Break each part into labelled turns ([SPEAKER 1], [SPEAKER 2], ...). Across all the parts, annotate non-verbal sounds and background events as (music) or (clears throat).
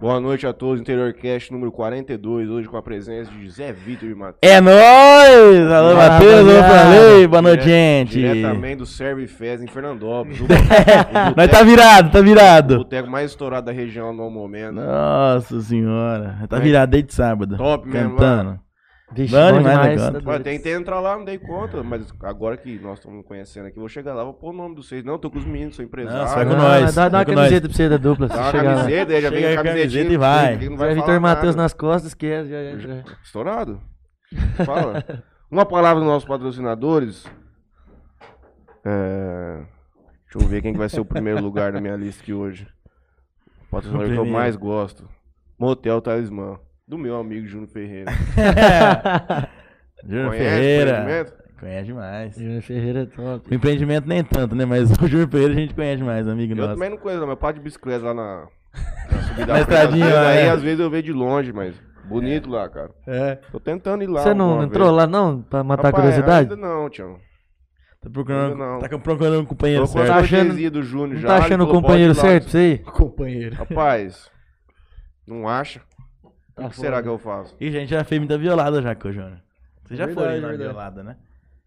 [SPEAKER 1] Boa noite a todos, Interior Cast número 42, hoje com a presença de Zé Vitor e Matheus.
[SPEAKER 2] É nóis! Alô,
[SPEAKER 3] Fala,
[SPEAKER 2] Matheus, alô,
[SPEAKER 3] rapaziada.
[SPEAKER 2] falei, boa noite, gente.
[SPEAKER 1] Diretamente do Serve Fez em Fernandópolis.
[SPEAKER 2] (laughs)
[SPEAKER 1] O, o
[SPEAKER 2] Nós
[SPEAKER 1] boteco-
[SPEAKER 2] tá virado, tá
[SPEAKER 1] o
[SPEAKER 2] virado.
[SPEAKER 1] boteco mais estourado da região no momento.
[SPEAKER 2] Nossa senhora, tá virado desde sábado.
[SPEAKER 1] é Top mesmo,
[SPEAKER 2] Cantando.
[SPEAKER 3] Vixe,
[SPEAKER 2] Bom
[SPEAKER 3] bom
[SPEAKER 2] demais,
[SPEAKER 3] demais,
[SPEAKER 2] né, cara?
[SPEAKER 3] tá
[SPEAKER 1] Olha,
[SPEAKER 3] doido.
[SPEAKER 1] tentei entrar lá, não dei conta, mas agora que nós estamos conhecendo aqui, vou chegar lá, vou pôr o nome dos seis. Não, tô com os meninos, sou empresário. né?
[SPEAKER 2] Não, você vai com
[SPEAKER 3] Não,
[SPEAKER 2] nós,
[SPEAKER 3] Ah, Dá,
[SPEAKER 2] vai
[SPEAKER 3] dá uma
[SPEAKER 2] com nós.
[SPEAKER 3] camiseta pra você da dupla.
[SPEAKER 1] Dá
[SPEAKER 3] se
[SPEAKER 1] uma
[SPEAKER 3] chegar lá.
[SPEAKER 1] camiseta, aí já
[SPEAKER 2] Chega
[SPEAKER 1] vem
[SPEAKER 2] aí
[SPEAKER 1] com
[SPEAKER 2] com a
[SPEAKER 1] camisetinha.
[SPEAKER 2] camiseta e vai.
[SPEAKER 1] ele não
[SPEAKER 3] Zé Vitor
[SPEAKER 1] falar
[SPEAKER 3] Matheus
[SPEAKER 1] nada.
[SPEAKER 3] nas costas, que é. Já, já, já.
[SPEAKER 1] Estourado.
[SPEAKER 3] (laughs)
[SPEAKER 1] Fala. Uma palavra dos nossos patrocinadores. É, Deixa eu ver quem que vai ser o primeiro lugar na minha lista aqui hoje. O patrocinador
[SPEAKER 2] O
[SPEAKER 1] que eu
[SPEAKER 2] primeiro.
[SPEAKER 1] mais gosto. Motel Talismã. Do meu amigo Júnior Ferreira.
[SPEAKER 2] (laughs) Júnior
[SPEAKER 1] Conhece o
[SPEAKER 2] Ferreira.
[SPEAKER 1] empreendimento?
[SPEAKER 2] Conhece demais.
[SPEAKER 3] Júnior Ferreira é top.
[SPEAKER 2] O empreendimento nem tanto, né? Mas o Júnior Ferreira a gente conhece mais, amigo
[SPEAKER 1] Eu
[SPEAKER 2] nosso.
[SPEAKER 1] também não conheço, não. Meu pai de bicicleta lá na, na
[SPEAKER 3] (laughs)
[SPEAKER 1] subida
[SPEAKER 2] Na
[SPEAKER 1] da Penha,
[SPEAKER 2] estradinha
[SPEAKER 1] às
[SPEAKER 2] lá,
[SPEAKER 1] vezes, Aí
[SPEAKER 3] é.
[SPEAKER 2] né?
[SPEAKER 1] às vezes eu vejo de longe, mas bonito lá, cara.
[SPEAKER 2] É.
[SPEAKER 1] Tô tentando ir lá.
[SPEAKER 3] Você não
[SPEAKER 1] alguma
[SPEAKER 3] entrou
[SPEAKER 1] vez.
[SPEAKER 3] lá não? Pra matar a
[SPEAKER 1] Rapaz,
[SPEAKER 3] curiosidade?
[SPEAKER 1] Ainda não, tio.
[SPEAKER 2] Tá
[SPEAKER 1] Ainda não.
[SPEAKER 2] procurando, tá procurando um companheiro
[SPEAKER 1] Tô com a
[SPEAKER 2] certo.
[SPEAKER 3] achando-
[SPEAKER 1] cortesia do Júnior
[SPEAKER 3] Não
[SPEAKER 1] já.
[SPEAKER 3] tá
[SPEAKER 1] ele
[SPEAKER 3] achando o
[SPEAKER 1] falou, pode
[SPEAKER 3] companheiro
[SPEAKER 1] ir lá,
[SPEAKER 3] certo pra você aí?
[SPEAKER 4] Companheiro.
[SPEAKER 1] Rapaz, não acha? o
[SPEAKER 3] Tá
[SPEAKER 1] que será
[SPEAKER 3] foda.
[SPEAKER 1] que eu faço?
[SPEAKER 2] Ih, gente, já fez muita violada já com o Júnior. Você já
[SPEAKER 4] Verdade,
[SPEAKER 2] foi na
[SPEAKER 4] verdade.
[SPEAKER 2] violada, né?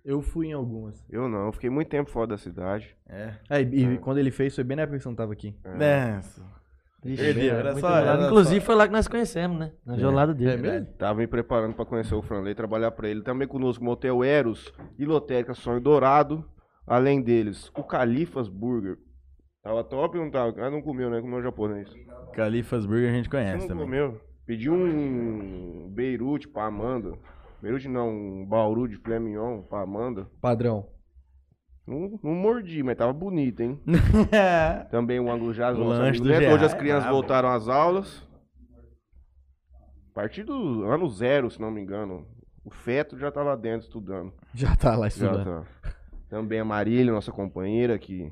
[SPEAKER 4] Eu fui em algumas.
[SPEAKER 1] Eu não, eu fiquei muito tempo fora da cidade.
[SPEAKER 2] É.
[SPEAKER 4] É, e e quando ele fez, foi bem na época que você não tava aqui.
[SPEAKER 2] Nessa.
[SPEAKER 3] Vixe,
[SPEAKER 2] Perdeu,
[SPEAKER 3] é
[SPEAKER 2] era
[SPEAKER 3] muito
[SPEAKER 2] só-
[SPEAKER 3] bolado.
[SPEAKER 2] era
[SPEAKER 3] Inclusive
[SPEAKER 2] só-
[SPEAKER 3] foi lá que nós conhecemos, né? Na gelada dele.
[SPEAKER 4] É mesmo?
[SPEAKER 1] Tava me preparando pra conhecer o Franley, trabalhar pra ele. Também conosco Motel Eros e Lotérica Sonho Dourado. Além deles, o Califas Burger. Tava top ou não tava? Ah, não comeu, né? Comeu japonês.
[SPEAKER 2] Califas Burger a gente
[SPEAKER 1] Você
[SPEAKER 2] conhece
[SPEAKER 1] não
[SPEAKER 2] também.
[SPEAKER 1] comeu. Pedi um Beirute pra Amanda. Beirute não, um Bauru de filé mignon pra Amanda. (laughs)
[SPEAKER 4] Padrão.
[SPEAKER 1] Não, não mordi, mas tava bonito, hein? Também o ângulo já
[SPEAKER 2] O lanche do
[SPEAKER 1] Hoje
[SPEAKER 2] Gerard
[SPEAKER 1] as
[SPEAKER 2] é
[SPEAKER 1] crianças
[SPEAKER 2] brabo.
[SPEAKER 1] voltaram às aulas. A partir do ano zero, se não me engano. O feto já estava dentro estudando.
[SPEAKER 4] Já tá lá
[SPEAKER 1] Já
[SPEAKER 4] estudando.
[SPEAKER 1] tá. Também a Marília, nossa companheira, que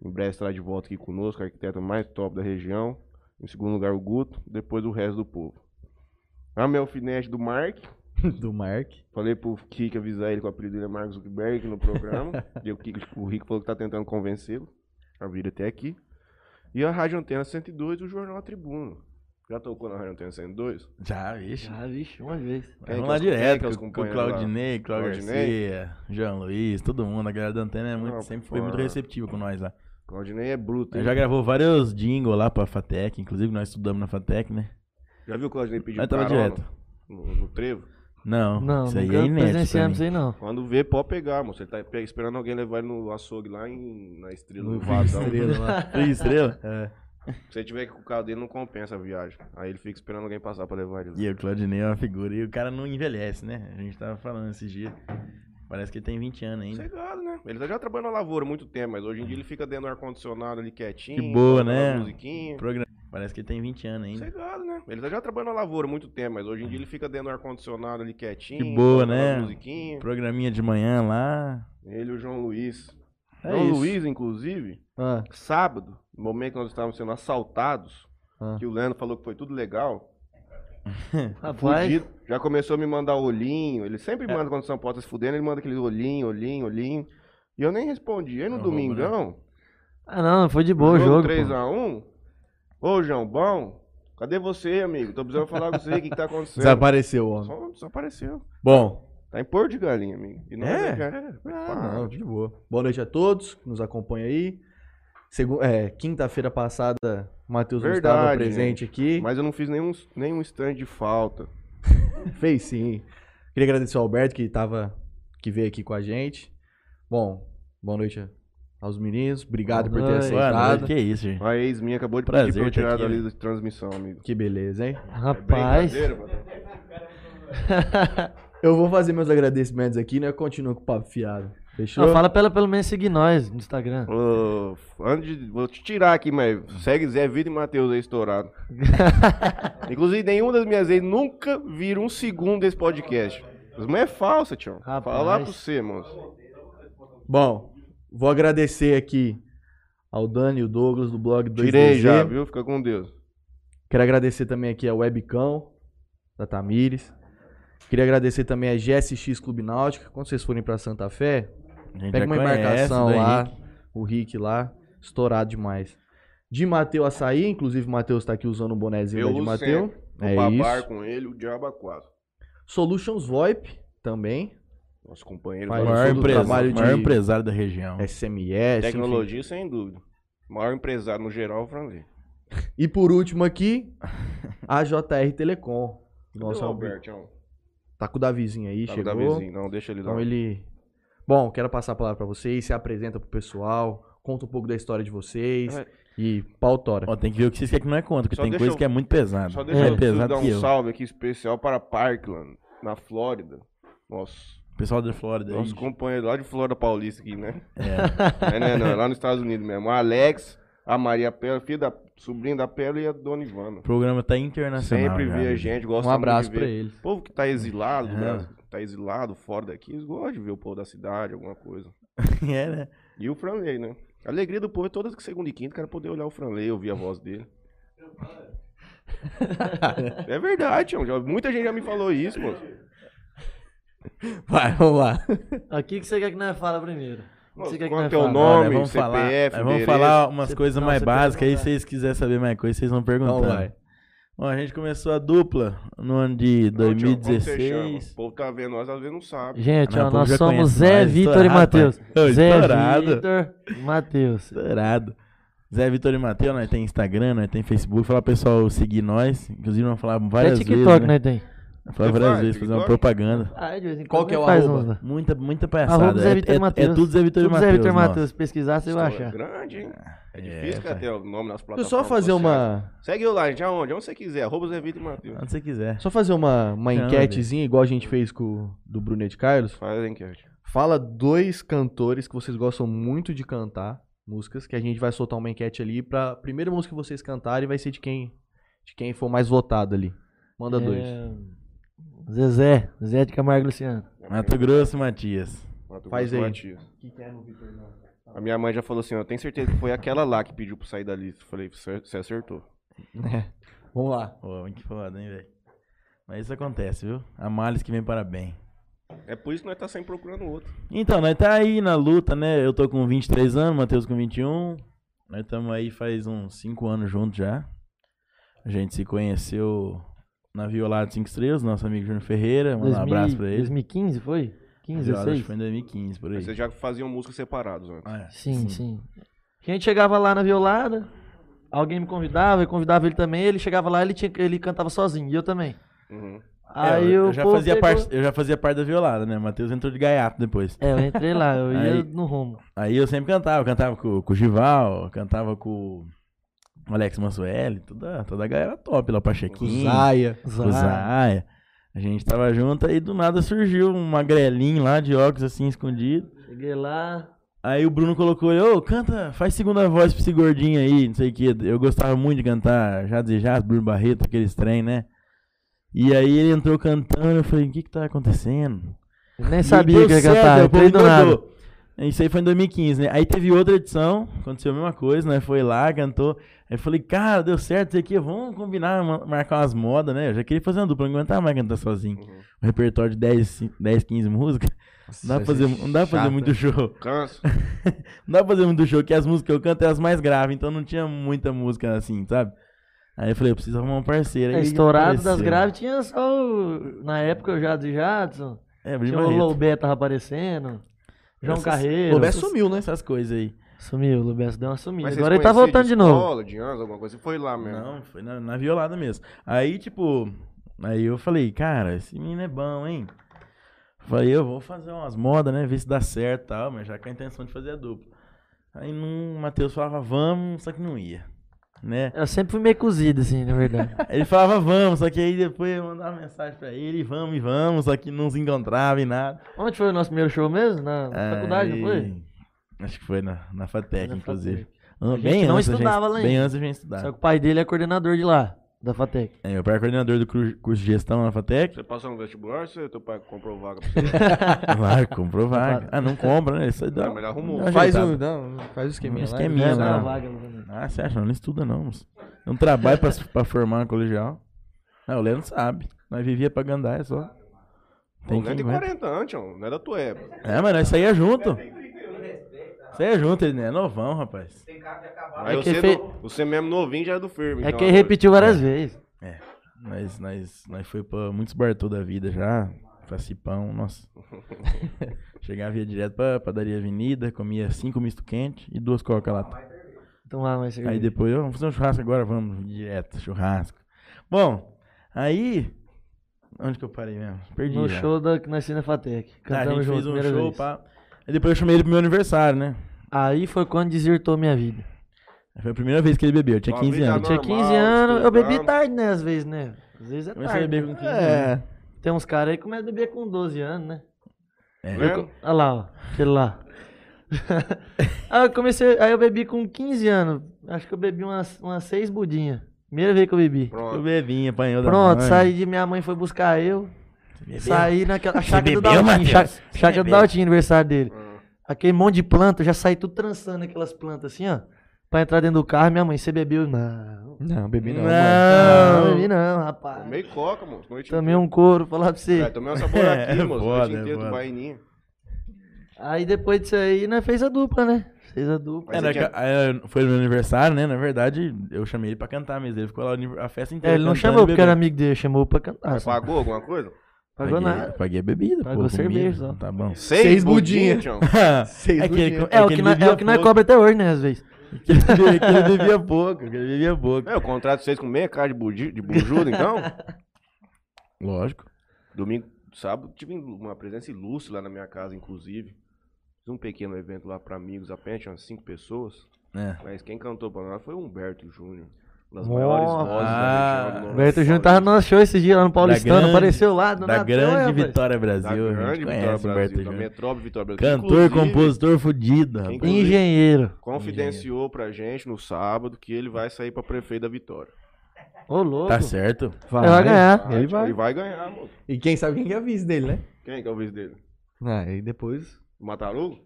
[SPEAKER 1] em breve estará de volta aqui conosco, a arquiteta mais top da região. Em segundo lugar, o Guto. Depois, o resto do povo. A meu alfinete do Mark.
[SPEAKER 2] tá.
[SPEAKER 4] Do Mark.
[SPEAKER 1] Falei pro Kiko avisar ele que o apelido dele é Marcos Zuckerberg aqui no
[SPEAKER 2] (laughs)
[SPEAKER 1] programa. e o, Kiko, o Rico falou que tá tentando convencê-lo a vir até aqui. E a Rádio Antena 102 e o Jornal Tribuna. Já tocou na Rádio Antena 102?
[SPEAKER 2] Já, vixe.
[SPEAKER 3] Ah, vixe, uma vez.
[SPEAKER 1] Quem
[SPEAKER 2] Vamos
[SPEAKER 1] que
[SPEAKER 2] lá
[SPEAKER 1] os- quem que
[SPEAKER 2] direto
[SPEAKER 1] os
[SPEAKER 2] com, com o
[SPEAKER 1] companheiros lá?
[SPEAKER 2] Claudinei, Cláudio
[SPEAKER 1] Claudinei?
[SPEAKER 2] Garcia, João Luiz, todo mundo. A galera da antena é muito,
[SPEAKER 1] Ah,
[SPEAKER 2] sempre foi
[SPEAKER 1] pô.
[SPEAKER 2] muito receptiva com nós lá.
[SPEAKER 1] Claudinei é bruto.
[SPEAKER 2] Nós
[SPEAKER 1] hein?
[SPEAKER 2] já gravou vários jingles lá pra Fatec, inclusive nós estudamos na Fatec, né?
[SPEAKER 1] Já viu o Claudinei pedindo
[SPEAKER 2] Nós tava
[SPEAKER 1] carona
[SPEAKER 2] direto.
[SPEAKER 1] no, no trevo?
[SPEAKER 2] Não,
[SPEAKER 3] Não,
[SPEAKER 2] isso aí
[SPEAKER 3] nunca
[SPEAKER 2] é inédito. pra
[SPEAKER 3] presenciamos
[SPEAKER 2] mim.
[SPEAKER 3] isso aí não.
[SPEAKER 1] Quando vê, pode pegar, moço. Ele tá pe- esperando alguém levar ele no açougue lá em, na estrela, no,
[SPEAKER 4] No
[SPEAKER 1] Vadão.
[SPEAKER 4] Estrela lá.
[SPEAKER 2] (laughs) Foi um estrela? É.
[SPEAKER 1] Se ele tiver que ir com o carro dele, não compensa a viagem. Aí ele fica esperando alguém passar pra levar ele. lá.
[SPEAKER 2] E o Claudinei é uma figura. E o cara não envelhece, né? A gente tava falando esses dias. Parece que ele tem 20 anos ainda.
[SPEAKER 1] Sossegado, né? Ele tá já trabalhando na lavoura há muito tempo, mas hoje em dia ele fica dentro do ar-condicionado ali quietinho.
[SPEAKER 2] Que boa,
[SPEAKER 1] tocando
[SPEAKER 2] né?
[SPEAKER 1] uma Musiquinha.
[SPEAKER 2] Programa. Parece que ele tem 20 anos ainda.
[SPEAKER 1] Sossegado, né? Ele tá já trabalhando na lavoura há muito tempo, mas hoje em dia ele fica dentro do ar-condicionado ali quietinho.
[SPEAKER 2] Que boa,
[SPEAKER 1] tocando
[SPEAKER 2] né?
[SPEAKER 1] uma Musiquinha.
[SPEAKER 2] Programinha de manhã lá.
[SPEAKER 1] Ele e o João Luiz.
[SPEAKER 2] É
[SPEAKER 1] João
[SPEAKER 2] isso.
[SPEAKER 1] Luiz, inclusive,
[SPEAKER 4] Ah,
[SPEAKER 1] sábado, no momento que nós estávamos sendo assaltados,
[SPEAKER 4] Ah.
[SPEAKER 1] que o Leandro falou que foi tudo legal,
[SPEAKER 3] Rapaz,
[SPEAKER 1] fudido, já começou a me mandar olhinho. Ele sempre
[SPEAKER 2] É.
[SPEAKER 1] manda quando São Paulo tá se fudendo, ele manda aquele olhinho, olhinho, olhinho. E eu nem respondi. Aí no
[SPEAKER 2] É um roubo, né?
[SPEAKER 1] domingão.
[SPEAKER 3] ah não, foi de boa o jogo. pô.
[SPEAKER 1] 3x1. Ô, João, bom? Cadê você, amigo? Tô precisando falar com você, o que, que tá acontecendo?
[SPEAKER 4] desapareceu o homem.
[SPEAKER 1] Só desapareceu.
[SPEAKER 4] Bom.
[SPEAKER 1] Tá em pôr de galinha, amigo. E não
[SPEAKER 4] É?
[SPEAKER 1] já era.
[SPEAKER 4] Ah,
[SPEAKER 1] Pá.
[SPEAKER 4] não, de boa. Boa noite a todos que nos acompanham aí. Segu- é, Quinta-feira passada, o Matheus não estava
[SPEAKER 1] Verdade,
[SPEAKER 4] presente
[SPEAKER 2] É.
[SPEAKER 4] aqui.
[SPEAKER 1] Mas eu não fiz nenhum, nenhum stand de falta.
[SPEAKER 4] Fez sim. Queria agradecer ao Alberto que tava, que veio aqui com a gente. Bom, boa noite aos meninos. Obrigado
[SPEAKER 3] Boa
[SPEAKER 4] por ter
[SPEAKER 3] noite. Boa
[SPEAKER 2] Mano,
[SPEAKER 4] aceitado.
[SPEAKER 2] que isso, gente.
[SPEAKER 1] A ex minha acabou de
[SPEAKER 2] Prazer
[SPEAKER 1] pedir pra eu
[SPEAKER 2] ter
[SPEAKER 1] tirar
[SPEAKER 2] aqui,
[SPEAKER 1] da
[SPEAKER 2] né?
[SPEAKER 1] lista de transmissão, amigo.
[SPEAKER 4] Que beleza, hein?
[SPEAKER 3] Rapaz.
[SPEAKER 1] Brincadeira, mano.
[SPEAKER 4] Eu vou fazer meus agradecimentos aqui, né? Eu continuo com o papo fiado. Fechou?
[SPEAKER 3] Não, fala pra ela pelo menos seguir nós no Instagram.
[SPEAKER 1] Ô, antes de, vou te tirar aqui, mas segue Zé Vitor e Matheus aí estourado. Inclusive, nenhuma das minhas ex nunca viram um segundo desse podcast. Mas não é falsa, tio.
[SPEAKER 3] Rapaz.
[SPEAKER 1] Fala lá pra você, moço.
[SPEAKER 4] Bom, vou agradecer aqui ao Dani e o Douglas do blog 2DG.
[SPEAKER 1] Tirei já, viu? Fica com Deus.
[SPEAKER 4] Quero agradecer também aqui a Webcão, da Tamires. Queria agradecer também a GSX Clube Náutica. Quando vocês forem pra Santa Fé,
[SPEAKER 2] A gente já
[SPEAKER 4] Pega uma
[SPEAKER 2] conhece
[SPEAKER 4] embarcação
[SPEAKER 2] do
[SPEAKER 4] lá,
[SPEAKER 2] Henrique.
[SPEAKER 4] o Rick lá, estourado demais. de Mateu Açaí, inclusive o Matheus tá aqui usando o bonezinho lá de
[SPEAKER 1] uso
[SPEAKER 4] Mateu.
[SPEAKER 1] sempre. O
[SPEAKER 4] É
[SPEAKER 1] babar
[SPEAKER 4] isso.
[SPEAKER 1] com ele, o diabo a quatro.
[SPEAKER 4] Solutions VoIP também.
[SPEAKER 1] Nosso companheiro.
[SPEAKER 4] Faz
[SPEAKER 1] valeu.
[SPEAKER 2] maior,
[SPEAKER 4] todo o
[SPEAKER 2] empresa,
[SPEAKER 4] trabalho de- É.
[SPEAKER 2] maior empresário da região.
[SPEAKER 4] SMS. enfim.
[SPEAKER 1] Tecnologia, sem dúvida. Maior empresário no geral, o Franley.
[SPEAKER 4] E por último aqui, a JR Telecom.
[SPEAKER 1] Nossa,
[SPEAKER 4] Nossa,
[SPEAKER 1] Albertão.
[SPEAKER 4] tá com o Davizinho aí,
[SPEAKER 1] Tá com o
[SPEAKER 4] chegou.
[SPEAKER 1] Davizinho, não, deixa ele dar.
[SPEAKER 4] Então ele. Bom, quero passar a palavra pra vocês, se apresenta pro pessoal, conta um pouco da história de vocês
[SPEAKER 1] É.
[SPEAKER 4] e pau tora.
[SPEAKER 2] Ó, tem que ver o que vocês querem que não é conta, porque
[SPEAKER 1] Só
[SPEAKER 2] tem
[SPEAKER 1] deixa
[SPEAKER 2] coisa
[SPEAKER 1] eu-
[SPEAKER 2] que é muito pesada.
[SPEAKER 1] Só deixa
[SPEAKER 2] é
[SPEAKER 1] eu
[SPEAKER 2] pesado
[SPEAKER 1] dar um
[SPEAKER 2] que eu.
[SPEAKER 1] salve aqui especial para Parkland, na Flórida. Nosso,
[SPEAKER 2] Pessoal da Flórida.
[SPEAKER 1] nosso
[SPEAKER 2] aí.
[SPEAKER 1] companheiro lá de Flórida Paulista aqui, né?
[SPEAKER 2] É,
[SPEAKER 1] (laughs) É, né, não, lá nos Estados Unidos mesmo. A Alex, a Maria Pérola, filha da sobrinha da Pérola e a Dona Ivana.
[SPEAKER 2] o programa tá internacional.
[SPEAKER 1] Sempre
[SPEAKER 2] já. né?
[SPEAKER 1] vê a gente, gosta
[SPEAKER 4] Um abraço
[SPEAKER 1] muito de
[SPEAKER 4] pra
[SPEAKER 1] ver.
[SPEAKER 4] eles.
[SPEAKER 1] O povo que tá exilado, do
[SPEAKER 2] É.
[SPEAKER 1] Brasil, que tá exilado fora daqui, eles gostam de ver o povo da cidade, alguma coisa.
[SPEAKER 2] (laughs) é, né?
[SPEAKER 1] E o Franley, né? A alegria do povo é toda segunda e quinta, o cara poder olhar o Franley, ouvir a voz dele. é verdade, tio, já- muita gente já me falou isso, mano.
[SPEAKER 4] Vai, vamos lá.
[SPEAKER 3] Aqui que você quer que nós fala primeiro. O que você quer que
[SPEAKER 1] Qual é
[SPEAKER 3] nós
[SPEAKER 1] teu
[SPEAKER 3] fala?
[SPEAKER 1] nome?
[SPEAKER 2] nós vamos
[SPEAKER 1] CPF,
[SPEAKER 2] falar, nós vamos
[SPEAKER 1] endereço.
[SPEAKER 2] falar umas
[SPEAKER 3] Você-
[SPEAKER 2] coisas
[SPEAKER 3] não,
[SPEAKER 2] mais
[SPEAKER 3] você
[SPEAKER 2] básicas aí,
[SPEAKER 3] pergunta.
[SPEAKER 2] se vocês quiserem saber mais coisa, vocês vão perguntar.
[SPEAKER 4] Então
[SPEAKER 1] tá.
[SPEAKER 4] vai.
[SPEAKER 2] Bom, a gente começou a dupla no ano de
[SPEAKER 1] Não, tio, como você chama?
[SPEAKER 2] 2016.
[SPEAKER 1] O povo tá vendo nós, às vezes não sabe.
[SPEAKER 3] Gente,
[SPEAKER 2] Ah, não,
[SPEAKER 3] ó,
[SPEAKER 2] o povo
[SPEAKER 3] nós
[SPEAKER 2] já
[SPEAKER 3] somos
[SPEAKER 2] conhece
[SPEAKER 3] Zé
[SPEAKER 2] nós,
[SPEAKER 3] Vitor e
[SPEAKER 2] estourado,
[SPEAKER 4] (laughs)
[SPEAKER 3] Matheus.
[SPEAKER 2] pai. Ô,
[SPEAKER 3] Zé
[SPEAKER 2] estourado.
[SPEAKER 3] Vitor e Matheus.
[SPEAKER 2] Estourado. Zé Vitor e Matheus, nós tem Instagram, nós tem Facebook. Falar pro pessoal seguir nós. Inclusive, nós falamos
[SPEAKER 3] Até
[SPEAKER 2] várias
[SPEAKER 3] É
[SPEAKER 2] vezes. né?
[SPEAKER 3] TikTok né? nós tem.
[SPEAKER 2] Nós falamos
[SPEAKER 1] Você
[SPEAKER 2] várias
[SPEAKER 1] faz
[SPEAKER 2] vezes, fazer uma
[SPEAKER 1] É TikTok?
[SPEAKER 2] propaganda.
[SPEAKER 3] Ah, é de vez em
[SPEAKER 4] Qual
[SPEAKER 3] quando
[SPEAKER 4] que é o
[SPEAKER 3] nós faz
[SPEAKER 4] arroba?
[SPEAKER 3] uns, né?
[SPEAKER 2] Muita, muita
[SPEAKER 3] Arroba
[SPEAKER 2] palhaçada.
[SPEAKER 3] Zé
[SPEAKER 2] É,
[SPEAKER 3] Vitor e
[SPEAKER 2] é,
[SPEAKER 3] Matheus.
[SPEAKER 2] é tudo Zé Vitor e
[SPEAKER 3] Tudo
[SPEAKER 2] Matheus.
[SPEAKER 3] Zé Vitor e
[SPEAKER 2] nossa.
[SPEAKER 3] Matheus. Pesquisar, você vai
[SPEAKER 1] História
[SPEAKER 3] achar.
[SPEAKER 1] grande, hein? É
[SPEAKER 2] É,
[SPEAKER 1] difícil
[SPEAKER 2] pai.
[SPEAKER 1] até o nome nas
[SPEAKER 4] Eu
[SPEAKER 1] plataformas.
[SPEAKER 4] só fazer
[SPEAKER 1] sociais.
[SPEAKER 4] uma.
[SPEAKER 1] Segue eu lá, gente, aonde? Aonde você quiser. Arroba Zé Vitor e Matheus.
[SPEAKER 2] Onde você quiser.
[SPEAKER 4] Só fazer uma, uma
[SPEAKER 2] Não,
[SPEAKER 4] enquetezinha, igual a gente fez com o do Brunet Carlos.
[SPEAKER 1] Faz a enquete.
[SPEAKER 4] Fala dois cantores que vocês gostam muito de cantar, músicas, que a gente vai soltar uma enquete ali pra primeira música que vocês cantarem vai ser de quem de quem for mais votado ali. Manda é dois.
[SPEAKER 3] É, Zezé. Zé de Camargo e Luciano.
[SPEAKER 2] Mato Grosso e Matias.
[SPEAKER 1] Mato
[SPEAKER 4] Faz
[SPEAKER 1] Grosso
[SPEAKER 4] aí.
[SPEAKER 1] Matias. A minha mãe já falou assim, eu tenho certeza que foi aquela lá que pediu pra sair da lista. Eu Falei, "Você- você acertou.
[SPEAKER 4] Vamos lá.
[SPEAKER 2] Pô, que foda, hein, velho? Mas isso acontece, viu? A males que vem para bem.
[SPEAKER 1] É por isso que nós tá sempre procurando outro.
[SPEAKER 2] Então, nós tá aí na luta, né? Eu tô com 23 anos, Matheus com 21. Nós estamos aí faz uns 5 anos juntos já. A gente se conheceu na Violado 5 Estrelas, nosso amigo Júnior Ferreira. Manda um
[SPEAKER 3] 2000
[SPEAKER 2] abraço pra ele.
[SPEAKER 3] 2015 foi? 15,
[SPEAKER 2] Violado, acho
[SPEAKER 3] 16?
[SPEAKER 2] que foi em 2015, por aí.
[SPEAKER 1] Vocês já faziam músicas separados né? antes.
[SPEAKER 2] Ah, é.
[SPEAKER 3] Sim, sim. A gente chegava lá na violada, alguém me convidava, eu convidava ele também, ele chegava lá, ele, tinha, ele cantava sozinho, e eu também.
[SPEAKER 1] Uhum.
[SPEAKER 2] É,
[SPEAKER 3] Aí
[SPEAKER 2] eu,
[SPEAKER 3] eu,
[SPEAKER 2] eu já
[SPEAKER 3] pô,
[SPEAKER 2] fazia
[SPEAKER 3] pegou-
[SPEAKER 2] parte, eu já fazia parte da Violada, né? Matheus entrou de gaiato depois.
[SPEAKER 3] É, eu entrei lá, eu ia
[SPEAKER 2] Aí-
[SPEAKER 3] no rumo.
[SPEAKER 2] Aí eu sempre cantava, eu cantava com, com o Gival, eu cantava com o Alex Mansueli, toda, toda a galera top lá, o Pachequinho,
[SPEAKER 4] Cusaia.
[SPEAKER 2] com o Zaia. A gente tava junto, aí do nada surgiu um magrelinho lá de óculos assim, escondido.
[SPEAKER 3] Cheguei lá,
[SPEAKER 2] Aí o Bruno colocou ele, ô, canta, faz segunda voz pra esse gordinho aí, não sei o que. Eu gostava muito de cantar já Jazz, Bruno Barreto, aqueles trem, né? E aí ele entrou cantando, eu falei, o que que tá acontecendo?
[SPEAKER 3] eu nem
[SPEAKER 2] E
[SPEAKER 3] sabia
[SPEAKER 2] deu
[SPEAKER 3] que eu ia
[SPEAKER 2] certo,
[SPEAKER 3] cantar,
[SPEAKER 2] o
[SPEAKER 3] eu
[SPEAKER 2] povo
[SPEAKER 3] entrei do nada.
[SPEAKER 2] engordou. Isso aí foi em 2015, né? Aí teve outra edição, aconteceu a mesma coisa, né? Foi lá, cantou. Aí eu falei, cara, deu certo isso aqui, vamos combinar, ma- marcar umas modas, né? Eu já queria fazer uma dupla, não aguentava mais cantar sozinho.
[SPEAKER 1] Uhum.
[SPEAKER 2] Um repertório de 10, 10 15 músicas, não dá, pra fazer, não dá pra fazer muito show.
[SPEAKER 3] (laughs)
[SPEAKER 1] Canso.
[SPEAKER 2] Não dá pra fazer muito show, que as músicas que eu canto é as mais graves, então não tinha muita música assim, sabe? Aí eu falei, eu preciso arrumar um parceiro.
[SPEAKER 3] É,
[SPEAKER 2] Aí
[SPEAKER 3] estourado das
[SPEAKER 2] apareceu.
[SPEAKER 3] graves tinha só o... Na época o Jadson e Jadson,
[SPEAKER 2] É,
[SPEAKER 3] tinha
[SPEAKER 2] Bruno
[SPEAKER 3] o
[SPEAKER 2] Barreto.
[SPEAKER 3] Loubé tava aparecendo, João
[SPEAKER 2] Essas-
[SPEAKER 3] Carreiro.
[SPEAKER 4] Loubé sumiu, né?
[SPEAKER 2] Essas coisas aí.
[SPEAKER 3] Sumiu, o Loubé deu uma sumida.
[SPEAKER 1] Mas vocês
[SPEAKER 3] Agora ele tá
[SPEAKER 1] conheciam
[SPEAKER 3] voltando de novo.
[SPEAKER 1] escola, de anos, alguma coisa. Você foi lá mesmo.
[SPEAKER 2] Não, foi na, na violada mesmo. Aí, tipo, aí eu falei, cara, esse menino é bom, hein? Falei, eu vou fazer umas modas, né? Ver se dá certo e tal, mas já com a intenção de fazer a dupla. Aí não, o Matheus falava, vamos, só que não ia, né?
[SPEAKER 3] Eu sempre fui meio cozido, assim, na verdade.
[SPEAKER 2] Ele falava, vamos, só que aí depois eu mandava mensagem pra ele, vamos e vamos, só que não se encontrava e nada.
[SPEAKER 3] Onde foi o nosso primeiro show mesmo? Na faculdade,
[SPEAKER 2] Aí-
[SPEAKER 3] não foi?
[SPEAKER 2] Acho que foi na, na FATEC,
[SPEAKER 3] Na
[SPEAKER 2] inclusive. tá.
[SPEAKER 3] FATEC.
[SPEAKER 2] Ah,
[SPEAKER 3] A gente
[SPEAKER 2] Bem
[SPEAKER 3] não
[SPEAKER 2] antes, a
[SPEAKER 3] estudava lá
[SPEAKER 2] bem
[SPEAKER 3] ainda.
[SPEAKER 2] antes a gente estudava.
[SPEAKER 3] Só que o pai dele é coordenador de lá, da FATEC.
[SPEAKER 2] É, meu pai é coordenador do cru- curso de gestão na FATEC.
[SPEAKER 1] Você passou no vestibular ou você teu pai comprou vaga
[SPEAKER 3] (laughs)
[SPEAKER 1] pra você?
[SPEAKER 2] Claro, comprou vaga. Ah, não compra, né? Isso aí dá.
[SPEAKER 1] Não, mas arrumou.
[SPEAKER 2] dá uma
[SPEAKER 4] Faz
[SPEAKER 2] ajeitada.
[SPEAKER 4] um, não, faz um esqueminha.
[SPEAKER 2] Um
[SPEAKER 4] lá.
[SPEAKER 2] esqueminha,
[SPEAKER 4] Não,
[SPEAKER 2] né?
[SPEAKER 4] não.
[SPEAKER 2] lá.
[SPEAKER 3] vaga, Luciano.
[SPEAKER 2] Ah, você acha? Não, não estuda, não. moço. Não trabalha pra, pra formar uma colegial. Ah, o Leandro sabe. Nós vivia pra Gandaia só.
[SPEAKER 1] Pô,
[SPEAKER 2] Tem
[SPEAKER 1] não é
[SPEAKER 2] que
[SPEAKER 1] de
[SPEAKER 2] aguenta.
[SPEAKER 1] 40 anos, tio. Não é da tua época.
[SPEAKER 2] É, mas nós saía junto. Você é junto, ele né? novão, rapaz.
[SPEAKER 1] Aí
[SPEAKER 3] É
[SPEAKER 1] você,
[SPEAKER 3] que
[SPEAKER 1] é
[SPEAKER 3] fe-
[SPEAKER 1] no- você mesmo novinho já é do firme.
[SPEAKER 3] É
[SPEAKER 1] então,
[SPEAKER 3] que ele
[SPEAKER 1] agora.
[SPEAKER 3] repetiu várias vezes.
[SPEAKER 2] Nós, É, nós, nós foi pra muitos bartô da vida já. Pra
[SPEAKER 1] (laughs)
[SPEAKER 2] Cipão, nossa. Chegava ia direto pra padaria Avenida, comia cinco misto quente e duas coca lá.
[SPEAKER 3] Então lá mais
[SPEAKER 2] Aí depois, "Ô, vamos fazer um churrasco agora, vamos direto, churrasco. Bom, aí. Onde que eu parei mesmo? Perdi.
[SPEAKER 3] No
[SPEAKER 2] já.
[SPEAKER 3] show da que nasci na Fatec.
[SPEAKER 2] Tá, a gente
[SPEAKER 3] Cantamos junto,
[SPEAKER 2] fez um
[SPEAKER 3] primeira
[SPEAKER 2] show,
[SPEAKER 3] vez.
[SPEAKER 2] pá. Aí depois eu chamei ele pro meu aniversário, né?
[SPEAKER 3] Aí foi quando desvirtou minha vida.
[SPEAKER 2] Foi a primeira vez que ele bebeu, eu tinha
[SPEAKER 1] Uma
[SPEAKER 2] 15
[SPEAKER 1] vez a
[SPEAKER 2] anos.
[SPEAKER 3] Eu tinha
[SPEAKER 1] Normal,
[SPEAKER 3] 15 anos, eu bebi
[SPEAKER 1] estudando.
[SPEAKER 3] tarde, né? Às vezes, né? Às vezes é
[SPEAKER 2] Comecei a
[SPEAKER 3] tarde.
[SPEAKER 2] beber
[SPEAKER 3] né?
[SPEAKER 2] com 15 anos.
[SPEAKER 3] Tem uns caras aí que começam a beber com 12 anos, né?
[SPEAKER 2] É.
[SPEAKER 1] Né?
[SPEAKER 3] Olha lá, ó. Aquele
[SPEAKER 2] (laughs)
[SPEAKER 3] lá. aí eu comecei, aí eu bebi com 15 anos. Acho que eu bebi umas, umas seis budinhas. Primeira vez que eu bebi.
[SPEAKER 2] Eu
[SPEAKER 1] Pronto.
[SPEAKER 2] bebi, apanhou da
[SPEAKER 3] Pronto,
[SPEAKER 2] mãe.
[SPEAKER 3] saí de minha mãe foi buscar eu.
[SPEAKER 2] Bebeu?
[SPEAKER 3] Saí naquela a chácara
[SPEAKER 2] bebeu,
[SPEAKER 3] do Daltinho. chá-
[SPEAKER 2] Matheus? Você
[SPEAKER 3] Chácara do
[SPEAKER 2] bebeu?
[SPEAKER 3] Daltinho, aniversário dele.
[SPEAKER 1] Ah.
[SPEAKER 3] Aquele monte de planta, eu já saí tudo trançando aquelas plantas assim, ó. Pra entrar dentro do carro, minha mãe, você bebeu? Não.
[SPEAKER 4] Não, bebi não.
[SPEAKER 2] Não.
[SPEAKER 4] mano.
[SPEAKER 3] Não, bebi não, rapaz.
[SPEAKER 1] Tomei coca, mano. Tomei
[SPEAKER 3] Tomei um couro, falar pra
[SPEAKER 1] É,
[SPEAKER 3] você.
[SPEAKER 1] tomei uma
[SPEAKER 3] (laughs)
[SPEAKER 1] saboraqui,
[SPEAKER 2] É,
[SPEAKER 1] moço.
[SPEAKER 2] foda,
[SPEAKER 1] Foda, inteiro
[SPEAKER 2] é
[SPEAKER 1] do
[SPEAKER 2] foda.
[SPEAKER 1] baininho.
[SPEAKER 3] Aí depois disso aí, nós fez a dupla, né? Fez a dupla.
[SPEAKER 1] Mas
[SPEAKER 2] É,
[SPEAKER 1] você
[SPEAKER 2] na-
[SPEAKER 1] tinha-
[SPEAKER 2] é, foi no meu aniversário, né? Na verdade, eu chamei ele pra cantar mesmo. Ele ficou lá o aniver- a festa
[SPEAKER 3] É,
[SPEAKER 2] inteira.
[SPEAKER 3] ele não
[SPEAKER 2] cantando
[SPEAKER 3] chamou
[SPEAKER 2] e
[SPEAKER 3] porque era
[SPEAKER 2] bebendo.
[SPEAKER 3] amigo dele, chamou pra cantar. assim,
[SPEAKER 1] Mas
[SPEAKER 3] só.
[SPEAKER 1] pagou alguma coisa?
[SPEAKER 3] Pagou
[SPEAKER 2] paguei,
[SPEAKER 3] nada.
[SPEAKER 2] Paguei a bebida.
[SPEAKER 3] Pagou
[SPEAKER 2] pô,
[SPEAKER 3] cerveja
[SPEAKER 2] comida,
[SPEAKER 3] só.
[SPEAKER 2] Tá bom.
[SPEAKER 1] Seis,
[SPEAKER 4] Seis
[SPEAKER 1] budinha,
[SPEAKER 4] budinha.
[SPEAKER 1] Tião.
[SPEAKER 4] Seis
[SPEAKER 2] É que ele-
[SPEAKER 4] budinhas.
[SPEAKER 2] é
[SPEAKER 3] É, o
[SPEAKER 2] que
[SPEAKER 3] que,
[SPEAKER 2] ele
[SPEAKER 3] nós, é
[SPEAKER 2] bebia
[SPEAKER 3] o que nós
[SPEAKER 2] pouco.
[SPEAKER 3] cobra até hoje, né, às vezes.
[SPEAKER 2] Que ele bebia- que (laughs) ele bebia
[SPEAKER 3] (laughs)
[SPEAKER 2] pouco, que ele bebia pouco.
[SPEAKER 1] É, o contrato de vocês com meia cara de, budi, de bujuda, (laughs) então.
[SPEAKER 2] Lógico.
[SPEAKER 1] Domingo, sábado, tive uma presença ilustre lá na minha casa, inclusive. Fiz um pequeno evento lá pra amigos, apenas umas cinco pessoas.
[SPEAKER 2] É.
[SPEAKER 1] Mas quem cantou pra nós foi o Humberto Júnior. Uma das
[SPEAKER 3] Nossa.
[SPEAKER 1] maiores vozes da
[SPEAKER 2] Ah,
[SPEAKER 1] região do Norte
[SPEAKER 3] Humberto Júnior
[SPEAKER 1] Paulista.
[SPEAKER 3] tava no nosso show esse dia lá no Paulistano,
[SPEAKER 2] grande-
[SPEAKER 3] apareceu lá. Do
[SPEAKER 2] Da
[SPEAKER 3] nada,
[SPEAKER 2] grande
[SPEAKER 3] ué, rapaz.
[SPEAKER 2] Vitória Brasil.
[SPEAKER 1] Da
[SPEAKER 2] a
[SPEAKER 1] grande
[SPEAKER 2] gente
[SPEAKER 1] Vitória
[SPEAKER 2] conhece o Humberto
[SPEAKER 1] Brasil, da
[SPEAKER 2] Júnior.
[SPEAKER 1] metrópole Vitória Brasil.
[SPEAKER 2] Cantor,
[SPEAKER 1] Inclusive,
[SPEAKER 2] compositor fudido. rapaz.
[SPEAKER 1] Inclusive-
[SPEAKER 3] Engenheiro.
[SPEAKER 1] Confidenciou pra gente no sábado que ele vai sair pra prefeito da Vitória.
[SPEAKER 3] Ô, louco.
[SPEAKER 2] Tá certo.
[SPEAKER 3] Ele vai ganhar.
[SPEAKER 4] Ele vai.
[SPEAKER 1] Ele vai ganhar, moço.
[SPEAKER 4] E quem sabe quem que é vice dele, né?
[SPEAKER 1] Quem que é o vice dele?
[SPEAKER 4] Ah, e depois.
[SPEAKER 1] O Matarugo?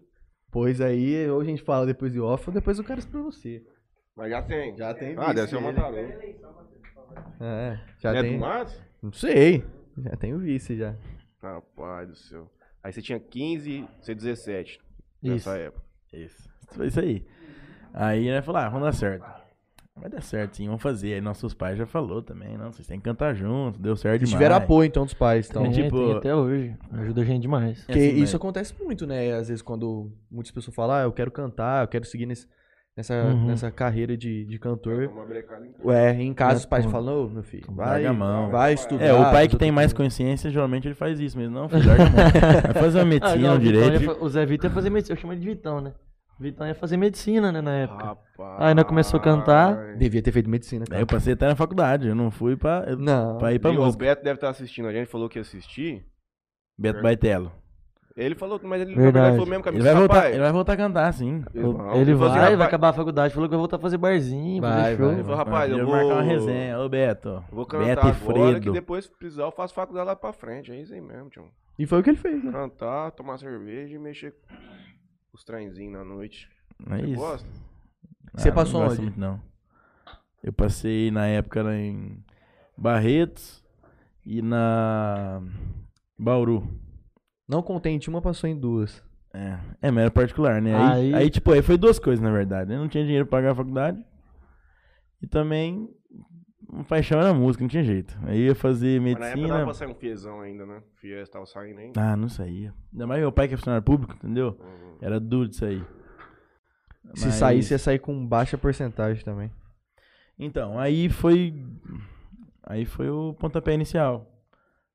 [SPEAKER 4] Pois aí, ou a gente fala depois de off, ou depois eu quero isso pra você.
[SPEAKER 1] Mas já tem.
[SPEAKER 4] Já tem
[SPEAKER 1] Ah, deve
[SPEAKER 4] vice
[SPEAKER 1] ser o
[SPEAKER 4] dele.
[SPEAKER 1] Matarugo.
[SPEAKER 4] É, já
[SPEAKER 1] É do
[SPEAKER 4] tem.
[SPEAKER 1] Matos?
[SPEAKER 4] Não sei. Já tem o vice
[SPEAKER 2] É
[SPEAKER 4] já.
[SPEAKER 1] Rapaz do céu. Aí você tinha 15, você 17
[SPEAKER 3] Isso.
[SPEAKER 1] nessa época.
[SPEAKER 2] Isso. Foi isso aí. Aí né, falou, ah, vamos dar certo. Vai dar certo, sim, vamos fazer. Aí nossos pais já falou também, não, vocês têm que cantar junto, deu certo
[SPEAKER 4] Eles
[SPEAKER 2] demais.
[SPEAKER 4] tiveram apoio, então, dos pais. Então.
[SPEAKER 3] Tem,
[SPEAKER 2] tipo-
[SPEAKER 3] tem até hoje. Ajuda a gente demais.
[SPEAKER 2] É
[SPEAKER 4] Porque
[SPEAKER 2] assim,
[SPEAKER 4] isso
[SPEAKER 2] né?
[SPEAKER 4] acontece muito, né? Às vezes quando muitas pessoas falam, ah, eu quero cantar, eu quero seguir nesse- nessa,
[SPEAKER 3] Uhum.
[SPEAKER 4] nessa carreira de, de cantor.
[SPEAKER 1] Uma brecada em tudo.
[SPEAKER 4] Ué, em casa
[SPEAKER 3] É,
[SPEAKER 4] os pais
[SPEAKER 3] pô.
[SPEAKER 4] falam, ô, meu filho, vai,
[SPEAKER 2] Larga a mão.
[SPEAKER 4] vai estudar.
[SPEAKER 2] É, o
[SPEAKER 1] Ah,
[SPEAKER 2] pai que
[SPEAKER 4] fazer
[SPEAKER 2] tem
[SPEAKER 4] outra
[SPEAKER 2] mais
[SPEAKER 4] coisa.
[SPEAKER 2] consciência, geralmente ele faz isso mesmo. Não, filho, larga a
[SPEAKER 1] (laughs)
[SPEAKER 2] mão. Vai
[SPEAKER 1] Ah,
[SPEAKER 2] fazer uma medicina, um direito.
[SPEAKER 3] Ah, O Zé Vitor ia fazer medicina. Eu chamo ele de Vitão, né? Vitão ia fazer medicina, né, na
[SPEAKER 2] Ah,
[SPEAKER 3] época.
[SPEAKER 1] Rapaz.
[SPEAKER 3] Aí nós começou a cantar.
[SPEAKER 4] Devia ter feito medicina,
[SPEAKER 2] Aí
[SPEAKER 4] cara.
[SPEAKER 2] eu passei até na faculdade, eu não fui pra, eu-
[SPEAKER 4] Não.
[SPEAKER 2] pra ir pra
[SPEAKER 1] E o
[SPEAKER 2] música.
[SPEAKER 1] Beto deve estar assistindo. A gente falou que ia assistir.
[SPEAKER 2] Beto Baitelo.
[SPEAKER 1] Ele falou, mas ele
[SPEAKER 3] Verdade.
[SPEAKER 1] na verdade, foi o mesmo
[SPEAKER 2] Ele
[SPEAKER 1] caminho.
[SPEAKER 2] vai, voltar,
[SPEAKER 1] Tá, Rapaz,
[SPEAKER 2] ele vai voltar a cantar, sim.
[SPEAKER 1] eles vão. falou
[SPEAKER 3] Ele
[SPEAKER 1] assim,
[SPEAKER 3] vai, vai
[SPEAKER 1] rapaz,
[SPEAKER 3] acabar a faculdade. Falou que vai voltar a fazer barzinho,
[SPEAKER 4] Vai,
[SPEAKER 3] fazer show.
[SPEAKER 4] vai,
[SPEAKER 1] vai. rapaz, eu
[SPEAKER 2] vou marcar uma
[SPEAKER 1] vou-
[SPEAKER 2] resenha. Ô, Beto.
[SPEAKER 1] Vou
[SPEAKER 2] Beto
[SPEAKER 1] cantar
[SPEAKER 2] e
[SPEAKER 1] agora que
[SPEAKER 2] Fredo.
[SPEAKER 1] depois, se precisar, eu faço faculdade lá pra frente. É isso aí mesmo, tio.
[SPEAKER 4] E foi o que ele fez, né?
[SPEAKER 1] Cantar, tomar cerveja e mexer com os trenzinhos na noite.
[SPEAKER 2] É
[SPEAKER 1] Você
[SPEAKER 2] isso. Ah,
[SPEAKER 1] gosta?
[SPEAKER 4] Você
[SPEAKER 2] não
[SPEAKER 4] passou
[SPEAKER 2] gosto
[SPEAKER 4] onde?
[SPEAKER 2] muito, não. Eu passei na época lá em Barretos e na Bauru.
[SPEAKER 4] Não contente, uma passou em duas.
[SPEAKER 2] É, é mas era particular, né? Aí,
[SPEAKER 3] Aí-
[SPEAKER 2] aí, tipo, aí foi duas coisas, na verdade. né? Eu não tinha dinheiro pra pagar a faculdade. E também, uma paixão era música, não tinha jeito. Aí eu ia fazer
[SPEAKER 1] Mas na época dava pra
[SPEAKER 2] medicina.
[SPEAKER 1] sair um fiezão ainda, né? Fies tava saindo ainda.
[SPEAKER 2] Ah, não saía. Ainda mais meu pai que é funcionário público, entendeu?
[SPEAKER 1] Uhum.
[SPEAKER 2] Era duro de sair.
[SPEAKER 4] Se
[SPEAKER 2] Mas-
[SPEAKER 4] saísse, ia sair com baixa porcentagem também.
[SPEAKER 2] Então, aí foi. Aí foi o pontapé inicial.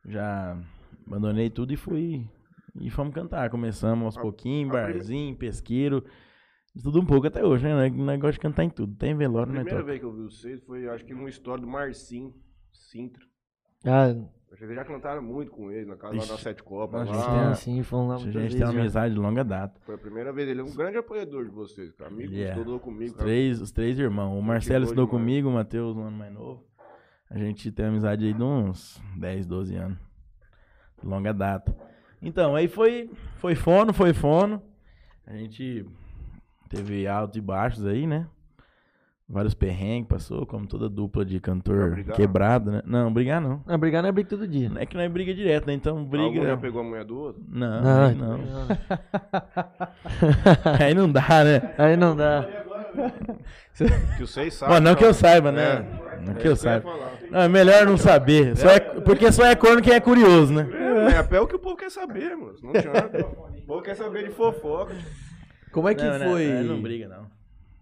[SPEAKER 2] Já abandonei tudo e fui. E fomos cantar. Começamos aos
[SPEAKER 1] A-
[SPEAKER 2] pouquinhos,
[SPEAKER 1] a primeira-
[SPEAKER 2] barzinho, pesqueiro. de Tudo um pouco até hoje, né? O negócio de cantar em tudo. Tem
[SPEAKER 1] A
[SPEAKER 2] velório, né?
[SPEAKER 1] primeira
[SPEAKER 2] toca.
[SPEAKER 1] vez que eu vi vocês foi, acho que numa história do Marcinho Sintra.
[SPEAKER 3] Ah,
[SPEAKER 1] Acho que Vocês já cantaram muito com ele na casa
[SPEAKER 2] Ixi.
[SPEAKER 1] lá da Sete Copas.
[SPEAKER 2] Nós já
[SPEAKER 1] Lá.
[SPEAKER 2] temos-
[SPEAKER 3] tem sim, fomos lá
[SPEAKER 2] A
[SPEAKER 3] muitas
[SPEAKER 2] gente
[SPEAKER 3] vezes.
[SPEAKER 2] tem uma
[SPEAKER 3] já.
[SPEAKER 2] amizade de longa data.
[SPEAKER 1] Foi a primeira vez. Ele é um grande apoiador de vocês, cara. Amigo,
[SPEAKER 2] Ele é.
[SPEAKER 1] estudou
[SPEAKER 2] Os
[SPEAKER 1] comigo. cara.
[SPEAKER 2] três, os três irmãos. O Marcelo
[SPEAKER 1] boa
[SPEAKER 2] estudou
[SPEAKER 1] demais.
[SPEAKER 2] comigo, o Matheus, um ano mais novo. A gente tem amizade aí de uns 10, 12 anos. Longa data. Então, aí foi, foi fono, foi fono. A gente teve altos e baixos aí, né? vários perrengues, passou, como toda dupla de cantor
[SPEAKER 1] Obrigado.
[SPEAKER 2] quebrado, né? Não, brigar não.
[SPEAKER 3] Não, brigar não é briga todo dia.
[SPEAKER 2] É que não é briga direto, né? Então
[SPEAKER 1] Algum já
[SPEAKER 2] briga.
[SPEAKER 1] pegou a mulher do outro?
[SPEAKER 2] Não,
[SPEAKER 3] Não,
[SPEAKER 2] aí
[SPEAKER 3] então-
[SPEAKER 2] não. (laughs)
[SPEAKER 3] (laughs)
[SPEAKER 2] Aí não dá, né?
[SPEAKER 3] Aí não dá.
[SPEAKER 1] Que vocês sabem.
[SPEAKER 2] Bom, não que eu saiba, né?
[SPEAKER 1] tá, então, É.
[SPEAKER 2] Não
[SPEAKER 1] É
[SPEAKER 2] que eu
[SPEAKER 1] isso que eu ia
[SPEAKER 2] saiba.
[SPEAKER 1] falar.
[SPEAKER 2] Não, é melhor não saber. Só é- porque só é corno quem é curioso, né?
[SPEAKER 1] É, é o que o povo quer saber, mano. Não adianta. O povo quer saber de fofoca.
[SPEAKER 4] Como é que
[SPEAKER 2] Não, né?
[SPEAKER 4] foi?
[SPEAKER 2] Aí Não briga, não.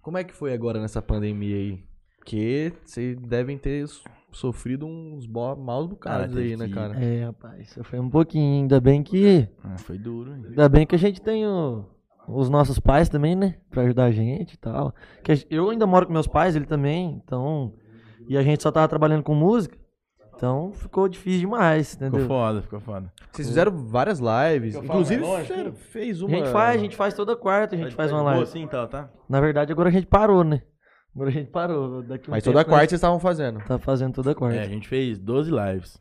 [SPEAKER 4] Como é que foi agora nessa pandemia aí? Porque vocês devem ter s- sofrido uns bo- maus
[SPEAKER 3] Ah,
[SPEAKER 4] bocados
[SPEAKER 2] teve
[SPEAKER 4] aí, né,
[SPEAKER 2] que-
[SPEAKER 4] cara?
[SPEAKER 3] É, rapaz, isso foi um pouquinho. Ainda bem que.
[SPEAKER 2] Ah, foi duro, hein?
[SPEAKER 3] Ainda bem que a gente tem o- os nossos pais também, né? Pra ajudar a gente e tal. Que a gen- eu ainda moro com meus pais, ele também, então. E a gente só tava trabalhando com música. Então ficou difícil demais,
[SPEAKER 2] Ficou
[SPEAKER 3] entendeu?
[SPEAKER 2] foda, ficou foda.
[SPEAKER 4] Vocês fizeram várias lives.
[SPEAKER 2] Eu falo,
[SPEAKER 4] Inclusive,
[SPEAKER 2] é longe,
[SPEAKER 4] fizeram- fez
[SPEAKER 3] tipo, A
[SPEAKER 4] uma.
[SPEAKER 3] gente faz, a gente faz toda quarta, a gente faz uma live.
[SPEAKER 2] Assim, tal, tá?
[SPEAKER 3] Na verdade, agora a gente parou, né? Agora a gente parou. Daqui um
[SPEAKER 4] Mas
[SPEAKER 3] tempo
[SPEAKER 4] toda quarta
[SPEAKER 3] nós
[SPEAKER 4] vocês estavam fazendo.
[SPEAKER 3] Tá fazendo toda quarta.
[SPEAKER 2] É, a gente fez 12 lives.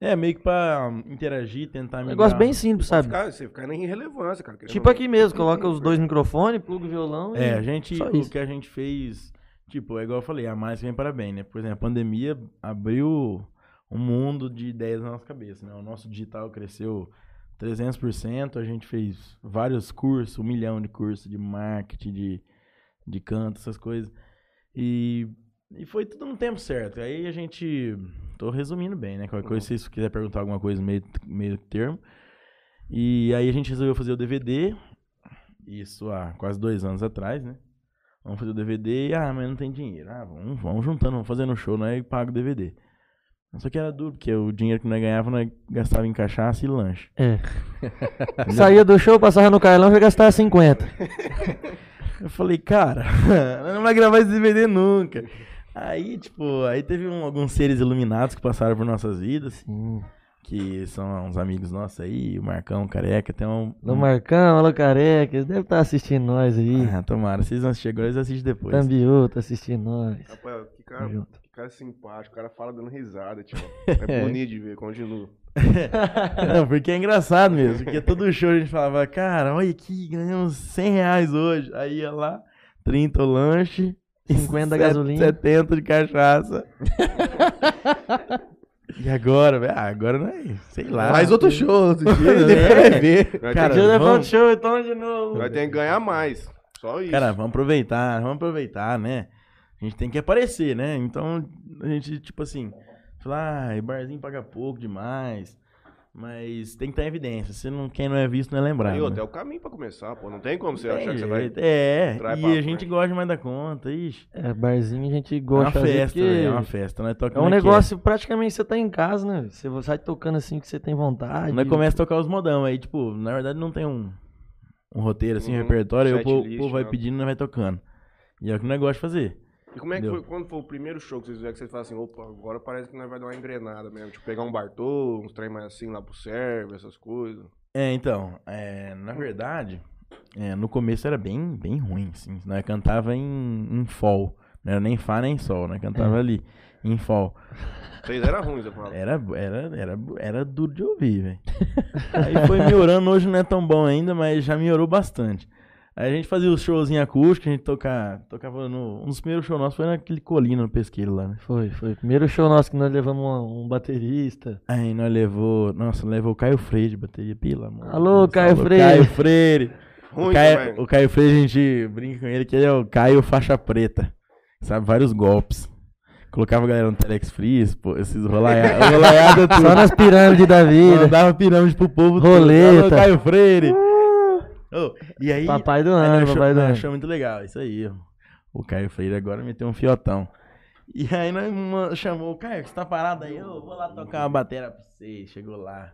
[SPEAKER 2] É, meio que pra hum, interagir, tentar
[SPEAKER 3] um
[SPEAKER 2] melhorar.
[SPEAKER 3] negócio bem simples, sabe?
[SPEAKER 1] Cara, você fica nem irrelevância, cara. querendo
[SPEAKER 3] Tipo
[SPEAKER 1] ou não.
[SPEAKER 3] aqui mesmo, coloca os dois microfones, pluga o violão
[SPEAKER 2] É, a
[SPEAKER 3] e.
[SPEAKER 2] gente,
[SPEAKER 3] Só
[SPEAKER 2] o
[SPEAKER 3] isso.
[SPEAKER 2] que a gente fez, tipo, é igual eu falei, a mais vem para bem, né? Por exemplo, a pandemia abriu um mundo de ideias na nossa cabeça, né? O nosso digital cresceu 300%, a gente fez vários cursos, um milhão de cursos de marketing, de, de canto, essas coisas. E, e foi tudo no tempo certo. Aí a gente, tô resumindo bem, né? Qualquer coisa, se vocês quiserem perguntar alguma coisa no meio, meio termo. E aí a gente resolveu fazer o DVD, isso há quase dois anos atrás, né? Vamos fazer o DVD e, ah, mas não tem dinheiro. Ah, vamos, vamos juntando, vamos fazendo um show, né? E paga o DVD. Só que era duro, porque o dinheiro que nós ganhava, nós gastava em cachaça e lanche.
[SPEAKER 3] É. (laughs) Saía do show, passava no Carlão e já gastava 50.
[SPEAKER 2] Eu falei, cara, (laughs) nós não vai gravar esse DVD nunca. Aí, tipo, aí teve um- alguns seres iluminados que passaram por nossas vidas,
[SPEAKER 3] Sim.
[SPEAKER 2] que são uns amigos nossos aí, o Marcão, o Careca, tem um...
[SPEAKER 3] Alô Marcão, alô Careca, eles devem estar assistindo nós aí.
[SPEAKER 2] Ah, tomara, vocês não assistem agora, eles assistem depois.
[SPEAKER 3] Tambiú tá assistindo nós.
[SPEAKER 1] Rapaz, que
[SPEAKER 3] Tamo
[SPEAKER 1] cara,
[SPEAKER 3] junto.
[SPEAKER 1] que cara simpático. O cara fala dando risada,
[SPEAKER 2] (laughs)
[SPEAKER 1] tipo. É bonito de ver, continua.
[SPEAKER 2] Não, porque é engraçado mesmo. Porque todo show a gente falava, cara, olha aqui, ganhamos 100 reais hoje. Aí ia lá, 30 o lanche,
[SPEAKER 3] 50 gasolina.
[SPEAKER 2] 70 de cachaça. (laughs) e agora, velho? Ah, agora não é isso. Sei lá.
[SPEAKER 4] Faz outro show outro
[SPEAKER 2] (laughs)
[SPEAKER 4] dia, né?
[SPEAKER 2] É.
[SPEAKER 4] depois vai ver.
[SPEAKER 1] Vai,
[SPEAKER 2] Cara,
[SPEAKER 1] ter,
[SPEAKER 3] Dia da
[SPEAKER 2] vamos-
[SPEAKER 3] Front Show, então de novo.
[SPEAKER 1] que, vai ter que ganhar mais. Só isso.
[SPEAKER 2] Cara, vamos aproveitar, vamos aproveitar, né? A gente tem que aparecer, né? Então, a gente, tipo assim, fala, ah, barzinho paga pouco demais. Mas tem que estar em evidência. Se não, quem não é visto não é lembrado.
[SPEAKER 1] e
[SPEAKER 2] né?
[SPEAKER 1] outra, é o caminho pra começar, pô. Não tem como você achar que você
[SPEAKER 2] Tem
[SPEAKER 1] vai.
[SPEAKER 2] jeito, É,
[SPEAKER 1] entrar
[SPEAKER 2] e
[SPEAKER 1] pra
[SPEAKER 2] a gente
[SPEAKER 1] frente.
[SPEAKER 2] gosta mais da conta, ixi.
[SPEAKER 3] É, barzinho a gente
[SPEAKER 2] É uma
[SPEAKER 3] gosta de fazer
[SPEAKER 2] festa,
[SPEAKER 3] porque
[SPEAKER 2] velho, é uma festa. Nós toca
[SPEAKER 3] é um
[SPEAKER 2] nós
[SPEAKER 3] negócio, praticamente você tá em casa, né? Você sai tocando assim que você tem vontade.
[SPEAKER 2] quer. Nós começa a tocar os modão, aí, tipo, na verdade não tem um, um roteiro, assim, um
[SPEAKER 1] Uhum,
[SPEAKER 2] repertório, aí o
[SPEAKER 1] set
[SPEAKER 2] povo,
[SPEAKER 1] list,
[SPEAKER 2] povo vai
[SPEAKER 1] né?
[SPEAKER 2] pedindo e nós vai tocando. E é o que nós gostamos de fazer.
[SPEAKER 1] E como é que
[SPEAKER 2] Entendeu?
[SPEAKER 1] foi, quando foi o primeiro show que vocês fizeram que vocês falaram assim, opa, agora parece que nós vai dar uma engrenada mesmo. Tipo, pegar um Bartô, uns trem mais assim lá pro Sérvio, essas coisas.
[SPEAKER 2] É, então, é, na verdade, é, no começo era bem, bem ruim, assim. Nós cantava em, em fall. Não era nem Fá nem Sol, nós cantava ali, em fall.
[SPEAKER 1] Vocês eram ruins, eu falo.
[SPEAKER 2] Era, era, era, era duro de ouvir, velho. (laughs) Aí foi melhorando, hoje não é tão bom ainda, mas já melhorou bastante. Aí a gente fazia os shows em acústico, a gente toca, tocava no. Um dos primeiros shows nossos foi naquele colina no pesqueiro lá, né?
[SPEAKER 3] Foi, foi. Primeiro show nosso que nós levamos um, um baterista.
[SPEAKER 2] Aí nós levou. Nossa, levou o Caio Freire de bateria, pila, mano.
[SPEAKER 3] Alô, Caio Freire.
[SPEAKER 2] Caio Freire.
[SPEAKER 1] (laughs) Ruim
[SPEAKER 2] o, Caio,
[SPEAKER 1] também.
[SPEAKER 2] o Caio Freire, a gente brinca com ele que ele é o Caio Faixa Preta. Sabe, vários golpes. Colocava a galera no Telex Freeze, pô, esses
[SPEAKER 3] (laughs)
[SPEAKER 2] rolaiados. Rolaiada tudo.
[SPEAKER 3] Só nas pirâmides da vida.
[SPEAKER 2] Mandava pirâmide pro povo. todo.
[SPEAKER 3] Roleta. Ah.
[SPEAKER 2] Alô, Caio Freire. Ô, e (laughs) aí,
[SPEAKER 3] Papai do
[SPEAKER 2] aí é nós
[SPEAKER 3] ano,
[SPEAKER 2] achamos-
[SPEAKER 3] papai do
[SPEAKER 2] nós
[SPEAKER 3] ano.
[SPEAKER 2] achamos muito legal, isso aí. ó. O Caio Freire agora meteu um fiotão. E aí nós ma- chamou o Caio, você tá parado aí? Eu vou lá tocar uma batera pra você. Chegou lá.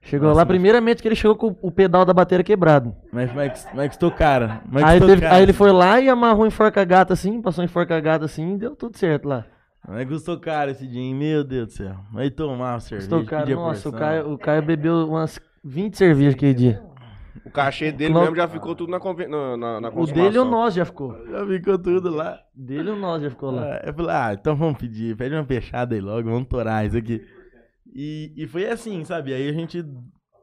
[SPEAKER 3] Chegou
[SPEAKER 2] Nossa,
[SPEAKER 3] lá,
[SPEAKER 2] mas-
[SPEAKER 3] primeiramente que ele chegou com o pedal da bateria quebrado.
[SPEAKER 2] Mas como é que, como é que estou, cara? Como é que
[SPEAKER 3] Aí,
[SPEAKER 2] estou,
[SPEAKER 3] teve-
[SPEAKER 2] cara?
[SPEAKER 3] aí ele foi lá e amarrou em forca gata assim, passou em forca gata assim e deu tudo certo lá.
[SPEAKER 2] Como é que estou, cara, esse dia, hein? Meu Deus do céu. Aí tomava cerveja,
[SPEAKER 3] Estou, cara,
[SPEAKER 2] pedia
[SPEAKER 3] nossa,
[SPEAKER 2] porção.
[SPEAKER 3] o Caio, o Caio bebeu umas 20 cervejas aquele dia.
[SPEAKER 1] O cachê dele
[SPEAKER 3] Clo-
[SPEAKER 1] mesmo já ficou tudo na, conven- na, na, na
[SPEAKER 3] O
[SPEAKER 1] consumação.
[SPEAKER 3] dele ou nós já ficou.
[SPEAKER 2] Já ficou tudo lá.
[SPEAKER 3] Dele ou nós já ficou lá.
[SPEAKER 2] Ah, Eu falei, ah, então vamos pedir, pede uma fechada aí logo, vamos torar isso aqui. E, e foi assim, sabe? Aí a gente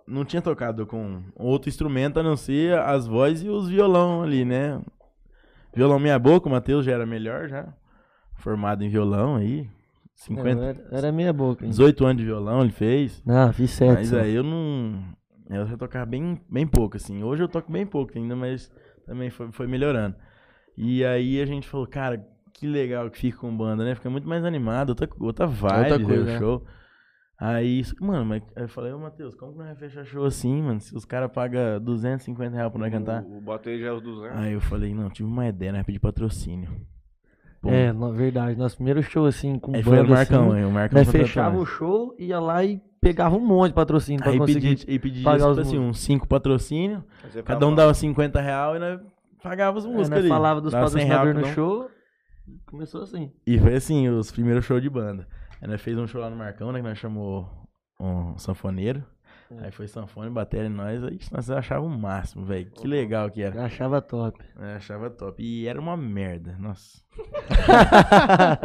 [SPEAKER 2] não tinha tocado com outro instrumento a não ser as vozes e os violão ali, né? Violão Minha Boca, o Matheus já era melhor, já. Formado em violão aí. 50,
[SPEAKER 3] Era, era meia boca. hein?
[SPEAKER 2] 18 anos de violão ele fez.
[SPEAKER 3] Não, fiz sete.
[SPEAKER 2] Mas
[SPEAKER 3] só.
[SPEAKER 2] aí eu não. Eu já tocava bem, bem pouco, assim. Hoje eu toco bem pouco ainda, mas também foi, foi melhorando. E aí a gente falou, cara, que legal que fica com banda, né? Fica muito mais animado, outra, outra vibe
[SPEAKER 4] Outra
[SPEAKER 2] outra
[SPEAKER 4] coisa,
[SPEAKER 2] coisa,
[SPEAKER 4] né?
[SPEAKER 2] show. Aí, isso- mano, mas aí eu falei, ô Matheus, como que nós vai fechar show assim, mano? Se os caras pagam 250 reais pra nós né, cantar.
[SPEAKER 1] O, o Botei já é os 200.
[SPEAKER 2] Aí eu falei, não, tive uma ideia, nós pedir patrocínio. Pum.
[SPEAKER 3] É, na verdade, nosso primeiro show assim com
[SPEAKER 2] aí foi
[SPEAKER 3] banda,
[SPEAKER 2] o Marcão,
[SPEAKER 3] assim,
[SPEAKER 2] aí o Marcão
[SPEAKER 3] nós
[SPEAKER 2] contratou
[SPEAKER 3] fechava
[SPEAKER 2] nós.
[SPEAKER 3] o show, ia lá e pegava um monte de patrocínio pra
[SPEAKER 2] Aí
[SPEAKER 3] conseguir.
[SPEAKER 2] pedi, e pedi
[SPEAKER 3] pagar
[SPEAKER 2] tipo
[SPEAKER 3] os
[SPEAKER 2] assim, uns cinco patrocínios.
[SPEAKER 1] Aí você
[SPEAKER 2] Cada
[SPEAKER 1] fala,
[SPEAKER 2] um dava 50 real e nós pagava as
[SPEAKER 3] Aí
[SPEAKER 2] músicas
[SPEAKER 3] É, nós
[SPEAKER 2] ali.
[SPEAKER 3] falava dos
[SPEAKER 2] Dava 100 real
[SPEAKER 3] patrocinadores no
[SPEAKER 2] cada um.
[SPEAKER 3] show. Começou assim.
[SPEAKER 2] E foi assim, os primeiros shows de banda. Aí nós fez um show lá no Marcão, né? Que nós chamou um sanfoneiro.
[SPEAKER 3] É.
[SPEAKER 2] Aí foi sanfone, bateria em nós. Aí nós achava o máximo, velho. Que legal que era.
[SPEAKER 3] Eu achava top.
[SPEAKER 2] Eu achava top. E era uma merda,
[SPEAKER 3] (laughs)
[SPEAKER 2] nossa.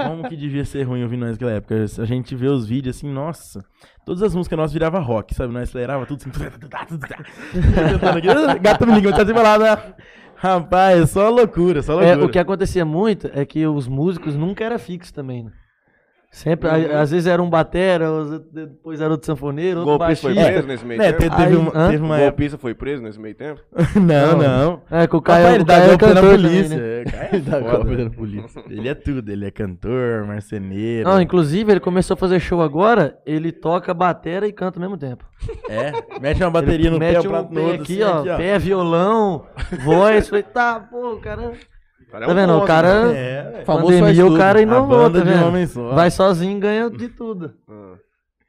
[SPEAKER 2] Como que devia ser ruim ouvir nós naquela época? A gente vê os vídeos assim, nossa. Todas as músicas nossas viravam rock, sabe? Nós acelerava tudo assim. (laughs) Gato me ligou, tá assim, falava. Rapaz, é só loucura, só
[SPEAKER 3] É,
[SPEAKER 2] loucura.
[SPEAKER 3] o que acontecia muito é que os músicos nunca era fixo também, né? Sempre, a- às vezes era um batera, os- depois era outro sanfoneiro, outro
[SPEAKER 1] golpista foi
[SPEAKER 3] baixista.
[SPEAKER 1] preso nesse meio
[SPEAKER 2] Né, te-
[SPEAKER 1] tempo?
[SPEAKER 2] teve,
[SPEAKER 3] Aí,
[SPEAKER 2] uma,
[SPEAKER 3] hã?
[SPEAKER 2] teve uma
[SPEAKER 1] O
[SPEAKER 2] época. (laughs)
[SPEAKER 1] golpista foi preso nesse meio tempo?
[SPEAKER 2] Não,
[SPEAKER 3] Não.
[SPEAKER 2] não.
[SPEAKER 3] É, que o
[SPEAKER 2] Rapaz,
[SPEAKER 3] Caio,
[SPEAKER 2] ele
[SPEAKER 3] o Caio
[SPEAKER 2] dá
[SPEAKER 3] é
[SPEAKER 2] golpe na
[SPEAKER 3] cantor também,
[SPEAKER 2] polícia.
[SPEAKER 3] né? (laughs)
[SPEAKER 2] é, o Caio é
[SPEAKER 4] Da
[SPEAKER 2] foda.
[SPEAKER 4] golpe na polícia.
[SPEAKER 2] Ele é tudo, ele é cantor, marceneiro.
[SPEAKER 3] Não, inclusive ele começou a fazer show agora, ele toca batera e canta ao mesmo tempo.
[SPEAKER 2] É, mete uma bateria no
[SPEAKER 3] Mete
[SPEAKER 2] pé,
[SPEAKER 3] um
[SPEAKER 2] o prato no
[SPEAKER 3] pé
[SPEAKER 2] outro,
[SPEAKER 3] aqui,
[SPEAKER 2] assim,
[SPEAKER 3] ó, pé, violão, voz, foi, tá, pô, o cara...
[SPEAKER 1] O cara é
[SPEAKER 3] Tá
[SPEAKER 1] um
[SPEAKER 3] vendo, o
[SPEAKER 1] monstro, né?
[SPEAKER 3] cara...
[SPEAKER 2] É, velho.
[SPEAKER 4] Famoso faz
[SPEAKER 3] pandemia,
[SPEAKER 4] tudo.
[SPEAKER 3] o cara
[SPEAKER 2] A
[SPEAKER 3] inovou, tá
[SPEAKER 2] banda de um
[SPEAKER 3] vendo?
[SPEAKER 2] homem só.
[SPEAKER 3] Vai sozinho, ganha de tudo.
[SPEAKER 1] Ah.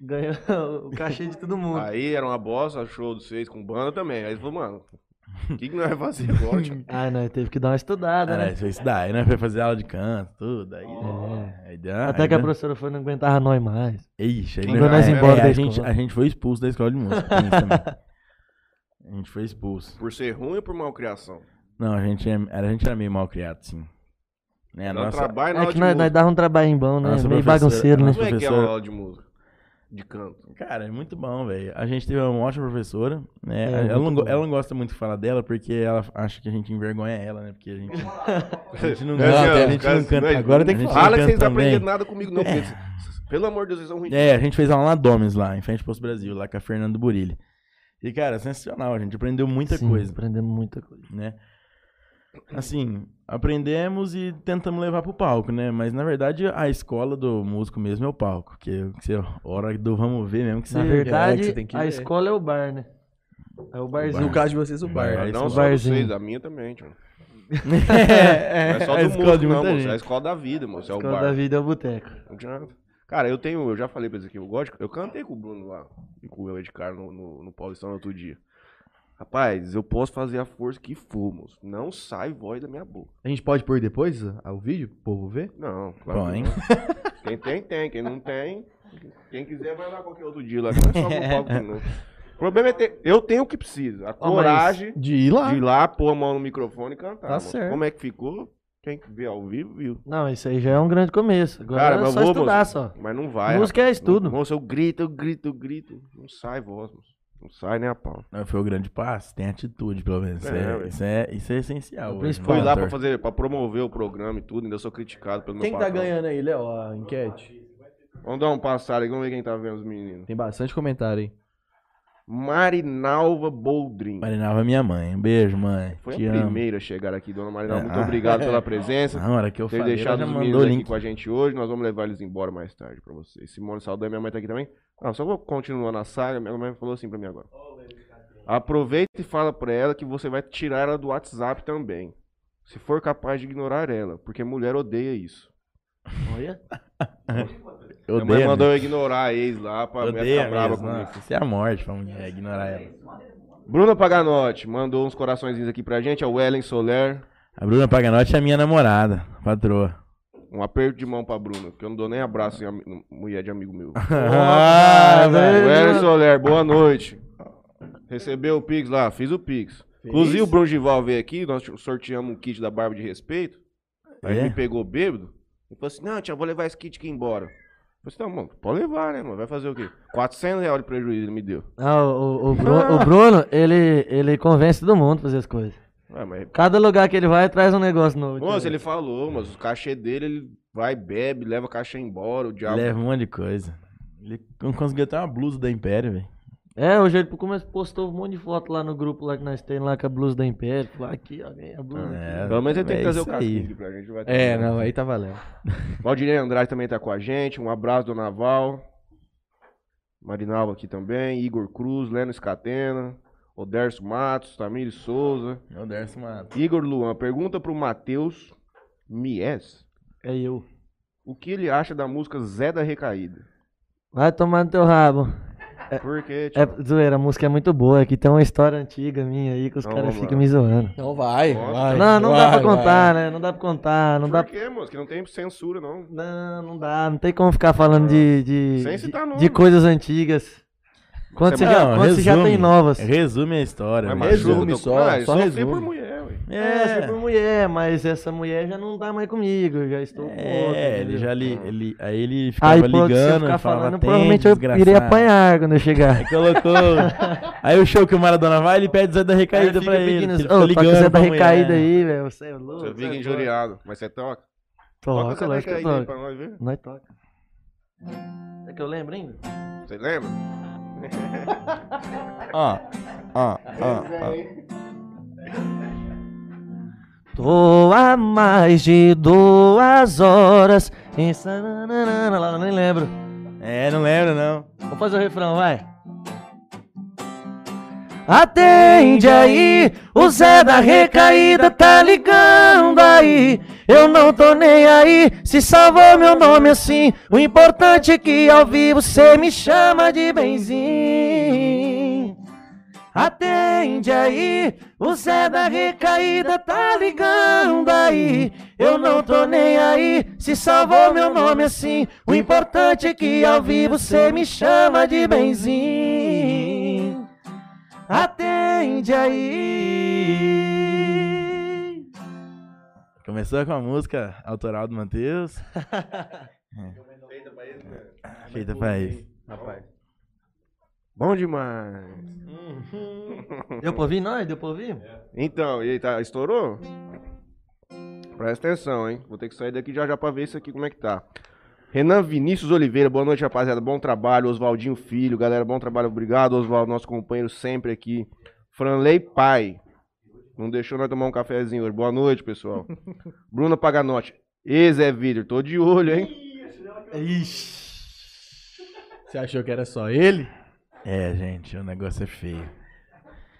[SPEAKER 3] Ganha (laughs) o cachê de todo
[SPEAKER 2] Ah.
[SPEAKER 3] mundo.
[SPEAKER 1] Aí era uma bosta, show dos seis com banda também. Aí ele falou, mano, o que, que nós vamos fazer agora? tipo, tio?
[SPEAKER 3] Ah, não, teve que dar uma estudada, né?
[SPEAKER 2] Caralho, É, isso aí daí, né? Foi fazer aula de canto, tudo. Aí, né?
[SPEAKER 3] É.
[SPEAKER 2] aí deu uma-
[SPEAKER 3] Até
[SPEAKER 2] aí
[SPEAKER 3] que a
[SPEAKER 2] deu-
[SPEAKER 3] professora foi não aguentava nós mais.
[SPEAKER 2] Ixi, aí
[SPEAKER 3] Mandou
[SPEAKER 2] lembra-
[SPEAKER 3] nós
[SPEAKER 2] é,
[SPEAKER 3] embora
[SPEAKER 2] é,
[SPEAKER 3] da
[SPEAKER 2] a, gente,
[SPEAKER 3] escola.
[SPEAKER 2] a gente foi expulso da escola de
[SPEAKER 3] (laughs)
[SPEAKER 2] música. tem isso também. A gente foi expulso.
[SPEAKER 1] Por ser ruim ou por malcriação?
[SPEAKER 2] Não, a gente, é- a gente era meio mal criado, sim. Né, a
[SPEAKER 1] Dá um
[SPEAKER 2] nossa-
[SPEAKER 1] trabalho na
[SPEAKER 3] É
[SPEAKER 1] hora
[SPEAKER 3] que
[SPEAKER 1] de
[SPEAKER 3] nós, nós
[SPEAKER 1] música.
[SPEAKER 3] dava um trabalhinho bom, né?
[SPEAKER 2] Nossa
[SPEAKER 3] Meio
[SPEAKER 2] professora-
[SPEAKER 3] bagunceiro, né?
[SPEAKER 2] nossa-
[SPEAKER 1] Como é que é
[SPEAKER 2] professor-
[SPEAKER 1] uma aula de música? De canto.
[SPEAKER 2] Cara, é muito bom, velho. A gente teve uma ótima professora, né?
[SPEAKER 3] É,
[SPEAKER 2] ela,
[SPEAKER 3] muito
[SPEAKER 2] não, go-
[SPEAKER 3] bom.
[SPEAKER 2] ela não gosta muito de falar dela porque ela acha que a gente envergonha ela, né? Porque a gente, a gente não
[SPEAKER 1] É, assim,
[SPEAKER 2] canta,
[SPEAKER 1] ó,
[SPEAKER 2] a gente
[SPEAKER 1] cara,
[SPEAKER 2] não canta.
[SPEAKER 1] nós-
[SPEAKER 2] Agora tem que
[SPEAKER 1] a gente
[SPEAKER 2] falar.
[SPEAKER 1] Fala que vocês não
[SPEAKER 2] também.
[SPEAKER 1] aprenderam nada comigo, não. porque vocês- Pelo amor de Deus, vocês são ruins.
[SPEAKER 2] É, a gente fez aula na Domes lá, em frente ao Posto Brasil, lá com a Fernando Burilli. E, cara, sensacional, a gente aprendeu muita
[SPEAKER 3] Sim,
[SPEAKER 2] coisa,
[SPEAKER 3] Aprendemos muita coisa.
[SPEAKER 2] né? Assim, aprendemos e tentamos levar pro palco, né? Mas, na verdade, a escola do músico mesmo é o palco. Que, que você, hora do vamos ver mesmo que você...
[SPEAKER 3] Na
[SPEAKER 2] (laughs)
[SPEAKER 4] é,
[SPEAKER 3] verdade,
[SPEAKER 4] que você tem que
[SPEAKER 3] a
[SPEAKER 4] ver.
[SPEAKER 3] escola é o bar, né? É o barzinho.
[SPEAKER 4] No caso de vocês, o
[SPEAKER 2] É,
[SPEAKER 4] bar. né?
[SPEAKER 2] isso
[SPEAKER 1] não
[SPEAKER 2] é
[SPEAKER 1] só
[SPEAKER 3] barzinho.
[SPEAKER 1] vocês, a minha também, tio.
[SPEAKER 2] é,
[SPEAKER 1] Não é só
[SPEAKER 2] a
[SPEAKER 1] do
[SPEAKER 2] escola de
[SPEAKER 1] músico, não,
[SPEAKER 2] muita
[SPEAKER 1] moço.
[SPEAKER 2] gente.
[SPEAKER 1] É a escola da vida, moço. É o
[SPEAKER 3] Escola
[SPEAKER 1] bar.
[SPEAKER 3] da vida é o boteco.
[SPEAKER 1] Não tinha nada. Cara, eu tenho, eu já falei pra eles aqui, eu gosto. de- Eu cantei com o Bruno lá e com o Edgar no, no, no Paulistão no outro dia. Rapaz, eu posso fazer a força que for, moço. Não sai voz da minha boca.
[SPEAKER 4] A gente pode pôr depois ah, o vídeo, pro povo ver?
[SPEAKER 1] Não, claro
[SPEAKER 2] Bom,
[SPEAKER 1] que
[SPEAKER 2] hein?
[SPEAKER 1] não. Quem tem, tem. Quem não tem, quem quiser vai lá qualquer outro dia lá. Não é só no palco de novo. O problema é ter. Eu tenho o que precisa. A
[SPEAKER 3] mas-
[SPEAKER 1] coragem
[SPEAKER 4] De ir lá.
[SPEAKER 1] de ir lá, pôr a mão no microfone e cantar.
[SPEAKER 4] Tá
[SPEAKER 1] moço.
[SPEAKER 4] certo.
[SPEAKER 1] Como é que ficou? Quem vê ao vivo, viu.
[SPEAKER 3] Não, isso aí já é um grande começo. Agora
[SPEAKER 1] Cara,
[SPEAKER 3] é
[SPEAKER 1] mas
[SPEAKER 3] só
[SPEAKER 1] eu vou,
[SPEAKER 3] estudar
[SPEAKER 1] moço.
[SPEAKER 3] só.
[SPEAKER 1] Mas não vai.
[SPEAKER 3] Música é
[SPEAKER 1] rapaz.
[SPEAKER 3] estudo.
[SPEAKER 1] Não- Moço, eu grito, eu grito, eu grito. Não sai voz, moço. Não sai nem a pau.
[SPEAKER 2] Não, foi o grande passo, tem atitude, pelo menos. Isso
[SPEAKER 1] É,
[SPEAKER 2] é,
[SPEAKER 1] ué.
[SPEAKER 2] isso é, isso é essencial.
[SPEAKER 3] O
[SPEAKER 2] hoje,
[SPEAKER 3] principal.
[SPEAKER 2] né,
[SPEAKER 1] Fui lá
[SPEAKER 2] ator?
[SPEAKER 1] pra fazer, pra promover o programa e tudo, ainda sou criticado pelo
[SPEAKER 4] Quem
[SPEAKER 1] meu
[SPEAKER 4] tá
[SPEAKER 1] patrão.
[SPEAKER 4] ganhando aí, Léo, a enquete?
[SPEAKER 1] Vamos dar um passado aí, vamos ver quem tá vendo os meninos.
[SPEAKER 4] Tem bastante comentário aí.
[SPEAKER 1] Marinalva Boldrin.
[SPEAKER 2] Marinalva é minha mãe. Um beijo, mãe.
[SPEAKER 1] Foi
[SPEAKER 2] Te
[SPEAKER 1] a
[SPEAKER 2] amo.
[SPEAKER 1] primeira a chegar aqui, dona Marinalva.
[SPEAKER 2] É,
[SPEAKER 1] Muito
[SPEAKER 2] ah.
[SPEAKER 1] obrigado pela presença.
[SPEAKER 2] Na hora que eu
[SPEAKER 1] Ter
[SPEAKER 2] falei, ela
[SPEAKER 1] deixado
[SPEAKER 2] já
[SPEAKER 1] os
[SPEAKER 2] mandou o
[SPEAKER 1] meninos aqui
[SPEAKER 2] link.
[SPEAKER 1] com a gente hoje. Nós vamos levar eles embora mais tarde pra vocês. Simone Saldanha, minha mãe tá aqui também. Ah, só vou continuar na saga. Minha mãe falou assim pra mim agora. Aproveita e fala pra ela que você vai tirar ela do WhatsApp também. Se for capaz de ignorar ela, porque mulher odeia isso.
[SPEAKER 3] Olha.
[SPEAKER 2] Eu
[SPEAKER 1] minha mãe
[SPEAKER 2] odeio.
[SPEAKER 1] mandou
[SPEAKER 2] né?
[SPEAKER 1] eu ignorar a ex lá pra mulher
[SPEAKER 2] Odeio
[SPEAKER 1] ficar brava
[SPEAKER 2] mesmo.
[SPEAKER 1] comigo.
[SPEAKER 2] Nossa, isso é a morte pra mulher, ignorar ela.
[SPEAKER 1] Bruna Paganotti mandou uns coraçõezinhos aqui pra gente. A Wellen Soler.
[SPEAKER 2] A Bruna Paganotti é minha namorada, patroa.
[SPEAKER 1] Um aperto de mão pra Bruna, porque eu não dou nem abraço em ami- mulher de amigo meu.
[SPEAKER 2] Ah,
[SPEAKER 3] velho.
[SPEAKER 1] O Eren
[SPEAKER 3] Não.
[SPEAKER 1] Soler, boa noite. Recebeu o Pix lá, fiz o Pix. Inclusive o Bruno Gival veio aqui, nós sorteamos um kit da Barba de Respeito. Aí
[SPEAKER 2] É?
[SPEAKER 1] ele me pegou bêbado e falou assim: Não, tia, vou levar esse kit aqui embora. Eu falei assim: Não, mano, pode levar, né, mano? Vai fazer o quê? 400 reais de prejuízo ele me deu.
[SPEAKER 3] Ah, o, o- o Bru- o Bruno, ele, ele convence todo mundo a fazer as coisas.
[SPEAKER 1] Ah, mas...
[SPEAKER 3] Cada lugar que ele vai, traz um negócio novo.
[SPEAKER 1] Moço, ele falou, mas o cachê dele, ele vai, bebe, leva o cachê embora, o diabo.
[SPEAKER 2] Leva um monte de coisa. Ele não conseguiu até uma blusa da Império, velho.
[SPEAKER 3] É, hoje ele começo postou um monte de foto lá no grupo lá que nós temos lá com a blusa da Império. Falou, aqui, ó, vem a blusa.
[SPEAKER 2] É,
[SPEAKER 1] Pelo menos ele tem
[SPEAKER 2] é
[SPEAKER 1] que trazer o
[SPEAKER 2] isso aí.
[SPEAKER 1] casquinho aqui pra gente. Vai ter
[SPEAKER 4] É,
[SPEAKER 1] que-
[SPEAKER 4] não, aí
[SPEAKER 1] (laughs)
[SPEAKER 4] tá valendo.
[SPEAKER 1] Valdirei Andrade também tá com a gente. Um abraço do Naval. Marinalva aqui também. Igor Cruz, Leno Escatena. Oderso Matos, Tamires Souza.
[SPEAKER 2] Meu Derso Mato.
[SPEAKER 1] Igor Luan, pergunta pro Matheus Mies
[SPEAKER 3] É eu.
[SPEAKER 1] o que ele acha da música Zé da Recaída.
[SPEAKER 3] Vai tomar no teu rabo.
[SPEAKER 1] Porque, tipo,
[SPEAKER 3] É, zoeira, a música é muito boa. Aqui tem uma história antiga minha aí que os
[SPEAKER 1] Então,
[SPEAKER 3] caras
[SPEAKER 1] vamos
[SPEAKER 3] ficam
[SPEAKER 1] lá.
[SPEAKER 3] me zoando.
[SPEAKER 4] Então vai,
[SPEAKER 1] Nossa.
[SPEAKER 4] vai.
[SPEAKER 3] Não, não dá
[SPEAKER 4] vai,
[SPEAKER 3] pra contar,
[SPEAKER 4] vai.
[SPEAKER 3] né? Não dá pra contar, não
[SPEAKER 1] por
[SPEAKER 3] dá
[SPEAKER 1] quê, moço? Que não tem censura, não.
[SPEAKER 3] Não, não dá, não tem como ficar falando de, de,
[SPEAKER 1] É. Sem citar
[SPEAKER 3] de,
[SPEAKER 1] nome.
[SPEAKER 3] de coisas antigas. Quando,
[SPEAKER 1] Você
[SPEAKER 3] você,
[SPEAKER 1] é
[SPEAKER 3] já,
[SPEAKER 2] Não,
[SPEAKER 3] quando você já
[SPEAKER 2] resume.
[SPEAKER 3] tem novas.
[SPEAKER 2] Resume a história.
[SPEAKER 1] Mas
[SPEAKER 2] velho.
[SPEAKER 1] machuca o
[SPEAKER 4] resume
[SPEAKER 1] teu-
[SPEAKER 4] só,
[SPEAKER 1] Ah, eu
[SPEAKER 4] só
[SPEAKER 1] sofri
[SPEAKER 4] resume.
[SPEAKER 1] por mulher, ué.
[SPEAKER 3] É, eu fui
[SPEAKER 1] um
[SPEAKER 3] por mulher, mas essa mulher já não dá mais comigo, eu já estou com outra.
[SPEAKER 1] né,
[SPEAKER 2] É, ele
[SPEAKER 3] entendeu?
[SPEAKER 2] já li, ele, aí ele ficava
[SPEAKER 3] Aí, pô, se eu
[SPEAKER 2] ligando,
[SPEAKER 3] ficar
[SPEAKER 2] falava,
[SPEAKER 3] falando,
[SPEAKER 2] "Atende,
[SPEAKER 3] provavelmente eu
[SPEAKER 2] desgraçado."
[SPEAKER 3] irei apanhar quando eu chegar. (laughs)
[SPEAKER 2] Aí colocou. aí o show que o Maradona vai, ele pede Zé da Recaída
[SPEAKER 3] Aí
[SPEAKER 2] pra
[SPEAKER 3] fica
[SPEAKER 2] ele.
[SPEAKER 3] pedindo,
[SPEAKER 2] que ele
[SPEAKER 3] "Ô,
[SPEAKER 2] fica
[SPEAKER 3] toca essa
[SPEAKER 2] ligando
[SPEAKER 3] da
[SPEAKER 2] pra mulher. né?
[SPEAKER 3] recaída aí, velho, você é louco.
[SPEAKER 1] Você
[SPEAKER 3] você é
[SPEAKER 1] fica
[SPEAKER 3] doido."
[SPEAKER 1] injuriado. Mas você toca.
[SPEAKER 3] Toca,
[SPEAKER 1] Zé da
[SPEAKER 3] lógico que eu
[SPEAKER 1] Recaída aí pra
[SPEAKER 3] toco.
[SPEAKER 1] nós ver.
[SPEAKER 3] Nós toca. É que eu lembro ainda?
[SPEAKER 1] Você lembra?
[SPEAKER 2] Ó, ó, ó, ó.
[SPEAKER 3] Tô há mais de duas horas em Sananana, lá, nem lembro.
[SPEAKER 2] É, não lembro não.
[SPEAKER 3] Vamos fazer o refrão, vai. Atende aí, o Zé da recaída tá ligando aí. Eu não tô nem aí, se salvou meu nome assim. O importante é que ao vivo cê me chama de benzinho. Atende aí, o Zé da recaída tá ligando aí. Eu não tô nem aí, se salvou meu nome assim. O importante é que ao vivo cê me chama de benzinho. Atende aí.
[SPEAKER 2] Começou com a música autoral do Matheus. Ah, Feita pra isso.
[SPEAKER 1] Rapaz. Bom demais.
[SPEAKER 3] Hum. Deu pra ouvir nós? Deu pra ouvir?
[SPEAKER 1] Então, e aí, tá, estourou? Presta atenção, hein? Vou ter que sair daqui já já pra ver isso aqui como é que tá. Renan Vinícius Oliveira, boa noite, rapaziada. Bom trabalho, Oswaldinho Filho, galera, bom trabalho, obrigado, Oswaldo, nosso companheiro sempre aqui. Franley Pai, não deixou nós tomar um cafezinho hoje. Boa noite, pessoal. Bruna Paganotti, ex é Vitor, tô de olho, hein?
[SPEAKER 3] né?
[SPEAKER 4] Você achou que era só ele?
[SPEAKER 2] É, gente, o negócio é feio.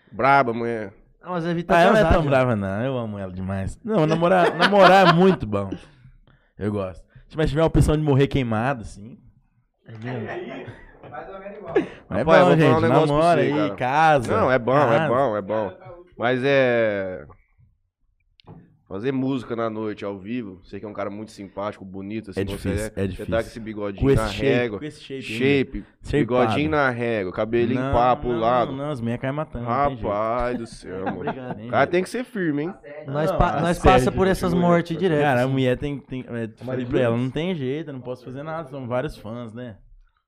[SPEAKER 1] Braba, mulher.
[SPEAKER 3] Não, mas a Vitor
[SPEAKER 2] Ah,
[SPEAKER 3] tá
[SPEAKER 2] ela não é tão
[SPEAKER 3] casada.
[SPEAKER 2] brava, não. Eu amo ela demais. Não, namorar, (laughs) namorar é muito bom. Eu gosto. Se mas tiver a opção de morrer queimado, sim.
[SPEAKER 1] Rapaz, eu
[SPEAKER 2] É bom,
[SPEAKER 1] vou falar um
[SPEAKER 2] gente.
[SPEAKER 1] negócio pra
[SPEAKER 2] namora
[SPEAKER 1] você,
[SPEAKER 2] aí,
[SPEAKER 1] cara.
[SPEAKER 2] casa.
[SPEAKER 1] Não, é bom, é
[SPEAKER 2] casa.
[SPEAKER 1] bom, é bom. Mas é. Fazer música na noite, ao vivo. Você que é um cara muito simpático, bonito, assim,
[SPEAKER 2] É
[SPEAKER 1] você
[SPEAKER 2] difícil, é
[SPEAKER 1] Você
[SPEAKER 2] difícil.
[SPEAKER 1] tá com esse bigodinho
[SPEAKER 2] Com esse
[SPEAKER 1] na
[SPEAKER 2] shape,
[SPEAKER 1] régua.
[SPEAKER 2] com esse shape. né?
[SPEAKER 1] Shape,
[SPEAKER 2] Shapeado.
[SPEAKER 1] bigodinho na régua, cabelinho
[SPEAKER 2] Não,
[SPEAKER 1] pá pro
[SPEAKER 2] não,
[SPEAKER 1] lado.
[SPEAKER 2] Não, não, as minhas caem matando. não tem jeito. Tá
[SPEAKER 1] Rapaz do
[SPEAKER 2] (laughs)
[SPEAKER 1] céu, mano.
[SPEAKER 3] Obrigado.
[SPEAKER 2] Tem
[SPEAKER 1] O cara
[SPEAKER 2] jeito.
[SPEAKER 1] tem que ser firme, hein?
[SPEAKER 3] Nós,
[SPEAKER 2] Não,
[SPEAKER 3] pa
[SPEAKER 2] a
[SPEAKER 3] nós
[SPEAKER 2] série
[SPEAKER 3] passa
[SPEAKER 2] de
[SPEAKER 3] por essas
[SPEAKER 1] continua,
[SPEAKER 3] mortes
[SPEAKER 1] continua.
[SPEAKER 3] direto. assim.
[SPEAKER 2] Cara, a mulher tem. tem é, falei pra
[SPEAKER 4] Deus.
[SPEAKER 2] ela, não tem jeito, eu não posso fazer nada. São vários fãs, né?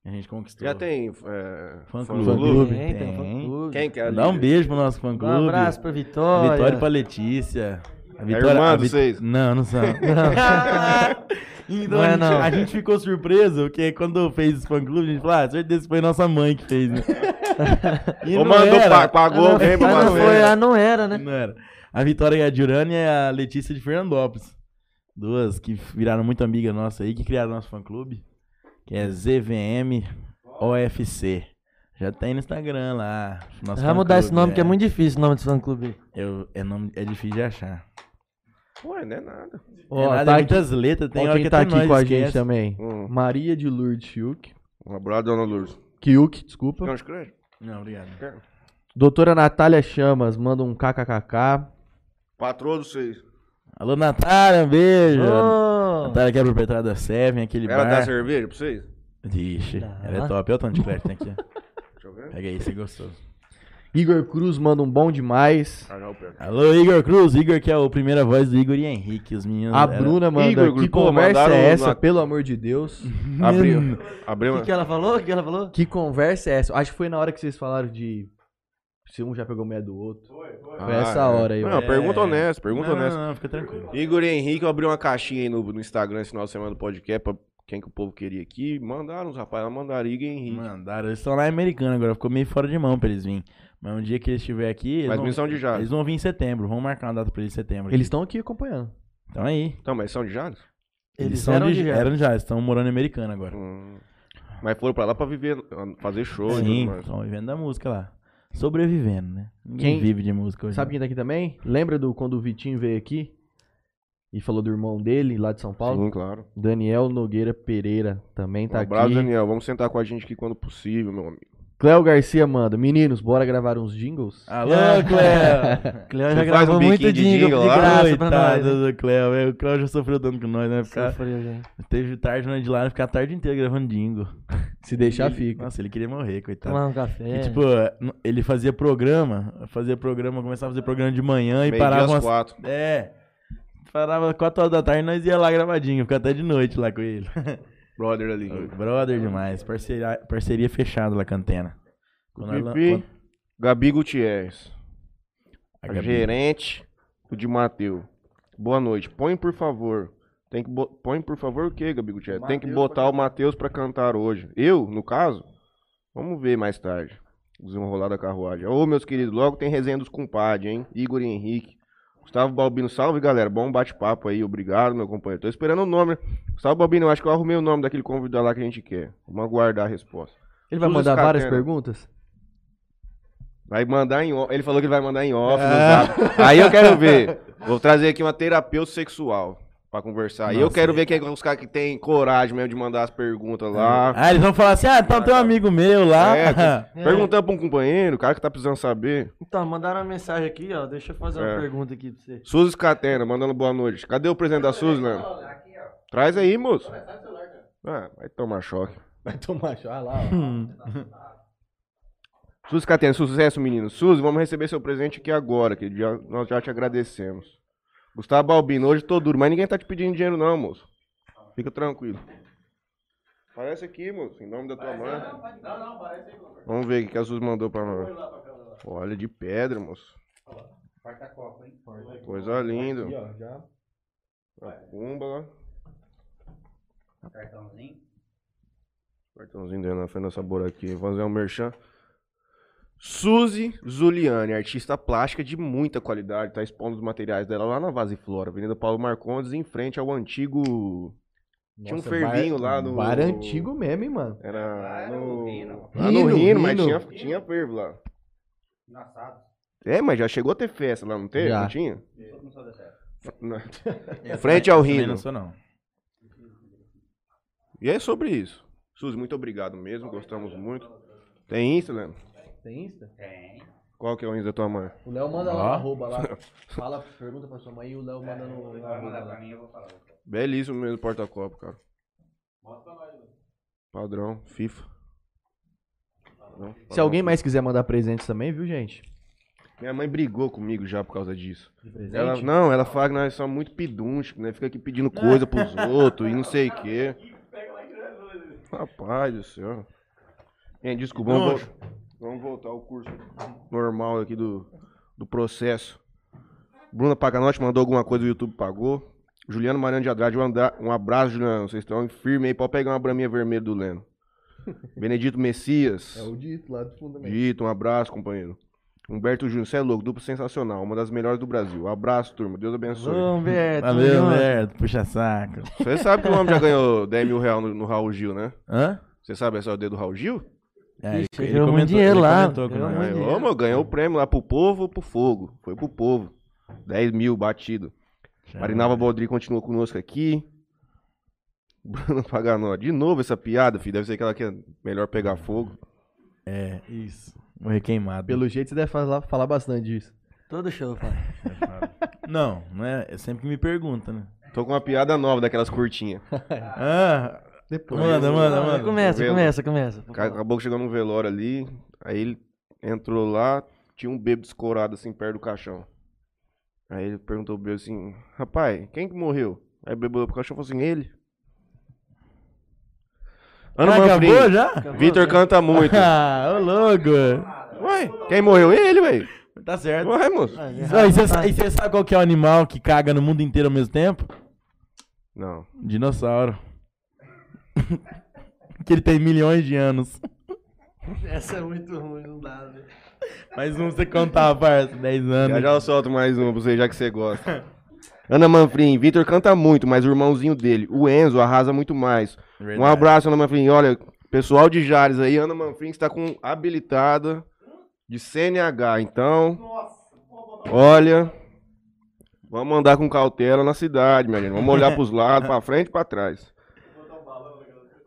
[SPEAKER 2] A gente conquistou.
[SPEAKER 1] Já tem. É,
[SPEAKER 2] Fã
[SPEAKER 1] fã-clube?
[SPEAKER 2] clube.
[SPEAKER 3] Tem, tem
[SPEAKER 2] tem.
[SPEAKER 3] fã-clube.
[SPEAKER 1] Quem que é? a
[SPEAKER 2] Dá um
[SPEAKER 1] líder?
[SPEAKER 2] beijo pro nosso fã
[SPEAKER 3] Um
[SPEAKER 2] clube.
[SPEAKER 3] abraço pra
[SPEAKER 2] A
[SPEAKER 3] Vitória.
[SPEAKER 2] Vitória
[SPEAKER 3] (laughs)
[SPEAKER 2] pra Letícia. A
[SPEAKER 1] É irmã
[SPEAKER 2] a
[SPEAKER 1] de vocês?
[SPEAKER 2] Não, não são.
[SPEAKER 3] Ah, (laughs)
[SPEAKER 2] então
[SPEAKER 3] Não
[SPEAKER 2] a,
[SPEAKER 3] é,
[SPEAKER 2] gente,
[SPEAKER 3] não.
[SPEAKER 2] a gente ficou surpreso, porque quando fez esse fã clube, a gente falou, ah, certeza que foi nossa mãe que fez. Né?
[SPEAKER 3] (laughs)
[SPEAKER 2] E
[SPEAKER 1] Ou
[SPEAKER 2] não
[SPEAKER 1] mandou,
[SPEAKER 2] era.
[SPEAKER 1] pa- pagou
[SPEAKER 3] Ah, não,
[SPEAKER 1] alguém pra
[SPEAKER 3] mas não
[SPEAKER 1] fazer.
[SPEAKER 3] foi, ah, não era, né?
[SPEAKER 2] Não era. A Vitória Gadurani e a Letícia de Fernandópolis. Duas que viraram muito amiga nossa aí, que criaram nosso fã clube. Que é ZVM OFC. Já tem no Instagram lá. nosso
[SPEAKER 3] Vai mudar
[SPEAKER 2] fã-clube, né?
[SPEAKER 3] esse nome, que é muito difícil o nome desse fã-clube.
[SPEAKER 2] Eu- é, nome, é difícil de achar.
[SPEAKER 1] Ué, não é nada.
[SPEAKER 4] Ó,
[SPEAKER 2] é nada,
[SPEAKER 4] tá
[SPEAKER 2] é
[SPEAKER 4] aqui,
[SPEAKER 2] muitas letras, tem
[SPEAKER 4] ó,
[SPEAKER 2] hora
[SPEAKER 4] quem
[SPEAKER 2] que
[SPEAKER 4] tá
[SPEAKER 2] até
[SPEAKER 4] aqui
[SPEAKER 2] nós
[SPEAKER 4] com a
[SPEAKER 2] esquece.
[SPEAKER 4] gente também.
[SPEAKER 1] Hum.
[SPEAKER 4] Maria de Lourdes Fiuk.
[SPEAKER 1] Um abraço, dona Lourdes.
[SPEAKER 4] Kiuk, desculpa.
[SPEAKER 1] Não escreve?
[SPEAKER 2] Não, obrigado.
[SPEAKER 4] Doutora Natália Chamas manda um kkkk.
[SPEAKER 1] Patroa do seis.
[SPEAKER 2] Alô, Natália, um beijo.
[SPEAKER 3] Ô,
[SPEAKER 2] Natália que é proprietária da Seven, aquele
[SPEAKER 1] Ela dá
[SPEAKER 2] bar.
[SPEAKER 1] cerveja pra vocês?
[SPEAKER 2] Vixe,
[SPEAKER 3] Dá.
[SPEAKER 2] ela é top. Olha o tanto de chiclete que tem aqui. ó.
[SPEAKER 1] Deixa eu ver.
[SPEAKER 2] Pega aí, você gostou.
[SPEAKER 4] Igor Cruz manda um bom demais.
[SPEAKER 1] Ah, já eu pego.
[SPEAKER 2] Alô, Igor Cruz. Igor que é o primeira voz do Igor e Henrique, os meninos.
[SPEAKER 4] A
[SPEAKER 2] era-
[SPEAKER 4] Bruna manda
[SPEAKER 1] É. Igor Cruz,
[SPEAKER 4] que
[SPEAKER 1] pô,
[SPEAKER 4] conversa
[SPEAKER 1] mandaram
[SPEAKER 4] é essa,
[SPEAKER 1] na-
[SPEAKER 4] pelo amor de Deus?
[SPEAKER 1] Abriu. Abriu.
[SPEAKER 3] O que, que ela falou? O que, que ela falou?
[SPEAKER 4] que conversa é essa? Acho que foi na hora que vocês falaram de Se um já pegou meia do outro. Foi
[SPEAKER 1] Ah,
[SPEAKER 4] essa
[SPEAKER 1] é.
[SPEAKER 4] hora aí, ó.
[SPEAKER 1] Não,
[SPEAKER 2] É.
[SPEAKER 1] pergunta honesta, pergunta
[SPEAKER 2] não,
[SPEAKER 1] honesta.
[SPEAKER 2] não, não, fica tranquilo.
[SPEAKER 1] Igor Henrique abriu uma caixinha aí no, no Instagram esse final de semana do podcast pra quem que o povo queria aqui. Mandaram os rapazes, mandaram Igor Henrique.
[SPEAKER 2] Mandaram, eles estão lá em Americana agora, ficou meio fora de mão pra eles virem. Mas um dia que eles estiverem aqui, eles
[SPEAKER 1] Mas
[SPEAKER 2] vão,
[SPEAKER 1] eles são de Jales.
[SPEAKER 2] eles vão vir em setembro, vamos marcar uma data pra eles em setembro.
[SPEAKER 4] Eles estão aqui acompanhando.
[SPEAKER 2] Então aí,
[SPEAKER 1] Então, mas são de Jales?
[SPEAKER 2] eles,
[SPEAKER 3] Eles
[SPEAKER 2] são
[SPEAKER 3] eram
[SPEAKER 2] de,
[SPEAKER 3] de Jales.
[SPEAKER 2] eram de Jales, estão morando em Americana agora.
[SPEAKER 1] Hum. Mas foram pra lá pra viver, fazer show. né? e
[SPEAKER 2] Sim,
[SPEAKER 1] tudo mais.
[SPEAKER 2] estão vivendo da música lá. Sobrevivendo, né? Ninguém
[SPEAKER 4] Quem-
[SPEAKER 2] vive de música
[SPEAKER 1] é.
[SPEAKER 2] hoje.
[SPEAKER 4] Sabe quem tá aqui também? Lembra do quando o Vitinho veio aqui e falou do irmão dele lá de São Paulo?
[SPEAKER 1] Sim, claro.
[SPEAKER 4] Daniel Nogueira Pereira também
[SPEAKER 1] Um
[SPEAKER 4] tá
[SPEAKER 1] abraço,
[SPEAKER 4] aqui.
[SPEAKER 1] Daniel. Vamos sentar com a gente aqui quando possível, meu amigo.
[SPEAKER 4] Cléo Garcia manda. Meninos, bora gravar uns
[SPEAKER 1] (laughs)
[SPEAKER 4] jingles?
[SPEAKER 2] Alô, Cleo!
[SPEAKER 3] Cleon já
[SPEAKER 1] Você faz
[SPEAKER 3] gravou
[SPEAKER 1] um
[SPEAKER 3] muito
[SPEAKER 1] biquinho de
[SPEAKER 3] dingo
[SPEAKER 1] jingle
[SPEAKER 3] de
[SPEAKER 1] lá?
[SPEAKER 3] graça pra nós. né?
[SPEAKER 2] Coitado do Cleo, velho, o Cleo já sofreu tanto com nós, né? Ficar,
[SPEAKER 3] Sofreu, gente.
[SPEAKER 2] teve tarde na de lá, ficar a tarde inteira gravando Dingo.
[SPEAKER 4] Se deixar,
[SPEAKER 2] Ele-
[SPEAKER 4] fica.
[SPEAKER 2] Nossa, ele queria morrer, coitado.
[SPEAKER 3] Tomar um
[SPEAKER 2] E,
[SPEAKER 3] café.
[SPEAKER 2] tipo, n- ele fazia programa, fazia programa, começava a fazer programa de manhã e
[SPEAKER 1] Meio-dia
[SPEAKER 2] parava
[SPEAKER 1] às
[SPEAKER 2] umas...
[SPEAKER 1] quatro.
[SPEAKER 2] É. Parava 4 horas da tarde e nós ia lá gravadinho, ficava até de noite lá
[SPEAKER 1] (laughs)
[SPEAKER 2] com ele.
[SPEAKER 1] Brother ali.
[SPEAKER 2] Brother demais, parceria, parceria fechada lá com a antena. Quando nós lan-
[SPEAKER 1] Pipi,
[SPEAKER 2] quando-
[SPEAKER 1] Gabi Gutierrez.
[SPEAKER 2] a
[SPEAKER 1] A
[SPEAKER 2] Gabi.
[SPEAKER 1] gerente do de Mateu. Boa noite. Põe, por favor. Tem que bo- Põe, por favor, o quê, Gabi Gutierrez? Tem que
[SPEAKER 4] Mateus
[SPEAKER 1] botar o Matheus pra cantar hoje. Eu, no caso? Vamos ver mais tarde. Desenrolar da carruagem. Ô, meus queridos, logo tem resenha dos compadres, hein? Igor e Henrique. Gustavo Balbino, salve galera, bom bate-papo aí, obrigado meu companheiro. Tô esperando o nome, né? Gustavo Balbino, eu acho que eu arrumei o nome daquele convidado lá que a gente quer. Vamos aguardar a resposta.
[SPEAKER 4] Ele vai
[SPEAKER 1] Tudo
[SPEAKER 4] mandar várias
[SPEAKER 1] escatena.
[SPEAKER 4] perguntas?
[SPEAKER 1] Vai mandar em off. Ele falou que ele vai mandar em off no zap. Aí eu quero ver. Vou trazer aqui uma terapeuta sexual pra conversar. Aí eu
[SPEAKER 2] Nossa,
[SPEAKER 1] quero ver quem é os caras que tem coragem mesmo de mandar as perguntas lá.
[SPEAKER 2] Ah, eles vão falar assim, ah, então tem um amigo meu lá.
[SPEAKER 1] É,
[SPEAKER 3] É.
[SPEAKER 1] Perguntando pra um companheiro, o cara que tá precisando saber.
[SPEAKER 3] Então, mandaram uma mensagem aqui, ó. Deixa eu fazer
[SPEAKER 1] É.
[SPEAKER 3] uma pergunta aqui pra você.
[SPEAKER 1] Suzy Scatena, mandando boa noite. Cadê o presente da Suzy, Leandro? Traz aí, moço. Ah, vai tomar choque.
[SPEAKER 4] Vai tomar chá lá,
[SPEAKER 1] Suzy Catena, sucesso, menino. Suzy, vamos receber seu presente aqui agora, que já- nós já te agradecemos. Gustavo Balbino, hoje tô duro, mas ninguém tá te pedindo dinheiro não, moço. Fica tranquilo. Parece aqui, moço, em nome da tua mãe. Vamos ver o que a Suzy mandou pra nós. Olha, de pedra, moço. Coisa linda. A Pumba lá.
[SPEAKER 5] Cartãozinho.
[SPEAKER 1] Cartãozinho dele na frente dessa bora aqui. Fazer um merchan. Suzy Zuliani, artista plástica de muita qualidade, tá expondo os materiais dela lá na Vase Flora, Avenida Paulo Marcondes, em frente ao antigo. Tinha um fervinho lá no-
[SPEAKER 4] Bar antigo mesmo, hein, mano?
[SPEAKER 5] Lá
[SPEAKER 1] Era no.
[SPEAKER 5] no Rino.
[SPEAKER 1] Lá no
[SPEAKER 4] Rino,
[SPEAKER 1] Rino, mas
[SPEAKER 4] Rino.
[SPEAKER 1] tinha, tinha fervo lá.
[SPEAKER 5] Engraçado.
[SPEAKER 1] É, mas já chegou a ter festa lá, não teve?
[SPEAKER 4] Já.
[SPEAKER 1] Não tinha?
[SPEAKER 5] Todo mundo sabe dessa época.
[SPEAKER 1] Não.
[SPEAKER 2] (laughs)
[SPEAKER 4] (laughs)
[SPEAKER 1] (laughs)
[SPEAKER 2] Essa
[SPEAKER 1] É, Frente
[SPEAKER 2] não-
[SPEAKER 1] ao
[SPEAKER 2] essa também
[SPEAKER 1] Rino.
[SPEAKER 2] Não sou, não.
[SPEAKER 1] E é sobre isso. Suzy, muito obrigado mesmo, gostamos muito. Tem Insta, Leandro?
[SPEAKER 4] Tem Insta?
[SPEAKER 5] Tem.
[SPEAKER 1] Qual que é o Insta da tua mãe?
[SPEAKER 4] O Léo manda
[SPEAKER 2] Ó.
[SPEAKER 4] lá,
[SPEAKER 1] (laughs)
[SPEAKER 4] arroba lá. Fala, pergunta pra sua mãe e o Léo manda
[SPEAKER 1] É,
[SPEAKER 4] no. no
[SPEAKER 5] Vai mandar
[SPEAKER 4] arroba
[SPEAKER 5] pra
[SPEAKER 4] lá.
[SPEAKER 5] mim, eu vou falar.
[SPEAKER 1] Belíssimo mesmo o porta-copo, cara.
[SPEAKER 5] Mostra pra nós.
[SPEAKER 1] Padrão, FIFA. Padrão,
[SPEAKER 4] Se
[SPEAKER 1] padrão.
[SPEAKER 4] alguém mais quiser mandar presentes também, viu, gente?
[SPEAKER 1] Minha mãe brigou comigo já por causa disso.
[SPEAKER 4] presente?
[SPEAKER 1] Ela, não, ela fala que nós somos muito pedunchos, né? Fica aqui pedindo coisa pros outros e não sei o quê. Rapaz do céu. Gente, desculpa, vamos,
[SPEAKER 2] Nojo.
[SPEAKER 1] vol- vamos voltar ao curso normal aqui do, do processo. Bruna Paganotti mandou alguma coisa, o YouTube pagou. Juliano Mariano de Andrade, um, andra- um abraço, Juliano. Vocês estão firme aí, pode pegar uma braminha vermelha do (laughs) Leno. Benedito Messias.
[SPEAKER 4] É dito lá do fundo
[SPEAKER 1] Dito, um abraço, companheiro. Humberto Júnior, você é louco, duplo sensacional, uma das melhores do Brasil. Abraço, turma, Deus abençoe.
[SPEAKER 3] Ô, Humberto.
[SPEAKER 2] Valeu, né?
[SPEAKER 3] Humberto.
[SPEAKER 2] Humberto, puxa saco.
[SPEAKER 1] Você sabe que o homem já ganhou 10 mil reais no, no Raul Gil, né?
[SPEAKER 2] Hã?
[SPEAKER 1] Você sabe essa ideia do Raul Gil?
[SPEAKER 2] É, ele,
[SPEAKER 3] ganhou muito dinheiro lá,
[SPEAKER 2] comentou com
[SPEAKER 3] ganhou
[SPEAKER 2] nós.
[SPEAKER 3] muito dinheiro.
[SPEAKER 1] Ganhou, mano, ganhou o prêmio lá pro povo ou pro fogo? Foi pro povo. 10 mil batido. Marinalva Bodri continua conosco aqui. Bruno Paganó, de novo essa piada, filho. Deve ser aquela que é melhor pegar fogo.
[SPEAKER 2] É, isso. Morrer queimado.
[SPEAKER 4] Pelo jeito você deve falar, falar bastante disso.
[SPEAKER 3] Todo show, pai.
[SPEAKER 2] Não, não é. É sempre que me pergunta, né?
[SPEAKER 1] Tô com uma piada nova daquelas curtinhas.
[SPEAKER 2] Ah,
[SPEAKER 4] Depois.
[SPEAKER 2] manda, manda,
[SPEAKER 3] Ah,
[SPEAKER 2] manda.
[SPEAKER 3] Começa,
[SPEAKER 1] Vendo.
[SPEAKER 3] começa, começa.
[SPEAKER 1] Ca- Acabou que chegou num velório ali, aí ele entrou lá, tinha um bêbado escorado assim perto do caixão. Aí ele perguntou pro bêbado assim, rapaz, quem que morreu? Aí o bêbado olhou pro caixão e falou assim, ele. Ana
[SPEAKER 2] Ah, acabou
[SPEAKER 1] Manfrim,
[SPEAKER 2] já?
[SPEAKER 3] Acabou,
[SPEAKER 1] Vitor
[SPEAKER 3] né?
[SPEAKER 2] (laughs)
[SPEAKER 1] canta muito.
[SPEAKER 2] Ah, ô louco.
[SPEAKER 1] Uhum. (laughs) ué. Quem morreu? Ele, velho.
[SPEAKER 2] Tá certo.
[SPEAKER 1] Ué, moço.
[SPEAKER 2] Ó, E você sabe qual que é o animal que caga no mundo inteiro ao mesmo tempo?
[SPEAKER 1] Não.
[SPEAKER 2] Dinossauro. (laughs) que ele tem milhões de anos.
[SPEAKER 3] Essa é muito ruim, não dá, velho.
[SPEAKER 2] Mas não você contar, parça. 10
[SPEAKER 1] Já
[SPEAKER 2] anos.
[SPEAKER 1] já eu solto mais uma pra você, já que você gosta. Ana Manfrim, Vitor canta muito, mas o irmãozinho dele, o Enzo, arrasa muito mais. Um
[SPEAKER 2] É Verdade.
[SPEAKER 1] abraço, Ana Manfrim. Olha, pessoal de Jales aí, Ana Manfrim está com habilitada de CNH, então. Olha, vamos andar com cautela na cidade, minha gente. Vamos olhar pros lados, pra frente e pra trás.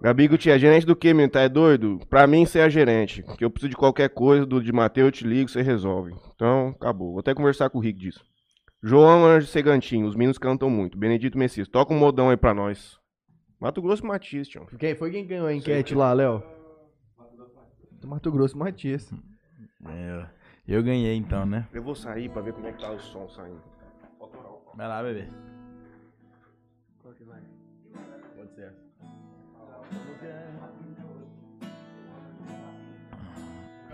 [SPEAKER 1] Gabi Gutierrez, gerente do que, menino? Tá é doido? Pra mim, você é a gerente. Que eu preciso de qualquer coisa, do de Mateus, eu te ligo, você resolve. Então, acabou. Vou até conversar com o Rick disso. João Anjo Segantinho, os meninos cantam muito. Benedito Messias, toca um modão aí pra nós. Mato Grosso e Matias, tio.
[SPEAKER 4] Quem foi quem ganhou a enquete lá, Léo? Do Mato Grosso e Matias.
[SPEAKER 2] É, Eu ganhei então, né?
[SPEAKER 1] Eu vou sair pra ver como é que tá o som saindo.
[SPEAKER 2] Vai lá, bebê. Pode ser.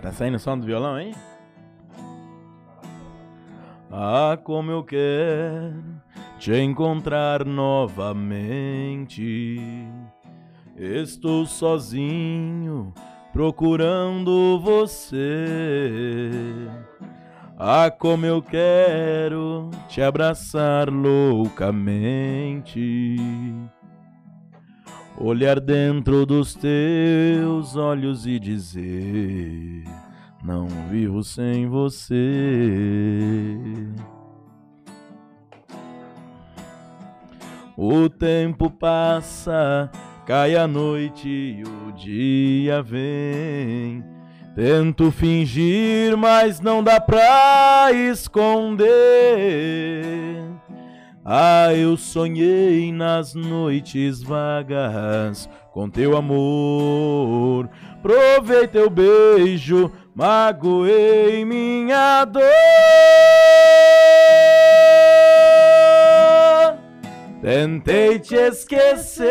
[SPEAKER 2] Tá saindo o som do violão, hein? Ah, como eu quero te encontrar novamente. Estou sozinho procurando você. Ah, como eu quero te abraçar loucamente. Olhar dentro dos teus olhos e dizer: Não vivo sem você. O tempo passa, cai a noite e o dia vem. Tento fingir, mas não dá pra esconder. Ah, eu sonhei nas noites vagas com teu amor. Provei teu beijo, magoei minha dor. Tentei te esquecer,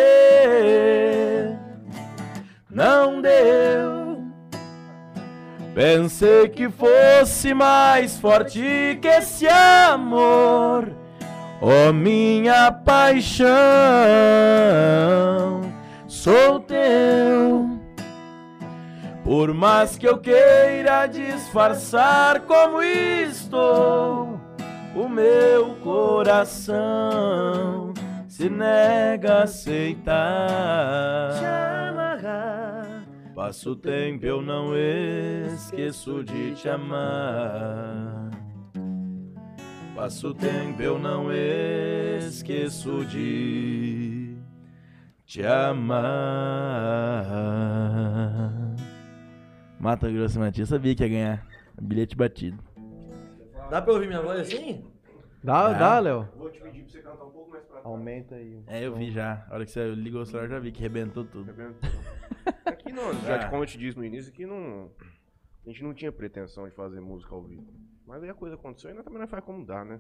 [SPEAKER 2] não deu. Pensei que fosse mais forte que esse amor, oh minha paixão. Sou teu, por mais que eu queira disfarçar como estou, o meu coração se nega a aceitar. Passa o tempo, eu não esqueço de te amar. Passa o tempo, eu não esqueço de te amar. Mata Grosso e Matias, sabia que ia ganhar. Bilhete batido.
[SPEAKER 3] Dá pra ouvir minha voz assim?
[SPEAKER 4] Dá,
[SPEAKER 2] Dá.
[SPEAKER 4] dá, Léo.
[SPEAKER 1] Vou te pedir pra você cantar um pouco mais pra
[SPEAKER 4] Aumenta aí.
[SPEAKER 2] É, eu vi já. A hora que você ligou o celular, já vi que rebentou tudo.
[SPEAKER 1] tá Aqui não, já,
[SPEAKER 4] É.
[SPEAKER 2] Ah.
[SPEAKER 1] como eu te disse no início, que não. A gente não tinha pretensão de fazer música ao vivo. Mas aí a coisa aconteceu e nós também não faz como dá, né?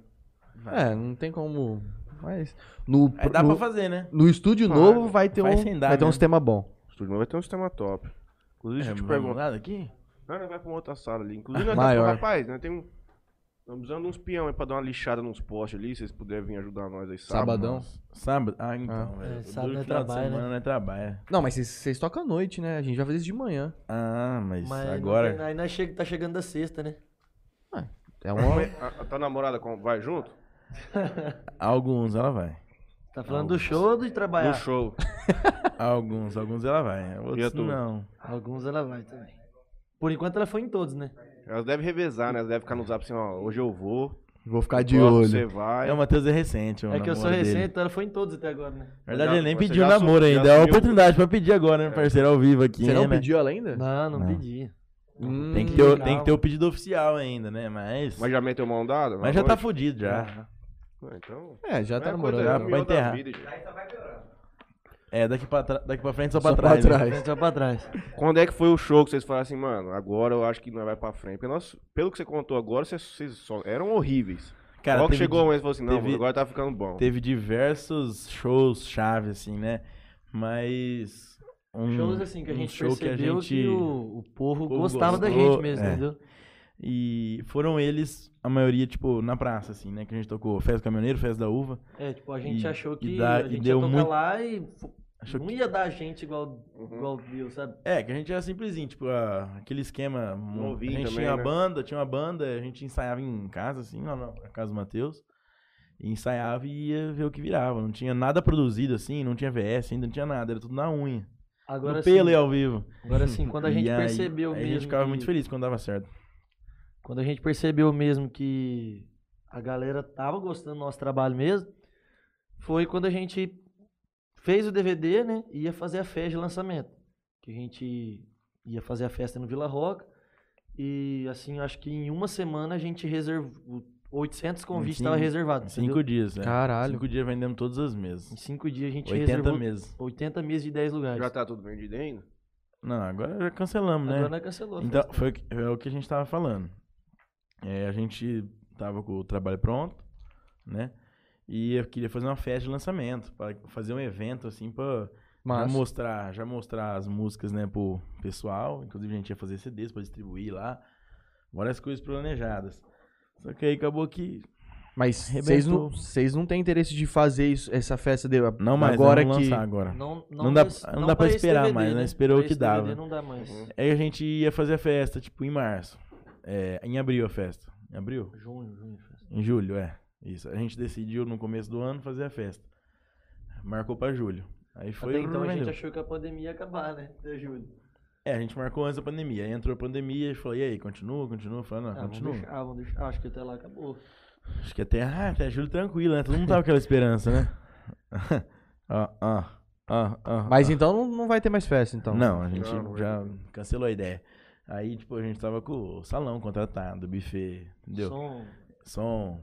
[SPEAKER 4] É, não tem como. Mas. No,
[SPEAKER 2] Aí dá pra
[SPEAKER 4] no,
[SPEAKER 2] fazer, né?
[SPEAKER 4] no estúdio
[SPEAKER 1] Claro.
[SPEAKER 4] novo vai ter,
[SPEAKER 2] Faz
[SPEAKER 4] um,
[SPEAKER 2] sem dar,
[SPEAKER 4] vai ter
[SPEAKER 2] né?
[SPEAKER 4] uns temas bons.
[SPEAKER 1] O estúdio novo vai ter um sistema top. Inclusive,
[SPEAKER 4] É,
[SPEAKER 1] deixa eu te
[SPEAKER 2] É, vamos
[SPEAKER 1] perguntar.
[SPEAKER 2] lá daqui?
[SPEAKER 1] Não, não, vai pra uma outra sala ali. Inclusive,
[SPEAKER 4] (laughs)
[SPEAKER 1] nós
[SPEAKER 4] Maior.
[SPEAKER 1] temos um rapaz, né? Tem um. Estamos usando uns peão aí pra dar uma lixada nos postes ali, se vocês puderem vir ajudar nós aí sábado.
[SPEAKER 4] Sabadão.
[SPEAKER 2] Sábado? Ah, então,
[SPEAKER 4] Ah.
[SPEAKER 2] velho.
[SPEAKER 3] É,
[SPEAKER 2] Duro
[SPEAKER 3] sábado
[SPEAKER 2] final
[SPEAKER 3] é
[SPEAKER 2] de
[SPEAKER 3] trabalho,
[SPEAKER 2] semana,
[SPEAKER 3] né?
[SPEAKER 2] não é trabalho.
[SPEAKER 4] Não, mas vocês- vocês tocam à noite, né? A gente vai fazer isso de manhã.
[SPEAKER 2] Ah, mas,
[SPEAKER 3] Mas
[SPEAKER 2] agora.
[SPEAKER 3] Aí nós chega, tá chegando da sexta, né?
[SPEAKER 4] É (laughs) uma.
[SPEAKER 1] A, a tua namorada com- vai junto?
[SPEAKER 2] Alguns ela vai.
[SPEAKER 3] Tá falando do show ou de
[SPEAKER 1] No
[SPEAKER 3] trabalhar?
[SPEAKER 1] show.
[SPEAKER 2] Alguns, alguns ela vai.
[SPEAKER 1] E a
[SPEAKER 2] Outros
[SPEAKER 1] tua?
[SPEAKER 2] não.
[SPEAKER 3] Alguns ela vai também. Por enquanto ela foi em todos, né?
[SPEAKER 1] Elas devem revezar, né? Elas devem ficar no zap assim, ó, hoje eu vou.
[SPEAKER 4] Vou ficar de
[SPEAKER 1] próximo
[SPEAKER 4] olho.
[SPEAKER 1] Você vai.
[SPEAKER 2] É, o Matheus é recente. o
[SPEAKER 3] é que eu sou
[SPEAKER 2] namoro dele.
[SPEAKER 3] recente, então ela foi em todos até agora, né?
[SPEAKER 2] Na verdade,
[SPEAKER 1] Já-
[SPEAKER 2] ele nem
[SPEAKER 1] você
[SPEAKER 2] pediu
[SPEAKER 1] já
[SPEAKER 2] namoro
[SPEAKER 1] assumiu- já
[SPEAKER 2] ainda. É a
[SPEAKER 1] assumiu-
[SPEAKER 2] oportunidade pra pedir agora, né, parceiro? Ao vivo aqui.
[SPEAKER 4] Você não
[SPEAKER 2] né?
[SPEAKER 4] pediu ela um ainda?
[SPEAKER 3] Não, não,
[SPEAKER 2] Não.
[SPEAKER 3] pedi.
[SPEAKER 4] Hum,
[SPEAKER 2] Tem que, ter, o- tem que ter o pedido oficial ainda, né? Mas.
[SPEAKER 1] Mas
[SPEAKER 2] Mas,
[SPEAKER 1] já meteu mão dada? na
[SPEAKER 2] já tá
[SPEAKER 1] noite?
[SPEAKER 2] fudido já.
[SPEAKER 1] Ah, Então.
[SPEAKER 4] É, já tá
[SPEAKER 1] É coisa
[SPEAKER 4] namorando.
[SPEAKER 2] já
[SPEAKER 4] né?
[SPEAKER 2] vai
[SPEAKER 1] pior da
[SPEAKER 2] enterrar.
[SPEAKER 1] vida, gente.
[SPEAKER 2] É, daqui pra, tra- daqui pra frente só pra
[SPEAKER 4] Só
[SPEAKER 2] trás. né?
[SPEAKER 3] Gente, vai pra trás.
[SPEAKER 1] Quando é que foi o show que vocês falaram assim, mano, agora eu acho que não vai pra frente? Porque nós, pelo que você contou agora, vocês, vocês só eram horríveis.
[SPEAKER 2] Cara,
[SPEAKER 1] Logo
[SPEAKER 2] teve-
[SPEAKER 1] chegou um mês e falou assim, não,
[SPEAKER 2] teve-
[SPEAKER 1] mano, agora tá ficando bom.
[SPEAKER 2] Teve diversos shows chave, assim, né? Mas. Um,
[SPEAKER 3] Shows assim que a
[SPEAKER 2] um
[SPEAKER 3] gente
[SPEAKER 2] show
[SPEAKER 3] percebeu que,
[SPEAKER 2] que a gente.
[SPEAKER 3] o, o povo
[SPEAKER 2] o povo
[SPEAKER 3] gostava da
[SPEAKER 2] gostou,
[SPEAKER 3] gente mesmo,
[SPEAKER 2] é.
[SPEAKER 3] entendeu?
[SPEAKER 2] E foram eles, a maioria, tipo, na praça, assim, né? Que a gente tocou Festa do Caminhoneiro, Festa da Uva.
[SPEAKER 3] É, tipo, a gente
[SPEAKER 2] E-
[SPEAKER 3] achou
[SPEAKER 2] e
[SPEAKER 3] que
[SPEAKER 2] dá-
[SPEAKER 3] a
[SPEAKER 2] e
[SPEAKER 3] gente ia
[SPEAKER 2] deu
[SPEAKER 3] tocar
[SPEAKER 2] muito-
[SPEAKER 3] lá e pô,
[SPEAKER 2] Achou
[SPEAKER 3] não
[SPEAKER 2] que-
[SPEAKER 3] ia dar gente igual,
[SPEAKER 1] Uhum.
[SPEAKER 3] igual viu, sabe?
[SPEAKER 2] É, que a gente era simplesinho, tipo, a- aquele esquema. mo-
[SPEAKER 1] ouvi
[SPEAKER 2] a gente
[SPEAKER 1] também,
[SPEAKER 2] tinha uma
[SPEAKER 1] né?
[SPEAKER 2] banda, tinha uma banda, a gente ensaiava em casa, assim, lá na na casa do Matheus. E ensaiava e ia ver o que virava. Não tinha nada produzido, assim, não tinha VS, ainda não tinha nada, era tudo na unha.
[SPEAKER 3] Agora
[SPEAKER 2] no
[SPEAKER 3] sim,
[SPEAKER 2] pelo e ao vivo.
[SPEAKER 3] agora sim, quando
[SPEAKER 2] (laughs)
[SPEAKER 3] a
[SPEAKER 2] E
[SPEAKER 3] gente
[SPEAKER 2] aí-
[SPEAKER 3] percebeu
[SPEAKER 2] aí
[SPEAKER 3] mesmo
[SPEAKER 2] A gente ficava
[SPEAKER 3] que-
[SPEAKER 2] muito feliz quando dava certo.
[SPEAKER 3] Quando a gente percebeu mesmo que a galera tava gostando do nosso trabalho mesmo, foi quando a gente fez o DVD, né? E ia fazer a festa de lançamento. Que a gente ia fazer a festa no Vila Roca. E assim, eu acho que em uma semana a gente reservou. 800 convites
[SPEAKER 2] Sim,
[SPEAKER 3] estavam reservados.
[SPEAKER 2] Cinco
[SPEAKER 3] entendeu?
[SPEAKER 2] dias, né?
[SPEAKER 4] Caralho.
[SPEAKER 2] Cinco dias vendemos todas as
[SPEAKER 3] Em
[SPEAKER 2] mesas.
[SPEAKER 3] cinco dias a gente
[SPEAKER 2] 80
[SPEAKER 3] reservou
[SPEAKER 2] mesas.
[SPEAKER 3] 80 mesas de 10 lugares.
[SPEAKER 1] Já tá tudo vendido ainda?
[SPEAKER 2] Não, agora já cancelamos, né?
[SPEAKER 3] Agora nós cancelou. a
[SPEAKER 2] Então,
[SPEAKER 3] festa.
[SPEAKER 2] foi o que, é o que a gente tava falando. É, a gente tava com o trabalho pronto, né? E eu queria fazer uma festa de lançamento, para fazer um evento assim pra já
[SPEAKER 4] Mas,
[SPEAKER 2] mostrar, já mostrar as músicas, né, pro pessoal. Inclusive a gente ia fazer CDs pra distribuir lá, várias coisas planejadas. Só que aí acabou que
[SPEAKER 4] mas vocês não,
[SPEAKER 2] Arrebentou.
[SPEAKER 4] vocês não têm interesse de fazer isso, essa festa de
[SPEAKER 2] não mais,
[SPEAKER 4] agora
[SPEAKER 2] agora não
[SPEAKER 4] que
[SPEAKER 2] lançar agora.
[SPEAKER 3] Não,
[SPEAKER 2] não dá-
[SPEAKER 3] pra-
[SPEAKER 2] não dá pra
[SPEAKER 3] esse
[SPEAKER 2] esperar mais, né? Esperou
[SPEAKER 3] Pra
[SPEAKER 2] o que
[SPEAKER 3] esse DVD
[SPEAKER 2] dava.
[SPEAKER 3] Não dá mais.
[SPEAKER 2] Aí a gente ia fazer a festa, tipo, em março. É, em abril a festa. Em abril?
[SPEAKER 3] Junho, junho. festa.
[SPEAKER 2] Em julho, é. Isso. A gente decidiu no começo do ano fazer a festa. Marcou pra julho. Aí foi.
[SPEAKER 3] Até então a gente
[SPEAKER 2] valeu.
[SPEAKER 3] achou que a pandemia ia acabar, né? Até julho.
[SPEAKER 2] É, a gente marcou antes da pandemia. Aí entrou a pandemia e falou: e aí, continua, continua? Falando, não,
[SPEAKER 3] Ah, vamos
[SPEAKER 2] continua.
[SPEAKER 3] deixar, ah, vamos deixar. Ah, acho que até lá acabou.
[SPEAKER 2] Acho que até, ah, até julho tranquilo, né? Todo mundo tava com aquela esperança, né? (laughs) ah, Ó, ó, ó, ó.
[SPEAKER 4] Mas
[SPEAKER 2] ó.
[SPEAKER 4] então não, não vai ter mais festa, então.
[SPEAKER 2] ah, Não, a gente
[SPEAKER 1] Não, não vai
[SPEAKER 2] já cancelou a ideia. Aí, tipo, a gente tava com o salão contratado, buffet, entendeu?
[SPEAKER 3] Som.
[SPEAKER 2] som.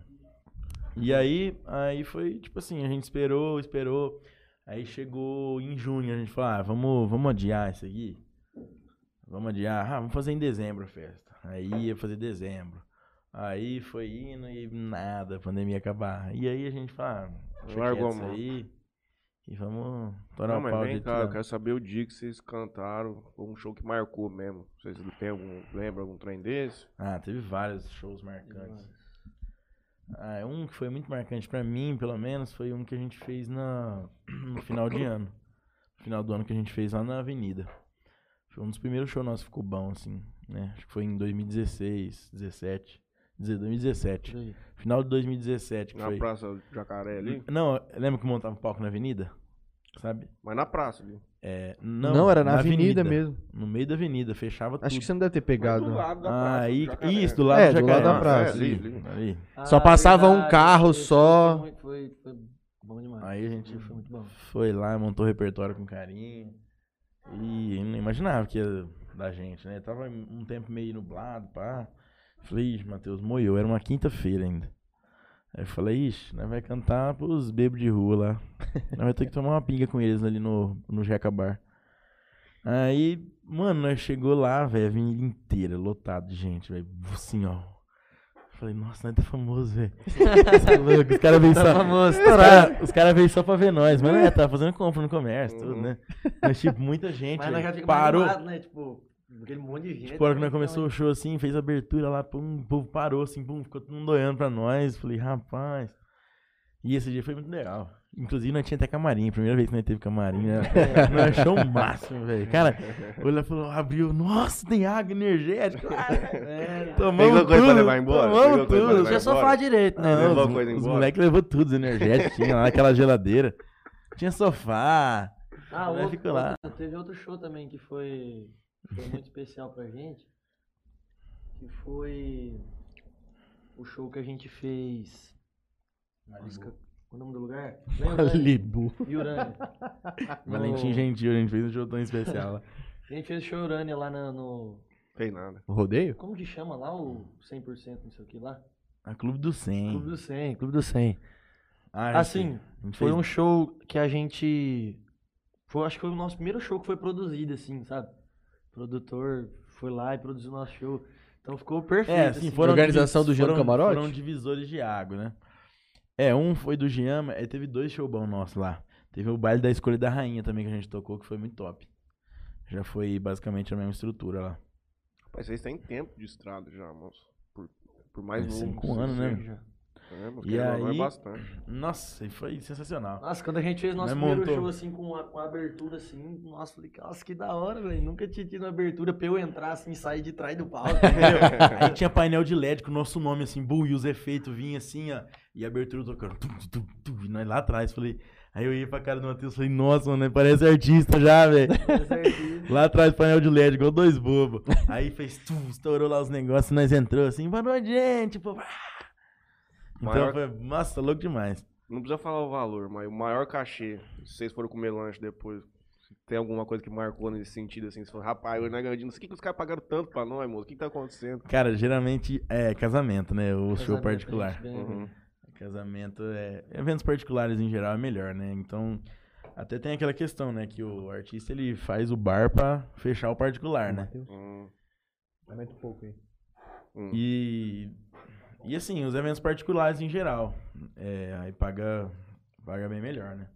[SPEAKER 2] E aí, aí foi tipo assim, a gente esperou, esperou. Aí chegou em junho, a gente falou, ah, vamos, vamos adiar isso aqui. Vamos adiar, ah, vamos fazer em dezembro a festa. Aí ia fazer dezembro. Aí foi indo e nada, a pandemia acabar. E aí a gente fala, ah, deixa
[SPEAKER 1] Largou a
[SPEAKER 2] quieto isso
[SPEAKER 1] mão.
[SPEAKER 2] aí. E vamos torar
[SPEAKER 1] Não,
[SPEAKER 2] o
[SPEAKER 1] mas
[SPEAKER 2] pau
[SPEAKER 1] vem
[SPEAKER 2] de
[SPEAKER 1] cá, eu quero saber o dia que vocês cantaram, ou um show que marcou mesmo. Vocês têm algum, lembram algum trem desse?
[SPEAKER 2] Ah, teve vários shows marcantes. Ah, um que foi muito marcante pra mim, pelo menos, foi um que a gente fez na, (clears throat) no final de ano. No final do ano que a gente fez lá na Avenida. Foi um dos primeiros shows nossos que ficou bom, assim, né? Acho que foi em 2016, 17. Dizer, 2017.
[SPEAKER 3] Peraí.
[SPEAKER 2] Final de 2017 que
[SPEAKER 1] Na
[SPEAKER 2] foi.
[SPEAKER 1] Praça Jacaré ali?
[SPEAKER 2] Não, lembra que montava o palco na Avenida? Sabe?
[SPEAKER 1] Mas na praça, viu?
[SPEAKER 2] É,
[SPEAKER 4] Não,
[SPEAKER 2] não,
[SPEAKER 4] era na,
[SPEAKER 2] na
[SPEAKER 4] avenida, mesmo.
[SPEAKER 2] No meio da avenida, fechava
[SPEAKER 4] Acho
[SPEAKER 2] tudo.
[SPEAKER 4] que você não deve ter
[SPEAKER 1] Mas
[SPEAKER 4] pegado.
[SPEAKER 1] do
[SPEAKER 4] né?
[SPEAKER 1] lado da praça.
[SPEAKER 2] Ah,
[SPEAKER 1] do
[SPEAKER 2] e-
[SPEAKER 1] Jacaré.
[SPEAKER 2] isso, do lado
[SPEAKER 4] É,
[SPEAKER 2] do
[SPEAKER 4] do lado
[SPEAKER 2] Jacaré.
[SPEAKER 4] da
[SPEAKER 2] Nossa,
[SPEAKER 4] praça,
[SPEAKER 2] ali,
[SPEAKER 1] Ah, ali.
[SPEAKER 2] ali.
[SPEAKER 4] Só
[SPEAKER 3] Ah,
[SPEAKER 4] passava um
[SPEAKER 3] verdade,
[SPEAKER 4] carro
[SPEAKER 3] esse
[SPEAKER 4] só.
[SPEAKER 3] Foi, muito- foi, foi bom demais.
[SPEAKER 2] Aí a gente
[SPEAKER 3] foi muito bom.
[SPEAKER 2] foi lá, montou o repertório com carinho. E não imaginava que ia da gente, né? Tava um tempo meio nublado, pá. Falei, ixi, Matheus, moiou. Era uma quinta-feira ainda. Aí eu falei, ixi, nós vai cantar pros bebos de rua lá. nós vai ter que tomar uma pinga com eles ali no, no Jeca Bar. Aí, mano, nós chegou lá, velho, a avenida inteira, lotado de gente, velho. Assim, ó. Falei, nossa, nós tá famoso,
[SPEAKER 3] (laughs)
[SPEAKER 2] velho. Tá louco, os caras veem
[SPEAKER 3] Tá
[SPEAKER 2] só.
[SPEAKER 3] famoso,
[SPEAKER 2] Os
[SPEAKER 3] estourado.
[SPEAKER 2] cara- Os caras veio só pra ver nós, mas é, tava fazendo compra no comércio, tudo,
[SPEAKER 1] Uhum.
[SPEAKER 2] né? Mas, tipo, muita gente
[SPEAKER 3] Mas nós já
[SPEAKER 2] velho,
[SPEAKER 3] ficamos
[SPEAKER 2] parou.
[SPEAKER 3] animados, né? Tipo, aquele monte de gente. né?
[SPEAKER 2] Tipo, a hora que nós começou o show assim, fez a abertura lá, pum, o povo parou assim, pum, ficou todo mundo olhando pra nós. Falei, rapaz. E esse dia foi muito legal. Inclusive, nós tinha até camarim, primeira vez que nós teve camarim,
[SPEAKER 1] (laughs)
[SPEAKER 2] né? Nós achou o máximo, velho. Cara, olha, falou, abriu, nossa, tem
[SPEAKER 1] (laughs)
[SPEAKER 2] água energética. (laughs)
[SPEAKER 3] É,
[SPEAKER 2] Tomamos
[SPEAKER 1] Pegou coisa pra
[SPEAKER 2] tudo,
[SPEAKER 1] levar embora?
[SPEAKER 2] Tomamos
[SPEAKER 1] Pegou coisa pra
[SPEAKER 2] tudo.
[SPEAKER 1] levar
[SPEAKER 3] Você só
[SPEAKER 1] embora.
[SPEAKER 3] faz direito, né?
[SPEAKER 2] Não,
[SPEAKER 1] Levou
[SPEAKER 2] os,
[SPEAKER 1] coisa
[SPEAKER 2] os
[SPEAKER 1] embora?
[SPEAKER 2] moleques levou tudo, os energéticos, tinha lá aquela geladeira. Tinha sofá.
[SPEAKER 3] Ah,
[SPEAKER 2] Ela
[SPEAKER 3] outro,
[SPEAKER 2] ficou lá.
[SPEAKER 3] outro- teve outro show também que foi, foi muito especial pra gente. Que foi o show que a gente fez. Malibu. O nome do lugar?
[SPEAKER 1] (laughs)
[SPEAKER 4] Malibu.
[SPEAKER 3] Yurânia.
[SPEAKER 2] Valentim Gentil, a gente fez um show tão especial lá.
[SPEAKER 3] A gente fez o show Urânia lá na- no.
[SPEAKER 1] Tem nada.
[SPEAKER 4] Rodeio?
[SPEAKER 3] Como que chama lá o 100% não sei o que lá?
[SPEAKER 2] A Clube do 100.
[SPEAKER 3] Clube do 100, Clube do 100.
[SPEAKER 2] Ah, a gente-
[SPEAKER 3] Assim,
[SPEAKER 2] a gente
[SPEAKER 3] foi
[SPEAKER 2] fez-
[SPEAKER 3] um show que a gente. Foi, acho que foi o nosso primeiro show que foi produzido, assim, sabe? O produtor foi lá e produziu o nosso show. Então ficou perfeito.
[SPEAKER 2] É, assim,
[SPEAKER 3] assim.
[SPEAKER 2] foram
[SPEAKER 4] organização
[SPEAKER 2] divis-
[SPEAKER 4] do Jean
[SPEAKER 2] foram-
[SPEAKER 4] Camarote?
[SPEAKER 2] Foram divisores de água, né? É, um foi do Jean, mas teve dois show bons nossos lá. Teve o baile da escolha da rainha também que a gente tocou, que foi muito top. Já foi basicamente a mesma estrutura lá.
[SPEAKER 1] Mas vocês têm tempo de estrada já, moço. Por, por mais
[SPEAKER 2] Faz
[SPEAKER 1] novo.
[SPEAKER 2] cinco
[SPEAKER 1] que
[SPEAKER 2] anos,
[SPEAKER 1] vocês
[SPEAKER 2] né?
[SPEAKER 1] sejam. É, mas
[SPEAKER 2] E
[SPEAKER 1] querendo ou não,
[SPEAKER 2] aí-
[SPEAKER 1] é bastante.
[SPEAKER 2] Nossa, e foi sensacional.
[SPEAKER 3] Nossa, quando a gente fez nosso
[SPEAKER 2] Né,
[SPEAKER 3] primeiro
[SPEAKER 2] montou?
[SPEAKER 3] show assim, com a, com a abertura assim, nossa, falei, nossa, que da hora, velho. Nunca tinha tido uma abertura pra eu entrar assim e sair de trás
[SPEAKER 2] (laughs)
[SPEAKER 3] do palco. entendeu?
[SPEAKER 2] Aí tinha painel de LED com o nosso nome, assim, bull, e os efeitos vinham assim, ó. E a abertura tocando. tum, tum, tum, tum, e nós lá atrás, falei. Aí eu ia pra cara do Matheus e falei, nossa, mano, né? parece artista já, velho. Lá atrás, painel de LED, igual dois bobos. Aí fez, tum, estourou lá os negócios, nós entrou assim, boa noite, gente, pô. Então
[SPEAKER 1] Maior-
[SPEAKER 2] foi, nossa, louco demais.
[SPEAKER 1] Não precisa falar o valor, mas o maior cachê, se vocês foram comer lanche depois, se tem alguma coisa que marcou nesse sentido, assim, se for, rapaz, hoje nós ganhamos dinheiro. Por que, que os caras pagaram tanto pra nós, moço? O que, que tá acontecendo?
[SPEAKER 2] Cara, geralmente é casamento, né? O show
[SPEAKER 3] Casamento, né?
[SPEAKER 2] particular.
[SPEAKER 3] gente, bem-
[SPEAKER 1] Uhum.
[SPEAKER 2] Casamento é. Eventos particulares em geral é melhor, né? Então, até tem aquela questão, né? Que o artista ele faz o bar pra fechar o particular, né?
[SPEAKER 1] Hum.
[SPEAKER 3] É
[SPEAKER 4] Aumenta um pouco aí.
[SPEAKER 2] E. E assim, os eventos particulares em geral. É, aí paga. Paga bem melhor, né?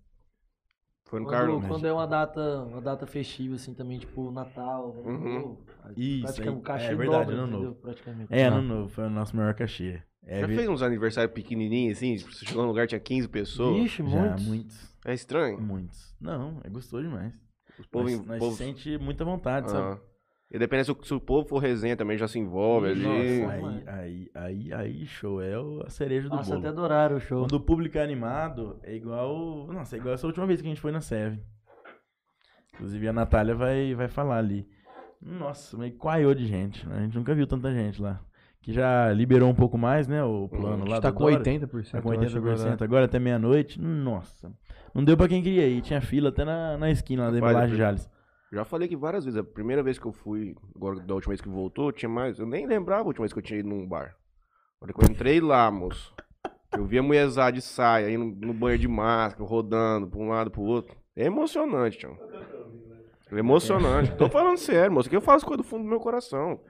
[SPEAKER 1] Foi no Carlos.
[SPEAKER 3] Quando, quando é uma data, uma data festiva, assim, também, tipo Natal, Ano
[SPEAKER 1] Uhum.
[SPEAKER 3] Novo,
[SPEAKER 2] Isso,
[SPEAKER 3] praticamente
[SPEAKER 2] aí-
[SPEAKER 3] um cachê
[SPEAKER 2] é verdade,
[SPEAKER 3] dobro,
[SPEAKER 2] ano
[SPEAKER 3] entendeu?
[SPEAKER 2] novo.
[SPEAKER 3] Praticamente.
[SPEAKER 2] É, ano novo, foi o nosso maior cachê. É,
[SPEAKER 1] Já
[SPEAKER 2] vi-
[SPEAKER 1] fez uns aniversários pequenininhos, assim? Tipo, Você chegou num lugar, tinha 15 pessoas.
[SPEAKER 3] Vixe,
[SPEAKER 2] já,
[SPEAKER 3] muitos.
[SPEAKER 2] muitos.
[SPEAKER 1] É estranho.
[SPEAKER 2] Muitos. Não, é gostoso demais.
[SPEAKER 1] O povo...
[SPEAKER 2] nós
[SPEAKER 1] em-
[SPEAKER 2] nós
[SPEAKER 1] povo...
[SPEAKER 2] sente muita vontade, sabe?
[SPEAKER 1] Ah. E depende se o, se o povo for resenha também, já se envolve ali.
[SPEAKER 2] Nossa,
[SPEAKER 3] mano.
[SPEAKER 2] aí, aí, aí, aí, show, é o- a cereja do
[SPEAKER 3] Nossa,
[SPEAKER 2] bolo.
[SPEAKER 3] até adoraram o show.
[SPEAKER 2] Quando o público é animado, é igual. Nossa, é igual essa última vez que a gente foi na Seve. Inclusive a Natália vai, vai falar ali. Nossa, meio quaiô de gente. né? A gente nunca viu tanta gente lá. Que já liberou um pouco mais, né? O plano
[SPEAKER 1] Uhum. a
[SPEAKER 2] lá.
[SPEAKER 4] tá
[SPEAKER 2] do
[SPEAKER 4] com
[SPEAKER 2] Dória.
[SPEAKER 4] 80%.
[SPEAKER 2] Tá com
[SPEAKER 4] eu acho, agora. É
[SPEAKER 2] 80% agora até meia-noite. Nossa. Não deu pra quem queria ir. Tinha fila até na, na esquina lá da
[SPEAKER 1] Rapaz,
[SPEAKER 2] embalagem
[SPEAKER 1] eu-
[SPEAKER 2] Jales.
[SPEAKER 1] Já falei que várias vezes. A primeira vez que eu fui, agora da última vez que voltou, tinha mais. Eu nem lembrava a última vez que eu tinha ido num bar. Olha, quando eu entrei lá, moço. Eu vi a mulherzada de saia, indo no banheiro de máscara, rodando pra um lado pro outro. É emocionante, tio. É emocionante. Tô falando sério, moço. Que eu faço coisa do fundo do meu coração.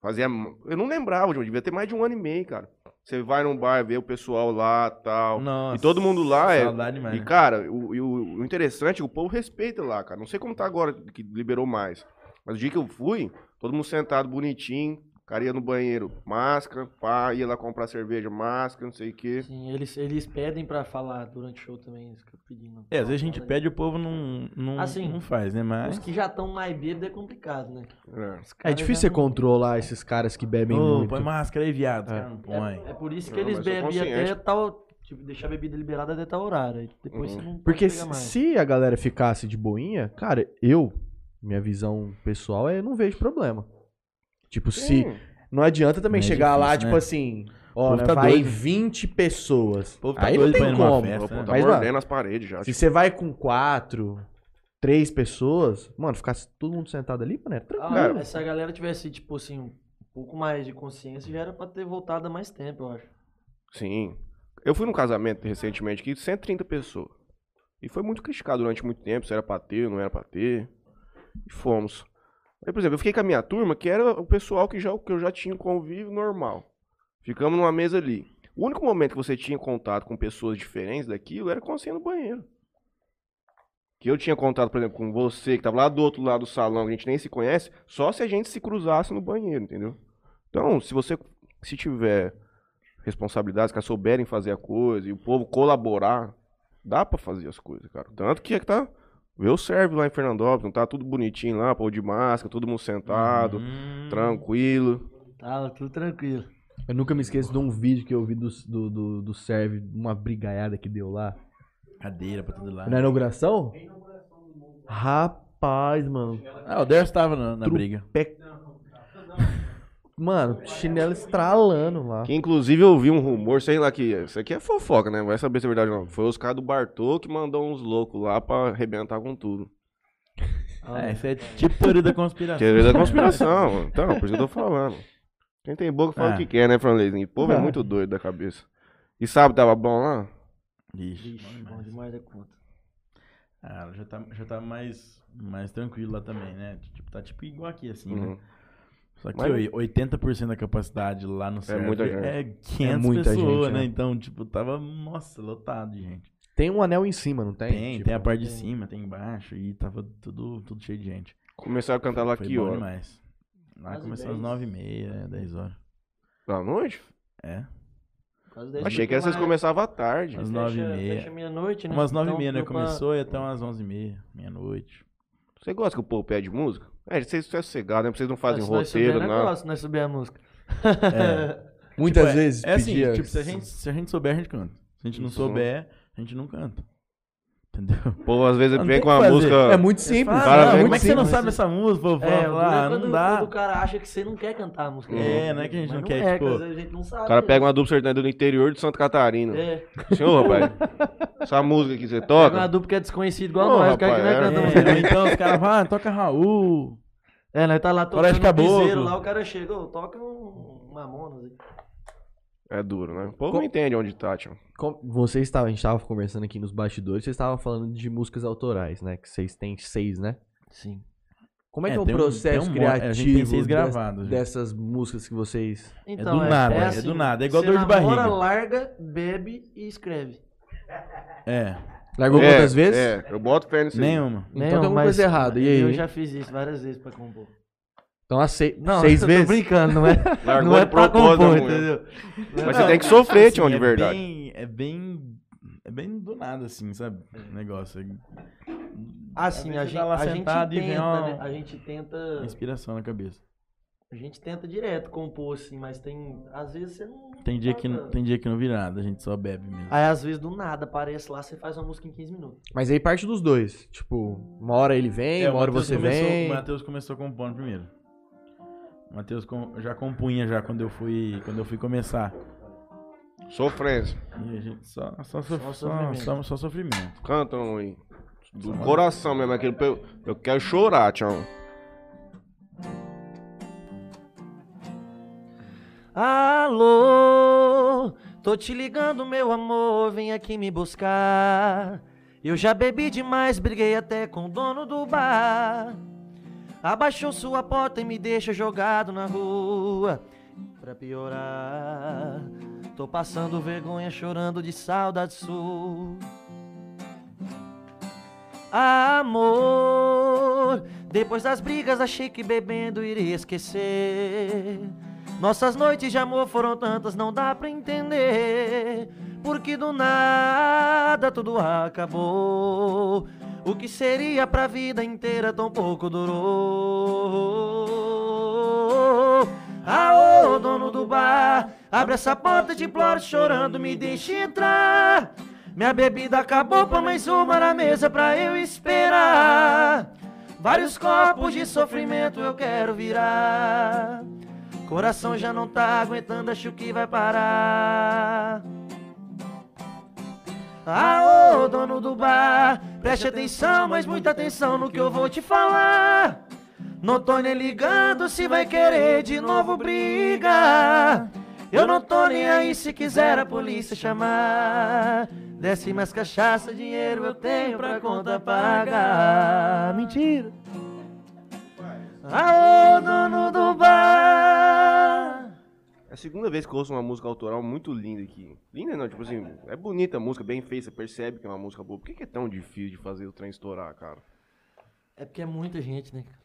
[SPEAKER 1] Fazia. mu- Eu não lembrava, tio. Devia ter mais de um ano e meio, cara. Você vai num bar, vê o pessoal lá tal.
[SPEAKER 2] Nossa.
[SPEAKER 1] E todo mundo lá é.
[SPEAKER 2] Saudade demais.
[SPEAKER 1] E,
[SPEAKER 2] né?
[SPEAKER 1] cara, o, e o- o interessante, o povo respeita lá, cara. Não sei como tá agora que liberou mais. Mas o dia que eu fui, todo mundo sentado bonitinho, cara ia no banheiro, máscara, pá, ia lá comprar cerveja, máscara, não sei o quê.
[SPEAKER 3] Sim, eles, eles pedem pra falar durante o show também, eles ficam pedindo.
[SPEAKER 2] É, às vezes a gente
[SPEAKER 3] Fala aí.
[SPEAKER 2] pede e o povo não, não,
[SPEAKER 3] Assim,
[SPEAKER 2] não faz, né?
[SPEAKER 3] Os
[SPEAKER 2] Mas.
[SPEAKER 3] que já estão mais bêbados é complicado, né?
[SPEAKER 1] É.
[SPEAKER 3] Os
[SPEAKER 4] É
[SPEAKER 3] caras já
[SPEAKER 4] difícil você controlar esses caras que bebem
[SPEAKER 2] Ô,
[SPEAKER 4] muito.
[SPEAKER 2] põe máscara aí, viado.
[SPEAKER 4] É.
[SPEAKER 2] Cara, não põe.
[SPEAKER 3] É, é por isso que
[SPEAKER 1] Não,
[SPEAKER 3] eles
[SPEAKER 1] mas eu sou
[SPEAKER 3] bebem até
[SPEAKER 1] consciente.
[SPEAKER 3] tal. Tipo, deixar a bebida liberada até tal horário. aí Depois
[SPEAKER 1] Uhum.
[SPEAKER 3] você não pode
[SPEAKER 4] Porque
[SPEAKER 3] pegar
[SPEAKER 4] se-
[SPEAKER 3] mais.
[SPEAKER 4] se a galera ficasse de boinha, cara, eu, minha visão pessoal é não vejo problema. Tipo, se
[SPEAKER 1] Sim.
[SPEAKER 4] não adianta também
[SPEAKER 2] É
[SPEAKER 4] chegar lá,
[SPEAKER 2] difícil,
[SPEAKER 4] tipo
[SPEAKER 2] né?
[SPEAKER 4] assim, ó,
[SPEAKER 2] povo tá
[SPEAKER 4] vai
[SPEAKER 2] doido.
[SPEAKER 4] 20 pessoas.
[SPEAKER 2] O povo tá
[SPEAKER 4] Aí não
[SPEAKER 2] doido pra
[SPEAKER 4] tem
[SPEAKER 2] ir numa
[SPEAKER 4] como.
[SPEAKER 2] festa,
[SPEAKER 1] Pô,
[SPEAKER 2] né?
[SPEAKER 1] tá
[SPEAKER 4] Mas,
[SPEAKER 1] mordendo as paredes já.
[SPEAKER 4] Se
[SPEAKER 1] tipo.
[SPEAKER 4] você vai com quatro, três pessoas, mano, ficar todo mundo sentado ali, mano, é
[SPEAKER 3] Ah,
[SPEAKER 4] tranquilo.
[SPEAKER 1] Cara.
[SPEAKER 3] se a galera tivesse, tipo assim, um pouco mais de consciência, já era pra ter voltado há mais tempo, eu acho.
[SPEAKER 1] Sim. Eu fui num casamento recentemente que 130 pessoas. E foi muito criticado durante muito tempo, se era pra ter, não era pra ter. E fomos. Aí, por exemplo, eu fiquei com a minha turma, que era o pessoal que, já, que eu já tinha um convívio normal. Ficamos numa mesa ali. O único momento que você tinha contato com pessoas diferentes daquilo era quando você ia no banheiro. Que eu tinha contato, por exemplo, com você, que tava lá do outro lado do salão, que a gente nem se conhece, só se a gente se cruzasse no banheiro, entendeu? Então, se você se tiver responsabilidades, que souberem fazer a coisa e o povo colaborar, dá pra fazer as coisas, cara. Tanto que é que tá. Vê o serve lá em Fernandópolis, não tá tudo bonitinho lá, pô, de máscara, todo mundo sentado,
[SPEAKER 2] Hum.
[SPEAKER 1] tranquilo.
[SPEAKER 3] Tá, tudo tranquilo.
[SPEAKER 4] Eu nunca me esqueço de um vídeo que eu vi do, do, do, do serve, uma brigaiada que deu lá.
[SPEAKER 2] Cadeira pra todo lado.
[SPEAKER 1] é
[SPEAKER 4] Na inauguração? Rapaz, mano.
[SPEAKER 2] Ah, o Ders tava na, na
[SPEAKER 4] Tru-
[SPEAKER 2] briga.
[SPEAKER 4] Pe- Mano, chinelo estralando lá.
[SPEAKER 1] Que inclusive eu vi um rumor, sei lá que. Isso aqui é fofoca, né? Vai saber se é verdade ou não. Foi os caras do Bartô que mandou uns loucos lá pra arrebentar com tudo.
[SPEAKER 2] É, isso é tipo teoria da conspiração.
[SPEAKER 1] Teoria da é conspiração, mano. Então, por isso que eu tô falando. Quem tem boca fala
[SPEAKER 2] Ah.
[SPEAKER 1] o que quer, né, Franlezinho? O povo é
[SPEAKER 2] Ah.
[SPEAKER 1] muito doido da cabeça. E sabe, tava bom lá?
[SPEAKER 2] (laughs) Ixi,
[SPEAKER 3] Vixe, bom demais da conta.
[SPEAKER 2] Ah, já tá, já tá mais, mais tranquilo lá também, né? Tipo, tá tipo igual aqui, assim, né?
[SPEAKER 1] Uhum.
[SPEAKER 2] Só que
[SPEAKER 1] Mas-
[SPEAKER 2] oi, 80% da capacidade lá no server
[SPEAKER 1] muita gente.
[SPEAKER 2] é 500
[SPEAKER 4] muita
[SPEAKER 2] pessoas,
[SPEAKER 4] gente,
[SPEAKER 2] né?
[SPEAKER 4] né?
[SPEAKER 2] Então, tipo, tava, nossa, lotado de gente.
[SPEAKER 4] Tem um anel em cima, não tem?
[SPEAKER 2] Tem, tem,
[SPEAKER 4] Tipo,
[SPEAKER 2] a parte de
[SPEAKER 3] tem.
[SPEAKER 2] cima, tem embaixo e tava tudo, tudo cheio de gente.
[SPEAKER 1] Começaram a cantar lá
[SPEAKER 2] Foi
[SPEAKER 1] aqui,
[SPEAKER 2] bom
[SPEAKER 1] ó.
[SPEAKER 2] demais. Lá
[SPEAKER 3] Quase
[SPEAKER 2] começou às
[SPEAKER 3] dez.
[SPEAKER 2] 9h30, 10 horas.
[SPEAKER 1] Da noite?
[SPEAKER 2] É.
[SPEAKER 3] Quase dez
[SPEAKER 1] Achei
[SPEAKER 3] minutos
[SPEAKER 1] que essas
[SPEAKER 3] mais.
[SPEAKER 1] começavam à tarde.
[SPEAKER 2] Às
[SPEAKER 3] Fecha-
[SPEAKER 2] 9h30.
[SPEAKER 3] Fecha meia-noite, né?
[SPEAKER 2] Umas
[SPEAKER 3] Então,
[SPEAKER 2] 9h30, né?
[SPEAKER 3] deu pra-
[SPEAKER 2] Começou e até umas 11h30, meia-noite.
[SPEAKER 1] Você gosta que o povo pede música? É, vocês são sossegados, né? Vocês não fazem
[SPEAKER 3] Se nós
[SPEAKER 1] roteiro, né?
[SPEAKER 3] souber, nós
[SPEAKER 1] nada.
[SPEAKER 3] gosta, se nós subir a música.
[SPEAKER 2] Tipo,
[SPEAKER 6] Muitas
[SPEAKER 2] é-
[SPEAKER 6] vezes
[SPEAKER 2] É assim,
[SPEAKER 6] pedia-
[SPEAKER 2] tipo, se a, gente, se a gente souber, a gente canta. Se a gente não
[SPEAKER 1] Isso.
[SPEAKER 2] souber, a gente não canta. Entendeu?
[SPEAKER 1] O povo às vezes
[SPEAKER 2] Não
[SPEAKER 1] vem
[SPEAKER 2] tem
[SPEAKER 1] com
[SPEAKER 2] o que
[SPEAKER 1] uma
[SPEAKER 2] fazer.
[SPEAKER 1] música.
[SPEAKER 6] É muito simples.
[SPEAKER 2] Ah,
[SPEAKER 1] cara
[SPEAKER 2] não,
[SPEAKER 4] né?
[SPEAKER 1] vem
[SPEAKER 2] como é
[SPEAKER 1] com
[SPEAKER 2] que você não
[SPEAKER 3] simples.
[SPEAKER 2] sabe essa música, vovó?
[SPEAKER 3] (laughs)
[SPEAKER 2] lá,
[SPEAKER 3] É, o
[SPEAKER 2] não
[SPEAKER 3] quando,
[SPEAKER 2] dá.
[SPEAKER 3] quando o cara acha que você não quer cantar a música.
[SPEAKER 2] É, não é que a gente
[SPEAKER 3] Mas
[SPEAKER 2] não quer,
[SPEAKER 3] é,
[SPEAKER 2] tipo-
[SPEAKER 3] que às vezes a gente não sabe.
[SPEAKER 1] O cara
[SPEAKER 3] né?
[SPEAKER 1] pega uma dupla sertaneja do interior de Santa Catarina.
[SPEAKER 3] É,
[SPEAKER 1] Senhor, (laughs) rapaz, essa música que você
[SPEAKER 3] pega uma
[SPEAKER 1] toca.
[SPEAKER 3] dupla que é desconhecida igual
[SPEAKER 1] Ô,
[SPEAKER 3] nós, o cara que
[SPEAKER 1] rapaz,
[SPEAKER 3] não é
[SPEAKER 1] é.
[SPEAKER 3] cantando
[SPEAKER 2] É, ou então os caras vão, ah, toca Raul.
[SPEAKER 3] É, nós tá lá
[SPEAKER 2] Hora de
[SPEAKER 3] tocando
[SPEAKER 2] caboclo.
[SPEAKER 3] piseiro lá, o cara chegou, toca um mamonas aí.
[SPEAKER 1] É duro, né? O povo não entende onde tá, tio.
[SPEAKER 4] Com- Você estava, a gente estava conversando aqui nos bastidores, vocês estavam falando de músicas autorais, né? Que vocês têm seis, né?
[SPEAKER 3] Sim.
[SPEAKER 4] Como é,
[SPEAKER 2] É,
[SPEAKER 4] que é o
[SPEAKER 2] tem um- tem
[SPEAKER 4] processo
[SPEAKER 2] um monte-
[SPEAKER 4] criativo
[SPEAKER 2] a gente tem seis
[SPEAKER 4] des-
[SPEAKER 2] gravados, gente.
[SPEAKER 4] dessas músicas que vocês...
[SPEAKER 3] Então,
[SPEAKER 2] do nada, é do nada, é igual dor de barriga.
[SPEAKER 3] assim, larga, bebe e escreve.
[SPEAKER 2] É,
[SPEAKER 4] Largou
[SPEAKER 1] é,
[SPEAKER 4] quantas vezes?
[SPEAKER 1] É, eu boto fé nisso. aí.
[SPEAKER 2] nenhuma.
[SPEAKER 4] Então tem alguma coisa errada, e aí?
[SPEAKER 3] Eu já fiz isso várias vezes pra compor.
[SPEAKER 4] Então as sei-
[SPEAKER 3] Não,
[SPEAKER 4] seis
[SPEAKER 3] eu
[SPEAKER 4] vezes?
[SPEAKER 3] tô brincando, não é,
[SPEAKER 1] Largou
[SPEAKER 3] não é
[SPEAKER 1] de
[SPEAKER 3] pra
[SPEAKER 1] propósito,
[SPEAKER 3] compor,
[SPEAKER 1] a mulher.
[SPEAKER 3] entendeu?
[SPEAKER 1] Mas você tem que sofrer, tio, de
[SPEAKER 2] é
[SPEAKER 1] verdade.
[SPEAKER 2] Bem, é bem. É bem do nada, assim, sabe? O negócio. é Às
[SPEAKER 3] Assim,
[SPEAKER 2] vezes você
[SPEAKER 3] a gente,
[SPEAKER 2] tá lá
[SPEAKER 3] a gente
[SPEAKER 2] sentado e
[SPEAKER 3] tenta,
[SPEAKER 2] vem uma-
[SPEAKER 3] né? A gente tenta...
[SPEAKER 2] Inspiração na cabeça.
[SPEAKER 3] A gente tenta direto compor, assim, mas tem... Às vezes você não...
[SPEAKER 2] Tem dia que, não- tem dia que não vira nada, a gente só bebe mesmo.
[SPEAKER 3] Aí, às vezes, do nada, aparece lá, você faz uma música em 15 minutos.
[SPEAKER 4] Mas aí parte dos dois. Tipo, uma hora ele vem,
[SPEAKER 2] É, o
[SPEAKER 4] uma hora
[SPEAKER 2] Matheus
[SPEAKER 4] você
[SPEAKER 2] começou,
[SPEAKER 4] vem.
[SPEAKER 2] O Matheus começou compondo primeiro. O Matheus com- já compunha já quando eu fui, quando eu fui começar.
[SPEAKER 1] Sofrência.
[SPEAKER 2] E a gente só, só, sof-
[SPEAKER 3] Só
[SPEAKER 2] só,
[SPEAKER 3] sofrimento.
[SPEAKER 2] só- só sofrimento.
[SPEAKER 1] Cantam um aí. Do coração mesmo, aquele. pe- Eu, quero chorar, tchau.
[SPEAKER 3] Alô, tô te ligando, meu amor, vem aqui me buscar. Eu já bebi demais, briguei até com o dono do bar. Abaixou sua porta e me deixa jogado na rua. Pra piorar, tô passando vergonha, chorando de saudade sua. Amor, depois das brigas achei que bebendo iria esquecer. Nossas noites de amor foram tantas, não dá pra entender. Porque do nada tudo acabou. O que seria pra vida inteira tão pouco durou. Aô, dono do bar, abre essa porta, te imploro chorando, me deixe entrar. Minha bebida acabou, põe mais uma na mesa pra eu esperar. Vários copos de sofrimento eu quero virar. Coração já não tá aguentando, acho que vai parar. Aô, dono do bar, preste atenção, mas muita atenção no que eu vou te falar. Não tô nem ligando se vai querer de novo briga. Eu não tô nem aí se quiser a polícia chamar. Desce mais cachaça, dinheiro eu tenho pra conta
[SPEAKER 4] Tá
[SPEAKER 3] pagar. Mentira! Aô, dono do bar!
[SPEAKER 1] É a segunda vez que eu ouço uma música autoral muito linda aqui. Linda não, tipo assim, é bonita a música, bem feita, você percebe que é uma música boa. Por que, que é tão difícil de fazer o trem estourar, cara?
[SPEAKER 3] É porque é muita gente, né? cara?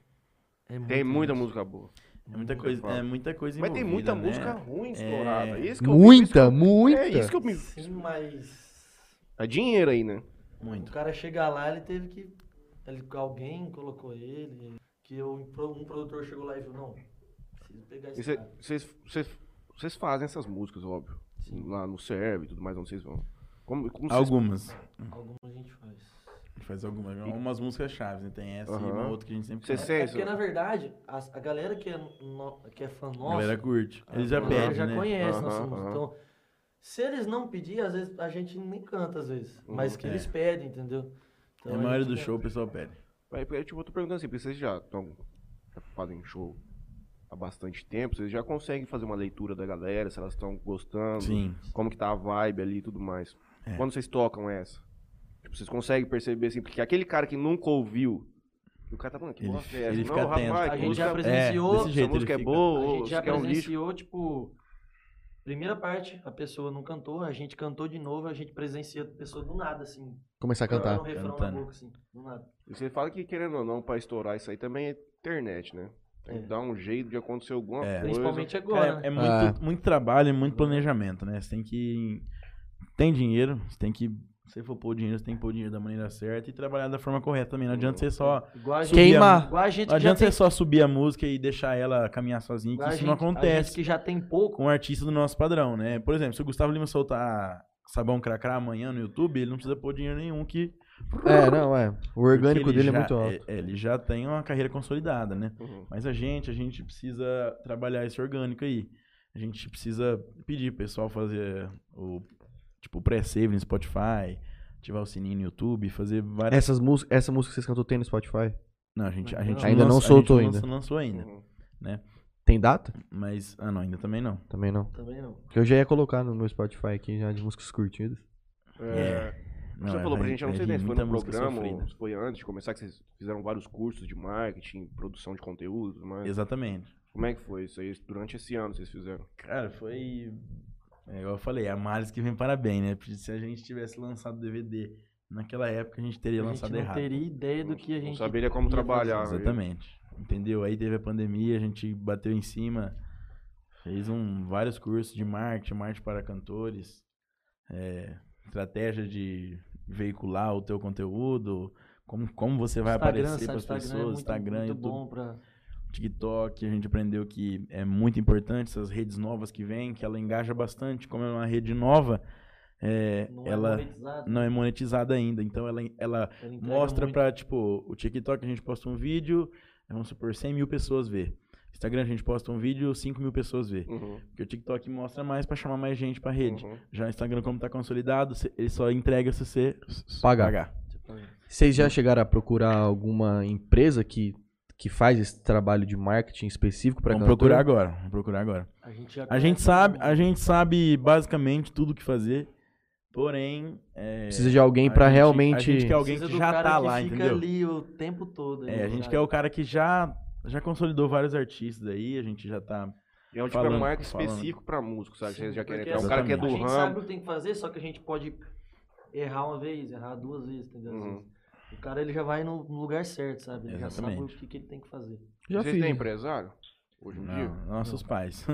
[SPEAKER 3] É
[SPEAKER 1] Tem muita música boa.
[SPEAKER 2] É muita coisa, é muita coisa
[SPEAKER 1] Mas tem muita
[SPEAKER 2] envolvida,
[SPEAKER 1] música
[SPEAKER 2] né?
[SPEAKER 1] ruim estourada. Isso
[SPEAKER 2] É,
[SPEAKER 1] que eu- isso que
[SPEAKER 4] Muita,
[SPEAKER 1] eu-
[SPEAKER 4] muita.
[SPEAKER 1] É isso que eu me.
[SPEAKER 3] Sim, mas
[SPEAKER 1] É dinheiro aí, né?
[SPEAKER 3] o
[SPEAKER 2] Muito.
[SPEAKER 3] cara chegar lá, ele teve que. ele- alguém colocou ele. Que eu- um produtor chegou lá e viu, não, preciso pegar esse
[SPEAKER 1] é
[SPEAKER 3] cara.
[SPEAKER 1] Vocês fazem essas músicas, óbvio. Lá no Serve e tudo mais, onde vocês vão. Como, como vocês-
[SPEAKER 2] Algumas. A
[SPEAKER 3] Alguma a gente faz.
[SPEAKER 2] gente faz algumas. Umas músicas chaves, né? Tem essa e uma
[SPEAKER 1] Aham.
[SPEAKER 2] outra que a gente sempre
[SPEAKER 1] Você
[SPEAKER 2] faz.
[SPEAKER 1] sente-
[SPEAKER 3] É porque, na verdade, as- a, galera que é, no- que é fã
[SPEAKER 2] A
[SPEAKER 3] nossa,
[SPEAKER 2] galera curte.
[SPEAKER 3] a
[SPEAKER 2] Eles já
[SPEAKER 3] galera
[SPEAKER 2] pedem,
[SPEAKER 3] já
[SPEAKER 2] né?
[SPEAKER 3] conhece
[SPEAKER 1] Aham,
[SPEAKER 3] nossa música.
[SPEAKER 1] aham.
[SPEAKER 3] Então, se eles não pedir, às vezes a gente nem canta, às vezes.
[SPEAKER 1] Uhum.
[SPEAKER 3] mas que
[SPEAKER 2] É.
[SPEAKER 3] eles pedem, entendeu? Então,
[SPEAKER 2] É a
[SPEAKER 3] gente
[SPEAKER 2] maioria do
[SPEAKER 3] canta.
[SPEAKER 2] show o pessoal pede.
[SPEAKER 1] Aí, porque, tipo, eu tô perguntando assim, porque vocês já estão. fazem show há bastante tempo, vocês já conseguem fazer uma leitura da galera, se elas estão gostando,
[SPEAKER 2] Sim.
[SPEAKER 1] como que tá a vibe ali e tudo mais.
[SPEAKER 2] É.
[SPEAKER 1] Quando vocês tocam essa, tipo, vocês conseguem perceber assim, porque aquele cara que nunca ouviu, o cara tá falando, que
[SPEAKER 2] Ele-
[SPEAKER 1] boa festa.
[SPEAKER 2] ele
[SPEAKER 1] Não,
[SPEAKER 2] fica atento.
[SPEAKER 1] rapaz,
[SPEAKER 3] A
[SPEAKER 1] que
[SPEAKER 3] gente já
[SPEAKER 1] música-
[SPEAKER 3] apresentou presenciou,
[SPEAKER 2] é, desse
[SPEAKER 1] essa
[SPEAKER 2] jeito
[SPEAKER 1] música é
[SPEAKER 2] ele fica.
[SPEAKER 1] boa,
[SPEAKER 3] A gente
[SPEAKER 1] isso
[SPEAKER 3] já
[SPEAKER 1] aqui é um lixo.
[SPEAKER 3] presenciou, tipo, primeira parte, a pessoa não cantou, a gente cantou de novo, a gente presencia a pessoa do nada, assim.
[SPEAKER 4] Começar a cantar.
[SPEAKER 3] Um refrão na
[SPEAKER 2] Cantando.
[SPEAKER 3] boca, assim, do nada.
[SPEAKER 1] E Você fala que, querendo ou não, pra estourar isso aí também é internet, né? Tem que dar um jeito de acontecer alguma coisa.
[SPEAKER 2] É.
[SPEAKER 3] Principalmente agora.
[SPEAKER 2] Cara,
[SPEAKER 3] né?
[SPEAKER 2] é muito,
[SPEAKER 1] Ah.
[SPEAKER 2] muito trabalho, é muito planejamento, né? Você tem que. Tem dinheiro, você tem que. Se você for pôr o dinheiro, você tem que pôr o dinheiro da maneira certa e trabalhar da forma correta também. Não adianta você só.
[SPEAKER 3] Igual a gente,
[SPEAKER 4] Queimar.
[SPEAKER 3] igual a gente
[SPEAKER 2] Não
[SPEAKER 3] que já
[SPEAKER 2] adianta você
[SPEAKER 3] tem,
[SPEAKER 2] só subir a música e deixar ela caminhar sozinha, que
[SPEAKER 3] igual a
[SPEAKER 2] isso
[SPEAKER 3] gente-
[SPEAKER 2] não
[SPEAKER 3] A gente
[SPEAKER 2] acontece
[SPEAKER 3] que já tem pouco.
[SPEAKER 2] com um artista do nosso padrão, né? Por exemplo, se o Gustavo Lima soltar sabão cracrá amanhã no YouTube, ele não precisa pôr dinheiro nenhum que.
[SPEAKER 4] É, não, é. O orgânico
[SPEAKER 2] porque ele
[SPEAKER 4] dele é
[SPEAKER 2] já-
[SPEAKER 4] muito alto.
[SPEAKER 2] é, ele já tem uma carreira consolidada, né?
[SPEAKER 1] Uhum.
[SPEAKER 2] Mas a gente, a gente precisa trabalhar esse orgânico aí. A gente precisa pedir pro pessoal fazer o tipo o pré-save no Spotify, ativar o sininho no YouTube, fazer várias.
[SPEAKER 4] Essas mús essa música que vocês cantou tem no Spotify?
[SPEAKER 2] Não, a gente, a gente
[SPEAKER 4] É. Ainda não
[SPEAKER 2] lança- a
[SPEAKER 4] soltou
[SPEAKER 2] gente
[SPEAKER 4] ainda.
[SPEAKER 2] Não lançou ainda.
[SPEAKER 1] Uhum.
[SPEAKER 4] Tem data?
[SPEAKER 2] Mas. Ah, não, ainda também não.
[SPEAKER 4] Também não.
[SPEAKER 3] Também não.
[SPEAKER 4] Porque eu já ia colocar no meu Spotify aqui já de músicas curtidas.
[SPEAKER 1] É.
[SPEAKER 2] não
[SPEAKER 1] você
[SPEAKER 2] é,
[SPEAKER 1] falou pra
[SPEAKER 2] vai-
[SPEAKER 1] gente, eu não
[SPEAKER 2] vai
[SPEAKER 1] sei
[SPEAKER 2] vir
[SPEAKER 1] bem se foi
[SPEAKER 2] muita
[SPEAKER 1] no
[SPEAKER 2] música
[SPEAKER 1] programa
[SPEAKER 2] sofrida.
[SPEAKER 1] ou se foi antes de começar, que vocês fizeram vários cursos de marketing, produção de conteúdo, mas
[SPEAKER 2] Exatamente.
[SPEAKER 1] como é que foi isso aí? Durante esse ano vocês fizeram?
[SPEAKER 2] Cara, foi. É, igual eu falei, a Maris que vem parabéns, né? Porque se a gente tivesse lançado DVD naquela época, a gente teria
[SPEAKER 3] A gente
[SPEAKER 2] lançado
[SPEAKER 3] não
[SPEAKER 2] errado.
[SPEAKER 3] teria ideia do que a
[SPEAKER 1] Não
[SPEAKER 3] gente. assim.
[SPEAKER 1] saberia como
[SPEAKER 3] ia fazer.
[SPEAKER 1] trabalhar. né?
[SPEAKER 2] Exatamente. Entendeu? Aí teve a pandemia, a gente bateu em cima, fez um, vários cursos de marketing, marketing para cantores, é, estratégia de veicular o teu conteúdo, como, como você vai aparecer para as
[SPEAKER 3] sabe,
[SPEAKER 2] pessoas,
[SPEAKER 3] Instagram
[SPEAKER 2] Instagram,
[SPEAKER 3] é muito, muito
[SPEAKER 2] YouTube,
[SPEAKER 3] bom pra.
[SPEAKER 2] TikTok, a gente aprendeu que é muito importante essas redes novas que vêm, que ela engaja bastante, como é uma rede nova, é,
[SPEAKER 3] Não é
[SPEAKER 2] ela
[SPEAKER 3] monetizado,
[SPEAKER 2] não é monetizada ainda, então ela, ela
[SPEAKER 3] ela entrega
[SPEAKER 2] mostra
[SPEAKER 3] muito.
[SPEAKER 2] pra, tipo, o TikTok a gente posta um vídeo, vamos supor, 100 mil pessoas vê. Instagram a gente posta um vídeo, 5 mil pessoas vê.
[SPEAKER 1] Uhum,
[SPEAKER 2] Porque o TikTok mostra mais pra chamar mais gente pra rede.
[SPEAKER 1] uhum.
[SPEAKER 2] Já o Instagram, como tá consolidado, cê- ele só entrega se você
[SPEAKER 4] Pagar.
[SPEAKER 2] pagar.
[SPEAKER 3] tipo,
[SPEAKER 4] Vocês
[SPEAKER 2] Hum.
[SPEAKER 4] já chegaram a procurar alguma empresa que, que faz esse trabalho de marketing específico pra
[SPEAKER 2] Vamos
[SPEAKER 4] cantor?
[SPEAKER 2] procurar agora, vamos procurar agora.
[SPEAKER 3] A gente, já
[SPEAKER 2] A gente
[SPEAKER 3] conhece
[SPEAKER 2] sabe,
[SPEAKER 3] muito.
[SPEAKER 2] a gente sabe basicamente tudo o que fazer, porém... é,
[SPEAKER 4] Precisa de alguém
[SPEAKER 2] a
[SPEAKER 4] pra
[SPEAKER 2] gente-
[SPEAKER 4] realmente...
[SPEAKER 2] A gente quer alguém
[SPEAKER 3] Precisa
[SPEAKER 2] que
[SPEAKER 3] do
[SPEAKER 2] já
[SPEAKER 3] cara
[SPEAKER 2] tá
[SPEAKER 3] que
[SPEAKER 2] lá,
[SPEAKER 3] fica
[SPEAKER 2] entendeu?
[SPEAKER 3] ali né? o tempo todo.
[SPEAKER 2] É, a gente
[SPEAKER 3] cara.
[SPEAKER 2] quer o cara que já, já consolidou vários artistas aí, a gente já tá
[SPEAKER 1] E é um tipo de
[SPEAKER 2] Falando,
[SPEAKER 1] marca
[SPEAKER 2] falando.
[SPEAKER 1] específico pra músico, sabe? Vocês já querem
[SPEAKER 3] Porque
[SPEAKER 1] é um cara que é
[SPEAKER 3] a
[SPEAKER 1] do
[SPEAKER 3] gente sabe
[SPEAKER 1] ramo.
[SPEAKER 3] o que tem que fazer, só que a gente pode errar uma vez, errar duas vezes, entendeu? Às
[SPEAKER 1] Uhum.
[SPEAKER 3] vezes. O cara ele já vai no no lugar certo, sabe? Ele já
[SPEAKER 2] Exatamente.
[SPEAKER 3] sabe o que, que ele tem que fazer.
[SPEAKER 4] Já
[SPEAKER 1] Vocês
[SPEAKER 4] fiz.
[SPEAKER 1] têm empresário? Hoje em dia?
[SPEAKER 2] Não, nossos pais.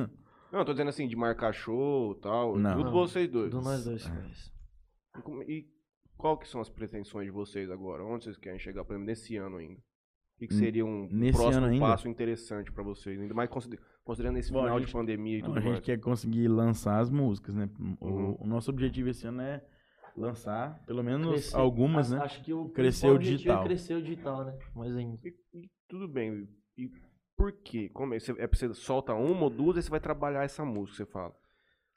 [SPEAKER 1] Não, eu tô dizendo assim, de marcar show e tal.
[SPEAKER 2] Não.
[SPEAKER 1] Tudo
[SPEAKER 3] Não.
[SPEAKER 1] vocês dois.
[SPEAKER 3] Do nós
[SPEAKER 2] Ah.
[SPEAKER 3] dois faz.
[SPEAKER 1] E como- E qual que são as pretensões de vocês agora? Onde vocês querem chegar, por exemplo, nesse ano ainda? O que, que
[SPEAKER 2] N-
[SPEAKER 1] seria um
[SPEAKER 2] nesse
[SPEAKER 1] próximo
[SPEAKER 2] ano ainda?
[SPEAKER 1] passo interessante pra vocês? Ainda mais consider- considerando esse
[SPEAKER 2] Bom, a
[SPEAKER 1] final de
[SPEAKER 2] gente-
[SPEAKER 1] pandemia e
[SPEAKER 2] Não,
[SPEAKER 1] tudo
[SPEAKER 2] (laughs) a
[SPEAKER 1] mais.
[SPEAKER 2] gente quer conseguir lançar as músicas, né? O,
[SPEAKER 1] Uhum.
[SPEAKER 2] o nosso objetivo esse ano é lançar pelo menos
[SPEAKER 3] Crescer.
[SPEAKER 2] algumas, né?
[SPEAKER 3] Acho que o
[SPEAKER 2] Crescer o
[SPEAKER 3] principal objetivo
[SPEAKER 2] digital.
[SPEAKER 3] É crescer o digital, né? Mas ainda.
[SPEAKER 1] E, e tudo bem. E por quê? Como é? Você, é pra você solta uma ou duas, aí você vai trabalhar essa música, você fala.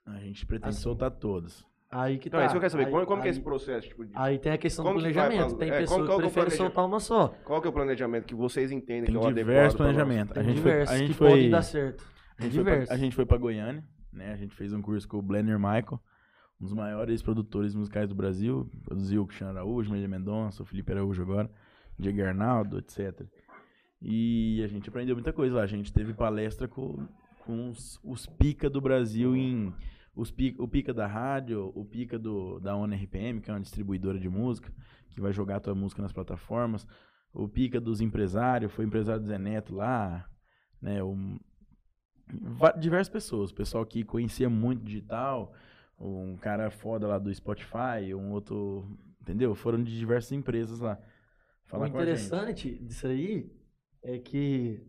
[SPEAKER 2] A gente pretende
[SPEAKER 3] Assim.
[SPEAKER 2] soltar todas.
[SPEAKER 3] Aí que
[SPEAKER 1] Então,
[SPEAKER 3] tá.
[SPEAKER 1] é isso que eu quero saber.
[SPEAKER 3] Aí-
[SPEAKER 1] como como que é
[SPEAKER 3] aí-
[SPEAKER 1] esse processo? Tipo, de-
[SPEAKER 3] Aí tem a questão
[SPEAKER 1] Como
[SPEAKER 3] do
[SPEAKER 1] que vai
[SPEAKER 3] planejamento.
[SPEAKER 1] pra-
[SPEAKER 3] Tem
[SPEAKER 1] é, como-
[SPEAKER 3] pessoas
[SPEAKER 1] qual
[SPEAKER 3] que
[SPEAKER 1] que é o
[SPEAKER 3] preferem
[SPEAKER 1] planejamento?
[SPEAKER 3] soltar uma só.
[SPEAKER 1] Qual que é o planejamento que vocês entendem
[SPEAKER 2] Tem
[SPEAKER 1] que é o adequado?
[SPEAKER 2] diversos
[SPEAKER 1] pra nós?
[SPEAKER 2] planejamentos. A
[SPEAKER 3] Tem
[SPEAKER 2] gente, foi, a
[SPEAKER 3] diversos
[SPEAKER 2] gente
[SPEAKER 3] que
[SPEAKER 2] foi,
[SPEAKER 3] podem dar certo.
[SPEAKER 2] a gente foi pra-
[SPEAKER 3] diversos.
[SPEAKER 2] a gente foi pra Goiânia, né? A gente fez um curso com o Blender Michael, um dos maiores produtores musicais do Brasil. Produziu o Cristiano Araújo, Marília Mendonça, o Felipe Araújo agora, Diego Arnaldo, etc. E a gente aprendeu muita coisa lá. A gente teve palestra com, com os, os pica do Brasil em. Os pica, o pica da rádio, o pica do, da ONU RPM, que é uma distribuidora de música, que vai jogar a tua música nas plataformas. O pica dos empresários, foi empresário do Zé Neto lá, né? Um, va- diversas pessoas. O pessoal que conhecia muito digital, um cara foda lá do Spotify, um outro. Entendeu? Foram de diversas empresas lá.
[SPEAKER 3] O
[SPEAKER 2] falar com a gente.
[SPEAKER 3] interessante disso aí é que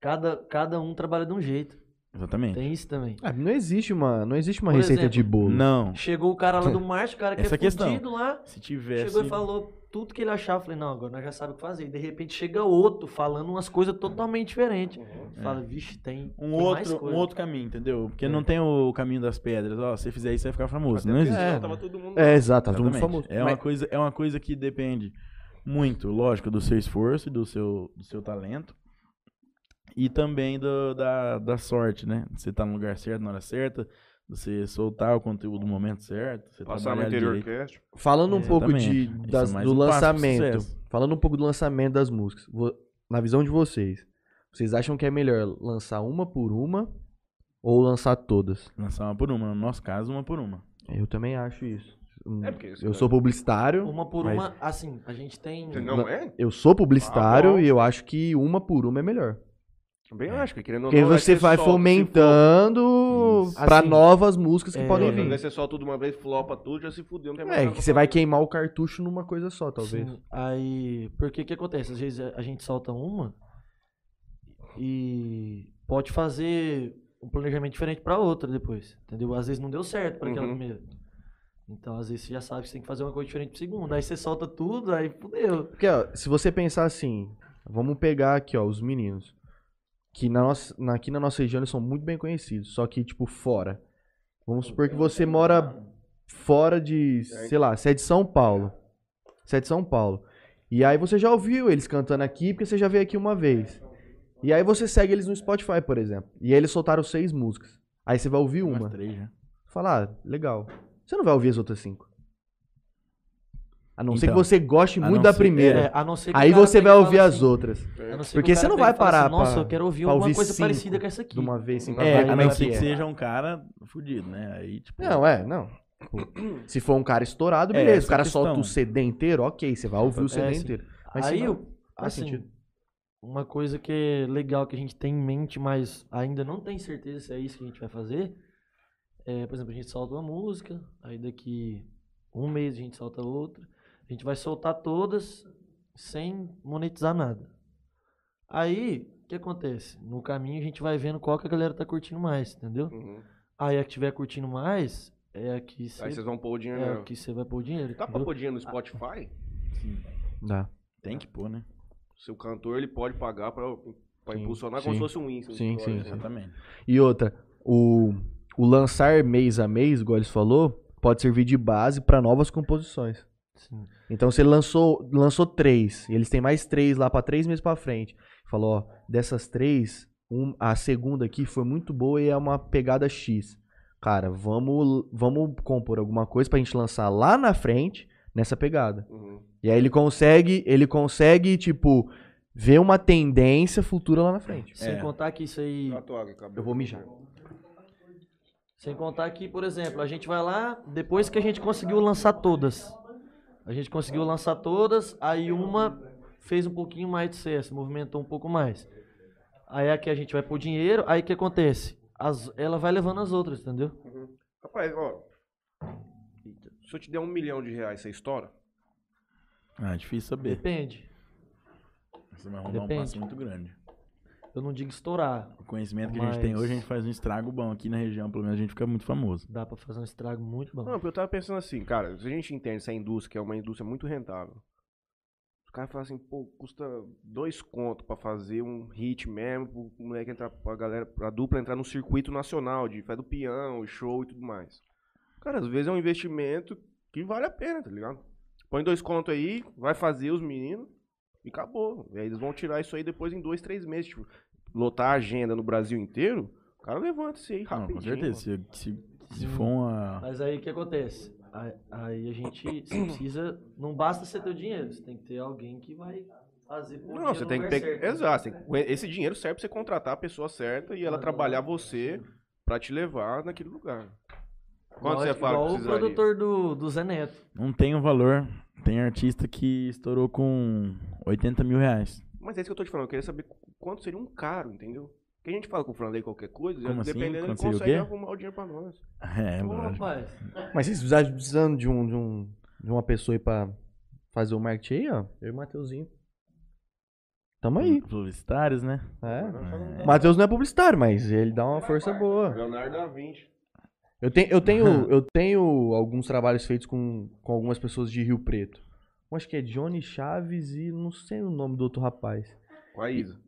[SPEAKER 3] cada, cada um trabalha de um jeito.
[SPEAKER 2] Exatamente.
[SPEAKER 3] Tem isso também.
[SPEAKER 4] Ah, não existe uma, não existe uma
[SPEAKER 3] Por
[SPEAKER 4] receita
[SPEAKER 3] exemplo,
[SPEAKER 4] de bolo.
[SPEAKER 2] Não.
[SPEAKER 3] Chegou o cara lá do Marte, o cara que
[SPEAKER 2] Essa é
[SPEAKER 3] é
[SPEAKER 2] a questão. assim.
[SPEAKER 3] fudido lá,
[SPEAKER 2] Se tivesse.
[SPEAKER 3] chegou e falou tudo que ele achava. Eu Falei, não, agora nós já sabemos o que fazer. E de repente chega outro falando umas coisas totalmente diferentes.
[SPEAKER 1] Uhum.
[SPEAKER 3] Fala, vixe, tem,
[SPEAKER 2] Um
[SPEAKER 3] tem mais
[SPEAKER 2] outro, um
[SPEAKER 3] coisa. É.
[SPEAKER 2] outro caminho, entendeu? Porque não tem o caminho das pedras. Ó, se você fizer isso, você vai ficar famoso. Não
[SPEAKER 1] Até porque
[SPEAKER 2] existe.
[SPEAKER 1] senão tava todo mundo...
[SPEAKER 4] É, exato, tá todo mundo
[SPEAKER 2] Exatamente.
[SPEAKER 4] famoso.
[SPEAKER 2] É, uma coisa, é uma coisa que depende muito, lógico, do seu esforço e do seu, do seu talento. E também do- da, da sorte, né? Você tá no lugar certo, na hora certa. Você soltar o conteúdo no momento certo. Você
[SPEAKER 1] Passar no
[SPEAKER 2] trabalhar
[SPEAKER 1] interior
[SPEAKER 2] direito.
[SPEAKER 1] cast.
[SPEAKER 4] Falando um pouco de,
[SPEAKER 2] Exatamente. Isso
[SPEAKER 4] das-
[SPEAKER 2] é mais
[SPEAKER 4] do
[SPEAKER 2] um passo pro
[SPEAKER 4] lançamento.
[SPEAKER 2] sucesso.
[SPEAKER 4] Falando um pouco do lançamento das músicas. vo- na visão de vocês, vocês acham que é melhor lançar uma por uma ou lançar todas?
[SPEAKER 2] Lançar uma por uma. No nosso caso, uma por uma.
[SPEAKER 4] Eu também acho isso.
[SPEAKER 1] É porque isso
[SPEAKER 4] Hum, eu
[SPEAKER 1] daí-
[SPEAKER 4] sou publicitário.
[SPEAKER 3] Uma por
[SPEAKER 4] mas
[SPEAKER 3] uma, assim, a gente tem.
[SPEAKER 1] Não é?
[SPEAKER 4] Eu sou publicitário
[SPEAKER 1] Ah, bom.
[SPEAKER 4] e eu acho que uma por uma é melhor.
[SPEAKER 1] Também acho que querendo ou
[SPEAKER 4] Porque
[SPEAKER 1] não,
[SPEAKER 4] você
[SPEAKER 1] ser
[SPEAKER 4] vai
[SPEAKER 1] só-
[SPEAKER 4] fomentando
[SPEAKER 2] Isso.
[SPEAKER 4] pra
[SPEAKER 3] Assim,
[SPEAKER 4] novas músicas que
[SPEAKER 3] é,
[SPEAKER 1] se for-
[SPEAKER 4] podem
[SPEAKER 1] Ao invés
[SPEAKER 4] vir.
[SPEAKER 1] de ser só tudo uma vez, flopa tudo, já se fudeu. Não tem mais
[SPEAKER 4] É,
[SPEAKER 1] nada
[SPEAKER 4] que
[SPEAKER 1] pra
[SPEAKER 4] você vai
[SPEAKER 1] fazer.
[SPEAKER 4] queimar o cartucho numa coisa só, talvez.
[SPEAKER 3] Sim, aí, porque que acontece? Às vezes a gente solta uma e pode fazer um planejamento diferente pra outra depois, entendeu? Às vezes não deu certo pra aquela
[SPEAKER 1] Uhum.
[SPEAKER 3] primeira. Então, às vezes você já sabe que você tem que fazer uma coisa diferente pro segundo. Aí você solta tudo, aí fudeu.
[SPEAKER 4] Porque, ó, se você pensar assim, vamos pegar aqui, ó, os meninos. Que na nossa, na- aqui na nossa região eles são muito bem conhecidos, só que, tipo, fora. Vamos supor que você mora fora de, sei lá, você é de São Paulo. Você é de São Paulo. E aí você já ouviu eles cantando aqui, porque você já veio aqui uma vez. E aí você segue eles no Spotify, por exemplo. E aí eles soltaram seis músicas. Aí você vai ouvir uma.
[SPEAKER 2] Umas três já.
[SPEAKER 4] Falar, ah, legal. Você não vai ouvir as outras cinco. A não ser que
[SPEAKER 2] Então.
[SPEAKER 4] você goste
[SPEAKER 2] A
[SPEAKER 4] muito
[SPEAKER 2] não
[SPEAKER 4] da
[SPEAKER 2] ser-
[SPEAKER 4] primeira.
[SPEAKER 3] É, a não ser que o
[SPEAKER 4] Aí
[SPEAKER 3] cara
[SPEAKER 4] você
[SPEAKER 3] pegue
[SPEAKER 4] vai
[SPEAKER 3] e fale
[SPEAKER 4] ouvir as
[SPEAKER 3] assim-
[SPEAKER 4] outras.
[SPEAKER 3] a ser que
[SPEAKER 4] Porque
[SPEAKER 3] o
[SPEAKER 4] você
[SPEAKER 3] cara
[SPEAKER 4] não
[SPEAKER 3] pegue e
[SPEAKER 4] vai
[SPEAKER 3] fale assim,
[SPEAKER 4] parar
[SPEAKER 3] Nossa,
[SPEAKER 4] pra-
[SPEAKER 3] eu quero ouvir
[SPEAKER 4] pra
[SPEAKER 3] alguma
[SPEAKER 4] ouvir
[SPEAKER 3] coisa
[SPEAKER 4] cinco
[SPEAKER 3] parecida com essa aqui.
[SPEAKER 4] De uma vez, assim, pra
[SPEAKER 2] É,
[SPEAKER 4] variar
[SPEAKER 2] a
[SPEAKER 4] o
[SPEAKER 2] não ser que
[SPEAKER 4] é.
[SPEAKER 2] seja um cara fudido, né? Aí, tipo.
[SPEAKER 4] Não, é, não.
[SPEAKER 3] (clears throat)
[SPEAKER 4] Tipo, Se for um cara estourado,
[SPEAKER 2] É,
[SPEAKER 4] beleza.
[SPEAKER 2] essa
[SPEAKER 4] o cara
[SPEAKER 2] questão.
[SPEAKER 4] solta o CD inteiro, ok. Você vai ouvir o CD
[SPEAKER 3] É, sim.
[SPEAKER 4] inteiro. Mas
[SPEAKER 3] Aí,
[SPEAKER 4] se não,
[SPEAKER 3] eu-
[SPEAKER 4] faz
[SPEAKER 3] assim,
[SPEAKER 4] sentido.
[SPEAKER 3] uma coisa que é legal que a gente tem em mente, mas ainda não tem certeza se é isso que a gente vai fazer. É, por exemplo, a gente solta uma música, aí daqui um mês a gente solta outra. A gente vai soltar todas sem monetizar nada. Aí, o que acontece? No caminho a gente vai vendo qual que a galera tá curtindo mais, entendeu?
[SPEAKER 1] Uhum.
[SPEAKER 3] Aí a que tiver curtindo mais é a que
[SPEAKER 1] Aí vocês
[SPEAKER 3] você
[SPEAKER 1] vão pôr o dinheiro.
[SPEAKER 3] é a
[SPEAKER 1] nela.
[SPEAKER 3] que você vai pôr o dinheiro.
[SPEAKER 1] Dá pra
[SPEAKER 3] entendeu?
[SPEAKER 1] pôr dinheiro no Spotify?
[SPEAKER 4] Dá.
[SPEAKER 2] assim, Tem que pôr, né?
[SPEAKER 1] Se o cantor ele pode pagar pra, pra
[SPEAKER 4] Sim,
[SPEAKER 1] impulsionar como
[SPEAKER 4] sim.
[SPEAKER 1] se fosse um Insta.
[SPEAKER 4] Sim, sim, sim.
[SPEAKER 2] Exatamente.
[SPEAKER 4] E outra, o, o lançar mês a mês, igual eles falou, pode servir de base pra novas composições.
[SPEAKER 3] Sim.
[SPEAKER 4] Então você lançou, lançou três, e eles têm mais três lá pra três meses pra frente. Falou, ó, dessas três, um- a segunda aqui foi muito boa e é uma pegada X. Cara, vamos, vamos compor alguma coisa pra gente lançar lá na frente nessa pegada.
[SPEAKER 1] Uhum.
[SPEAKER 4] E aí ele consegue, ele consegue tipo ver uma tendência futura lá na frente.
[SPEAKER 3] Sem
[SPEAKER 2] É.
[SPEAKER 3] contar que isso aí.
[SPEAKER 1] Tá, tua água, acabou.
[SPEAKER 4] Eu vou mijar.
[SPEAKER 3] Sem contar que, por exemplo, a gente vai lá, depois que a gente conseguiu lançar todas. A gente conseguiu lançar todas, aí uma fez um pouquinho mais de sucesso, movimentou um pouco mais. Aí aqui a gente vai pôr dinheiro, aí o que acontece? As- ela vai levando as outras, entendeu?
[SPEAKER 1] Rapaz, ó. Se eu te der um milhão de reais, você estoura?
[SPEAKER 2] Ah, difícil saber.
[SPEAKER 3] Depende.
[SPEAKER 2] Você vai arrumar um
[SPEAKER 3] Depende.
[SPEAKER 2] passo muito grande.
[SPEAKER 3] Eu não digo estourar.
[SPEAKER 2] O conhecimento que a gente tem
[SPEAKER 3] Mas-
[SPEAKER 2] hoje, a gente faz um estrago bom aqui na região, pelo menos a gente fica muito famoso.
[SPEAKER 3] Dá pra fazer um estrago muito
[SPEAKER 1] Não,
[SPEAKER 3] bom.
[SPEAKER 1] porque eu tava pensando assim, cara, se a gente entende essa indústria, que é uma indústria muito rentável. Os caras falam assim, pô, custa dois conto pra fazer um hit mesmo, pro moleque entrar, pra galera, pra dupla entrar no circuito nacional de fé do peão, show e tudo mais. Cara, às vezes é um investimento que vale a pena, tá ligado? Põe dois conto aí, vai fazer os meninos e acabou. E aí eles vão tirar isso aí depois em dois, três meses. Tipo, lotar a agenda no Brasil inteiro, o cara levanta isso aí
[SPEAKER 2] Não,
[SPEAKER 1] rapidinho.
[SPEAKER 2] com certeza. Se, se, se for uma.
[SPEAKER 3] Mas aí o que acontece? Aí, aí a gente (coughs) você precisa. Não basta ser teu dinheiro, você tem que ter alguém que vai fazer por
[SPEAKER 1] Não, é né? você tem que ter.
[SPEAKER 3] Exato.
[SPEAKER 1] Exato. você tem que- Esse dinheiro serve pra você contratar a pessoa certa e ela
[SPEAKER 3] Claro.
[SPEAKER 1] trabalhar você pra te levar naquele lugar. Quando
[SPEAKER 3] Igual-
[SPEAKER 1] você fala
[SPEAKER 3] igual
[SPEAKER 1] que
[SPEAKER 3] o
[SPEAKER 1] precisaria?
[SPEAKER 3] produtor do, do Zé Neto.
[SPEAKER 2] Não tem o valor. Tem artista que estourou com 80 mil reais.
[SPEAKER 1] Mas é isso que eu tô te falando. Eu queria saber qu- quanto seria um caro, entendeu? Porque a gente fala com o Franley qualquer coisa,
[SPEAKER 2] Como assim?
[SPEAKER 1] dependendo, ele
[SPEAKER 2] Quanto seria o
[SPEAKER 1] consegue
[SPEAKER 2] quê?
[SPEAKER 1] arrumar o dinheiro pra nós.
[SPEAKER 2] É,
[SPEAKER 3] Ô,
[SPEAKER 2] lógico.
[SPEAKER 3] rapaz,
[SPEAKER 4] Mas vocês precisam- precisando de um, de um de uma pessoa aí pra fazer o marketing aí, ó. Eu e o Mateuzinho. Tamo aí.
[SPEAKER 2] Publicitários, né?
[SPEAKER 4] É.
[SPEAKER 2] É.
[SPEAKER 4] O Matheus não é publicitário, mas ele dá uma força boa.
[SPEAKER 1] Leonardo da Vinci.
[SPEAKER 4] Eu, tenho eu, tenho, eu tenho alguns trabalhos feitos com, com algumas pessoas de Rio Preto. Um acho que é Johnny Chaves e não sei o nome do outro rapaz.
[SPEAKER 1] Com a Isa.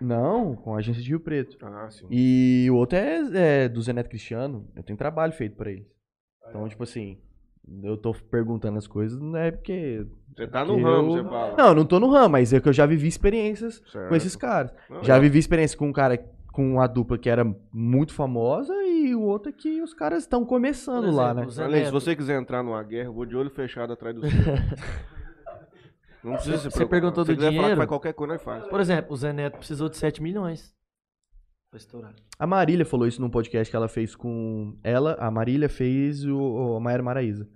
[SPEAKER 4] Não, com a agência de Rio Preto.
[SPEAKER 1] Ah, sim.
[SPEAKER 4] E o outro é, é do Zeneto Cristiano. Eu tenho trabalho feito pra eles. Então, tipo assim, eu tô perguntando as coisas, não é porque.
[SPEAKER 1] Você tá no
[SPEAKER 4] Eu-
[SPEAKER 1] ramo, você fala.
[SPEAKER 4] Não, eu não tô no ramo, mas é que eu já vivi experiências
[SPEAKER 1] Certo.
[SPEAKER 4] com esses caras.
[SPEAKER 1] Não,
[SPEAKER 4] Já
[SPEAKER 1] eu-
[SPEAKER 4] vivi experiência com um cara, com uma dupla que era muito famosa e o outro é que os caras estão começando
[SPEAKER 3] Por
[SPEAKER 4] lá, né?
[SPEAKER 3] exemplo, o Zé
[SPEAKER 1] Franley, se
[SPEAKER 3] Neto.
[SPEAKER 1] você quiser entrar numa guerra, eu vou de olho fechado atrás
[SPEAKER 3] (laughs)
[SPEAKER 1] do seu. Não precisa se
[SPEAKER 3] Você
[SPEAKER 1] preocupar.
[SPEAKER 3] perguntou
[SPEAKER 1] Se
[SPEAKER 3] do
[SPEAKER 1] quiser falar que
[SPEAKER 3] dinheiro?
[SPEAKER 1] faz qualquer coisa, nós faz.
[SPEAKER 3] Por exemplo, o Zé Neto precisou de 7 milhões pra estourar.
[SPEAKER 4] A Marília falou isso num podcast que ela fez com ela, a Marília fez o, o a Maíra Maraíza,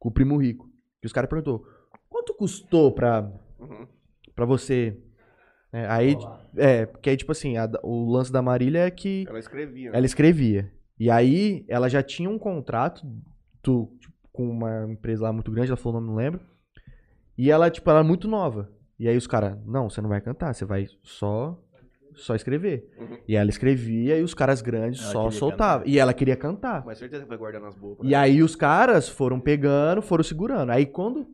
[SPEAKER 4] com o Primo Rico. E os caras perguntou: "Quanto custou pra
[SPEAKER 1] Uhum.
[SPEAKER 4] para você É, aí, é, porque aí, tipo assim, a da- o lance da Marília é que
[SPEAKER 1] Ela escrevia. né?
[SPEAKER 4] ela escrevia. E aí, ela já tinha um contrato do- tipo, com uma empresa lá muito grande, ela falou o nome, não lembro. E ela, tipo, ela era muito nova. E aí os caras, não, você não vai cantar, você vai só só escrever.
[SPEAKER 1] Uhum.
[SPEAKER 4] E ela escrevia e os caras grandes
[SPEAKER 2] Ela
[SPEAKER 4] só
[SPEAKER 2] queria
[SPEAKER 4] soltavam.
[SPEAKER 2] cantar.
[SPEAKER 4] E ela queria cantar.
[SPEAKER 1] Mas certeza que vai guardar nas boas.
[SPEAKER 4] E aí os caras foram pegando, foram segurando. Aí quando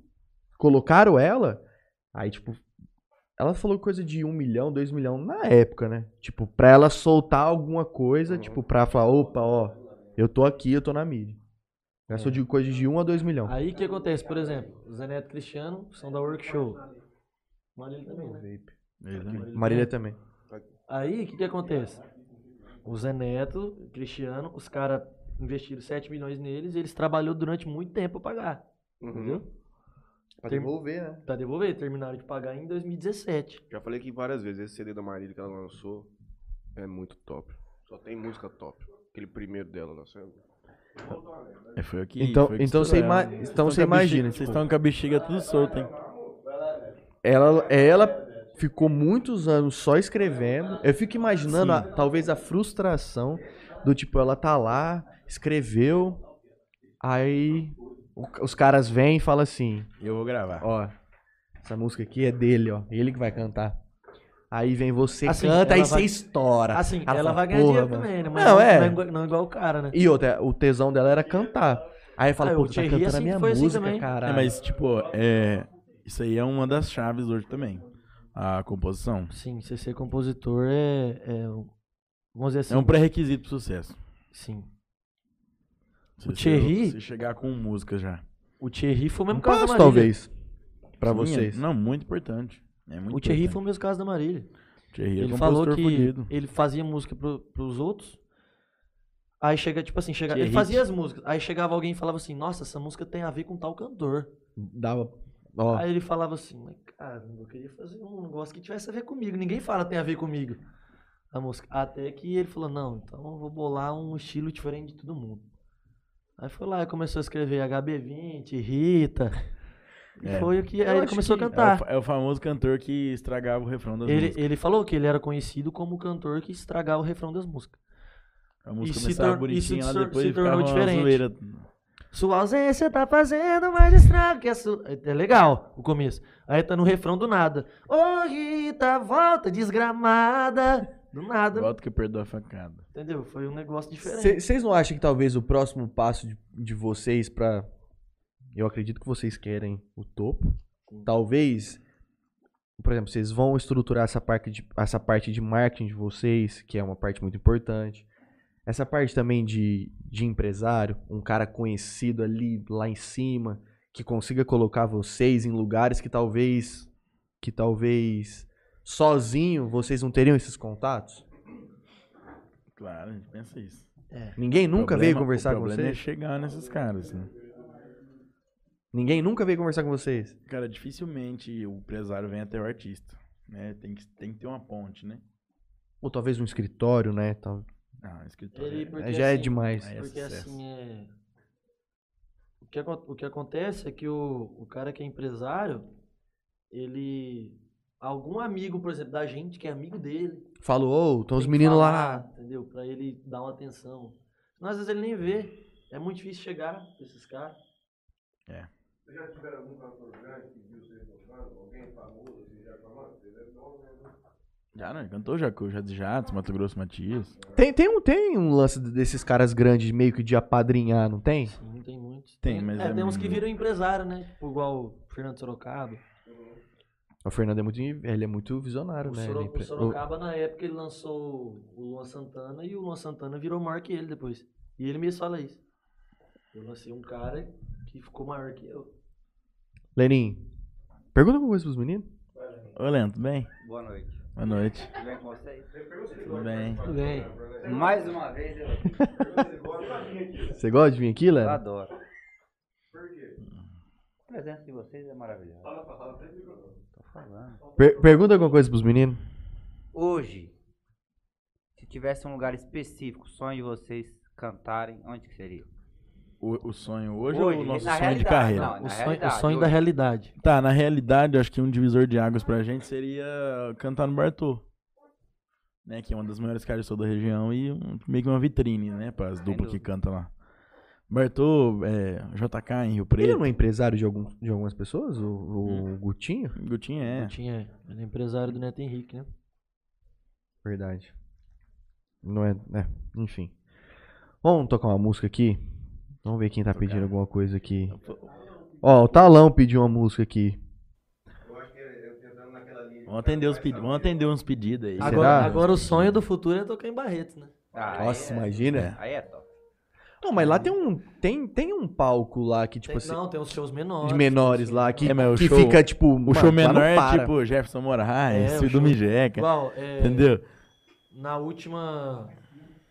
[SPEAKER 4] colocaram ela, aí tipo. Ela falou coisa de um milhão, dois milhão na época, né? Tipo, pra ela soltar alguma coisa,
[SPEAKER 1] Uhum.
[SPEAKER 4] tipo, pra falar, opa, ó, eu tô aqui, eu tô na mídia. Gastou de coisa de um a dois milhão.
[SPEAKER 3] Aí o que acontece, por exemplo, Zé Neto e Cristiano são da Workshow. Marília também, né?
[SPEAKER 2] Exatamente.
[SPEAKER 4] Marília também.
[SPEAKER 3] Aí o que, que acontece? O Zé Neto, o Cristiano, os caras investiram 7 milhões neles e eles trabalhou durante muito tempo pra pagar.
[SPEAKER 1] Uhum. tipo,
[SPEAKER 3] Entendeu?
[SPEAKER 4] Pra
[SPEAKER 3] Tem-
[SPEAKER 4] devolver, né?
[SPEAKER 3] Pra devolver, terminaram de pagar em 2017.
[SPEAKER 1] Já falei aqui várias vezes, esse CD da Marília que ela lançou é muito top. Só tem música top. Aquele primeiro dela né? lá, sabe?
[SPEAKER 2] É, foi o que,
[SPEAKER 4] Então-
[SPEAKER 2] foi o que
[SPEAKER 4] então você
[SPEAKER 2] estourou ela.
[SPEAKER 4] ima-
[SPEAKER 2] Vocês
[SPEAKER 4] então
[SPEAKER 2] estão
[SPEAKER 4] você
[SPEAKER 2] com a bexiga-
[SPEAKER 4] imagina,
[SPEAKER 2] Vocês
[SPEAKER 4] tipo-
[SPEAKER 2] estão com a bexiga tudo solta, hein?
[SPEAKER 4] Ela, ela ficou muitos anos só escrevendo. Eu fico imaginando, a- talvez, a frustração do tipo, ela tá lá, escreveu, aí o- os caras vêm e falam assim:
[SPEAKER 2] Eu vou gravar.
[SPEAKER 4] ó, essa música aqui é dele, ó, ele que vai cantar. Aí vem você,
[SPEAKER 3] Assim,
[SPEAKER 4] canta,
[SPEAKER 3] ela
[SPEAKER 4] aí
[SPEAKER 3] vai-
[SPEAKER 4] você estoura.
[SPEAKER 3] Assim, ela,
[SPEAKER 4] Ela fala,
[SPEAKER 3] vai ganhar
[SPEAKER 4] Ah, "Porra,
[SPEAKER 3] dinheiro
[SPEAKER 4] mano."
[SPEAKER 3] também, né? Mas
[SPEAKER 4] Não,
[SPEAKER 3] não,
[SPEAKER 4] é.
[SPEAKER 3] não igual, não igual o cara, né?
[SPEAKER 4] E outra, o tesão dela era cantar. Aí fala,
[SPEAKER 3] Ah,
[SPEAKER 4] pô,
[SPEAKER 3] o
[SPEAKER 4] tu tá
[SPEAKER 3] Thierry,
[SPEAKER 4] cantando a
[SPEAKER 3] assim,
[SPEAKER 4] minha
[SPEAKER 3] foi assim
[SPEAKER 4] música,
[SPEAKER 3] também.
[SPEAKER 4] caralho.
[SPEAKER 2] É, mas, tipo, é, isso aí é uma das chaves hoje também. A composição.
[SPEAKER 3] Sim, você ser compositor é. é um- vamos dizer assim.
[SPEAKER 2] É um pré-requisito pro sucesso.
[SPEAKER 3] Sim.
[SPEAKER 2] Se você-
[SPEAKER 3] Thierry-
[SPEAKER 2] Se chegar com música já.
[SPEAKER 3] O Thierry foi o
[SPEAKER 4] um
[SPEAKER 3] mesmo caso da
[SPEAKER 4] passo,
[SPEAKER 3] Marília.
[SPEAKER 4] talvez, pra
[SPEAKER 2] Sim,
[SPEAKER 4] vocês.
[SPEAKER 2] é- não, muito importante. É muito
[SPEAKER 3] O Thierry foi
[SPEAKER 2] importante.
[SPEAKER 3] o mesmo caso da Marília.
[SPEAKER 2] Thierry é
[SPEAKER 3] Ele falou
[SPEAKER 2] compositor
[SPEAKER 3] que
[SPEAKER 2] fudido.
[SPEAKER 3] ele fazia música pro, pros outros. Aí chega, tipo assim, chega, ele
[SPEAKER 2] Thierry.
[SPEAKER 3] fazia as músicas. Aí chegava alguém e falava assim, nossa, essa música tem a ver com tal cantor.
[SPEAKER 4] Dava, ó,
[SPEAKER 3] Aí ele falava assim, mas caramba, eu queria fazer um negócio que tivesse a ver comigo. Ninguém fala tem a ver comigo. A música. Até que ele falou, não, então eu vou bolar um estilo diferente de todo mundo. Aí foi lá e começou a escrever HB20, Rita. E
[SPEAKER 2] É.
[SPEAKER 3] foi o que.
[SPEAKER 4] Eu
[SPEAKER 3] Aí ele
[SPEAKER 4] acho
[SPEAKER 3] começou
[SPEAKER 4] que
[SPEAKER 3] a
[SPEAKER 2] É o,
[SPEAKER 3] cantar.
[SPEAKER 2] fa- é o famoso cantor que estragava o refrão das
[SPEAKER 3] Então tá. Ele,
[SPEAKER 2] músicas.
[SPEAKER 3] ele falou que ele era conhecido como o cantor que estragava o refrão das músicas.
[SPEAKER 2] A música
[SPEAKER 3] e se
[SPEAKER 2] começava
[SPEAKER 3] tor-
[SPEAKER 2] bonitinha
[SPEAKER 3] isso
[SPEAKER 2] lá
[SPEAKER 3] se tor-
[SPEAKER 2] depois
[SPEAKER 3] se
[SPEAKER 2] e ficava
[SPEAKER 3] tornou
[SPEAKER 2] uma
[SPEAKER 3] diferente.
[SPEAKER 2] zoeira.
[SPEAKER 3] Sua ausência tá fazendo mais estrago que a sua. É legal o começo. Aí tá no refrão do nada. Ô Rita, volta desgramada. Do nada.
[SPEAKER 2] Volta que eu perdoa a facada.
[SPEAKER 3] Entendeu? Foi um negócio diferente.
[SPEAKER 4] Vocês não acham que talvez o próximo passo de, de vocês pra. Eu acredito que vocês querem o topo. Talvez. Por exemplo, vocês vão estruturar essa parte, de, essa parte de marketing de vocês, que é uma parte muito importante. Essa parte também de, de empresário, um cara conhecido ali lá em cima, que consiga colocar vocês em lugares que talvez. Que talvez sozinho vocês não teriam esses contatos?
[SPEAKER 2] Claro, a gente pensa isso.
[SPEAKER 4] Ninguém nunca
[SPEAKER 2] Problema-
[SPEAKER 4] veio conversar
[SPEAKER 2] o
[SPEAKER 4] com
[SPEAKER 2] problema
[SPEAKER 4] vocês?
[SPEAKER 2] é chegar nesses caras, né?
[SPEAKER 4] Ninguém nunca veio conversar com vocês.
[SPEAKER 2] Cara, dificilmente o empresário vem até o artista, né? Tem que, tem que ter uma ponte, né?
[SPEAKER 4] Ou talvez um escritório, né? Tal.
[SPEAKER 2] Ah, escritor.
[SPEAKER 3] Ele- porque
[SPEAKER 4] Já é
[SPEAKER 3] assim,
[SPEAKER 4] demais.
[SPEAKER 2] Aí é
[SPEAKER 3] Porque
[SPEAKER 2] sucesso.
[SPEAKER 3] assim é. O que, acon- o que acontece é que o, o cara que é empresário, ele. Algum amigo, por exemplo, da gente, que é amigo dele.
[SPEAKER 4] Falou, estão os
[SPEAKER 3] tem que
[SPEAKER 4] meninos
[SPEAKER 3] falar,
[SPEAKER 4] lá.
[SPEAKER 3] Entendeu? Pra ele dar uma atenção. Senão, às vezes ele nem vê. É muito difícil chegar pra esses caras.
[SPEAKER 1] já tiveram algum cantor grande que viu vocês tocando? Alguém famoso que já falando? Vocês é bom, né?
[SPEAKER 2] Já, né? Cantou já, já de Jatos, Mato Grosso, Matias.
[SPEAKER 4] Tem, tem, um, tem um lance desses caras grandes meio que de apadrinhar, não tem?
[SPEAKER 3] Sim, Assim, tem muitos.
[SPEAKER 2] Tem, mas
[SPEAKER 3] É,
[SPEAKER 2] é
[SPEAKER 3] tem uns que
[SPEAKER 2] muito.
[SPEAKER 3] viram empresário, né? Tipo, igual o Fernando Sorocaba.
[SPEAKER 4] O Fernando é muito, ele é muito visionário,
[SPEAKER 3] O,
[SPEAKER 4] né?
[SPEAKER 3] Soro-
[SPEAKER 4] Ele
[SPEAKER 3] o
[SPEAKER 4] é empre-
[SPEAKER 3] Sorocaba, na época, ele lançou o Luan Santana e o Luan Santana virou maior que ele depois. E ele mesmo fala isso. Eu lancei um cara que ficou maior que eu.
[SPEAKER 4] O- Lenin, pergunta alguma coisa pros meninos?
[SPEAKER 2] Ô, Lento, bem?
[SPEAKER 5] Boa noite.
[SPEAKER 2] Boa noite.
[SPEAKER 5] Tudo bem com vocês?
[SPEAKER 2] Tudo bem?
[SPEAKER 3] Tudo bem.
[SPEAKER 5] Mais uma vez eu,
[SPEAKER 4] Você gosta de vir aqui,
[SPEAKER 5] eu
[SPEAKER 4] Léo?
[SPEAKER 5] adoro. Por quê? A presença de vocês é maravilhosa. Tô falando.
[SPEAKER 3] Tá.
[SPEAKER 4] Per- pergunta alguma coisa pros meninos?
[SPEAKER 5] Hoje, se tivesse um lugar específico, sonho de vocês cantarem, onde que seria?
[SPEAKER 2] o, o sonho hoje,
[SPEAKER 6] Hoje,
[SPEAKER 2] ou o nosso
[SPEAKER 6] na
[SPEAKER 2] sonho de
[SPEAKER 6] realidade,
[SPEAKER 2] carreira?
[SPEAKER 6] não. Na
[SPEAKER 3] O sonho, o
[SPEAKER 6] realidade,
[SPEAKER 3] sonho da
[SPEAKER 6] hoje.
[SPEAKER 3] realidade.
[SPEAKER 2] Tá, na realidade, eu acho que um divisor de águas pra gente seria cantar no Bartô. Né, que é uma das maiores caras da região e um- meio que uma vitrine, né, pras
[SPEAKER 6] Sem
[SPEAKER 2] duplas que
[SPEAKER 6] dúvida.
[SPEAKER 2] cantam lá. Bartô, é, JK em Rio
[SPEAKER 4] Ele
[SPEAKER 2] Preto,
[SPEAKER 4] não é empresário de, algum, de algumas pessoas? O, o
[SPEAKER 2] Hum.
[SPEAKER 4] Gutinho?
[SPEAKER 2] Gutinha é.
[SPEAKER 3] Eu tinha, ele é empresário do Neto Henrique, né?
[SPEAKER 4] Verdade. Não é. É, enfim. Vamos tocar uma música aqui. Vamos ver quem tá pedindo alguma coisa aqui. Ó, o Talão pediu uma música aqui.
[SPEAKER 2] Vamos atender, os pedi- vamos atender uns pedidos aí.
[SPEAKER 3] Agora, agora o sonho do futuro é tocar em Barretos, né?
[SPEAKER 6] Ah,
[SPEAKER 4] Nossa,
[SPEAKER 6] aí é-
[SPEAKER 4] imagina.
[SPEAKER 6] Aí é top.
[SPEAKER 4] Não, mas lá tem um. Tem, tem um palco lá que, tipo
[SPEAKER 3] Tem-
[SPEAKER 4] assim.
[SPEAKER 3] não, tem uns shows menores.
[SPEAKER 4] de menores
[SPEAKER 3] assim.
[SPEAKER 4] lá que,
[SPEAKER 2] É, mas o
[SPEAKER 4] que
[SPEAKER 2] show-
[SPEAKER 4] fica, tipo.
[SPEAKER 2] O show menor é
[SPEAKER 4] para.
[SPEAKER 2] tipo Jefferson Moraes,
[SPEAKER 3] É, o
[SPEAKER 2] Cido
[SPEAKER 3] show-
[SPEAKER 2] Mijeca,
[SPEAKER 3] Igual, é,
[SPEAKER 2] entendeu?
[SPEAKER 3] na última.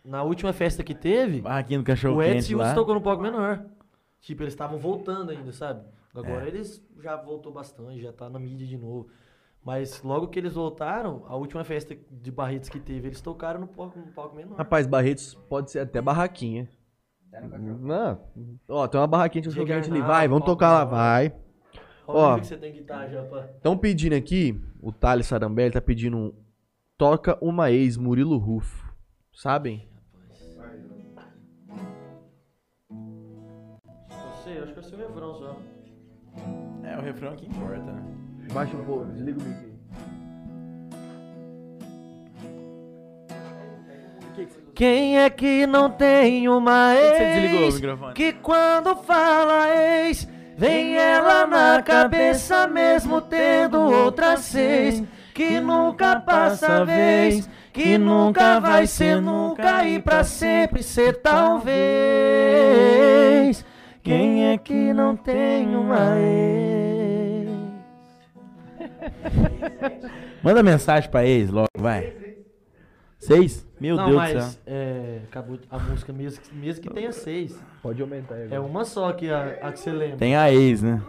[SPEAKER 3] Na última festa que teve,
[SPEAKER 2] Barraquinha do Cachorro
[SPEAKER 3] o Edson
[SPEAKER 2] Quente
[SPEAKER 3] e o Wilson
[SPEAKER 2] lá.
[SPEAKER 3] tocou no palco menor. Tipo, eles estavam voltando ainda, sabe? Agora eles já voltou bastante, já tá na mídia de novo. Mas logo que eles voltaram, a última festa de Barretos que teve, eles tocaram no palco, no palco menor.
[SPEAKER 4] Rapaz, Barretos pode ser até barraquinha. Não. Ó, tem uma barraquinha de cachorro
[SPEAKER 3] Chega
[SPEAKER 4] quente ali.
[SPEAKER 3] nada,
[SPEAKER 4] Vai, vamos
[SPEAKER 3] palco
[SPEAKER 4] tocar lá,
[SPEAKER 3] menor.
[SPEAKER 4] vai.
[SPEAKER 3] Olha o
[SPEAKER 4] ó.
[SPEAKER 3] nível que você tem que estar já pra...
[SPEAKER 4] Estão pedindo aqui, o Thales Sarambelli tá pedindo um Toca Uma Ex, Murilo Rufo. Sabem?
[SPEAKER 3] Não sei, acho que vai ser o refrão só.
[SPEAKER 2] É, o refrão que importa, né?
[SPEAKER 4] Baixa um pouco, desliga o mic.
[SPEAKER 3] Quem é que não tem uma
[SPEAKER 2] que você desligou o
[SPEAKER 3] ex
[SPEAKER 2] microfone?
[SPEAKER 3] que quando fala ex vem ela na cabeça mesmo tendo outras seis que nunca passa a vez que nunca vai ser nunca e pra sempre ser talvez quem é que não tem uma ex
[SPEAKER 2] Manda mensagem pra eles logo, vai. Seis? Meu
[SPEAKER 3] não,
[SPEAKER 2] Deus do
[SPEAKER 3] mas
[SPEAKER 2] céu.
[SPEAKER 3] é, acabou de- a música mesmo, que- mesmo que tenha seis.
[SPEAKER 4] Pode aumentar aí
[SPEAKER 3] É uma só que a, a que você lembra.
[SPEAKER 2] Tem a ex, né?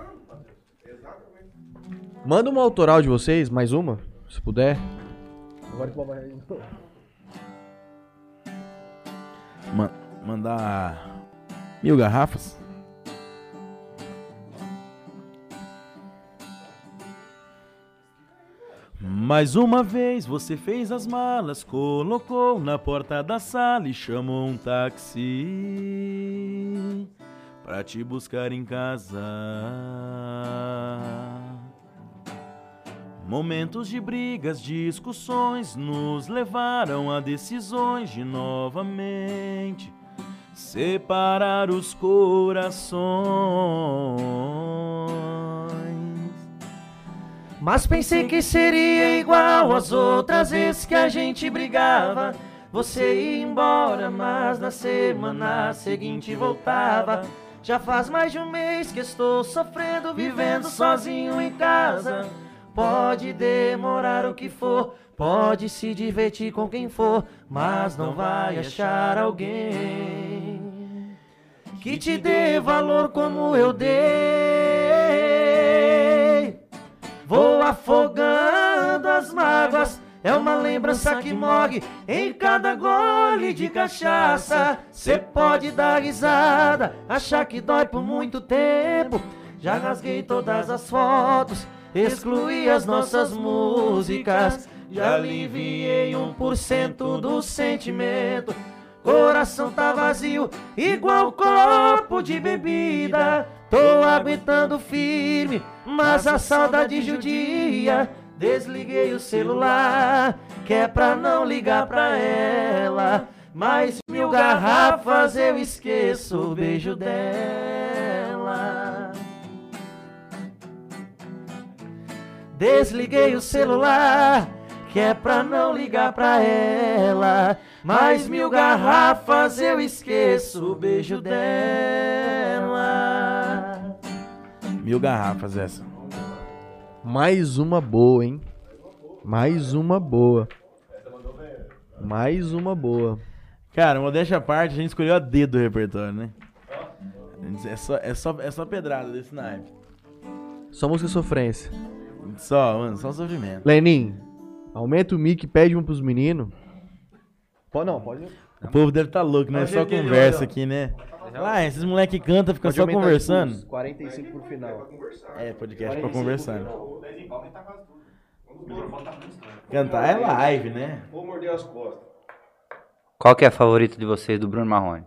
[SPEAKER 4] Manda uma autoral de vocês, mais uma, se puder. Agora que o papai...
[SPEAKER 2] Ma- mandar mil garrafas? Mais uma vez você fez as malas, colocou na porta da sala e chamou um táxi pra te buscar em casa. Momentos de brigas, discussões nos levaram a decisões de novamente separar os corações.
[SPEAKER 3] Mas pensei que seria igual às outras vezes que a gente brigava. Você ia embora, mas na semana seguinte voltava. Já faz mais de um mês que estou sofrendo, vivendo sozinho em casa. Pode demorar o que for, pode se divertir com quem for, mas não vai achar alguém que te dê valor como eu dei. Vou afogando as mágoas. É uma lembrança que morre em cada gole de cachaça. Cê pode dar risada, achar que dói por muito tempo. Já rasguei todas as fotos, excluí as nossas músicas. Já aliviei 1% do sentimento. Coração tá vazio, igual copo de bebida. Tô aguentando firme, mas a saudade judia. Desliguei o celular, que é pra não ligar pra ela. Mas mil garrafas eu esqueço o beijo dela. Desliguei o celular, que é pra não ligar pra ela. Mais mil garrafas eu esqueço o beijo dela.
[SPEAKER 2] Mil garrafas essa.
[SPEAKER 4] Mais uma boa, hein? Mais uma boa. Mais uma boa.
[SPEAKER 2] Cara, modéstia à parte, a gente escolheu a D do repertório, né? A gente- É só, é só, é só pedrada desse naipe.
[SPEAKER 4] Só música sofrência.
[SPEAKER 2] Só, mano, só sofrimento.
[SPEAKER 4] Lenin, aumenta o mic e pede um pros meninos. Pode não, pode.
[SPEAKER 2] O povo deve estar louco, né?
[SPEAKER 3] Olha o
[SPEAKER 2] Só
[SPEAKER 3] jeito dele,
[SPEAKER 2] conversa
[SPEAKER 3] olha.
[SPEAKER 2] aqui, né? Lá, esses moleque canta, fica
[SPEAKER 4] pode
[SPEAKER 2] só
[SPEAKER 4] aumentar, tipo,
[SPEAKER 2] conversando.
[SPEAKER 4] uns 45 pro final.
[SPEAKER 2] É, podcast pra
[SPEAKER 4] 45
[SPEAKER 2] conversar. né?
[SPEAKER 5] O 10 em pau tá quase tudo. Vamos embora, volta pra música.
[SPEAKER 2] Cantar é live, né?
[SPEAKER 1] Vou morder as costas.
[SPEAKER 6] Qual que é a favorita de vocês do Bruno Marrone?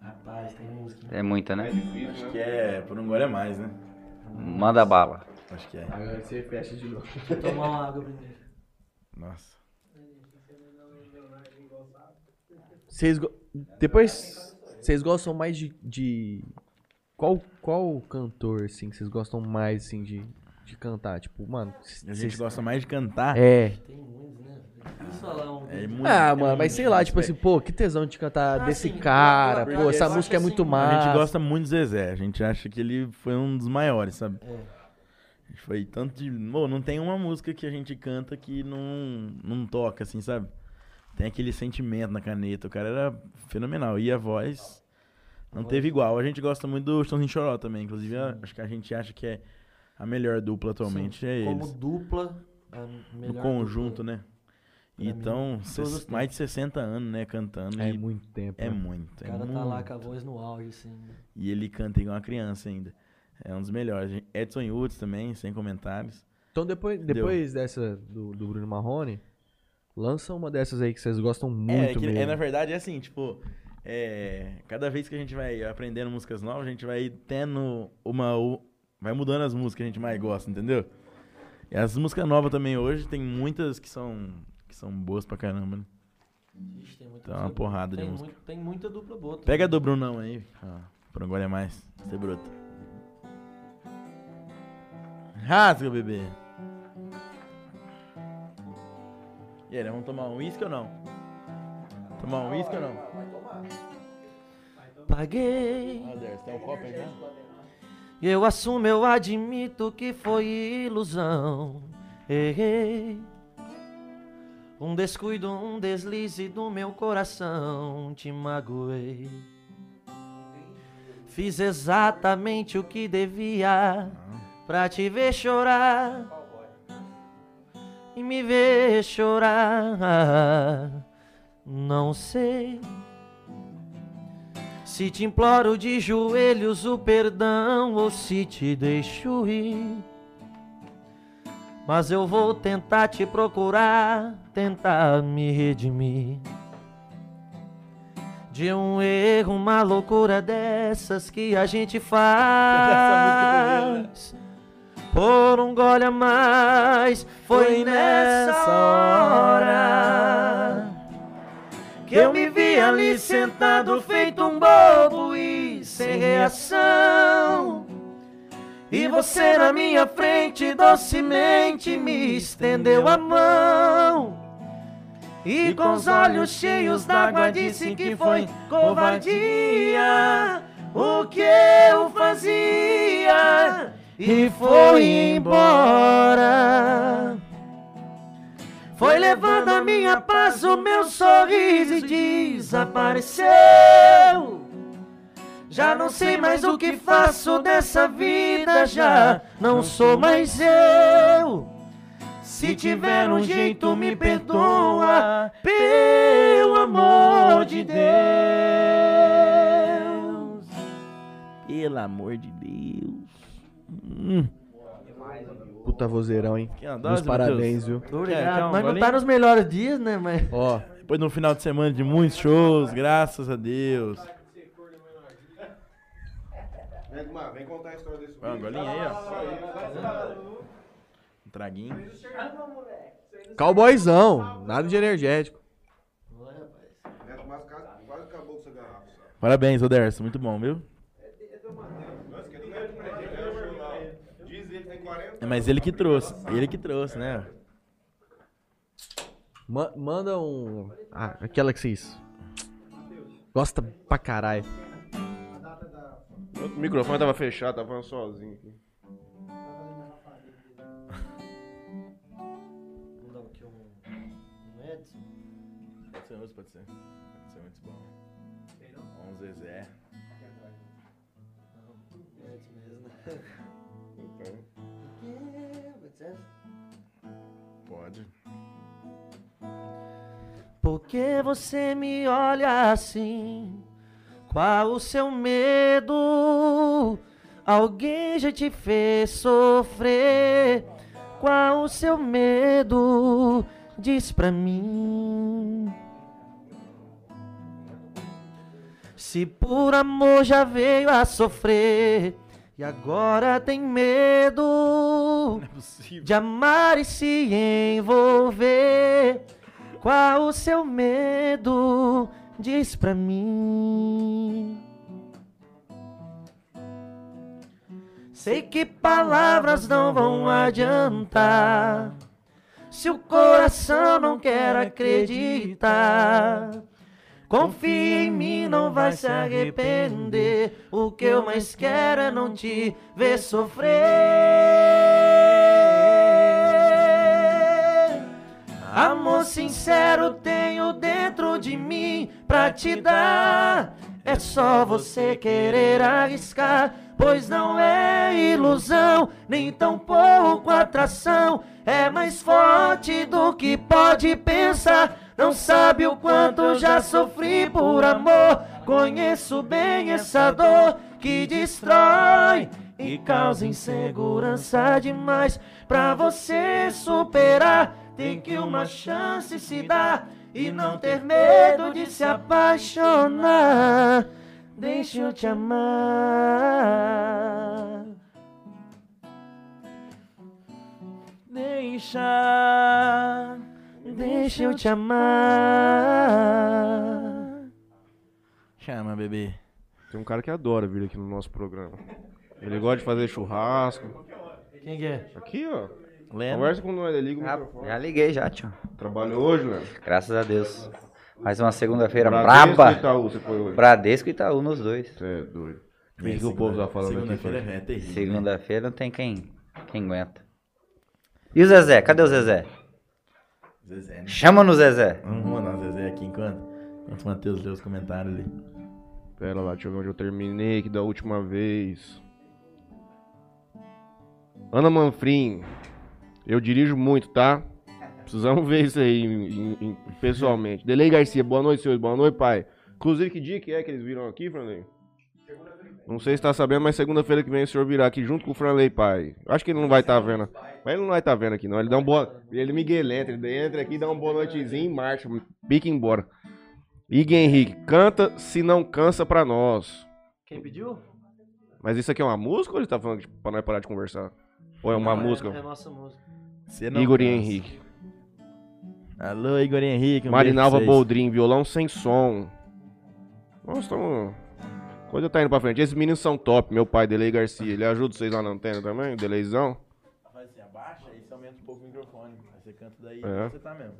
[SPEAKER 3] Rapaz, tem música.
[SPEAKER 6] É muita, né?
[SPEAKER 1] Difícil,
[SPEAKER 2] Acho
[SPEAKER 1] né?
[SPEAKER 2] que é, por um gole é mais, né?
[SPEAKER 6] Manda bala.
[SPEAKER 2] Acho que é.
[SPEAKER 4] Agora você fecha de novo.
[SPEAKER 3] Deixa eu tomar uma água primeiro.
[SPEAKER 2] Nossa.
[SPEAKER 4] Vocês go- Depois, vocês gostam mais de. de- Qual, qual cantor, assim, que vocês gostam mais, assim, de, de cantar? Tipo, mano.
[SPEAKER 2] A
[SPEAKER 4] vocês-
[SPEAKER 2] gente gosta mais de cantar.
[SPEAKER 4] É.
[SPEAKER 3] Tem muitos, né? É difícil falar um.
[SPEAKER 2] É muito-
[SPEAKER 4] Ah,
[SPEAKER 2] é
[SPEAKER 4] mano, mas
[SPEAKER 2] muito
[SPEAKER 4] sei lá, tipo assim,
[SPEAKER 2] difícil,
[SPEAKER 4] pô, que tesão de cantar
[SPEAKER 3] Ah,
[SPEAKER 4] desse
[SPEAKER 3] sim,
[SPEAKER 4] cara,
[SPEAKER 3] eu- eu-
[SPEAKER 4] pô,
[SPEAKER 3] eu
[SPEAKER 4] essa
[SPEAKER 3] acho
[SPEAKER 4] música é
[SPEAKER 3] assim,
[SPEAKER 4] muito
[SPEAKER 3] a
[SPEAKER 2] velho.
[SPEAKER 4] massa.
[SPEAKER 2] né? A gente gosta muito do Zezé. A gente acha que ele foi um dos maiores, sabe? A gente Foi tanto de. Pô, não tem uma música que a gente canta que não, não toca, assim, sabe? Tem aquele sentimento na caneta. O cara era fenomenal. E a voz não teve igual. A gente gosta muito do Chãozinho Choró também. Inclusive, a- acho que a gente acha que é a melhor dupla atualmente. É eles.
[SPEAKER 3] Como dupla, a
[SPEAKER 2] no
[SPEAKER 3] melhor.
[SPEAKER 2] conjunto,
[SPEAKER 3] dupla.
[SPEAKER 2] né?
[SPEAKER 3] mim,
[SPEAKER 2] Então,
[SPEAKER 3] todos
[SPEAKER 2] ses-
[SPEAKER 3] têm.
[SPEAKER 2] mais de 60 anos, né, cantando.
[SPEAKER 4] É
[SPEAKER 2] e
[SPEAKER 4] muito tempo.
[SPEAKER 2] é
[SPEAKER 4] né?
[SPEAKER 2] muito.
[SPEAKER 3] O
[SPEAKER 2] é
[SPEAKER 3] cara tá lá
[SPEAKER 2] muito.
[SPEAKER 3] com a voz no auge, assim. né?
[SPEAKER 2] E ele canta igual uma criança ainda. É um dos melhores. gente. Edson Yutes também, sem comentários.
[SPEAKER 4] Então depois, depois dessa do, do Bruno Marrone, lança uma dessas aí que vocês gostam
[SPEAKER 2] é,
[SPEAKER 4] muito
[SPEAKER 2] que-
[SPEAKER 4] mesmo.
[SPEAKER 2] é, na verdade, é assim, tipo... é, cada vez que a gente vai aprendendo músicas novas, a gente vai tendo uma... o- Vai mudando as músicas que a gente mais gosta, entendeu? E as músicas novas também hoje, tem muitas que são... Que são boas pra caramba, né?
[SPEAKER 3] Ixi, tem muita
[SPEAKER 2] Tá uma
[SPEAKER 3] música boa.
[SPEAKER 2] porrada de
[SPEAKER 3] Tem
[SPEAKER 2] música.
[SPEAKER 3] muito- tem muita dupla boa. também.
[SPEAKER 2] Pega a do Brunão aí. Ah, por agora é mais. Você bruto. Rasga, bebê. E aí, nós vamos tomar um uísque ou não? Tomar um uísque ou não?
[SPEAKER 3] Paguei.
[SPEAKER 2] Ah, Dersa, tem um copo aí, né?
[SPEAKER 3] Eu assumo, eu admito que foi ilusão. Errei. Um descuido, um deslize do meu coração, te magoei. Fiz exatamente o que devia pra te ver chorar. E me ver chorar. Não sei. Se te imploro de joelhos o perdão ou se te deixo ir. Mas eu vou tentar te procurar, tentar me redimir. De um erro, uma loucura dessas que a gente faz. Por um gole a mais, foi nessa hora que eu me vi ali sentado feito um bobo e sem reação. E você na minha frente docemente me estendeu a mão. E com os olhos cheios d'água disse que foi covardia o que eu fazia e foi embora. Foi levando a minha paz, o meu sorriso e desapareceu. Já não sei mais o que faço dessa vida, já não sou mais eu. Se tiver um jeito, me perdoa, pelo amor de Deus.
[SPEAKER 2] Pelo amor de Deus.
[SPEAKER 4] Puta vozeirão, hein?
[SPEAKER 2] Que é uma dose,
[SPEAKER 4] Meus parabéns, viu?
[SPEAKER 2] Quer- quer um
[SPEAKER 3] Nós não
[SPEAKER 2] golinho?
[SPEAKER 3] tá nos melhores dias, né, mas.
[SPEAKER 4] Ó,
[SPEAKER 2] Depois de um final de semana de muitos shows, graças a Deus.
[SPEAKER 1] Vem, Gumar, vem contar a história desse
[SPEAKER 2] Vai uma
[SPEAKER 1] vídeo.
[SPEAKER 2] golinha aí, ó. Um traguinho.
[SPEAKER 4] cowboyzão, nada de energético.
[SPEAKER 1] Neto Márcio quase quase acabou com essa garrafa. sabe?
[SPEAKER 2] Parabéns, Oderson. Muito bom, viu?
[SPEAKER 1] Nossa, que eu não ganho de presente, eu ganho jornal. Diz ele que tem 40
[SPEAKER 2] É, mas ele que trouxe. Ele que trouxe, né?
[SPEAKER 4] Ma- manda um. Ah, aquela que vocês. Gosta pra caralho.
[SPEAKER 1] O microfone tava fechado, tava falando sozinho aqui.
[SPEAKER 3] Não, que um, um Edson.
[SPEAKER 2] Pode ser pode ser. Pode ser muito bom. Um Zezé.
[SPEAKER 3] Um Edson mesmo. (laughs) Então.
[SPEAKER 2] Pode.
[SPEAKER 3] Por que você me olha assim? Qual o seu medo? Alguém já te fez sofrer? Qual o seu medo? Diz pra mim. Se por amor já veio a sofrer e agora tem medo
[SPEAKER 2] é possível.
[SPEAKER 3] de amar e se envolver. Qual o seu medo? Diz pra mim. Sei que palavras não vão adiantar se o coração não quer acreditar. Confia em mim, não vai se arrepender. O que eu mais quero é não te ver sofrer. Amor sincero tenho dentro de mim pra te dar. É só você querer arriscar, pois não é ilusão, nem tão pouco atração. É mais forte do que pode pensar. Não sabe o quanto já sofri por amor. Conheço bem essa dor que destrói e causa insegurança Tá demais. Pra você superar, tem que uma chance se dar e não ter medo de se apaixonar. Deixa eu te amar. Deixa, deixa eu te amar.
[SPEAKER 2] Chama, bebê.
[SPEAKER 1] Tem um cara que adora vir aqui no nosso programa. Ele gosta de fazer churrasco.
[SPEAKER 3] Quem que é? né?
[SPEAKER 1] Aqui, ó.
[SPEAKER 2] Lembra?
[SPEAKER 1] Conversa com nós, ele liga o
[SPEAKER 6] Já,
[SPEAKER 1] microfone.
[SPEAKER 6] já liguei já, tio.
[SPEAKER 1] Trabalhou hoje, né?
[SPEAKER 6] Graças a Deus. Mais uma segunda-feira
[SPEAKER 1] Bradesco e
[SPEAKER 6] braba.
[SPEAKER 1] Itaú, você foi hoje.
[SPEAKER 6] Bradesco e Itaú nos dois.
[SPEAKER 1] Você é doido. Vem que o povo tá falando aqui.
[SPEAKER 2] Segunda-feira
[SPEAKER 1] cara.
[SPEAKER 2] é terrível.
[SPEAKER 6] Segunda-feira não tem quem, quem aguenta. E o Zezé? Cadê o Zezé?
[SPEAKER 2] Zezé, né?
[SPEAKER 6] Chama no Zezé.
[SPEAKER 2] Vamos mandar o Zezé aqui enquanto. Enquanto o Matheus lê os comentários ali.
[SPEAKER 1] Pera lá, deixa eu ver onde eu terminei que da última vez. Ana Manfrim, eu dirijo muito, tá? Precisamos ver isso aí em- em- em- pessoalmente. Delei Garcia, boa noite, senhores. Boa noite, pai. Inclusive, que dia que é que eles viram aqui, Franley? Não sei se tá sabendo, mas segunda-feira que vem o senhor virá aqui junto com o Franley, pai. Acho que ele não vai estar vendo. Mas ele não vai estar vendo aqui, não. Ele dá um boa. Ele miguelenta, ele entra aqui, dá um boa noitezinho e marcha. Pique embora. Ig Henrique, canta se não cansa pra nós.
[SPEAKER 3] Quem pediu?
[SPEAKER 1] Mas isso aqui é uma música ou ele tá falando tipo, pra nós parar de conversar? Ou é uma música?
[SPEAKER 3] É, nossa música.
[SPEAKER 2] Você
[SPEAKER 1] Igor e
[SPEAKER 2] cansa.
[SPEAKER 1] Henrique.
[SPEAKER 2] Alô, Igor e Henrique. Um
[SPEAKER 1] Marinalva
[SPEAKER 2] beijo pra vocês.
[SPEAKER 1] Boldrin, violão sem som. Nossa, tamo... Coisa tá indo pra frente. Esses meninos são top. Meu pai, Delei Garcia. Ele ajuda vocês lá na antena também? Deleizão?
[SPEAKER 2] Faz assim, abaixa e você aumenta um pouco o microfone. Aí você canta daí
[SPEAKER 1] É.
[SPEAKER 2] onde você tá mesmo.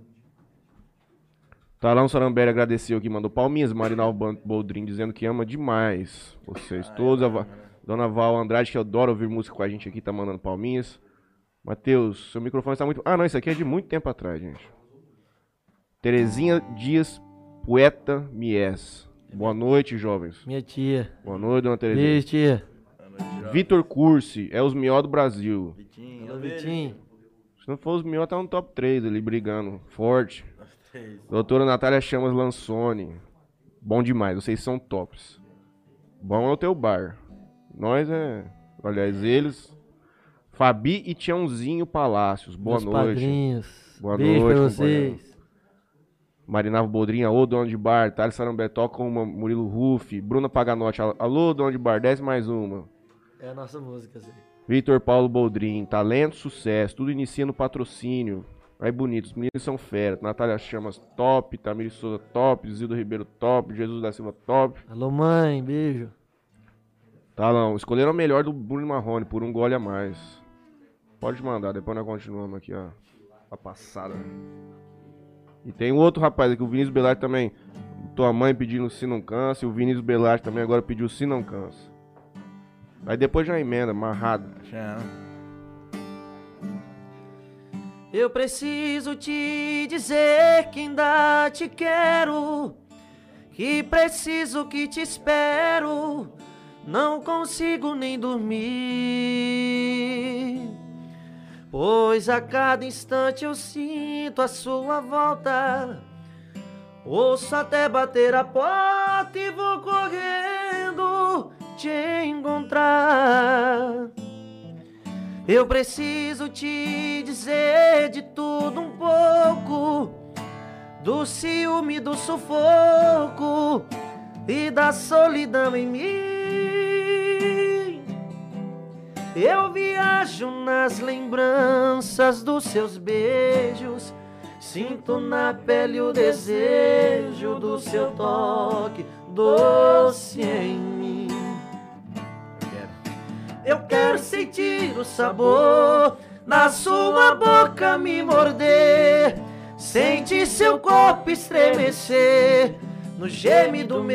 [SPEAKER 1] Talão Sarambere agradeceu aqui, mandou palminhas. Marinalva Ban- Boldrin dizendo que ama demais vocês todos. A Va- Dona Val Andrade, que adora ouvir música com a gente aqui, tá mandando palminhas. Matheus, seu microfone está muito. Ah, não, isso aqui é de muito tempo atrás, gente. Terezinha Dias Poeta Mies. Boa noite, jovens.
[SPEAKER 3] Minha tia.
[SPEAKER 1] Boa noite, dona Terezinha.
[SPEAKER 3] Beijo, tia.
[SPEAKER 1] Vitor Cursi, é os mió do Brasil.
[SPEAKER 2] Vitinho,
[SPEAKER 3] Alô, Vitinho.
[SPEAKER 1] Se não for os mió, tá no top 3 ali, brigando. Forte.
[SPEAKER 2] Três.
[SPEAKER 1] Doutora Natália Chamas Lansone. Bom demais, vocês são tops. Bom é o teu bar. Nós é. Aliás, eles. Fabi e Tiãozinho Palácios. Boa
[SPEAKER 3] meus
[SPEAKER 1] noite.
[SPEAKER 3] padrinhos.
[SPEAKER 1] Boa
[SPEAKER 3] Beijo
[SPEAKER 1] noite,
[SPEAKER 3] pra
[SPEAKER 1] companheiro.
[SPEAKER 3] vocês.
[SPEAKER 1] Marinavo Bodrinha, ô dono de bar. Thales Sarambé, toca uma. Murilo Ruff. Bruna Paganotti, al- alô, dono de bar. Desce mais uma.
[SPEAKER 3] É a nossa música, assim.
[SPEAKER 1] Vitor Paulo Boldrin, talento, sucesso, tudo inicia no patrocínio. Aí bonito, os meninos são fera. Natália Chamas, top. Tamir Souza, top. Zildo Ribeiro, top. Jesus da Silva, top.
[SPEAKER 3] Alô, mãe. Beijo.
[SPEAKER 1] Tá, não. Escolheram o melhor do Bruno Marrone, por um gole a mais. Pode mandar, depois nós continuamos aqui, ó. A passada. E tem um outro rapaz aqui, o Vinícius Belarte também. Tua mãe pedindo se não cansa, e o Vinícius Belarte também agora pediu se não cansa. Aí depois já emenda, amarrado.
[SPEAKER 2] Chama.
[SPEAKER 3] Eu preciso te dizer que ainda te quero, que preciso que te espero. Não consigo nem dormir, pois a cada instante eu sinto a sua volta. Ouço até bater a porta e vou correndo te encontrar. Eu preciso te dizer de tudo um pouco, do ciúme, do sufoco e da solidão em mim. Eu viajo nas lembranças dos seus beijos. Sinto na pele o desejo do seu toque doce em mim. Eu quero sentir o sabor da sua boca me morder. Sentir seu corpo estremecer no gemido meu.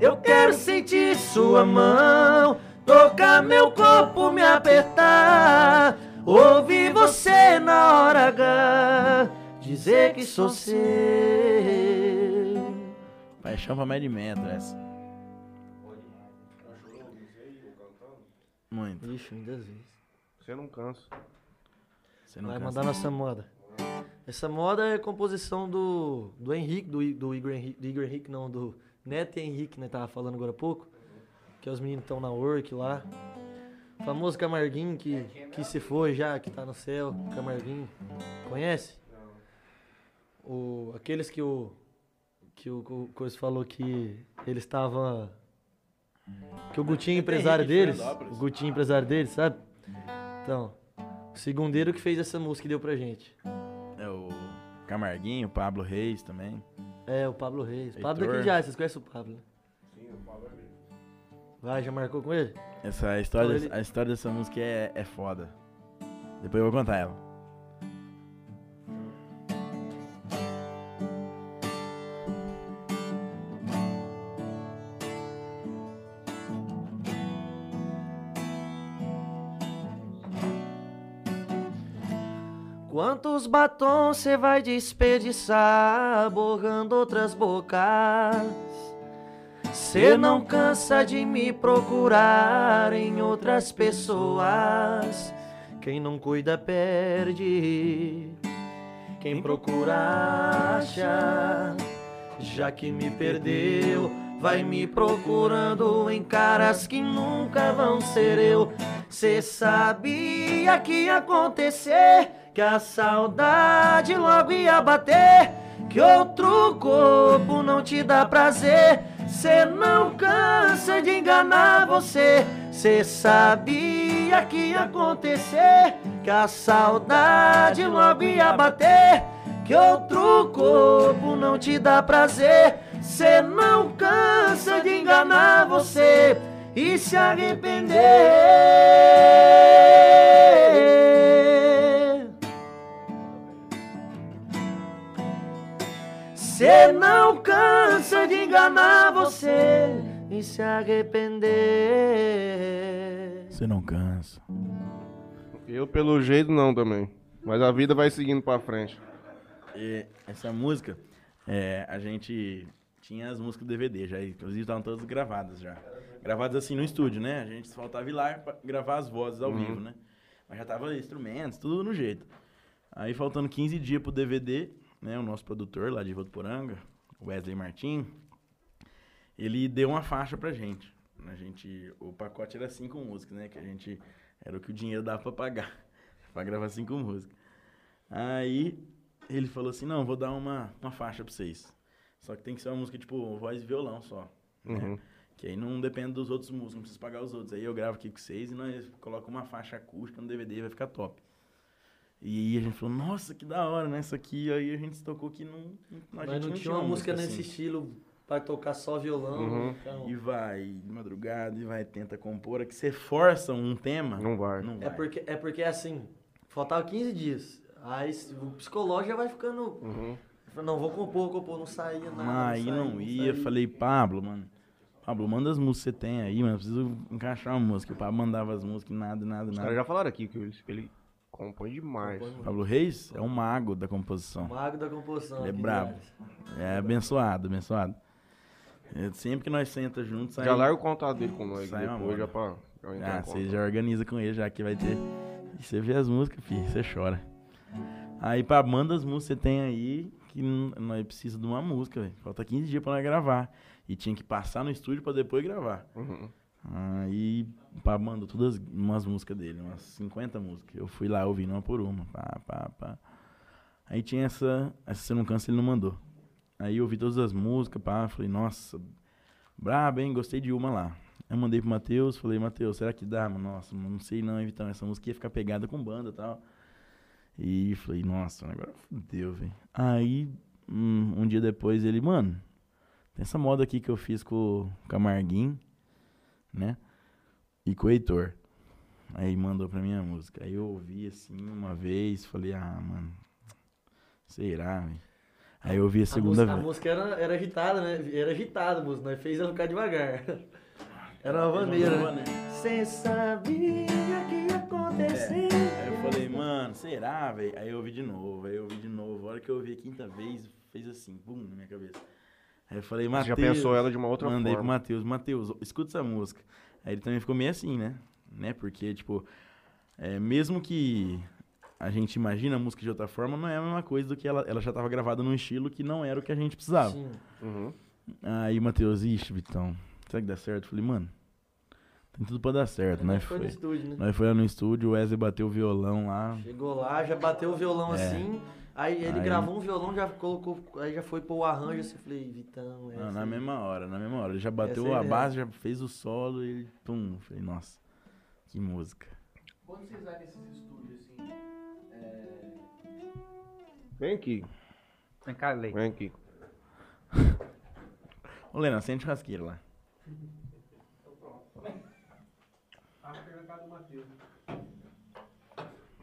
[SPEAKER 3] Eu quero sentir sua mão tocar meu corpo, me apertar. Ouvir você na hora H dizer que sou seu.
[SPEAKER 2] Paixão pra Mad Metro essa. Muito.
[SPEAKER 7] Ixi, muitas vezes.
[SPEAKER 1] Você não cansa.
[SPEAKER 2] Você não
[SPEAKER 7] Vai
[SPEAKER 2] cansa.
[SPEAKER 7] mandar nossa moda. Essa moda é composição do, do Henrique, do, I- do Igor Henrique, do Igor Henrique, não, do Neto e Henrique, né? Tava falando agora há pouco. Que é os meninos estão na work lá. O famoso Camarguinho que, que se foi já, que tá no céu. Camarguinho. Conhece? O, aqueles que o. Que o, o Coisa falou que ele estava. Que o Gutinho, empresário deles. O Gutinho, empresário deles, sabe? Então. O segundeiro que fez essa música e deu pra gente.
[SPEAKER 2] É o Camarguinho, Pablo Reis também.
[SPEAKER 7] É, o Pablo Reis. Pablo
[SPEAKER 2] Heitor.
[SPEAKER 7] daqui já, vocês conhecem o Pablo, né? Sim, o Pablo é Vai, já marcou com ele?
[SPEAKER 2] Essa a história,
[SPEAKER 7] Então ele-
[SPEAKER 2] a história dessa música é, é foda. Depois eu vou contar ela.
[SPEAKER 3] Quantos batons cê vai desperdiçar, borrando outras bocas? Cê não cansa de me procurar em outras pessoas. Quem não cuida perde, quem procura acha. Já que me perdeu, vai me procurando em caras que nunca vão ser eu. Cê sabia que ia acontecer, que a saudade logo ia bater, que outro corpo não te dá prazer. Cê não cansa de enganar você, cê sabia que ia acontecer, que a saudade logo ia bater, que outro corpo não te dá prazer. Cê não cansa de enganar você e se arrepender. Cê não cansa de enganar você e se arrepender.
[SPEAKER 2] Você não cansa.
[SPEAKER 1] Eu, pelo jeito, não também. Mas a vida vai seguindo pra frente.
[SPEAKER 2] E essa música, é, a gente tinha as músicas do DVD já, inclusive estavam todas gravadas já. Gravadas assim no estúdio, né? A gente só faltava ir lá pra gravar as vozes ao vivo, né? Mas já tava instrumentos, tudo no jeito. Aí faltando 15 dias pro DVD, né? O nosso produtor lá de Votuporanga, Wesley Martim, ele deu uma faixa pra gente. A gente o pacote era cinco músicas, né? Que a gente era o que o dinheiro dava pra pagar, (laughs) pra gravar cinco músicas. Aí ele falou assim: não, vou dar uma, uma faixa pra vocês. Só que tem que ser uma música tipo voz e violão só. né?
[SPEAKER 1] Uhum.
[SPEAKER 2] Que aí não depende dos outros músicos, não precisa pagar os outros. Aí eu gravo aqui com vocês e nós colocamos uma faixa acústica no DVD vai ficar top. E aí a gente falou, nossa, que da hora, né? Isso aqui, aí a gente tocou que não. não- A
[SPEAKER 7] Mas
[SPEAKER 2] gente
[SPEAKER 7] não tinha uma música nesse
[SPEAKER 2] assim.
[SPEAKER 7] estilo pra tocar só violão.
[SPEAKER 1] Uhum.
[SPEAKER 7] então.
[SPEAKER 2] E vai de madrugada, e vai, tenta compor. É que você força um tema.
[SPEAKER 1] Não vai.
[SPEAKER 2] Não
[SPEAKER 7] É,
[SPEAKER 2] vai.
[SPEAKER 7] porque, é porque assim, faltava 15 dias. Aí se- o psicológico já vai ficando.
[SPEAKER 1] Uhum.
[SPEAKER 7] Fala, Não, vou compor, compor, não saía nada.
[SPEAKER 2] Ah, aí
[SPEAKER 7] saía,
[SPEAKER 2] não ia.
[SPEAKER 7] saía.
[SPEAKER 2] Falei, Pablo, mano. Pablo, manda as músicas que você tem aí, mano. Eu preciso encaixar uma música. O Pablo mandava as músicas, nada, nada,
[SPEAKER 1] Os caras
[SPEAKER 2] nada.
[SPEAKER 1] já falaram aqui que ele, ele compõe demais.
[SPEAKER 7] Compõe muito.
[SPEAKER 2] Pablo Reis é um mago da composição.
[SPEAKER 7] Mago da composição.
[SPEAKER 2] Ele é
[SPEAKER 7] que
[SPEAKER 2] brabo.
[SPEAKER 7] viagem.
[SPEAKER 2] É abençoado, abençoado. É, sempre que nós senta juntos, sai.
[SPEAKER 1] Já larga o contato dele com nós
[SPEAKER 2] Sai uma
[SPEAKER 1] depois, já
[SPEAKER 2] moda.
[SPEAKER 1] pra... já entrar
[SPEAKER 2] Ah,
[SPEAKER 1] em
[SPEAKER 2] você
[SPEAKER 1] contato.
[SPEAKER 2] já organiza com ele, já que vai ter. E você vê as músicas, filho, você chora. Aí pra bandas músicas que você tem aí, que n- nós precisa de uma música, velho. Falta 15 dias pra nós gravar. E tinha que passar no estúdio pra depois gravar.
[SPEAKER 1] Uhum.
[SPEAKER 2] Aí, pá, mandou todas umas músicas dele, umas 50 músicas. Eu fui lá ouvindo uma por uma, pá, pá, pá. Aí tinha essa, essa Você Não Cansa, ele não mandou. Aí eu ouvi todas as músicas, pá, falei, nossa, braba, hein, gostei de uma lá. Eu mandei pro Matheus, falei, Matheus, será que dá? Mano, Nossa, não sei não, hein, Vitão, essa música ia ficar pegada com banda e tal. E falei, nossa, agora fudeu, velho. Aí, hum, um dia depois, ele, mano, tem essa moda aqui que eu fiz com o Camarguinho né? E com o Heitor. Aí mandou pra mim a música. Aí eu ouvi assim uma vez, falei, ah, mano, será, velho? Aí eu ouvi a segunda
[SPEAKER 3] música, a
[SPEAKER 2] vez.
[SPEAKER 3] música era, era agitada, né? Era agitada a música, nós fez ela ficar devagar. (laughs) Era uma maneira. né? Cê sabia que ia
[SPEAKER 2] Tá
[SPEAKER 3] acontecer.
[SPEAKER 2] Aí É, eu falei, mano, será, velho? Aí eu ouvi de novo, aí eu ouvi de novo. A hora que eu ouvi a quinta vez, fez assim, bum, na minha cabeça. Aí eu falei,
[SPEAKER 1] Você já
[SPEAKER 2] Matheus.
[SPEAKER 1] pensou ela de uma outra
[SPEAKER 2] Mandei pro
[SPEAKER 1] forma.
[SPEAKER 2] Matheus, Matheus, escuta essa música. Aí ele também ficou meio assim, né? Né? Porque, tipo, é, mesmo que a gente imagina a música de outra forma, não é a mesma coisa do que ela, ela já tava gravada num estilo que não era o que a gente precisava.
[SPEAKER 3] Sim.
[SPEAKER 1] Uhum.
[SPEAKER 2] Aí o Matheus, ixi, Vitão, será que dá certo? Eu falei, mano, tem tudo pra dar certo, né?
[SPEAKER 3] Nós foi no
[SPEAKER 2] Foi.
[SPEAKER 3] estúdio, né?
[SPEAKER 2] Nós foi lá no estúdio, o Wesley bateu o violão lá.
[SPEAKER 3] Chegou lá, já bateu o violão assim. Aí ele
[SPEAKER 2] É. Aí-
[SPEAKER 3] gravou um violão, já colocou. Aí já foi pro arranjo assim. eu Falei, Vitão, é.
[SPEAKER 2] Não,
[SPEAKER 3] assim.
[SPEAKER 2] na mesma hora, na mesma hora. Ele já
[SPEAKER 3] aí
[SPEAKER 2] bateu a
[SPEAKER 3] mesmo.
[SPEAKER 2] base, já fez o solo e ele, pum, eu falei, nossa, que música.
[SPEAKER 5] Quando vocês vai nesses estúdios, assim,
[SPEAKER 1] Vem aqui,
[SPEAKER 6] Vem cá, Lei.
[SPEAKER 1] vem aqui.
[SPEAKER 2] Ô, Lena, sente churrasqueira lá.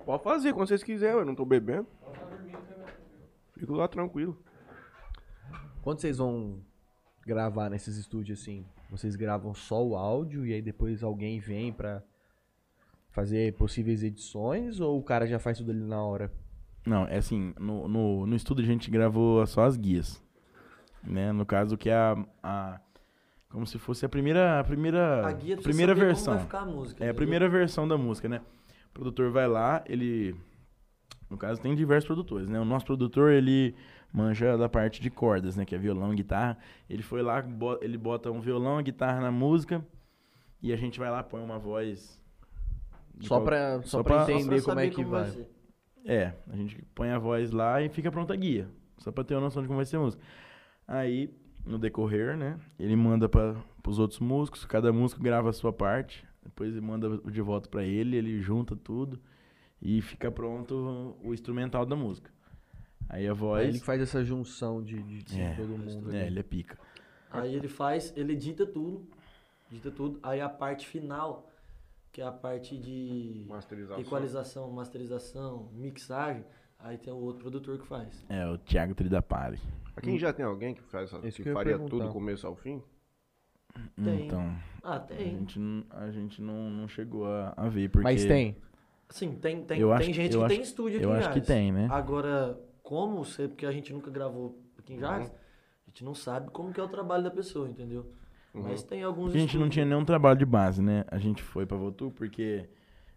[SPEAKER 1] Pode fazer quando vocês quiserem, eu não tô bebendo. Fico lá tranquilo.
[SPEAKER 4] Quando vocês vão gravar nesses estúdios assim, vocês gravam só o áudio e aí depois alguém vem pra fazer possíveis edições ou o cara já faz tudo ali na hora?
[SPEAKER 2] Não, é assim, no, no, no estúdio a gente gravou só as guias. Né? No caso, que é a, a. Como se fosse a primeira. A primeira,
[SPEAKER 3] A guia pra você
[SPEAKER 2] primeira
[SPEAKER 3] saber como
[SPEAKER 2] versão.
[SPEAKER 3] vai ficar a
[SPEAKER 2] É
[SPEAKER 3] música,
[SPEAKER 2] a
[SPEAKER 3] entendeu?
[SPEAKER 2] primeira versão da música, né? O produtor vai lá, ele. No caso, tem diversos produtores, né? O nosso produtor, ele manja da parte de cordas, né? Que é violão, guitarra. Ele foi lá, bo- ele bota um violão, a guitarra na música. E a gente vai lá, põe uma voz. de
[SPEAKER 4] Só
[SPEAKER 2] qual-
[SPEAKER 4] pra, só
[SPEAKER 2] Então, só
[SPEAKER 4] pra
[SPEAKER 2] pra-
[SPEAKER 4] entender
[SPEAKER 3] Só pra
[SPEAKER 4] como é
[SPEAKER 3] saber
[SPEAKER 4] que vai.
[SPEAKER 3] ser.
[SPEAKER 2] É, a gente põe a voz lá e fica pronta a guia. Só pra ter uma noção de como vai ser a música. Aí, no decorrer, né? Ele manda para os outros músicos, cada músico grava a sua parte. Depois ele manda de volta pra ele, ele junta tudo e fica pronto o instrumental da música. Aí a
[SPEAKER 4] Aí ele
[SPEAKER 2] voz.
[SPEAKER 4] que faz essa junção de, de- de
[SPEAKER 2] É,
[SPEAKER 4] todo mundo. né?
[SPEAKER 2] É,
[SPEAKER 4] ali.
[SPEAKER 2] ele é pica.
[SPEAKER 3] Aí ele faz, ele edita tudo. Edita tudo. Aí a parte final, que é a parte de
[SPEAKER 1] Masterização.
[SPEAKER 3] equalização, masterização, mixagem, aí tem o outro produtor que faz.
[SPEAKER 2] É, o Thiago Tridapari.
[SPEAKER 1] Aqui já tem alguém que, faz, essa-
[SPEAKER 4] Isso
[SPEAKER 1] que
[SPEAKER 4] que eu ia
[SPEAKER 1] faria
[SPEAKER 4] perguntar.
[SPEAKER 1] tudo do começo ao fim?
[SPEAKER 3] Tem.
[SPEAKER 2] Então,
[SPEAKER 3] Ah,
[SPEAKER 2] a
[SPEAKER 4] Hum.
[SPEAKER 3] tem.
[SPEAKER 2] gente, não- a gente não, não chegou a, a ver. Porque
[SPEAKER 4] Mas tem.
[SPEAKER 3] Sim, tem, tem,
[SPEAKER 2] Eu
[SPEAKER 3] tem
[SPEAKER 2] acho-
[SPEAKER 3] gente
[SPEAKER 2] eu
[SPEAKER 3] que
[SPEAKER 2] acho-
[SPEAKER 3] tem estúdio aqui
[SPEAKER 2] eu
[SPEAKER 3] em
[SPEAKER 2] acho que
[SPEAKER 3] Jales.
[SPEAKER 2] tem, né?
[SPEAKER 3] Agora, como ser, porque a gente nunca gravou aqui em Jales, a gente não sabe como que é o trabalho da pessoa, entendeu? Mas tem alguns
[SPEAKER 2] Porque a gente não
[SPEAKER 3] estúdios-
[SPEAKER 2] tinha nenhum trabalho de base, né? A gente foi pra Votu porque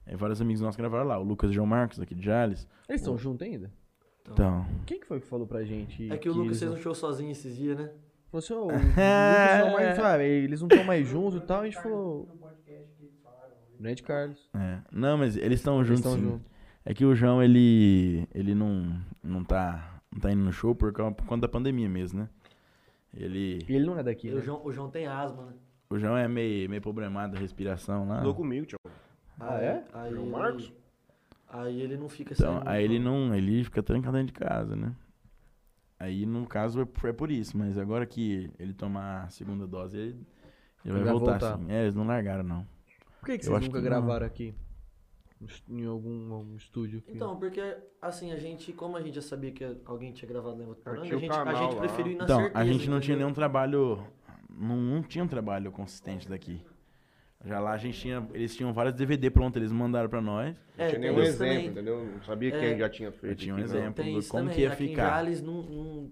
[SPEAKER 2] eh, vários amigos nossos gravaram lá. O Lucas e o João Marcos, aqui de Jales.
[SPEAKER 4] Eles estão juntos ainda?
[SPEAKER 2] Então,
[SPEAKER 4] Quem que foi que falou pra gente?
[SPEAKER 3] É que o Lucas
[SPEAKER 4] eles
[SPEAKER 3] fez um
[SPEAKER 4] não...
[SPEAKER 3] show sozinho esses dias, né?
[SPEAKER 1] (laughs)
[SPEAKER 4] Falou assim, "Ô, o Lucas não é mais, sabe, eles não estão mais juntos e tal. A gente falou. Não é de Carlos.
[SPEAKER 2] é. Não, mas eles estão
[SPEAKER 4] Eles
[SPEAKER 2] juntos.
[SPEAKER 4] estão
[SPEAKER 2] sim.
[SPEAKER 4] juntos.
[SPEAKER 2] É que o João, ele. Ele não, não, tá, não tá indo no show por causa, por conta da pandemia mesmo, né? Ele.
[SPEAKER 4] E ele não é daqui.
[SPEAKER 3] E
[SPEAKER 4] Né?
[SPEAKER 3] o João, o João tem asma, né?
[SPEAKER 2] O João é meio, meio problemado da respiração lá.
[SPEAKER 1] Mudou comigo, tio.
[SPEAKER 4] Ah, é?
[SPEAKER 3] Aí
[SPEAKER 1] João
[SPEAKER 3] ele-
[SPEAKER 1] Marcos?
[SPEAKER 3] Aí ele não fica
[SPEAKER 2] Então,
[SPEAKER 3] saindo,
[SPEAKER 2] aí ele não. Ele fica trancado dentro de casa, né? Aí, no caso, é por, é por isso. Mas agora que ele tomar a segunda dose, ele, ele vai,
[SPEAKER 4] Vai
[SPEAKER 2] voltar,
[SPEAKER 4] voltar.
[SPEAKER 2] sim. É, eles não largaram, não.
[SPEAKER 4] Por que, que
[SPEAKER 2] Eu
[SPEAKER 4] vocês
[SPEAKER 2] acho
[SPEAKER 4] nunca
[SPEAKER 2] que não.
[SPEAKER 4] gravaram aqui? No est- Em algum, algum estúdio? aqui?
[SPEAKER 3] Então, porque assim, a gente, como a gente já sabia que alguém tinha gravado Lembra do Poranga,
[SPEAKER 1] tinha
[SPEAKER 3] a
[SPEAKER 1] o
[SPEAKER 3] gente, a
[SPEAKER 1] canal
[SPEAKER 3] gente
[SPEAKER 1] lá.
[SPEAKER 3] preferiu ir na
[SPEAKER 2] Então,
[SPEAKER 3] certeza.
[SPEAKER 2] a gente não tinha
[SPEAKER 3] entendeu?
[SPEAKER 2] nenhum trabalho. Não, não tinha um trabalho consistente daqui. Já lá a gente tinha. Eles tinham vários DVD pronto, eles mandaram pra nós.
[SPEAKER 1] Não
[SPEAKER 3] É,
[SPEAKER 1] tinha
[SPEAKER 3] tem
[SPEAKER 1] nenhum
[SPEAKER 3] isso
[SPEAKER 1] exemplo,
[SPEAKER 3] também.
[SPEAKER 1] entendeu? Não sabia
[SPEAKER 3] É.
[SPEAKER 1] quem já tinha feito.
[SPEAKER 2] tinha um
[SPEAKER 1] aqui, não.
[SPEAKER 2] exemplo.
[SPEAKER 3] Então, Tem
[SPEAKER 2] do
[SPEAKER 3] isso
[SPEAKER 2] como
[SPEAKER 3] também. né?
[SPEAKER 2] que ia
[SPEAKER 3] Aqui em
[SPEAKER 2] ficar.
[SPEAKER 3] Jales não, não-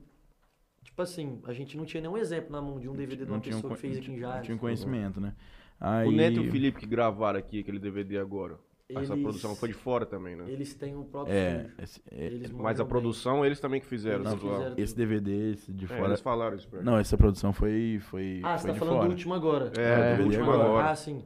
[SPEAKER 3] Tipo assim, a gente não tinha nenhum exemplo na mão de um DVD de
[SPEAKER 2] não
[SPEAKER 3] uma
[SPEAKER 2] tinha um
[SPEAKER 3] pessoa
[SPEAKER 2] con-
[SPEAKER 3] que fez
[SPEAKER 2] não
[SPEAKER 3] aqui em
[SPEAKER 2] tinha- não
[SPEAKER 3] Jales.
[SPEAKER 2] tinha um conhecimento, né? Aí,
[SPEAKER 1] O Neto e o Felipe que gravaram aqui aquele DVD agora. Essa
[SPEAKER 3] eles-
[SPEAKER 1] produção foi de fora também, né?
[SPEAKER 3] Eles têm o próprio
[SPEAKER 2] É,
[SPEAKER 3] estúdio.
[SPEAKER 2] esse, é,
[SPEAKER 3] Eles
[SPEAKER 1] Mas a
[SPEAKER 3] mandam
[SPEAKER 1] produção eles também que fizeram,
[SPEAKER 3] Eles
[SPEAKER 1] não,
[SPEAKER 3] fizeram.
[SPEAKER 1] fizeram.
[SPEAKER 2] esse DVD, esse de
[SPEAKER 1] É,
[SPEAKER 2] fora.
[SPEAKER 1] eles falaram isso pra
[SPEAKER 2] Não, essa produção foi. foi
[SPEAKER 3] bem. Ah,
[SPEAKER 2] foi
[SPEAKER 3] você tá
[SPEAKER 2] de
[SPEAKER 3] falando
[SPEAKER 2] fora.
[SPEAKER 3] do último agora.
[SPEAKER 1] É,
[SPEAKER 2] do
[SPEAKER 3] do último
[SPEAKER 2] último
[SPEAKER 1] agora.
[SPEAKER 3] Ah, sim.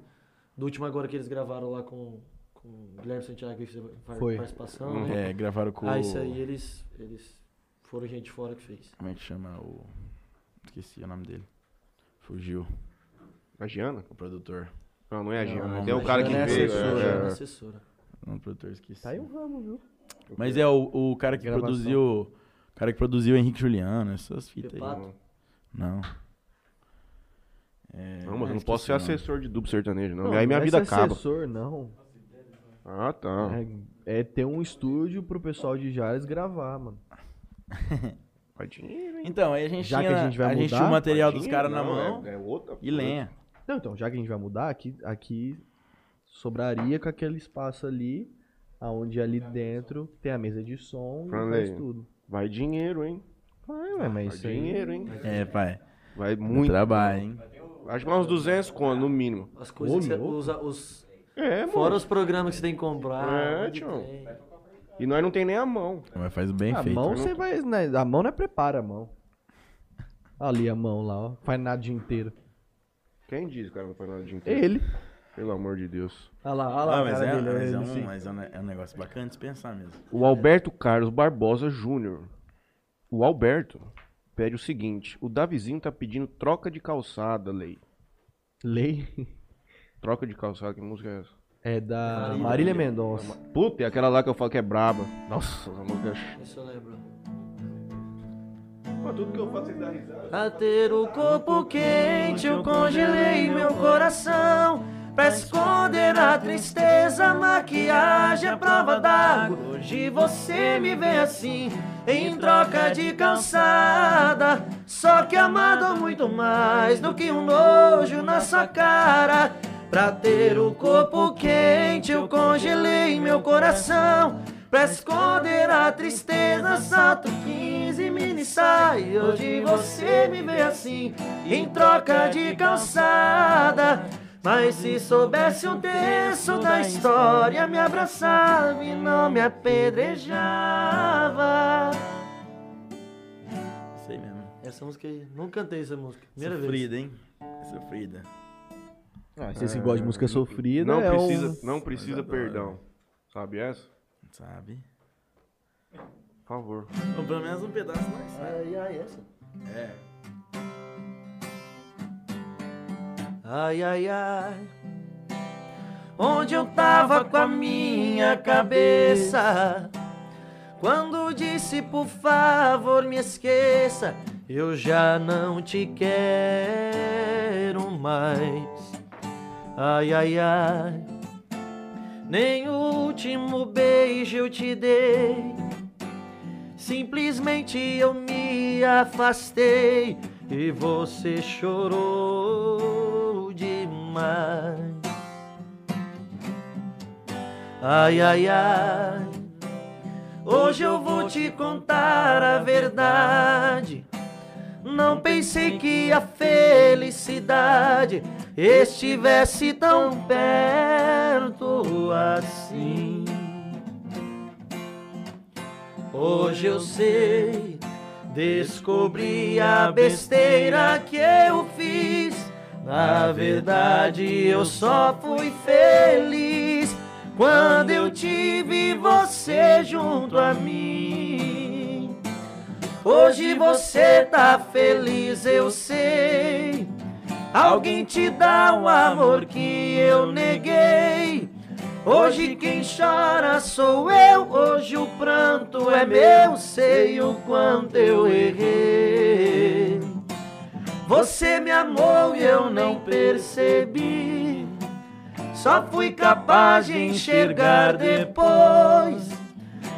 [SPEAKER 3] Do último agora que eles gravaram lá com, com o Guilherme Santiago e fez a par-
[SPEAKER 4] Foi.
[SPEAKER 3] participação,
[SPEAKER 1] Uhum.
[SPEAKER 3] né?
[SPEAKER 2] É, gravaram com.
[SPEAKER 3] Ah, isso aí eles, eles foram gente de fora que fez.
[SPEAKER 2] Como é que chama o. Esqueci o nome dele. Fugiu,
[SPEAKER 1] A Giana?
[SPEAKER 2] o produtor.
[SPEAKER 1] Não, não é a
[SPEAKER 2] Não,
[SPEAKER 1] Giana.
[SPEAKER 2] não,
[SPEAKER 1] Tem
[SPEAKER 2] não
[SPEAKER 1] um
[SPEAKER 2] é
[SPEAKER 1] cara
[SPEAKER 2] a
[SPEAKER 1] que
[SPEAKER 3] Ela
[SPEAKER 2] Giana,
[SPEAKER 3] é
[SPEAKER 1] veio.
[SPEAKER 3] assessora, ela é
[SPEAKER 1] é,
[SPEAKER 3] assessora.
[SPEAKER 2] O nome do produtor, esqueci.
[SPEAKER 4] Tá aí um ramo, viu?
[SPEAKER 2] Mas é o, o cara que
[SPEAKER 4] Gravação.
[SPEAKER 2] produziu. O cara que produziu Henrique Juliano, essas fitas aí.
[SPEAKER 3] Pepato.
[SPEAKER 2] Não. É,
[SPEAKER 1] é. Não, mas
[SPEAKER 2] ah,
[SPEAKER 1] eu não
[SPEAKER 2] esqueci
[SPEAKER 1] posso ser
[SPEAKER 2] o nome.
[SPEAKER 1] assessor de duplo sertanejo, não.
[SPEAKER 4] Não,
[SPEAKER 1] aí minha
[SPEAKER 4] não é
[SPEAKER 1] vida
[SPEAKER 4] ser
[SPEAKER 1] acaba.
[SPEAKER 4] assessor, não.
[SPEAKER 1] Ah, tá.
[SPEAKER 4] É, é ter um estúdio pro pessoal de Jales gravar, mano.
[SPEAKER 1] Tadinho, hein?
[SPEAKER 2] Então, aí a gente
[SPEAKER 4] Já que
[SPEAKER 2] tinha,
[SPEAKER 4] a gente vai mudar,
[SPEAKER 2] tinha o material dos
[SPEAKER 1] Tadinho,
[SPEAKER 2] caras na
[SPEAKER 1] não,
[SPEAKER 2] mão
[SPEAKER 1] É, é outra
[SPEAKER 2] e
[SPEAKER 1] coisa.
[SPEAKER 2] lenha.
[SPEAKER 4] Não, então, já que a gente vai mudar, aqui, aqui sobraria com aquele espaço ali, aonde ali dentro tem a mesa de som e
[SPEAKER 1] Falei.
[SPEAKER 4] faz tudo.
[SPEAKER 1] Vai dinheiro, hein?
[SPEAKER 4] Vai, ué, mas
[SPEAKER 1] Vai
[SPEAKER 4] isso aí...
[SPEAKER 1] dinheiro, hein?
[SPEAKER 2] É, pai.
[SPEAKER 1] Vai
[SPEAKER 2] Muito
[SPEAKER 1] muito.
[SPEAKER 2] trabalho, hein?
[SPEAKER 1] Acho que mais uns 200 conto, no mínimo.
[SPEAKER 3] As coisas que
[SPEAKER 4] Ô,
[SPEAKER 3] você,
[SPEAKER 4] louco.
[SPEAKER 3] os, os,
[SPEAKER 1] É,
[SPEAKER 3] fora
[SPEAKER 1] mano.
[SPEAKER 3] os programas que você tem que comprar.
[SPEAKER 1] É,
[SPEAKER 3] onde
[SPEAKER 1] tio.
[SPEAKER 3] tem.
[SPEAKER 1] E nós não tem nem a mão.
[SPEAKER 2] Mas faz bem
[SPEAKER 4] A
[SPEAKER 2] feito.
[SPEAKER 4] Ah, mão você vai... né, A mão não é prepara, a mão. Ali a mão lá, ó. Faz nada o dia inteiro.
[SPEAKER 1] Quem diz que o cara não faz nada de inteiro?
[SPEAKER 4] Ele.
[SPEAKER 1] Pelo amor de Deus.
[SPEAKER 4] Olha lá, olha lá.
[SPEAKER 2] Ah,
[SPEAKER 4] a
[SPEAKER 2] mas,
[SPEAKER 4] cara
[SPEAKER 2] é,
[SPEAKER 4] dele,
[SPEAKER 2] mas,
[SPEAKER 4] ele,
[SPEAKER 2] é
[SPEAKER 4] assim.
[SPEAKER 2] um, mas é um- é um negócio bacana de se pensar mesmo.
[SPEAKER 1] O Alberto Carlos Barbosa Júnior. O Alberto pede o seguinte: o Davizinho tá pedindo troca de calçada, lei.
[SPEAKER 4] Lei.
[SPEAKER 1] Troca de calçada, que música é essa?
[SPEAKER 4] É da Marília Mendonça.
[SPEAKER 1] Puta, é aquela lá que eu falo que é braba. Nossa, essa música é. ch-
[SPEAKER 3] Isso eu lembro.
[SPEAKER 1] Pra tudo que eu faço, vocês dão risada.
[SPEAKER 3] A ter o corpo quente, eu congelei meu coração. Pra esconder a tristeza, a maquiagem é prova d'água. Hoje você me vê assim, em troca de calçada. Só que amado muito mais do que um nojo na sua cara. Pra ter o corpo quente, eu congelei meu coração. Pra esconder a tristeza, salto 15 mini sai. Hoje você me vê assim, em troca de calçada. Mas se soubesse um terço da história, me abraçava e não me apedrejava.
[SPEAKER 2] Isso aí mesmo.
[SPEAKER 3] Essa música aí, nunca cantei essa música. Primeira vez.
[SPEAKER 2] Sofrida, hein? Sofrida.
[SPEAKER 4] Ah,
[SPEAKER 1] É.
[SPEAKER 4] se você gosta de
[SPEAKER 2] um-
[SPEAKER 4] música sofrida,
[SPEAKER 1] Não
[SPEAKER 4] é
[SPEAKER 1] precisa,
[SPEAKER 4] um...
[SPEAKER 1] não precisa
[SPEAKER 2] adoro.
[SPEAKER 1] perdão. Sabe essa?
[SPEAKER 2] Sabe?
[SPEAKER 1] Por favor.
[SPEAKER 2] Ou pelo menos um pedaço nós sabe.
[SPEAKER 3] Ai, ai, essa.
[SPEAKER 2] É.
[SPEAKER 3] Ai, ai, ai. Onde eu tava com a minha cabeça? Quando disse, por favor, me esqueça, eu já não te quero mais. Ai, ai, ai. Nem o último beijo eu te dei. Simplesmente eu me afastei e você chorou demais. Ai, ai, ai. Hoje eu vou te contar a verdade. Não pensei que a felicidade estivesse tão perto assim. Hoje eu sei, descobri a besteira que eu fiz. Na verdade, eu só fui feliz quando eu tive você junto a mim. Hoje você tá feliz, eu sei. Alguém te dá um amor que eu neguei. Hoje quem chora sou eu, hoje o pranto é meu, sei o quanto eu errei. Você me amou e eu não percebi. Só fui capaz de enxergar depois.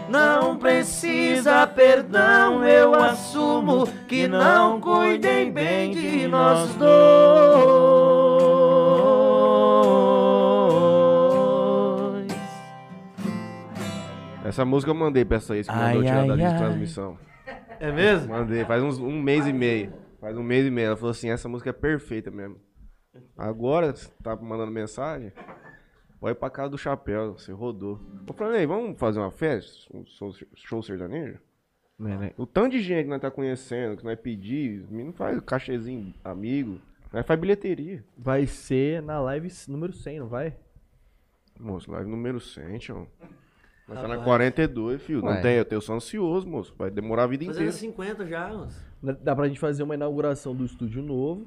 [SPEAKER 3] Não precisa perdão, Então eu assumo que não cuidem bem de nós dois.
[SPEAKER 1] Essa música eu mandei pra essa ex que mandou
[SPEAKER 2] Ai,
[SPEAKER 1] tirar
[SPEAKER 2] ai,
[SPEAKER 1] da lista de
[SPEAKER 2] ai.
[SPEAKER 1] transmissão.
[SPEAKER 3] É mesmo?
[SPEAKER 1] Mandei, faz uns, um mês e meio. Faz um mês e meio. Ela falou assim: essa música é perfeita mesmo. Agora, você tá mandando mensagem? Pode ir pra casa do chapéu, você rodou. Eu falei, "Ei, vamos fazer uma festa? Um show, show sertanejo?
[SPEAKER 4] Né, né?
[SPEAKER 1] O tanto de gente que nós tá conhecendo, que nós pedir, não faz cachezinho amigo, nós faz bilheteria.
[SPEAKER 4] Vai ser na live número 100, não vai?
[SPEAKER 1] Moço, live número 100, tchau. Nós tá na 42, filho. Não
[SPEAKER 6] Ué.
[SPEAKER 1] tem, eu, tenho, eu sou ansioso, moço. Vai demorar a vida
[SPEAKER 3] Fazendo
[SPEAKER 2] assim.
[SPEAKER 1] inteira.
[SPEAKER 3] 50 já, moço.
[SPEAKER 4] Dá- Dá pra gente fazer uma inauguração do estúdio novo.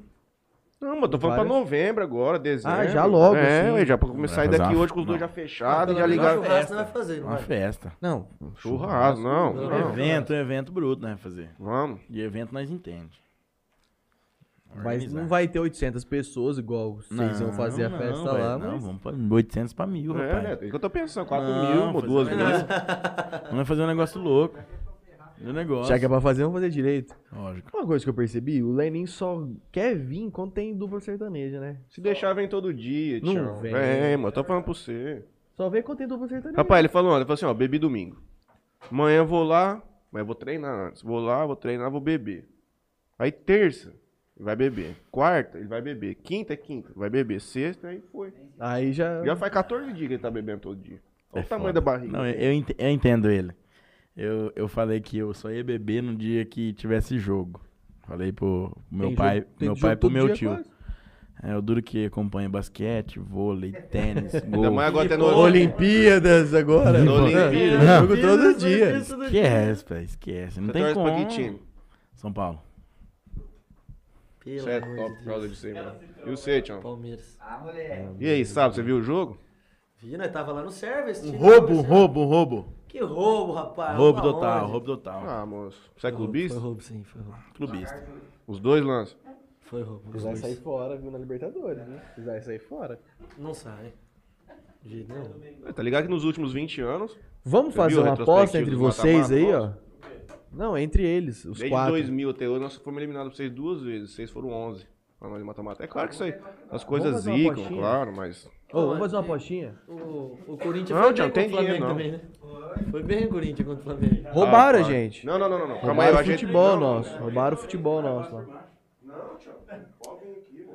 [SPEAKER 1] Não, mas tô falando pra
[SPEAKER 4] Várias- Ah,
[SPEAKER 1] novembro agora, dezembro.
[SPEAKER 4] já logo,
[SPEAKER 1] É,
[SPEAKER 4] sim.
[SPEAKER 1] ué, já pra começar
[SPEAKER 2] Vai fazer
[SPEAKER 1] daqui
[SPEAKER 2] uma-
[SPEAKER 1] hoje com os dois
[SPEAKER 2] não.
[SPEAKER 1] já fechados,
[SPEAKER 3] Pelo
[SPEAKER 1] já
[SPEAKER 3] menos um
[SPEAKER 1] ligaram.
[SPEAKER 3] churrasco não vai fazer, não
[SPEAKER 2] Ah, Uma
[SPEAKER 3] vai?
[SPEAKER 2] festa.
[SPEAKER 4] Não,
[SPEAKER 1] Churrasco, não.
[SPEAKER 2] Um
[SPEAKER 1] não.
[SPEAKER 2] evento, um evento bruto, né? Fazer.
[SPEAKER 1] Vamos.
[SPEAKER 2] De evento nós entende.
[SPEAKER 4] mas não
[SPEAKER 2] Organizar.
[SPEAKER 4] vai ter 800 pessoas igual vocês
[SPEAKER 2] Não,
[SPEAKER 4] iam fazer a
[SPEAKER 2] não,
[SPEAKER 4] festa
[SPEAKER 2] velho,
[SPEAKER 4] lá.
[SPEAKER 2] Não,
[SPEAKER 4] mas-
[SPEAKER 2] vamos pra 800 pra mil,
[SPEAKER 1] É,
[SPEAKER 2] rapaz.
[SPEAKER 1] né? É o que eu tô pensando. 4
[SPEAKER 2] Não,
[SPEAKER 1] mil, mo-
[SPEAKER 2] fazer
[SPEAKER 1] duas
[SPEAKER 2] um
[SPEAKER 1] mil.
[SPEAKER 2] negócio- Vamos fazer um negócio louco. Um negócio.
[SPEAKER 4] Já que é pra fazer, vamos fazer direito.
[SPEAKER 2] Lógico.
[SPEAKER 4] Uma coisa que eu percebi, o Lenin só quer vir quando tem dupla sertaneja, né?
[SPEAKER 1] Se deixar, vem todo dia,
[SPEAKER 4] Não
[SPEAKER 1] tchau.
[SPEAKER 4] vem.
[SPEAKER 1] Vem, mano. Tô falando pra você.
[SPEAKER 4] Só vem quando tem dupla sertaneja.
[SPEAKER 1] Rapaz, ele falou, ontem, ele falou assim, ó, bebi domingo. Amanhã eu vou lá, mas eu vou treinar antes. Vou lá, vou treinar, vou beber. Aí terça, ele vai beber. Quarta, ele vai beber. Quinta é quinta, vai beber. Sexta, aí foi.
[SPEAKER 4] Aí já...
[SPEAKER 1] Já faz 14 dias que ele tá bebendo todo dia. Olha
[SPEAKER 2] É
[SPEAKER 1] o tamanho
[SPEAKER 2] foda.
[SPEAKER 1] da barriga.
[SPEAKER 2] Não, eu, eu ent- eu entendo ele. Eu, eu falei que eu só ia beber no dia que tivesse jogo. Falei pro meu
[SPEAKER 4] tem
[SPEAKER 2] pai,
[SPEAKER 4] jogo- tem
[SPEAKER 2] meu
[SPEAKER 4] jogo
[SPEAKER 2] pai e pro
[SPEAKER 4] todo
[SPEAKER 2] meu
[SPEAKER 4] dia
[SPEAKER 2] tio.
[SPEAKER 4] quase.
[SPEAKER 2] É, o duro que acompanha basquete, vôlei, tênis,
[SPEAKER 1] Ainda
[SPEAKER 2] gol.
[SPEAKER 1] mais agora tendo
[SPEAKER 4] Olimpíadas agora.
[SPEAKER 1] No
[SPEAKER 4] Pô,
[SPEAKER 1] Olimpíadas. né?
[SPEAKER 4] Jogo todo dia.
[SPEAKER 2] Esquece, pai, esquece. Não
[SPEAKER 1] Você
[SPEAKER 2] tem
[SPEAKER 1] torce pra
[SPEAKER 2] como.
[SPEAKER 1] que time?
[SPEAKER 2] São Paulo.
[SPEAKER 3] Pelo
[SPEAKER 1] Você é
[SPEAKER 3] amor de
[SPEAKER 1] top por
[SPEAKER 3] Deus.
[SPEAKER 1] causa disso aí, mano. E o seu, tchau?
[SPEAKER 3] Palmeiras.
[SPEAKER 6] Ah, moleque.
[SPEAKER 1] E aí, sabe, você viu o jogo?
[SPEAKER 3] Vi, nós tava lá no service.
[SPEAKER 2] Um
[SPEAKER 3] tinha-
[SPEAKER 2] roubo, um roubo, um roubo.
[SPEAKER 3] Que roubo, rapaz.
[SPEAKER 2] Roubo
[SPEAKER 3] Roubo
[SPEAKER 2] total,
[SPEAKER 3] aonde?
[SPEAKER 2] roubo total.
[SPEAKER 1] Ah, moço. Você é
[SPEAKER 3] Foi roubo,
[SPEAKER 1] clubista?
[SPEAKER 3] Foi roubo, sim, foi roubo.
[SPEAKER 2] Clubista.
[SPEAKER 1] Os dois lances.
[SPEAKER 3] Foi roubo. os
[SPEAKER 4] Vai
[SPEAKER 3] dois.
[SPEAKER 4] sair fora, viu, na Libertadores, né? Vai sair fora.
[SPEAKER 3] Não sai. De jeito nenhum.
[SPEAKER 1] Tá ligado que nos últimos 20 anos,
[SPEAKER 4] Vamos
[SPEAKER 1] Você
[SPEAKER 4] fazer
[SPEAKER 1] viu o
[SPEAKER 4] uma aposta
[SPEAKER 1] retrospectivo
[SPEAKER 4] entre
[SPEAKER 1] do
[SPEAKER 4] vocês
[SPEAKER 1] mata-mata?
[SPEAKER 4] aí, ó? Não, entre eles, os
[SPEAKER 1] desde
[SPEAKER 4] quatro.
[SPEAKER 1] 2000 até hoje, nós fomos eliminados por vocês duas vezes. Vocês foram 11. Pra nós de mata-mata. É claro que isso aí, as coisas
[SPEAKER 4] Vamos fazer uma
[SPEAKER 1] zicam,
[SPEAKER 4] apostinha?
[SPEAKER 1] claro, mas...
[SPEAKER 4] Ô, vamos fazer uma apostinha?
[SPEAKER 3] O, o Corinthians
[SPEAKER 1] Não,
[SPEAKER 3] foi
[SPEAKER 1] Thiago,
[SPEAKER 3] bem
[SPEAKER 1] tem
[SPEAKER 3] contra o Flamengo
[SPEAKER 1] dinheiro, não.
[SPEAKER 3] também, né? Foi bem o Corinthians contra o Flamengo.
[SPEAKER 4] Roubaram,
[SPEAKER 1] Ah, claro.
[SPEAKER 4] gente.
[SPEAKER 1] Não, não, não, não. não. Calma aí,
[SPEAKER 4] Roubaram
[SPEAKER 1] a
[SPEAKER 4] o
[SPEAKER 1] gente...
[SPEAKER 4] futebol
[SPEAKER 1] não,
[SPEAKER 4] nosso. Roubaram o futebol nosso. Não, tchau.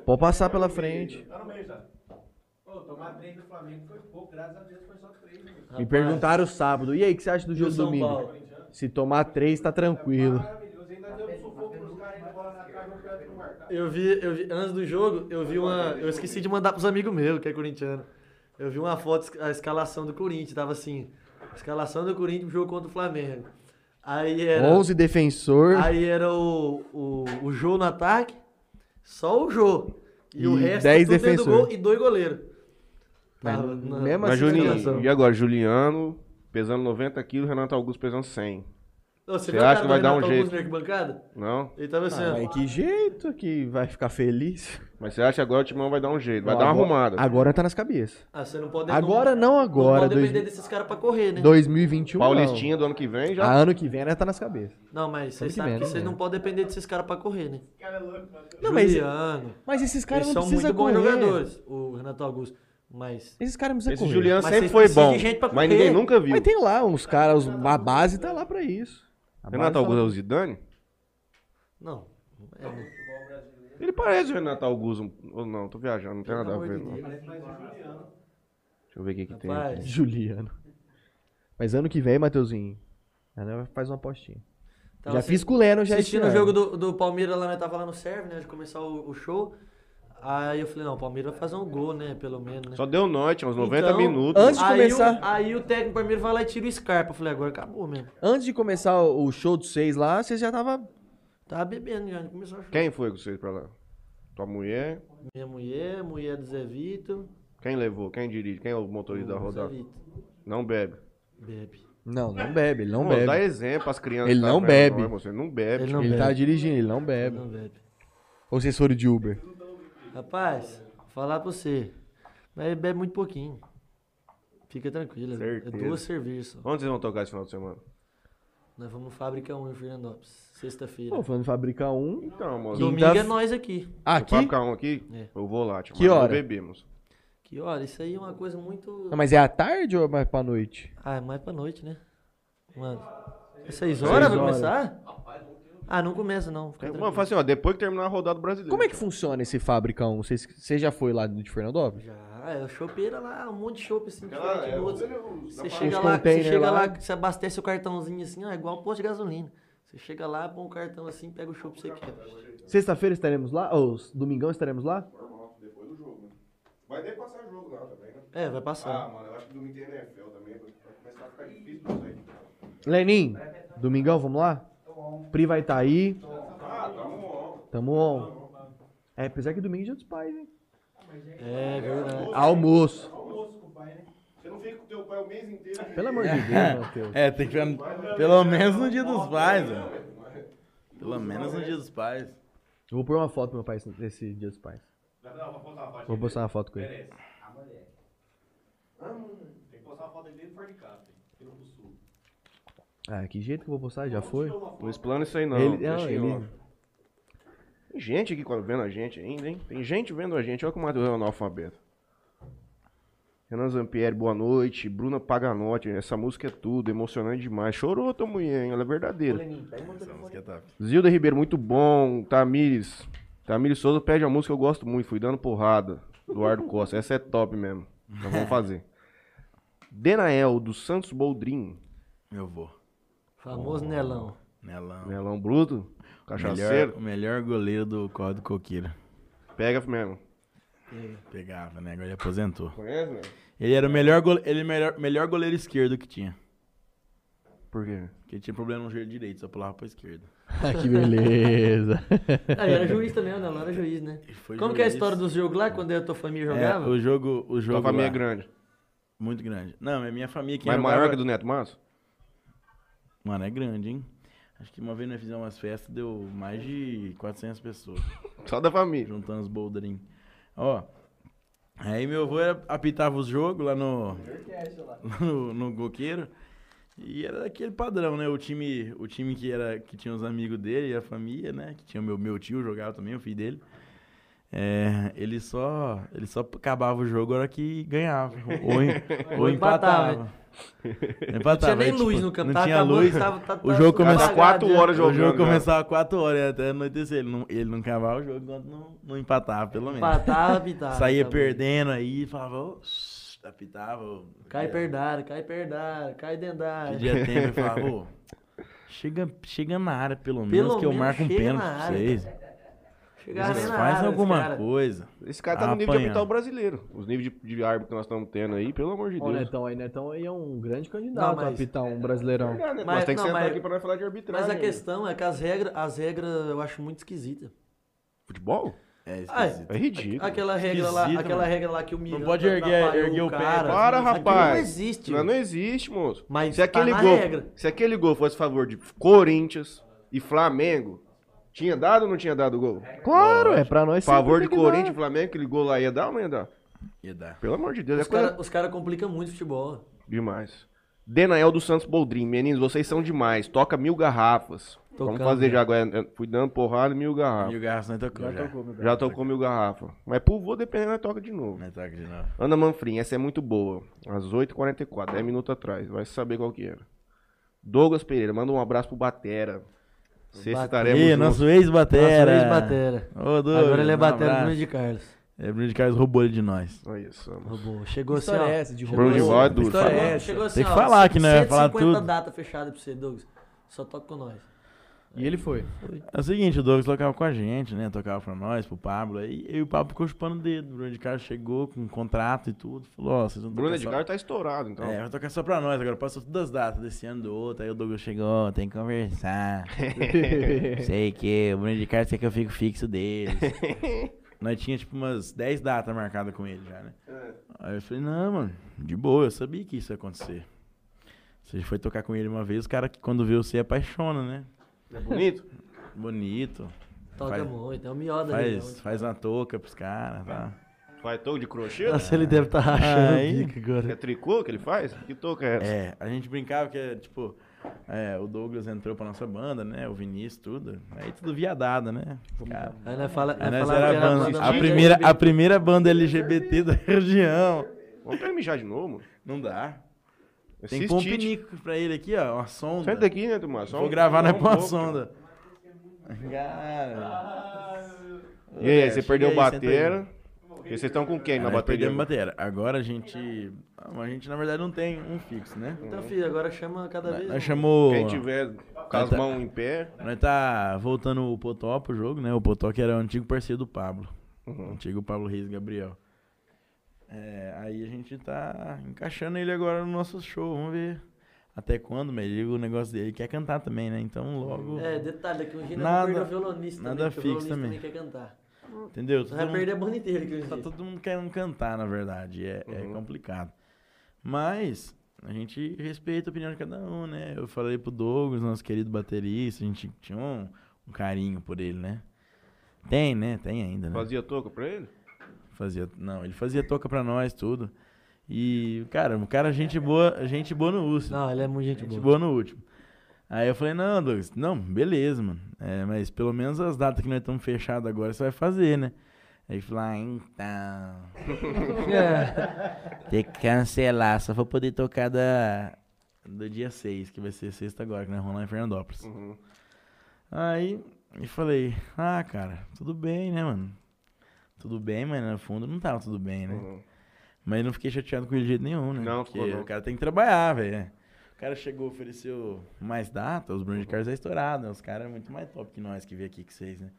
[SPEAKER 4] Pode passar pela frente. Me perguntaram sábado, e aí, o que você acha do
[SPEAKER 3] E o
[SPEAKER 4] jogo
[SPEAKER 3] São
[SPEAKER 4] domingo?
[SPEAKER 3] Paulo.
[SPEAKER 4] Se tomar três, tá tranquilo.
[SPEAKER 3] Eu vi, eu vi, antes do jogo, eu vi uma. Eu esqueci de mandar pros amigos meus, que é corintiano. Eu vi uma foto, a escalação do Corinthians, tava assim. Escalação do Corinthians pro jogo contra o Flamengo. Aí era.
[SPEAKER 4] 11 defensor.
[SPEAKER 3] Aí era o, o, o Jô no ataque, só o Jô. E, o
[SPEAKER 4] E
[SPEAKER 3] resto
[SPEAKER 4] 10
[SPEAKER 3] tudo dentro do
[SPEAKER 4] defensor.
[SPEAKER 3] gol e dois goleiros.
[SPEAKER 4] Mas
[SPEAKER 3] Tava
[SPEAKER 4] mesmo
[SPEAKER 3] na-
[SPEAKER 4] assim,
[SPEAKER 1] Mas,
[SPEAKER 4] escalação.
[SPEAKER 1] Juninho, e agora? Juliano pesando 90 quilos, Renato Augusto pesando 100.
[SPEAKER 3] Ô, Você
[SPEAKER 1] Você
[SPEAKER 3] viu a
[SPEAKER 1] acha
[SPEAKER 3] cara
[SPEAKER 1] que
[SPEAKER 3] do
[SPEAKER 1] vai dar um
[SPEAKER 3] Renato Augusto
[SPEAKER 1] jeito?
[SPEAKER 3] na arquibancada?
[SPEAKER 1] Não?
[SPEAKER 3] Ele tava assim,
[SPEAKER 4] Ah,
[SPEAKER 3] ó.
[SPEAKER 4] mas que jeito que vai ficar feliz?
[SPEAKER 1] Mas você acha que agora o Timão vai dar um jeito, vai
[SPEAKER 4] Não,
[SPEAKER 1] dar uma
[SPEAKER 4] agora-
[SPEAKER 1] arrumada.
[SPEAKER 4] Agora tá nas cabeças.
[SPEAKER 3] Ah, você não pode
[SPEAKER 4] Agora não agora,
[SPEAKER 3] Não pode
[SPEAKER 4] dois-
[SPEAKER 3] depender desses caras pra correr, né?
[SPEAKER 4] 2021. não.
[SPEAKER 1] Paulistinha do ano que vem já...
[SPEAKER 4] Ah, ano que vem, né? Tá nas cabeças.
[SPEAKER 3] Não, mas
[SPEAKER 4] Ano
[SPEAKER 3] vocês
[SPEAKER 4] que
[SPEAKER 3] sabem
[SPEAKER 4] vem,
[SPEAKER 3] que
[SPEAKER 4] ano que
[SPEAKER 3] vocês
[SPEAKER 4] vem.
[SPEAKER 3] não podem depender desses caras pra correr, né?
[SPEAKER 4] Não, mas-
[SPEAKER 3] Juliano.
[SPEAKER 4] Mas esses caras
[SPEAKER 3] Eles
[SPEAKER 4] não
[SPEAKER 3] são muito
[SPEAKER 4] precisam
[SPEAKER 3] bons
[SPEAKER 4] correr.
[SPEAKER 3] jogadores, o Renato Augusto. Mas.
[SPEAKER 4] Esses caras não precisam
[SPEAKER 1] Esse
[SPEAKER 4] correr.
[SPEAKER 1] Juliano
[SPEAKER 3] Mas
[SPEAKER 1] sempre
[SPEAKER 3] vocês
[SPEAKER 1] foi
[SPEAKER 3] precisam
[SPEAKER 1] bom,
[SPEAKER 3] de gente pra
[SPEAKER 1] mas
[SPEAKER 3] correr.
[SPEAKER 1] ninguém nunca viu.
[SPEAKER 4] Mas tem lá uns caras, a base tá lá pra isso. A base
[SPEAKER 1] Renato
[SPEAKER 4] tá lá.
[SPEAKER 1] Augusto é o Zidane?
[SPEAKER 3] Não. não é, né?
[SPEAKER 1] Ele parece o Renato Augusto. Ou não, tô viajando, não tem nada a
[SPEAKER 3] amor
[SPEAKER 1] ver.
[SPEAKER 3] de
[SPEAKER 1] não.
[SPEAKER 4] né?
[SPEAKER 3] Deus.
[SPEAKER 1] Deixa eu ver o que, que tem. aqui.
[SPEAKER 3] Rapaz,
[SPEAKER 4] Juliano. Mas ano que vem, Mateuzinho, a Nova faz uma apostinha.
[SPEAKER 3] tava
[SPEAKER 4] já
[SPEAKER 3] assim-
[SPEAKER 4] fiz com o Leno, já
[SPEAKER 3] assistindo
[SPEAKER 4] esse
[SPEAKER 3] o
[SPEAKER 4] ano.
[SPEAKER 3] jogo do, do Palmeiras lá, nós tava lá no serve, né? De começar o, o show. Aí eu falei, não, o Palmeiras vai fazer um gol, né? Pelo menos, né?
[SPEAKER 1] Só deu noite, uns 90
[SPEAKER 3] Então,
[SPEAKER 1] minutos.
[SPEAKER 4] antes- de
[SPEAKER 3] aí
[SPEAKER 4] começar-
[SPEAKER 3] O, aí o técnico do Palmeiras vai lá e tira o Scarpa. Eu falei, agora acabou mesmo.
[SPEAKER 4] Antes de começar o o show dos seis lá, vocês já tava...
[SPEAKER 3] Tava bebendo já, começou a chorar.
[SPEAKER 1] Quem foi com vocês pra lá? Tua mulher?
[SPEAKER 3] Minha mulher, mulher do Zé Vitor.
[SPEAKER 1] Quem levou? Quem dirige? Quem é o motorista da
[SPEAKER 3] o Zé
[SPEAKER 1] rodada?
[SPEAKER 3] Vitor.
[SPEAKER 1] Não bebe.
[SPEAKER 3] Bebe.
[SPEAKER 4] Não, não bebe, ele não
[SPEAKER 1] Pô,
[SPEAKER 4] bebe.
[SPEAKER 1] Dá exemplo às crianças.
[SPEAKER 4] Ele
[SPEAKER 1] que tá
[SPEAKER 4] não
[SPEAKER 1] vendo
[SPEAKER 4] bebe.
[SPEAKER 1] nós, moço, Ele não bebe.
[SPEAKER 3] Ele não
[SPEAKER 4] ele
[SPEAKER 3] bebe.
[SPEAKER 4] tá dirigindo, ele não bebe.
[SPEAKER 3] Não bebe.
[SPEAKER 4] Ou vocês foram de Uber?
[SPEAKER 3] Rapaz, falar pra você. Mas ele bebe muito pouquinho. Fica tranquilo. é-
[SPEAKER 1] Certeza.
[SPEAKER 3] É duas cervejas só.
[SPEAKER 1] Onde vocês vão tocar esse final de semana?
[SPEAKER 3] Nós vamos no Fábrica 1 em Fernandópolis. Sexta-feira.
[SPEAKER 4] Pô, falando em fabricar um...
[SPEAKER 1] Então, moço.
[SPEAKER 3] Domingo
[SPEAKER 4] quinta-
[SPEAKER 3] é nós aqui.
[SPEAKER 4] Ah, Aqui?
[SPEAKER 1] Papo um aqui?
[SPEAKER 3] É.
[SPEAKER 1] Eu vou lá, tio.
[SPEAKER 4] Que
[SPEAKER 1] mas não
[SPEAKER 4] hora?
[SPEAKER 1] bebemos.
[SPEAKER 3] Que olha, isso aí é uma coisa muito.
[SPEAKER 4] Não, mas é à tarde ou é mais pra noite?
[SPEAKER 3] Ah, é mais pra noite, né? Mano. É seis horas vai
[SPEAKER 4] horas.
[SPEAKER 3] começar? Ah, não começa não. Fica
[SPEAKER 1] Mano, fala assim, ó, depois que terminar a rodada brasileira.
[SPEAKER 4] Como é que funciona esse Fabricão? Você, você já foi lá de Fernandópolis?
[SPEAKER 3] Já, é chopeira lá, um monte de chope assim,
[SPEAKER 1] Ela,
[SPEAKER 3] diferente
[SPEAKER 1] é,
[SPEAKER 3] do outro.
[SPEAKER 1] você
[SPEAKER 3] Você chega
[SPEAKER 2] um
[SPEAKER 4] Os
[SPEAKER 3] lá, você
[SPEAKER 4] container
[SPEAKER 3] chega
[SPEAKER 4] lá.
[SPEAKER 3] lá, você abastece o cartãozinho assim, ó, é igual um posto de gasolina. Você chega lá, põe o cartão assim, pega o chope que você quer.
[SPEAKER 4] Sexta-feira estaremos lá? Ou s- domingão estaremos lá?
[SPEAKER 1] Depois do jogo, né? Vai ter que passar jogo lá também, né?
[SPEAKER 3] É, vai passar.
[SPEAKER 1] Ah, mano, eu acho que domingo tem NFL também. Vai começar a ficar difícil pra sair.
[SPEAKER 4] Lenin, domingão, vamos lá? Pri vai estar aí. Tamo on. É, apesar que domingo é dia dos pais, hein?
[SPEAKER 3] É, verdade.
[SPEAKER 4] Almoço.
[SPEAKER 1] Você não fica com teu pai o mês inteiro.
[SPEAKER 4] Pelo amor de Deus, Matheus.
[SPEAKER 2] É, tem que ficar pelo menos no dia dos pais, velho. Pelo menos no dia dos pais.
[SPEAKER 4] Eu vou pôr uma foto pro meu pai esse- nesse dia dos pais. Vou postar uma foto com ele.
[SPEAKER 5] Tem que postar uma foto dele dentro fora de casa, hein? Ele não sul.
[SPEAKER 4] Ah, que jeito que eu vou postar? Já foi?
[SPEAKER 1] Não explana isso aí não.
[SPEAKER 4] Ele-
[SPEAKER 1] deixa assim,
[SPEAKER 4] ah,
[SPEAKER 1] em
[SPEAKER 4] ele-
[SPEAKER 1] off. Tem gente aqui vendo a gente ainda, hein? Tem gente vendo a gente. Olha como o Matheus é um analfabeto. Renan Zampieri, boa noite. Bruna Paganotti, essa música é tudo, emocionante demais. Chorou tua mulher, hein? Ela é verdadeira.
[SPEAKER 2] Essa música é top.
[SPEAKER 1] Zilda Ribeiro, muito bom. Tamires. Tamires Souza pede uma música que eu gosto muito. Fui dando porrada. Eduardo Costa. Essa é top mesmo. Nós (laughs) vamos fazer. Denael, do Santos Boldrin.
[SPEAKER 2] Meu vô. (laughs)
[SPEAKER 3] Famoso Nelão.
[SPEAKER 2] Nelão.
[SPEAKER 1] Melão Bruto. Cachaceiro.
[SPEAKER 2] Melhor, o melhor goleiro do Código do Coqueiro.
[SPEAKER 1] Pega mesmo.
[SPEAKER 2] Pegava, né? Agora ele aposentou.
[SPEAKER 1] Conhece, mesmo?
[SPEAKER 2] Ele era o melhor, gole... ele melhor... melhor goleiro esquerdo que tinha.
[SPEAKER 1] Por quê?
[SPEAKER 2] Porque ele tinha problema no joelho direito, só pulava pra esquerda.
[SPEAKER 4] Ah, que beleza.
[SPEAKER 3] Ah, ele era juiz também, o Nelão era juiz, né?
[SPEAKER 2] Ele foi
[SPEAKER 3] Como que é a
[SPEAKER 2] juiz.
[SPEAKER 3] história dos jogos lá, quando a tua família
[SPEAKER 2] É,
[SPEAKER 3] jogava?
[SPEAKER 2] o jogo, o jogo
[SPEAKER 1] Tua família
[SPEAKER 2] lá,
[SPEAKER 1] é grande.
[SPEAKER 2] muito grande. Não, é minha família que
[SPEAKER 1] Mas maior que a do Neto Massa?
[SPEAKER 2] Mano, é grande, hein? Acho que uma vez nós fizemos umas festas, deu mais de 400 pessoas.
[SPEAKER 1] Só da família.
[SPEAKER 2] juntando os boldrinhos. Ó, aí meu avô era- apitava os jogos lá no, (laughs) lá no, no Goqueiro. E era daquele padrão, né? O time, o time que, era, que tinha os amigos dele e a família, né? Que tinha o meu, meu tio, jogava também, o filho dele. É, ele só ele só acabava o jogo na hora que ganhava. Ou,
[SPEAKER 3] (laughs)
[SPEAKER 2] em- ou
[SPEAKER 3] Ou
[SPEAKER 2] empatava.
[SPEAKER 3] empatava.
[SPEAKER 2] Empatava.
[SPEAKER 3] Não tinha nem
[SPEAKER 2] aí, tipo,
[SPEAKER 3] luz no campo,
[SPEAKER 2] Não
[SPEAKER 3] tava
[SPEAKER 2] tinha
[SPEAKER 3] acabando,
[SPEAKER 2] luz.
[SPEAKER 3] tava- tava-
[SPEAKER 2] o
[SPEAKER 3] tava
[SPEAKER 2] jogo começou
[SPEAKER 3] apagado,
[SPEAKER 1] quatro
[SPEAKER 3] né?
[SPEAKER 1] horas
[SPEAKER 2] (laughs) o
[SPEAKER 1] jogando.
[SPEAKER 2] jogo
[SPEAKER 1] cara.
[SPEAKER 2] começava 4 horas até anoitecer. Ele não, ele não cavava o jogo enquanto não, não empatava, pelo menos.
[SPEAKER 3] Empatava, pitava.
[SPEAKER 2] Saía
[SPEAKER 3] tá bom.
[SPEAKER 2] perdendo aí, falava, ô, shh, apitava. ô,
[SPEAKER 3] Cai
[SPEAKER 2] pedia-
[SPEAKER 3] perdara, cai perdara, cai dendara. (laughs)
[SPEAKER 2] Pedia tempo e falava, ô, chega, chega na área pelo, menos
[SPEAKER 3] Pelo
[SPEAKER 2] que eu
[SPEAKER 3] menos
[SPEAKER 2] marco um
[SPEAKER 3] chega
[SPEAKER 2] pênalti
[SPEAKER 3] na
[SPEAKER 2] pra
[SPEAKER 3] área.
[SPEAKER 2] vocês.
[SPEAKER 3] Chegava
[SPEAKER 2] Vocês
[SPEAKER 3] nem na
[SPEAKER 2] fazem
[SPEAKER 3] área,
[SPEAKER 2] alguma
[SPEAKER 3] cara.
[SPEAKER 2] coisa.
[SPEAKER 1] Esse cara tá no nível de
[SPEAKER 2] Apanhando.
[SPEAKER 1] capital brasileiro. Os níveis de, de árbitro que nós estamos tendo aí, pelo amor de
[SPEAKER 4] Ó, o
[SPEAKER 1] Deus.
[SPEAKER 3] tá-
[SPEAKER 4] Netão aí, Netão aí é um grande candidato
[SPEAKER 3] Não, mas-
[SPEAKER 4] a apitar um brasileirão.
[SPEAKER 1] Verdade, né?
[SPEAKER 3] Mas-
[SPEAKER 1] Nós tem que
[SPEAKER 3] não,
[SPEAKER 1] sentar
[SPEAKER 3] mas-
[SPEAKER 1] aqui pra nós falar de arbitragem. né?
[SPEAKER 3] Mas a questão é que as regras, as regras eu acho muito esquisita.
[SPEAKER 1] Futebol?
[SPEAKER 2] É
[SPEAKER 3] Ah,
[SPEAKER 2] esquisito.
[SPEAKER 1] É ridículo.
[SPEAKER 3] Aquela regra lá,
[SPEAKER 2] Esquisito,
[SPEAKER 3] aquela
[SPEAKER 2] mano.
[SPEAKER 3] regra lá que o Miranda
[SPEAKER 2] pode erguer-
[SPEAKER 3] atrapalhou
[SPEAKER 2] erguer o pé.
[SPEAKER 3] cara.
[SPEAKER 1] Para,
[SPEAKER 3] Aquilo
[SPEAKER 1] rapaz.
[SPEAKER 3] Não é existe.
[SPEAKER 1] Mas não existe, moço.
[SPEAKER 3] Mas
[SPEAKER 1] se
[SPEAKER 3] tá
[SPEAKER 1] aquele
[SPEAKER 3] na
[SPEAKER 1] gol,
[SPEAKER 3] regra.
[SPEAKER 1] se aquele gol fosse a favor de Corinthians e Flamengo, tinha dado ou não tinha dado o gol?
[SPEAKER 4] Claro, é pra nós
[SPEAKER 1] né? favor de
[SPEAKER 4] sempre tem que
[SPEAKER 1] Corinthians e
[SPEAKER 3] é.
[SPEAKER 4] dar.
[SPEAKER 1] Flamengo, aquele gol lá ia dar ou não ia dar?
[SPEAKER 2] Ia dar.
[SPEAKER 1] Pelo amor de Deus, é
[SPEAKER 3] Os
[SPEAKER 1] coisa
[SPEAKER 3] caras cara complicam muito o futebol.
[SPEAKER 1] demais. Denael dos Santos Boldrin, meninos, vocês são demais. Toca mil garrafas.
[SPEAKER 3] Tocando,
[SPEAKER 1] Vamos fazer
[SPEAKER 3] né?
[SPEAKER 1] já agora. Eu Fui dando porrada, mil garrafas.
[SPEAKER 2] E o garçom não tocou Ah. já.
[SPEAKER 1] Já tocou mil garrafas. Mas por voo, dependendo, nós toca de novo.
[SPEAKER 2] Não toca de novo.
[SPEAKER 1] Ana Manfrim, essa é muito boa. Às 8h44, 10 minutos atrás. Vai saber qual que era. Douglas Pereira, manda um abraço pro Batera. Sexta
[SPEAKER 3] Batera.
[SPEAKER 1] estaremos
[SPEAKER 2] Ih,
[SPEAKER 1] juntos.
[SPEAKER 2] nosso ex-batera.
[SPEAKER 3] Nosso ex-batera.
[SPEAKER 2] Ô, Douglas,
[SPEAKER 3] Agora ele é
[SPEAKER 2] um
[SPEAKER 3] batendo
[SPEAKER 2] abraço.
[SPEAKER 3] Bruno de Carlos.
[SPEAKER 2] É, Bruno de Carlos roubou ele de nós.
[SPEAKER 1] É isso, mano.
[SPEAKER 3] Roubou. Chegou assim,
[SPEAKER 4] História é
[SPEAKER 3] ó.
[SPEAKER 4] essa de
[SPEAKER 1] Bruno de
[SPEAKER 4] Romulo?
[SPEAKER 1] Vó é duro.
[SPEAKER 4] História é essa.
[SPEAKER 3] Chegou assim,
[SPEAKER 2] Tem que
[SPEAKER 3] ó,
[SPEAKER 2] falar que não é falar
[SPEAKER 3] 150
[SPEAKER 2] tudo.
[SPEAKER 3] data fechada pra você, Douglas. Só toca com nós.
[SPEAKER 4] E ele foi.
[SPEAKER 2] É o seguinte, o Douglas tocava com a gente, né? Tocava pra nós, pro Pablo. Aí eu e o Pablo ficou chupando o dedo. O Bruno de Carlos chegou com um contrato e tudo. Falou, ó, vocês vão
[SPEAKER 1] Bruno
[SPEAKER 2] tocar
[SPEAKER 1] de
[SPEAKER 2] só-
[SPEAKER 1] Carlos tá estourado, então.
[SPEAKER 2] É, vai tocar só pra nós agora. Passou todas as datas desse ano do outro. Aí o Douglas chegou, ó, tem que
[SPEAKER 3] (laughs)
[SPEAKER 2] conversar. Sei que o Bruno de Carlos quer que eu fico fixo
[SPEAKER 3] (laughs)
[SPEAKER 2] deles. nós tinha tipo umas 10 datas marcadas com ele já, né?
[SPEAKER 3] É.
[SPEAKER 2] Aí eu falei, não, mano, de boa, eu sabia que isso ia acontecer. Você foi tocar com ele uma vez, o cara que quando vê você apaixona, né?
[SPEAKER 1] É bonito?
[SPEAKER 2] Bonito.
[SPEAKER 3] Toca
[SPEAKER 2] Faz-
[SPEAKER 3] muito. É o mió da
[SPEAKER 2] Faz,
[SPEAKER 3] região.
[SPEAKER 2] faz uma touca pros caras, tá?
[SPEAKER 1] Faz toque de crochê?
[SPEAKER 3] Nossa, ele
[SPEAKER 1] tá
[SPEAKER 3] deve estar
[SPEAKER 4] Ah,
[SPEAKER 3] rachando
[SPEAKER 2] Aí.
[SPEAKER 3] o bico agora.
[SPEAKER 1] É tricô que ele faz? Que touca é essa?
[SPEAKER 2] É, a gente brincava que, é, tipo, é, o Douglas entrou pra nossa banda, né? O Vinícius, tudo. Aí tudo viadada, né? Cara,
[SPEAKER 3] Aí nós fala,
[SPEAKER 2] aí
[SPEAKER 3] nós
[SPEAKER 2] nós
[SPEAKER 3] falava
[SPEAKER 2] era
[SPEAKER 3] que
[SPEAKER 2] a,
[SPEAKER 3] era
[SPEAKER 2] banda-
[SPEAKER 3] banda
[SPEAKER 2] a
[SPEAKER 3] mais
[SPEAKER 2] primeira,
[SPEAKER 1] né?
[SPEAKER 3] LGBT.
[SPEAKER 2] a primeira banda LGBT da região.
[SPEAKER 1] Vamos pra ele mijar de novo, mano.
[SPEAKER 2] Não dá. Tem que
[SPEAKER 1] Esse
[SPEAKER 2] pôr um
[SPEAKER 1] Tite.
[SPEAKER 2] pinico pra ele aqui, ó. Uma sonda.
[SPEAKER 1] Sai daqui, né, Tomás? Só
[SPEAKER 2] Vou
[SPEAKER 1] um-
[SPEAKER 2] gravar
[SPEAKER 1] só
[SPEAKER 2] na
[SPEAKER 1] um
[SPEAKER 2] uma
[SPEAKER 1] pouco.
[SPEAKER 2] sonda. Cara.
[SPEAKER 1] E aí, você
[SPEAKER 2] chega
[SPEAKER 1] perdeu
[SPEAKER 2] aí,
[SPEAKER 1] o
[SPEAKER 2] senta aí.
[SPEAKER 1] batera. E vocês estão com quem na
[SPEAKER 2] Aí
[SPEAKER 1] bateria?
[SPEAKER 2] perdemos a bateria. Agora a gente. A gente, na verdade, não tem um fixo, né?
[SPEAKER 3] Então, filho, agora chama cada vez. um.
[SPEAKER 2] Nós chamou.
[SPEAKER 1] Quem tiver com as
[SPEAKER 2] Tá.
[SPEAKER 1] mãos em pé,
[SPEAKER 2] Nós tá voltando o Potó pro jogo, né? O Potó que era o antigo parceiro do Pablo. O antigo Pablo Reis Gabriel. É, aí a gente tá encaixando ele agora no nosso show. Vamos ver até quando, mas ele- o negócio dele quer cantar também, né? Então logo.
[SPEAKER 3] É, detalhe, que o Renan
[SPEAKER 2] Nada-
[SPEAKER 3] perdeu o violonista
[SPEAKER 2] nada
[SPEAKER 3] também, porque o
[SPEAKER 2] fixo
[SPEAKER 3] violonista
[SPEAKER 2] também.
[SPEAKER 3] quer cantar.
[SPEAKER 2] entendeu?
[SPEAKER 3] Você vai
[SPEAKER 2] Todo mundo-
[SPEAKER 3] perder a banda inteira aqui
[SPEAKER 2] Tá
[SPEAKER 3] hoje.
[SPEAKER 2] todo mundo querendo cantar, na verdade. É, é complicado. Mas a gente respeita a opinião de cada um, né? Eu falei pro Douglas, nosso querido baterista, a gente tinha um, um carinho por ele, né? Tem, né? Tem ainda, né?
[SPEAKER 1] fazia toca pra ele?
[SPEAKER 2] Fazia, não, ele fazia toca pra nós, tudo. E, cara, um cara gente boa, gente boa no urso.
[SPEAKER 3] Não, ele é muito gente,
[SPEAKER 2] gente boa
[SPEAKER 3] boa.
[SPEAKER 2] no último. Aí eu falei, não, Douglas, não, beleza, mano. É, mas pelo menos as datas que nós estamos fechadas agora você vai fazer, né? Aí ele falou, ah, então.
[SPEAKER 3] É.
[SPEAKER 2] Tem que cancelar, só vou poder tocar da, do dia 6, que vai ser sexta agora, que nós vamos lá em Fernandópolis.
[SPEAKER 1] Uhum.
[SPEAKER 2] Aí eu falei, ah, cara, tudo bem, né, mano? Tudo bem, mas né, no fundo não tava tudo bem, né? Mas não fiquei chateado com ele de jeito nenhum, né?
[SPEAKER 1] Não,
[SPEAKER 2] Porque
[SPEAKER 1] ficou não.
[SPEAKER 2] o cara tem que trabalhar, velho. é. O cara chegou, ofereceu mais data, os Bruno de Carlos é estourado, né? Os caras muito mais top que nós que veio aqui que vocês, né?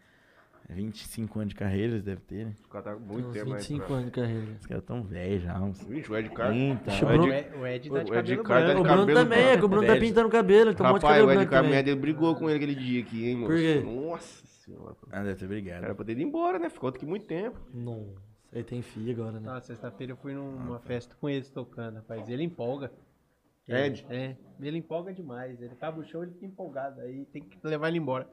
[SPEAKER 2] 25 anos de carreira eles devem ter, né?
[SPEAKER 1] O cara tá com muito
[SPEAKER 3] Uns
[SPEAKER 1] tempo aí.
[SPEAKER 3] 25
[SPEAKER 1] pra-
[SPEAKER 3] anos de carreira.
[SPEAKER 2] Os caras tão velhos já, uns
[SPEAKER 1] Vixe, o Ed Carlos.
[SPEAKER 2] Então,
[SPEAKER 1] o
[SPEAKER 3] Bruno-
[SPEAKER 1] Ed,
[SPEAKER 8] O Ed
[SPEAKER 1] tá
[SPEAKER 8] tá
[SPEAKER 1] de
[SPEAKER 8] de
[SPEAKER 1] o
[SPEAKER 8] cabelo
[SPEAKER 1] Ed cabelo Carter branco.
[SPEAKER 3] O
[SPEAKER 1] Cabelo
[SPEAKER 3] Bruno também, é
[SPEAKER 1] branco.
[SPEAKER 3] que o Bruno tá
[SPEAKER 2] Velho.
[SPEAKER 3] pintando o cabelo, ele tomou um monte de
[SPEAKER 1] Rapaz,
[SPEAKER 3] cabelo
[SPEAKER 1] o Ed
[SPEAKER 3] branco
[SPEAKER 1] Carlos
[SPEAKER 3] também.
[SPEAKER 1] ele brigou com ele aquele dia aqui, hein, moço?
[SPEAKER 3] Por quê?
[SPEAKER 1] Nossa senhora.
[SPEAKER 2] Ah, deve ter brigado.
[SPEAKER 1] Era pra ter ido embora, né? Ficou aqui muito tempo.
[SPEAKER 3] Nossa, ele tem filho agora, né?
[SPEAKER 4] Ah, sexta-feira eu fui numa festa com eles tocando, rapaz. Ele empolga.
[SPEAKER 1] Ed?
[SPEAKER 4] É, ele empolga demais. Ele acaba o show, ele fica empolgado. Aí tem que levar ele embora.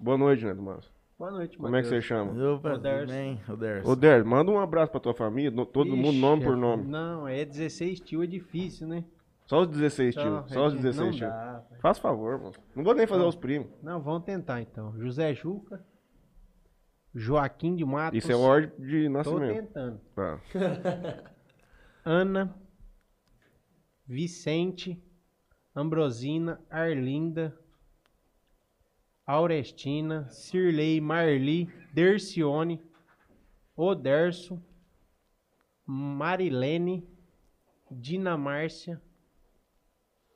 [SPEAKER 1] Boa noite, Neto Márcio.
[SPEAKER 4] Boa noite,
[SPEAKER 1] Como é que você
[SPEAKER 4] Matheus.
[SPEAKER 1] chama?
[SPEAKER 2] Opa,
[SPEAKER 4] O Derso.
[SPEAKER 2] tudo bem? O Derso.
[SPEAKER 1] Ô, Der, manda um abraço pra tua família, no- todo mundo,
[SPEAKER 4] Ixi,
[SPEAKER 1] nome por
[SPEAKER 4] é-
[SPEAKER 1] nome.
[SPEAKER 4] Não, é 16 tio, é difícil, né?
[SPEAKER 1] Só os 16, tio.
[SPEAKER 4] Então,
[SPEAKER 1] Só os
[SPEAKER 4] é que
[SPEAKER 1] 16,
[SPEAKER 4] não
[SPEAKER 1] tio.
[SPEAKER 4] dá, rapaz.
[SPEAKER 1] Faz favor, mano. Não vou nem fazer os primos.
[SPEAKER 4] Não, vamos tentar então. José Juca, Joaquim de Matos.
[SPEAKER 1] Isso é ordem de
[SPEAKER 4] Tá Tô
[SPEAKER 1] nascimento.
[SPEAKER 4] tentando.
[SPEAKER 1] Tá.
[SPEAKER 4] Ana, Vicente, Ambrosina, Arlinda, Aurestina, Cirlei, Marli, Dercione, Oderso, Marilene, Dina Márcia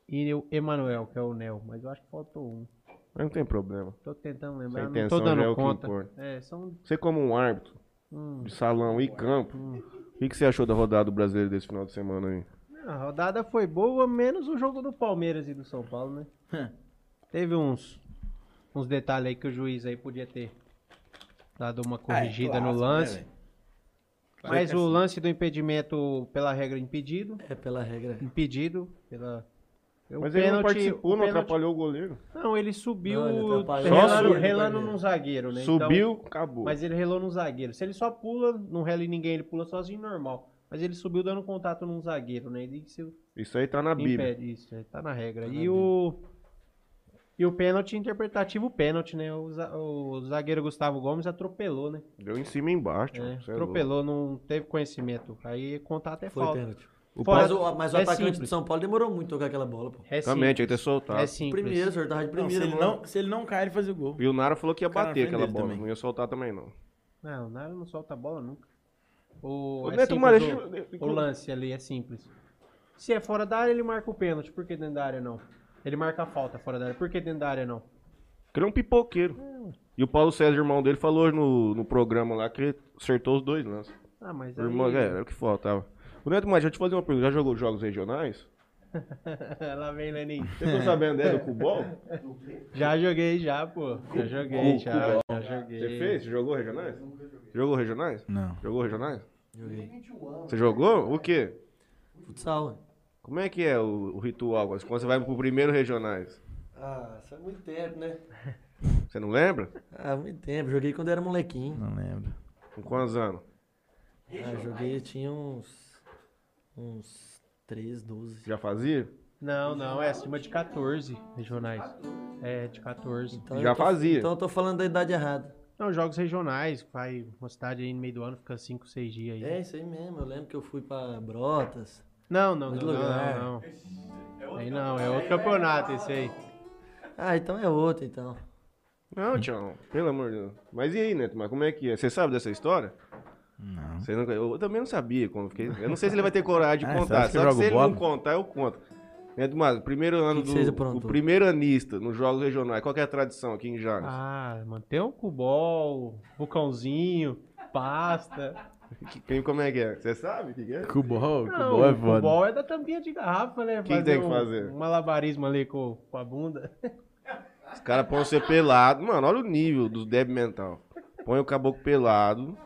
[SPEAKER 4] e o Emanuel, que é o Nel. Mas eu acho que faltou um.
[SPEAKER 1] Mas não tem problema.
[SPEAKER 4] Tô tentando
[SPEAKER 1] Sua
[SPEAKER 4] lembrar, não
[SPEAKER 1] intenção
[SPEAKER 4] tô
[SPEAKER 1] já
[SPEAKER 4] dando
[SPEAKER 1] é o que
[SPEAKER 4] conta.
[SPEAKER 1] importa.
[SPEAKER 4] é, são
[SPEAKER 1] Você como um árbitro
[SPEAKER 4] Hum.
[SPEAKER 1] de salão e campo, o que, que você achou da rodada do brasileiro desse final de semana aí?
[SPEAKER 4] A rodada foi boa, menos o jogo do Palmeiras e do São Paulo, né?
[SPEAKER 3] É.
[SPEAKER 4] Teve uns, uns detalhes aí que o juiz aí podia ter dado
[SPEAKER 3] Ah,
[SPEAKER 4] uma
[SPEAKER 2] Ah, é
[SPEAKER 3] é
[SPEAKER 4] corrigida no
[SPEAKER 3] né,
[SPEAKER 2] né,
[SPEAKER 4] lance. mas
[SPEAKER 3] assim.
[SPEAKER 4] o lance do impedimento, pela regra, impedido.
[SPEAKER 3] É pela regra.
[SPEAKER 4] Impedido pela... o
[SPEAKER 1] Mas ele não
[SPEAKER 4] pênalti-
[SPEAKER 1] participou,
[SPEAKER 4] o
[SPEAKER 1] não
[SPEAKER 4] pênalti- Então,
[SPEAKER 1] atrapalhou o goleiro.
[SPEAKER 4] Não, ele subiu...
[SPEAKER 3] Não, ele atrapalhou.
[SPEAKER 1] Só
[SPEAKER 4] relando,
[SPEAKER 1] subiu,
[SPEAKER 4] relando
[SPEAKER 3] né?
[SPEAKER 4] num zagueiro, né? Então-
[SPEAKER 1] Subiu, acabou.
[SPEAKER 4] mas ele relou num zagueiro. Se ele só pula, não rela em ninguém, ele pula sozinho, normal. Mas ele subiu dando contato num zagueiro, né? Ele se
[SPEAKER 1] Isso aí tá na Bíblia.
[SPEAKER 4] Impede, isso, é, tá na regra. e o. E o pênalti interpretativo pênalti, né? O, za- o zagueiro Gustavo Gomes atropelou, né?
[SPEAKER 1] Deu em cima e embaixo.
[SPEAKER 4] É,
[SPEAKER 1] tio. Cê é louco.
[SPEAKER 4] atropelou, não teve conhecimento. Aí contato é
[SPEAKER 3] Foi
[SPEAKER 4] falta.
[SPEAKER 3] pênalti.
[SPEAKER 4] Fora-
[SPEAKER 3] mas o, mas o
[SPEAKER 4] é
[SPEAKER 3] atacante
[SPEAKER 4] simples.
[SPEAKER 3] do São Paulo demorou muito a tocar aquela bola, pô.
[SPEAKER 1] Também,
[SPEAKER 4] É
[SPEAKER 1] tinha
[SPEAKER 4] simples.
[SPEAKER 1] que ter soltado.
[SPEAKER 4] É simples.
[SPEAKER 3] Primeiro, senhor, tava de
[SPEAKER 2] Não, se,
[SPEAKER 3] primeiro.
[SPEAKER 2] ele não, se ele não cai, ele faz o gol.
[SPEAKER 1] E o Nara falou que ia
[SPEAKER 2] Cara,
[SPEAKER 1] bater
[SPEAKER 2] na frente
[SPEAKER 1] aquela
[SPEAKER 2] dele
[SPEAKER 1] bola.
[SPEAKER 2] também.
[SPEAKER 1] Não ia soltar também, não.
[SPEAKER 4] Não, o Nara não solta a bola nunca. O,
[SPEAKER 1] Ô,
[SPEAKER 4] é
[SPEAKER 1] Neto,
[SPEAKER 4] simples
[SPEAKER 1] Mário,
[SPEAKER 4] o-
[SPEAKER 1] deixa eu-
[SPEAKER 4] o lance ali é simples. Se é fora da área, ele marca o pênalti. Por que dentro da área não? Ele marca a falta fora da área. Por que dentro da área não?
[SPEAKER 1] Porque ele é um pipoqueiro. E o Paulo César, irmão dele, falou no, no programa lá que ele acertou os dois lances.
[SPEAKER 4] Ah, mas
[SPEAKER 1] O
[SPEAKER 4] aí...
[SPEAKER 1] irmão, é, era o que faltava. O Neto, mas deixa eu te fazer uma pergunta. Já jogou jogos regionais?
[SPEAKER 4] (laughs) Lá vem, Lenin.
[SPEAKER 1] Você
[SPEAKER 4] (laughs)
[SPEAKER 1] ficou sabendo dessa do Cubol?
[SPEAKER 4] Já joguei, já, pô. Já joguei, já. Já joguei.
[SPEAKER 1] Você fez? Você jogou regionais? Jogou regionais?
[SPEAKER 2] Não.
[SPEAKER 1] Jogou regionais?
[SPEAKER 3] Joguei.
[SPEAKER 1] Você jogou? O quê?
[SPEAKER 3] Futsal, né?
[SPEAKER 1] Como é que é o, o ritual? Quando você vai pro primeiro regionais?
[SPEAKER 3] Ah, isso é muito tempo, né?
[SPEAKER 1] Você não lembra?
[SPEAKER 3] Ah, muito tempo. Joguei quando era molequinho.
[SPEAKER 2] Não lembro.
[SPEAKER 1] Com quantos anos?
[SPEAKER 3] Ah, joguei, eu tinha uns. uns 3, 12.
[SPEAKER 1] Já fazia?
[SPEAKER 4] Não, não, é acima de 14 regionais. É, de 14.
[SPEAKER 3] Então
[SPEAKER 1] Já
[SPEAKER 3] eu tô-
[SPEAKER 1] fazia.
[SPEAKER 3] Então eu tô falando da idade errada.
[SPEAKER 4] Não, jogos regionais, vai uma cidade aí no meio do ano, fica 5, 6 dias aí.
[SPEAKER 3] É isso aí mesmo. Eu lembro que eu fui pra Brotas.
[SPEAKER 4] Não, não, não,
[SPEAKER 3] Muito
[SPEAKER 4] não,
[SPEAKER 3] lugar.
[SPEAKER 4] não, não. Aí não, é outro campeonato esse aí.
[SPEAKER 3] Ah, então é outro, então.
[SPEAKER 1] Não, Tião, pelo amor de Deus. Mas e aí, Neto? Mas como é que é? Você sabe dessa história?
[SPEAKER 2] Não.
[SPEAKER 1] Você nunca- Eu também não sabia. Quando eu fiquei... Eu não sei se ele vai ter coragem de
[SPEAKER 2] (laughs) Ah,
[SPEAKER 1] contar.
[SPEAKER 2] você acha que
[SPEAKER 1] Só que
[SPEAKER 2] joga
[SPEAKER 1] se ele
[SPEAKER 2] bola?
[SPEAKER 1] não contar, eu conto. Neto Mato, primeiro ano
[SPEAKER 9] que vocês
[SPEAKER 1] do. O
[SPEAKER 9] aprontou?
[SPEAKER 1] primeiro anista nos Jogos Regionais. Qual que é a tradição aqui em Jales?
[SPEAKER 4] Ah, manter um cubol, vulcãozinho, pasta.
[SPEAKER 1] Quem, como é que é? Você sabe o que, que é?
[SPEAKER 2] Cubol,
[SPEAKER 4] Não,
[SPEAKER 2] cubol é
[SPEAKER 4] o
[SPEAKER 2] foda.
[SPEAKER 4] cubol é da tampinha de garrafa, né?
[SPEAKER 1] que tem que fazer?
[SPEAKER 4] Um malabarismo ali com, com a bunda. (laughs)
[SPEAKER 1] Os caras põem você pelado. Mano, olha o nível dos débil mental. Põe o caboclo pelado.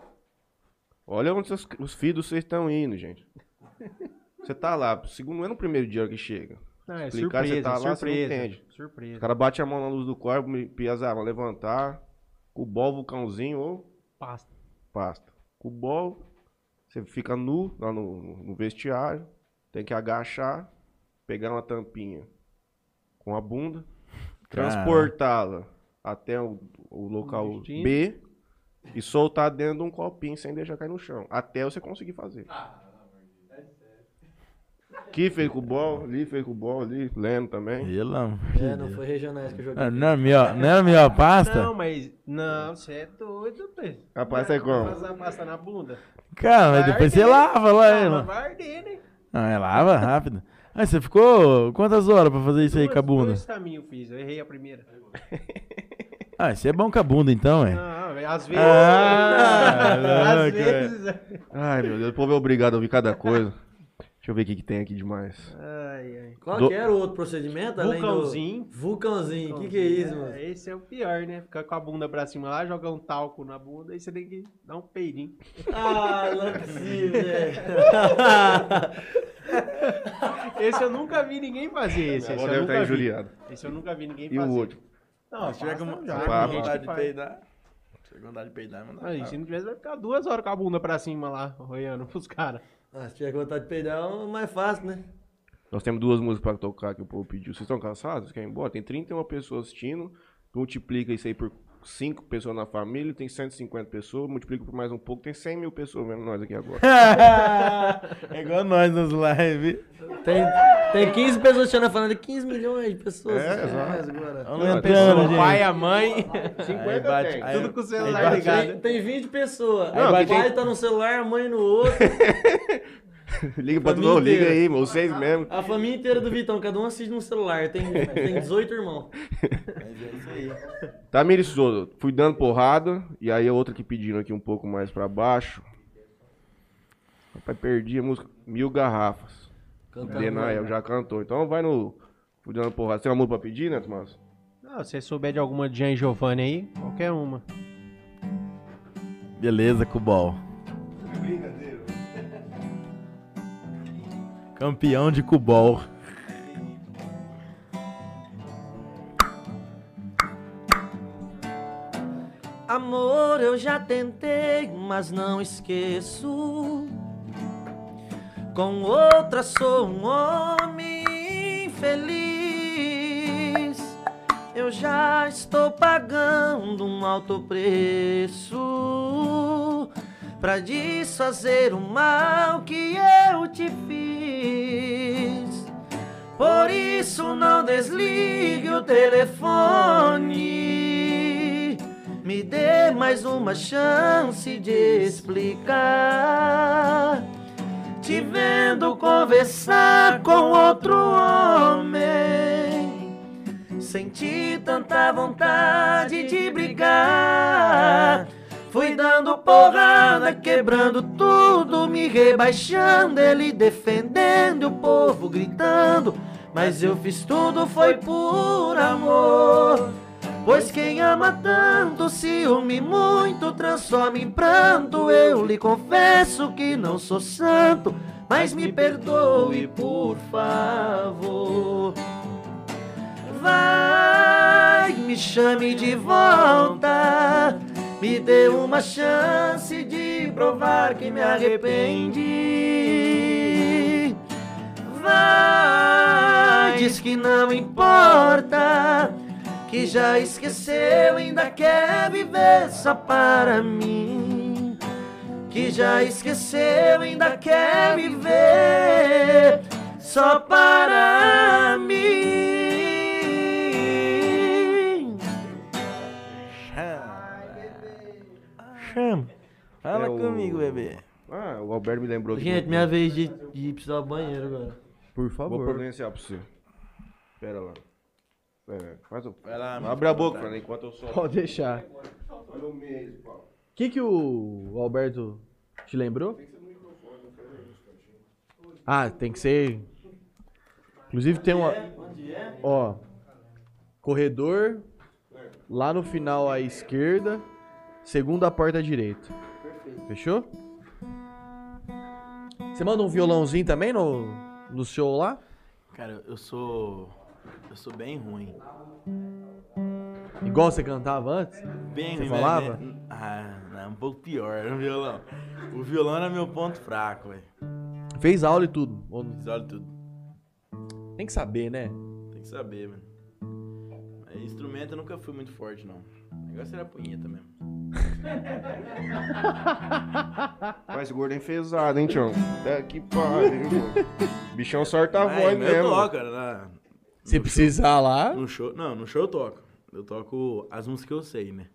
[SPEAKER 1] Olha onde seus- os filhos de vocês estão indo, gente. Você tá lá, segundo não é no primeiro dia que chega.
[SPEAKER 4] Não, é
[SPEAKER 1] Explicar, você
[SPEAKER 4] surpresa,
[SPEAKER 1] tá lá, você não
[SPEAKER 4] surpresa.
[SPEAKER 1] entende. O
[SPEAKER 4] Surpresa.
[SPEAKER 1] cara bate a mão na luz do corpo, me- piazar, vamos levantar. Cubol, vulcãozinho ou
[SPEAKER 4] Pasta.
[SPEAKER 1] pasta. Cubol, você fica nu lá no, no vestiário. Tem que agachar, pegar uma tampinha com a bunda, transportá-la até o, o local
[SPEAKER 4] destino.
[SPEAKER 1] B e soltar dentro de um copinho sem deixar cair no chão. Até você conseguir fazer.
[SPEAKER 4] Ah, é
[SPEAKER 1] Aqui fez com o bol, ali fez com o bol, ali, Leno também.
[SPEAKER 2] Pelo amor de
[SPEAKER 9] É, não
[SPEAKER 2] Deus.
[SPEAKER 9] foi regionais que eu joguei.
[SPEAKER 2] Ah, Não é melhor, não é melhor pasta?
[SPEAKER 4] Não, mas. Não, você é doido, Pedro.
[SPEAKER 1] Rapaz, você é como?
[SPEAKER 4] Passar pasta na bunda.
[SPEAKER 2] Cara, mas
[SPEAKER 4] Vai
[SPEAKER 2] depois você
[SPEAKER 4] arder.
[SPEAKER 2] lava lá
[SPEAKER 4] Ah,
[SPEAKER 2] ela.
[SPEAKER 4] mas vai arder, né?
[SPEAKER 2] Não, é lava rápido. Aí você ficou quantas horas pra fazer isso aí com a bunda?
[SPEAKER 4] Dois caminhos eu fiz, eu errei a primeira.
[SPEAKER 2] Ah, isso é bom com a bunda então, é.
[SPEAKER 4] Não, velho, às vezes. né?
[SPEAKER 2] Ah,
[SPEAKER 4] às
[SPEAKER 2] louco, velho.
[SPEAKER 4] vezes. né?
[SPEAKER 1] Ai, meu Deus, o povo é obrigado a ouvir cada coisa. Deixa eu ver o que, que tem aqui demais.
[SPEAKER 4] Ai, ai.
[SPEAKER 9] Qual
[SPEAKER 1] Do-
[SPEAKER 9] que era o outro procedimento? além do-
[SPEAKER 4] Vulcãozinho.
[SPEAKER 9] Vulcãozinho, o que, que é isso, mano?
[SPEAKER 4] Esse é o pior, né? Ficar com a bunda pra cima lá, jogar um talco na bunda e você tem que dar um peidinho.
[SPEAKER 9] Ah, não é possível, velho.
[SPEAKER 4] Esse eu nunca vi ninguém fazer. Esse, esse eu
[SPEAKER 1] Agora deve
[SPEAKER 4] nunca
[SPEAKER 1] estar
[SPEAKER 4] vi.
[SPEAKER 1] injuriado.
[SPEAKER 4] Esse eu nunca vi ninguém
[SPEAKER 1] E
[SPEAKER 4] fazer.
[SPEAKER 1] o outro?
[SPEAKER 4] Não,
[SPEAKER 2] Se tiver
[SPEAKER 4] passa
[SPEAKER 10] um
[SPEAKER 2] com-
[SPEAKER 4] já,
[SPEAKER 2] se
[SPEAKER 4] tem
[SPEAKER 2] tiver com
[SPEAKER 4] gente que
[SPEAKER 2] vontade de
[SPEAKER 4] faz.
[SPEAKER 2] peidar. Se tiver com vontade de peidar, manda.
[SPEAKER 4] Aí, se não tivesse, vai ficar duas horas com a bunda pra cima lá, roiando pros caras.
[SPEAKER 9] Ah, se tiver vontade de peidar, é mais fácil, né?
[SPEAKER 1] Nós temos duas músicas pra tocar que o povo pediu. Vocês estão cansados? Querem ir embora? Tem 31 pessoas assistindo. Multiplica isso aí por 5 pessoas na família. Tem 150 pessoas. Multiplica por mais um pouco. Tem 100 mil pessoas vendo nós aqui agora.
[SPEAKER 2] (laughs) é igual nós nos lives.
[SPEAKER 9] Tem, tem 15 pessoas te falando, 15 milhões de pessoas.
[SPEAKER 1] É,
[SPEAKER 9] assistindo
[SPEAKER 1] exato.
[SPEAKER 9] nós agora.
[SPEAKER 4] Então
[SPEAKER 2] Vamos
[SPEAKER 1] Não,
[SPEAKER 2] entrando,
[SPEAKER 1] tem
[SPEAKER 4] O
[SPEAKER 2] gente.
[SPEAKER 4] pai, a mãe,
[SPEAKER 2] Aí bate, aí-
[SPEAKER 4] tudo com o
[SPEAKER 2] aí
[SPEAKER 4] celular
[SPEAKER 2] bate-
[SPEAKER 4] ligado.
[SPEAKER 9] Tem, Tá tem 20 pessoas.
[SPEAKER 2] Não,
[SPEAKER 9] Aí o
[SPEAKER 2] que
[SPEAKER 9] pai
[SPEAKER 2] tem-
[SPEAKER 9] tá no celular, a mãe no outro.
[SPEAKER 1] liga pra
[SPEAKER 9] Família
[SPEAKER 1] tudo. Liga
[SPEAKER 9] inteira.
[SPEAKER 1] aí, meu. Vocês mesmo.
[SPEAKER 9] A família inteira do Vitão, cada um assiste num celular. Tem, tem 18 irmãos.
[SPEAKER 1] Tamires Souza. Tá, Fui dando porrada. E aí a outra que pediram aqui um pouco mais pra baixo. Rapaz, perdi a música. Mil garrafas.
[SPEAKER 9] Cantando.
[SPEAKER 1] Denael já cantou. Então vai no... Fui dando porrada. Tem uma música pra pedir, né, Tomás?
[SPEAKER 4] Não, se você souber de alguma de Jean e Giovanni aí, qualquer uma.
[SPEAKER 2] Beleza, Cubol. Campeão de Cubol.
[SPEAKER 3] Amor, eu já tentei, mas não esqueço. Com outra sou um homem infeliz. Eu já estou pagando um alto preço pra desfazer o mal que eu te fiz. Por isso não desligue o telefone. Me dê mais uma chance de explicar. Te vendo conversar com outro homem. Senti tanta vontade de brigar. Fui dando porrada, quebrando tudo, me rebaixando, ele defendendo, o povo gritando. Mas eu fiz tudo foi por amor. Pois quem ama tanto, ciúme muito, transforma em pranto. Eu lhe confesso que não sou santo, mas me perdoe, por favor. Vai, me chame de volta. Me dê uma chance de provar que me arrependi. Vai, diz que não importa. Que já esqueceu, ainda quer viver só para mim. Que já esqueceu, ainda quer viver só para mim. Chama.
[SPEAKER 2] Fala
[SPEAKER 1] É o-
[SPEAKER 2] comigo, bebê.
[SPEAKER 1] Ah, o Alberto me lembrou aqui.
[SPEAKER 3] Gente, minha vez de, de precisar do banheiro agora.
[SPEAKER 4] Por
[SPEAKER 1] Vou
[SPEAKER 4] favor.
[SPEAKER 1] providenciar pra você. Pera lá. Pera, faz o...
[SPEAKER 2] Vai lá, meu, tá.
[SPEAKER 1] Abre a
[SPEAKER 2] fica à
[SPEAKER 1] boca,
[SPEAKER 2] vontade.
[SPEAKER 1] mano, enquanto eu solto.
[SPEAKER 4] Pode deixar. O que, que o Alberto te lembrou? Ah, tem que ser. Inclusive tem uma. Ó. Corredor. Lá no final à esquerda. Segunda porta à direita. Fechou? Você manda um violãozinho também no, no show lá?
[SPEAKER 2] Cara, eu sou. Eu sou bem ruim.
[SPEAKER 4] Igual você cantava antes?
[SPEAKER 2] Bem
[SPEAKER 4] Você
[SPEAKER 2] ruim,
[SPEAKER 4] falava?
[SPEAKER 2] mas- Ah, não, um pouco pior, era o violão. O violão era meu ponto fraco, velho.
[SPEAKER 4] Fez aula e tudo. Ou não?
[SPEAKER 2] Eles olham tudo.
[SPEAKER 4] Tem que saber, né?
[SPEAKER 2] Tem que saber, mano. Mas instrumento eu nunca fui muito forte, não. O negócio era punheta mesmo.
[SPEAKER 1] Mas esse gordo é enfesado, hein, Tião? Até que pariu,
[SPEAKER 2] (laughs)
[SPEAKER 1] mano. Bichão sorta a voz
[SPEAKER 2] mas eu
[SPEAKER 1] mesmo.
[SPEAKER 2] toco, cara. na-
[SPEAKER 4] Se precisar lá.
[SPEAKER 2] No show, não, no show eu toco. Eu toco as músicas que eu sei, né?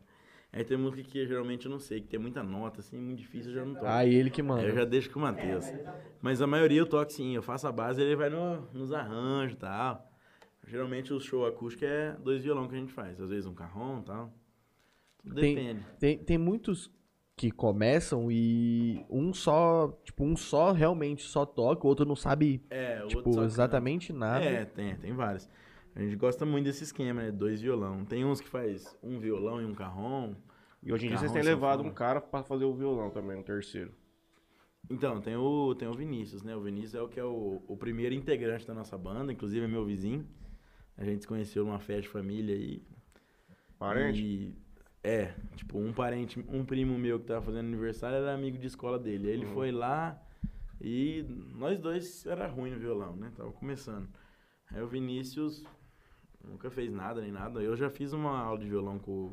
[SPEAKER 2] Aí tem música que geralmente eu não sei, que tem muita nota, assim, muito difícil, eu já não toco.
[SPEAKER 4] Aí Ah, ele que
[SPEAKER 2] Aí eu
[SPEAKER 4] manda.
[SPEAKER 2] já deixo com o Matheus. Mas a maioria eu toco sim, eu faço a base, ele vai no- nos arranjos e tal. Geralmente o show acústico é dois violão que a gente faz, às vezes um carrom e tal. Tudo
[SPEAKER 4] Tem-
[SPEAKER 2] depende.
[SPEAKER 4] Tem, tem muitos que começam e um só, tipo, um só realmente só toca, o outro não sabe,
[SPEAKER 2] É, o outro
[SPEAKER 4] tipo,
[SPEAKER 2] só-
[SPEAKER 4] exatamente nada.
[SPEAKER 2] É, tem, tem vários. A gente gosta muito desse esquema, né? Dois violão. Tem uns que faz um violão e um carrom.
[SPEAKER 1] E hoje em dia vocês
[SPEAKER 2] Carrão,
[SPEAKER 1] têm levado
[SPEAKER 2] sanfona.
[SPEAKER 1] um cara pra fazer o violão também, um terceiro.
[SPEAKER 2] Então, tem o, tem o Vinícius, né? O Vinícius é o que é o, o primeiro integrante da nossa banda, inclusive é meu vizinho. A gente se conheceu numa festa de família e.
[SPEAKER 1] Parente?
[SPEAKER 2] e- é, tipo, um parente, um primo meu que tava fazendo aniversário era amigo de escola dele. Aí ele
[SPEAKER 1] Uhum.
[SPEAKER 2] foi lá e nós dois era ruim no violão, né? Tava começando. Aí o Vinícius nunca fez nada nem nada. Eu já fiz uma aula de violão com,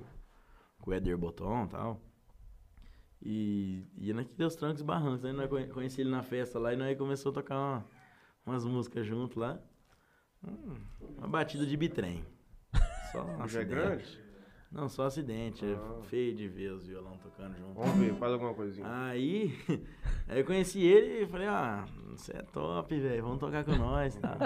[SPEAKER 2] com o Éder Botton e tal. E ia naqueles trancos e barrancos. Aí nós conhe- conheci ele na festa lá e nós começou a tocar uma- umas músicas junto lá. Hum, uma batida de bitrem. Só um
[SPEAKER 1] Hoje é
[SPEAKER 2] acidente.
[SPEAKER 1] grande?
[SPEAKER 2] Não, só acidente. É feio de ver os violão tocando junto.
[SPEAKER 1] Vamos ver, faz alguma coisinha.
[SPEAKER 2] Aí, (laughs) aí eu conheci ele e falei, ah, você é top, velho, vamos tocar com nós, tá?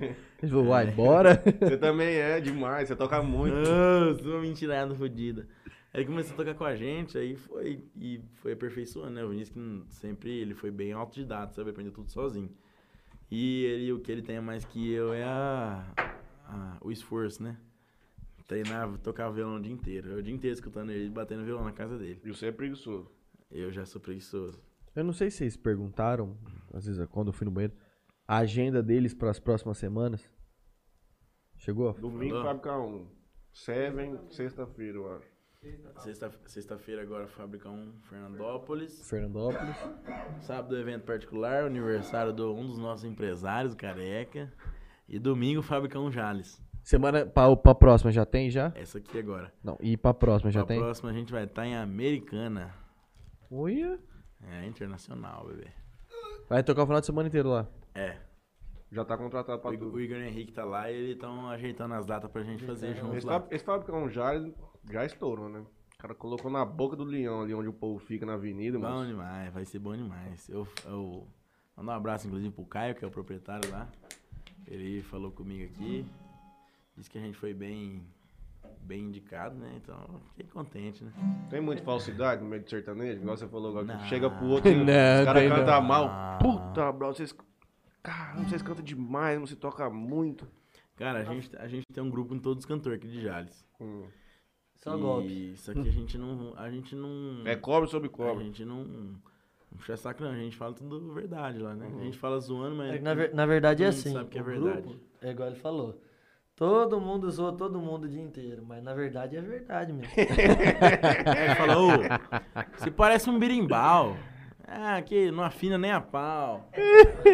[SPEAKER 4] Ele falou, vai, bora.
[SPEAKER 2] Ah.
[SPEAKER 1] Você também é demais, você toca muito.
[SPEAKER 2] Nossa, uma mentirada fodida. Aí começou a tocar com a gente, aí foi e foi aperfeiçoando, né? O Vinícius que não- sempre ele foi bem autodidata, sabe? Aprendeu tudo sozinho. E ele, o que ele tem a mais que eu é a- a- o esforço, né? Treinava, tocava violão o dia inteiro. Eu o dia inteiro escutando ele batendo violão na casa dele.
[SPEAKER 1] E você é preguiçoso.
[SPEAKER 2] Eu já sou preguiçoso.
[SPEAKER 4] eu não sei se vocês perguntaram, às vezes quando eu fui no banheiro, a agenda deles para as próximas semanas. Chegou?
[SPEAKER 1] Domingo,
[SPEAKER 2] Alô?
[SPEAKER 1] Fábrica 1. Seven, sexta-feira, eu acho.
[SPEAKER 2] Sexta- Sexta-feira agora Fábrica 1, Fernandópolis.
[SPEAKER 4] Fernandópolis.
[SPEAKER 2] Sábado é evento particular, aniversário de um dos nossos empresários, o Careca. E domingo Fábrica 1 Jales.
[SPEAKER 4] Semana para pra próxima já tem já?
[SPEAKER 2] Essa aqui agora.
[SPEAKER 4] Não, e pra próxima já
[SPEAKER 2] a
[SPEAKER 4] tem?
[SPEAKER 2] próxima a gente vai estar em Americana.
[SPEAKER 4] Olha.
[SPEAKER 2] É internacional, bebê.
[SPEAKER 4] Vai tocar o final de semana inteiro lá.
[SPEAKER 2] É.
[SPEAKER 1] Já tá contratado
[SPEAKER 2] O
[SPEAKER 1] pra
[SPEAKER 2] Igor,
[SPEAKER 1] tudo.
[SPEAKER 2] o Igor Henrique tá lá e eles estão ajeitando as datas pra gente
[SPEAKER 4] tá
[SPEAKER 2] fazer junto
[SPEAKER 1] Esse,
[SPEAKER 2] lá.
[SPEAKER 1] fá- esse Fábrica 1 já, já estourou, né? O cara colocou na boca do leão ali onde o povo fica na avenida,
[SPEAKER 2] Bom
[SPEAKER 1] mano.
[SPEAKER 2] demais, vai ser bom demais. Eu, eu mando um abraço, inclusive, pro Caio, que é o proprietário lá. Ele falou comigo aqui. Disse que a gente foi bem, bem indicado, né? Então, fiquei contente, né?
[SPEAKER 1] Tem muita falsidade no meio do sertanejo, igual você falou agora,
[SPEAKER 2] Não.
[SPEAKER 1] que chega pro outro e
[SPEAKER 2] (laughs)
[SPEAKER 1] os
[SPEAKER 4] Não,
[SPEAKER 1] caras
[SPEAKER 4] tem não.
[SPEAKER 1] cantam mal.
[SPEAKER 2] Ah.
[SPEAKER 1] Puta, bro, vocês. Caramba, vocês cantam demais, você toca muito.
[SPEAKER 2] Cara, a gente, a gente tem um grupo em todos os cantores aqui de Jales.
[SPEAKER 1] Hum.
[SPEAKER 3] Só
[SPEAKER 2] e
[SPEAKER 3] golpe.
[SPEAKER 2] Isso aqui a gente não. A gente não.
[SPEAKER 1] É cobre sobre
[SPEAKER 2] A
[SPEAKER 1] cobre.
[SPEAKER 2] gente não. Não puxa saco, não. A gente fala tudo verdade lá, né? A gente fala zoando, mas.
[SPEAKER 3] É que na, ver- na verdade é
[SPEAKER 2] Todo mundo
[SPEAKER 3] assim.
[SPEAKER 2] sabe que é
[SPEAKER 3] o
[SPEAKER 2] verdade.
[SPEAKER 3] grupo, é igual ele falou. Todo mundo zoa todo mundo o dia inteiro, mas na verdade é verdade mesmo.
[SPEAKER 2] Aí fala, ô, você parece um birimbau. Ah, que não afina nem a pau.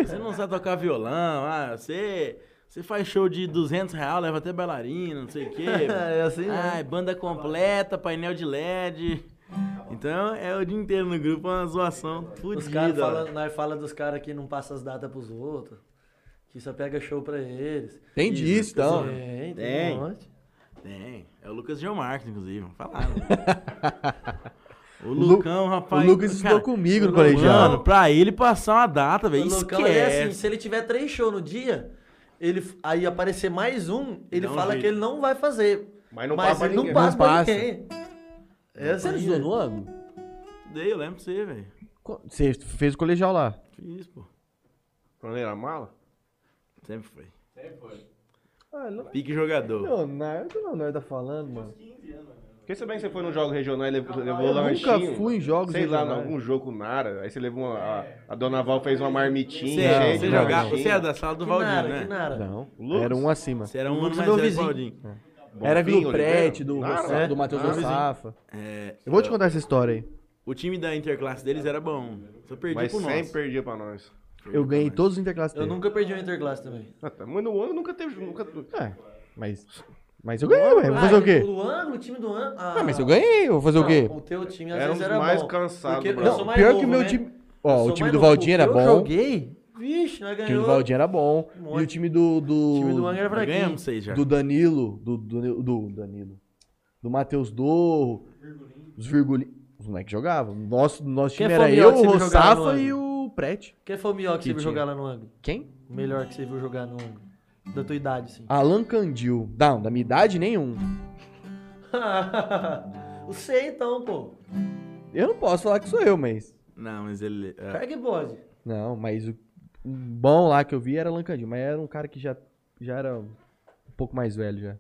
[SPEAKER 2] Você não sabe tocar violão. Ah, você, você faz show de 200 reais, leva até bailarina, não sei
[SPEAKER 3] (laughs)
[SPEAKER 2] o quê.
[SPEAKER 3] (laughs) É assim mesmo.
[SPEAKER 2] Ah, banda completa, painel de LED. Então, é o dia inteiro no grupo, uma zoação
[SPEAKER 3] Os caras
[SPEAKER 2] fodida.
[SPEAKER 3] falam, nós fala dos caras que não passa as datas pros outros, que só pega show pra eles.
[SPEAKER 4] Tem disso, então.
[SPEAKER 3] Tem, tem,
[SPEAKER 2] Tem.
[SPEAKER 3] um monte. (laughs)
[SPEAKER 2] Tem. É o Lucas Geomarques, inclusive. Falaram. O Lucão, rapaz.
[SPEAKER 10] o Lucas estudou
[SPEAKER 2] cara,
[SPEAKER 10] comigo no
[SPEAKER 2] Lu-
[SPEAKER 10] colegial.
[SPEAKER 2] Mano, pra ele passar uma data, velho,
[SPEAKER 3] O
[SPEAKER 2] esquece.
[SPEAKER 3] Lucão, ele é assim, se ele tiver três shows no dia, ele, aí aparecer mais um, ele
[SPEAKER 2] Dá um
[SPEAKER 3] fala
[SPEAKER 2] jeito.
[SPEAKER 3] que ele não vai fazer.
[SPEAKER 1] Mas não
[SPEAKER 3] mas
[SPEAKER 1] passa
[SPEAKER 3] ele não
[SPEAKER 1] ninguém.
[SPEAKER 3] passa
[SPEAKER 11] Não
[SPEAKER 3] pra
[SPEAKER 11] passa.
[SPEAKER 3] ninguém. É
[SPEAKER 11] Você
[SPEAKER 3] assim,
[SPEAKER 11] não estudou no ângulo?
[SPEAKER 2] Dei, eu lembro de você, velho.
[SPEAKER 10] Co- Você fez o colegial lá.
[SPEAKER 2] Fiz, pô. Hum.
[SPEAKER 1] Planeira mala?
[SPEAKER 2] Sempre foi. Sempre
[SPEAKER 10] Ah,
[SPEAKER 2] foi. Pique jogador.
[SPEAKER 10] Leonardo, Leonardo tá falando, mano.
[SPEAKER 1] Porque se bem que você foi num jogo regional e levou, levou
[SPEAKER 10] Ah, eu
[SPEAKER 1] lanchinho.
[SPEAKER 10] nunca fui em jogos
[SPEAKER 1] Sei lá, em
[SPEAKER 10] regionais.
[SPEAKER 1] algum jogo com Nara. Aí você levou uma... A, a Dona Val fez uma marmitinha.
[SPEAKER 2] Você, é,
[SPEAKER 1] cheia
[SPEAKER 2] você
[SPEAKER 1] de
[SPEAKER 2] jogava,
[SPEAKER 1] lanchinho.
[SPEAKER 2] você era da sala do
[SPEAKER 3] que
[SPEAKER 2] Valdinho,
[SPEAKER 3] nada, que
[SPEAKER 2] né?
[SPEAKER 3] nada.
[SPEAKER 10] Não,
[SPEAKER 1] Lucas?
[SPEAKER 10] era um acima.
[SPEAKER 2] Você era um ano mais
[SPEAKER 3] Lucas
[SPEAKER 2] velho
[SPEAKER 3] é meu
[SPEAKER 2] que o
[SPEAKER 3] vizinho.
[SPEAKER 2] Valdinho.
[SPEAKER 1] Bonfim,
[SPEAKER 11] Era do
[SPEAKER 1] Oliveira.
[SPEAKER 11] Prete, do,
[SPEAKER 1] Nara?
[SPEAKER 11] Gonçalo- do Matheus
[SPEAKER 1] Nara.
[SPEAKER 11] Gonçafa.
[SPEAKER 2] É,
[SPEAKER 10] Eu vou te contar essa história aí.
[SPEAKER 2] o time da interclasse deles era bom. Só perdi
[SPEAKER 1] Mas
[SPEAKER 2] pro nosso.
[SPEAKER 1] sempre perdia pra nós.
[SPEAKER 10] Eu ganhei todos os interclasses
[SPEAKER 3] Eu
[SPEAKER 10] dele.
[SPEAKER 3] nunca perdi um Interclass também.
[SPEAKER 1] Ah, tá, (laughs) Mas no ano nunca teve... Nunca...
[SPEAKER 10] É, mas. Mas eu ganhei, ué. Vou fazer o quê?
[SPEAKER 3] O ano, o time do ano.
[SPEAKER 11] Ah, mas eu ganhei, eu vou fazer o quê?
[SPEAKER 3] O teu time às
[SPEAKER 1] Era um
[SPEAKER 3] vezes
[SPEAKER 1] dos
[SPEAKER 3] era
[SPEAKER 1] mais
[SPEAKER 3] bom.
[SPEAKER 1] cansados do
[SPEAKER 3] Porque eu
[SPEAKER 1] Brasil.
[SPEAKER 3] sou mais
[SPEAKER 10] Pior
[SPEAKER 3] novo,
[SPEAKER 10] que o meu
[SPEAKER 3] né?
[SPEAKER 10] time.
[SPEAKER 3] Eu
[SPEAKER 10] Ó,
[SPEAKER 3] sou
[SPEAKER 10] o time
[SPEAKER 3] mais
[SPEAKER 10] do
[SPEAKER 3] novo.
[SPEAKER 10] Valdinho era
[SPEAKER 3] Eu
[SPEAKER 10] bom. O
[SPEAKER 3] joguei. Vixe, nós
[SPEAKER 10] time do
[SPEAKER 3] ganhamos.
[SPEAKER 10] Valdinho era bom. E o time do.
[SPEAKER 3] O time do ano
[SPEAKER 10] Do,
[SPEAKER 3] era
[SPEAKER 2] Nós
[SPEAKER 3] fraquinho.
[SPEAKER 2] Ganhamos seis já.
[SPEAKER 10] do Danilo. Do, do, do Danilo. Do Matheus Dorro. Os virgulinhos. Os moleques jogavam. Nosso, nosso
[SPEAKER 3] Quem
[SPEAKER 10] time
[SPEAKER 3] foi
[SPEAKER 10] era
[SPEAKER 3] o melhor
[SPEAKER 10] eu,
[SPEAKER 3] que
[SPEAKER 10] o
[SPEAKER 3] você viu jogar no
[SPEAKER 10] Rossafa
[SPEAKER 3] ano?
[SPEAKER 10] e o Prete.
[SPEAKER 3] Quem foi o melhor que,
[SPEAKER 10] Que
[SPEAKER 3] você viu
[SPEAKER 10] time?
[SPEAKER 3] jogar lá no ângulo?
[SPEAKER 10] Quem?
[SPEAKER 3] O melhor que você viu jogar no ângulo. Da tua idade, assim.
[SPEAKER 10] (laughs)
[SPEAKER 3] sim.
[SPEAKER 10] Alan Candil. Não, da minha idade nenhum.
[SPEAKER 3] (laughs) o C então, pô.
[SPEAKER 10] Eu não posso falar que sou eu, mas.
[SPEAKER 2] Não, mas ele. é,
[SPEAKER 3] Pega e bode.
[SPEAKER 10] Não, mas o um bom lá que eu vi era Lancandinho, mas era um cara que já, já era um pouco mais velho já.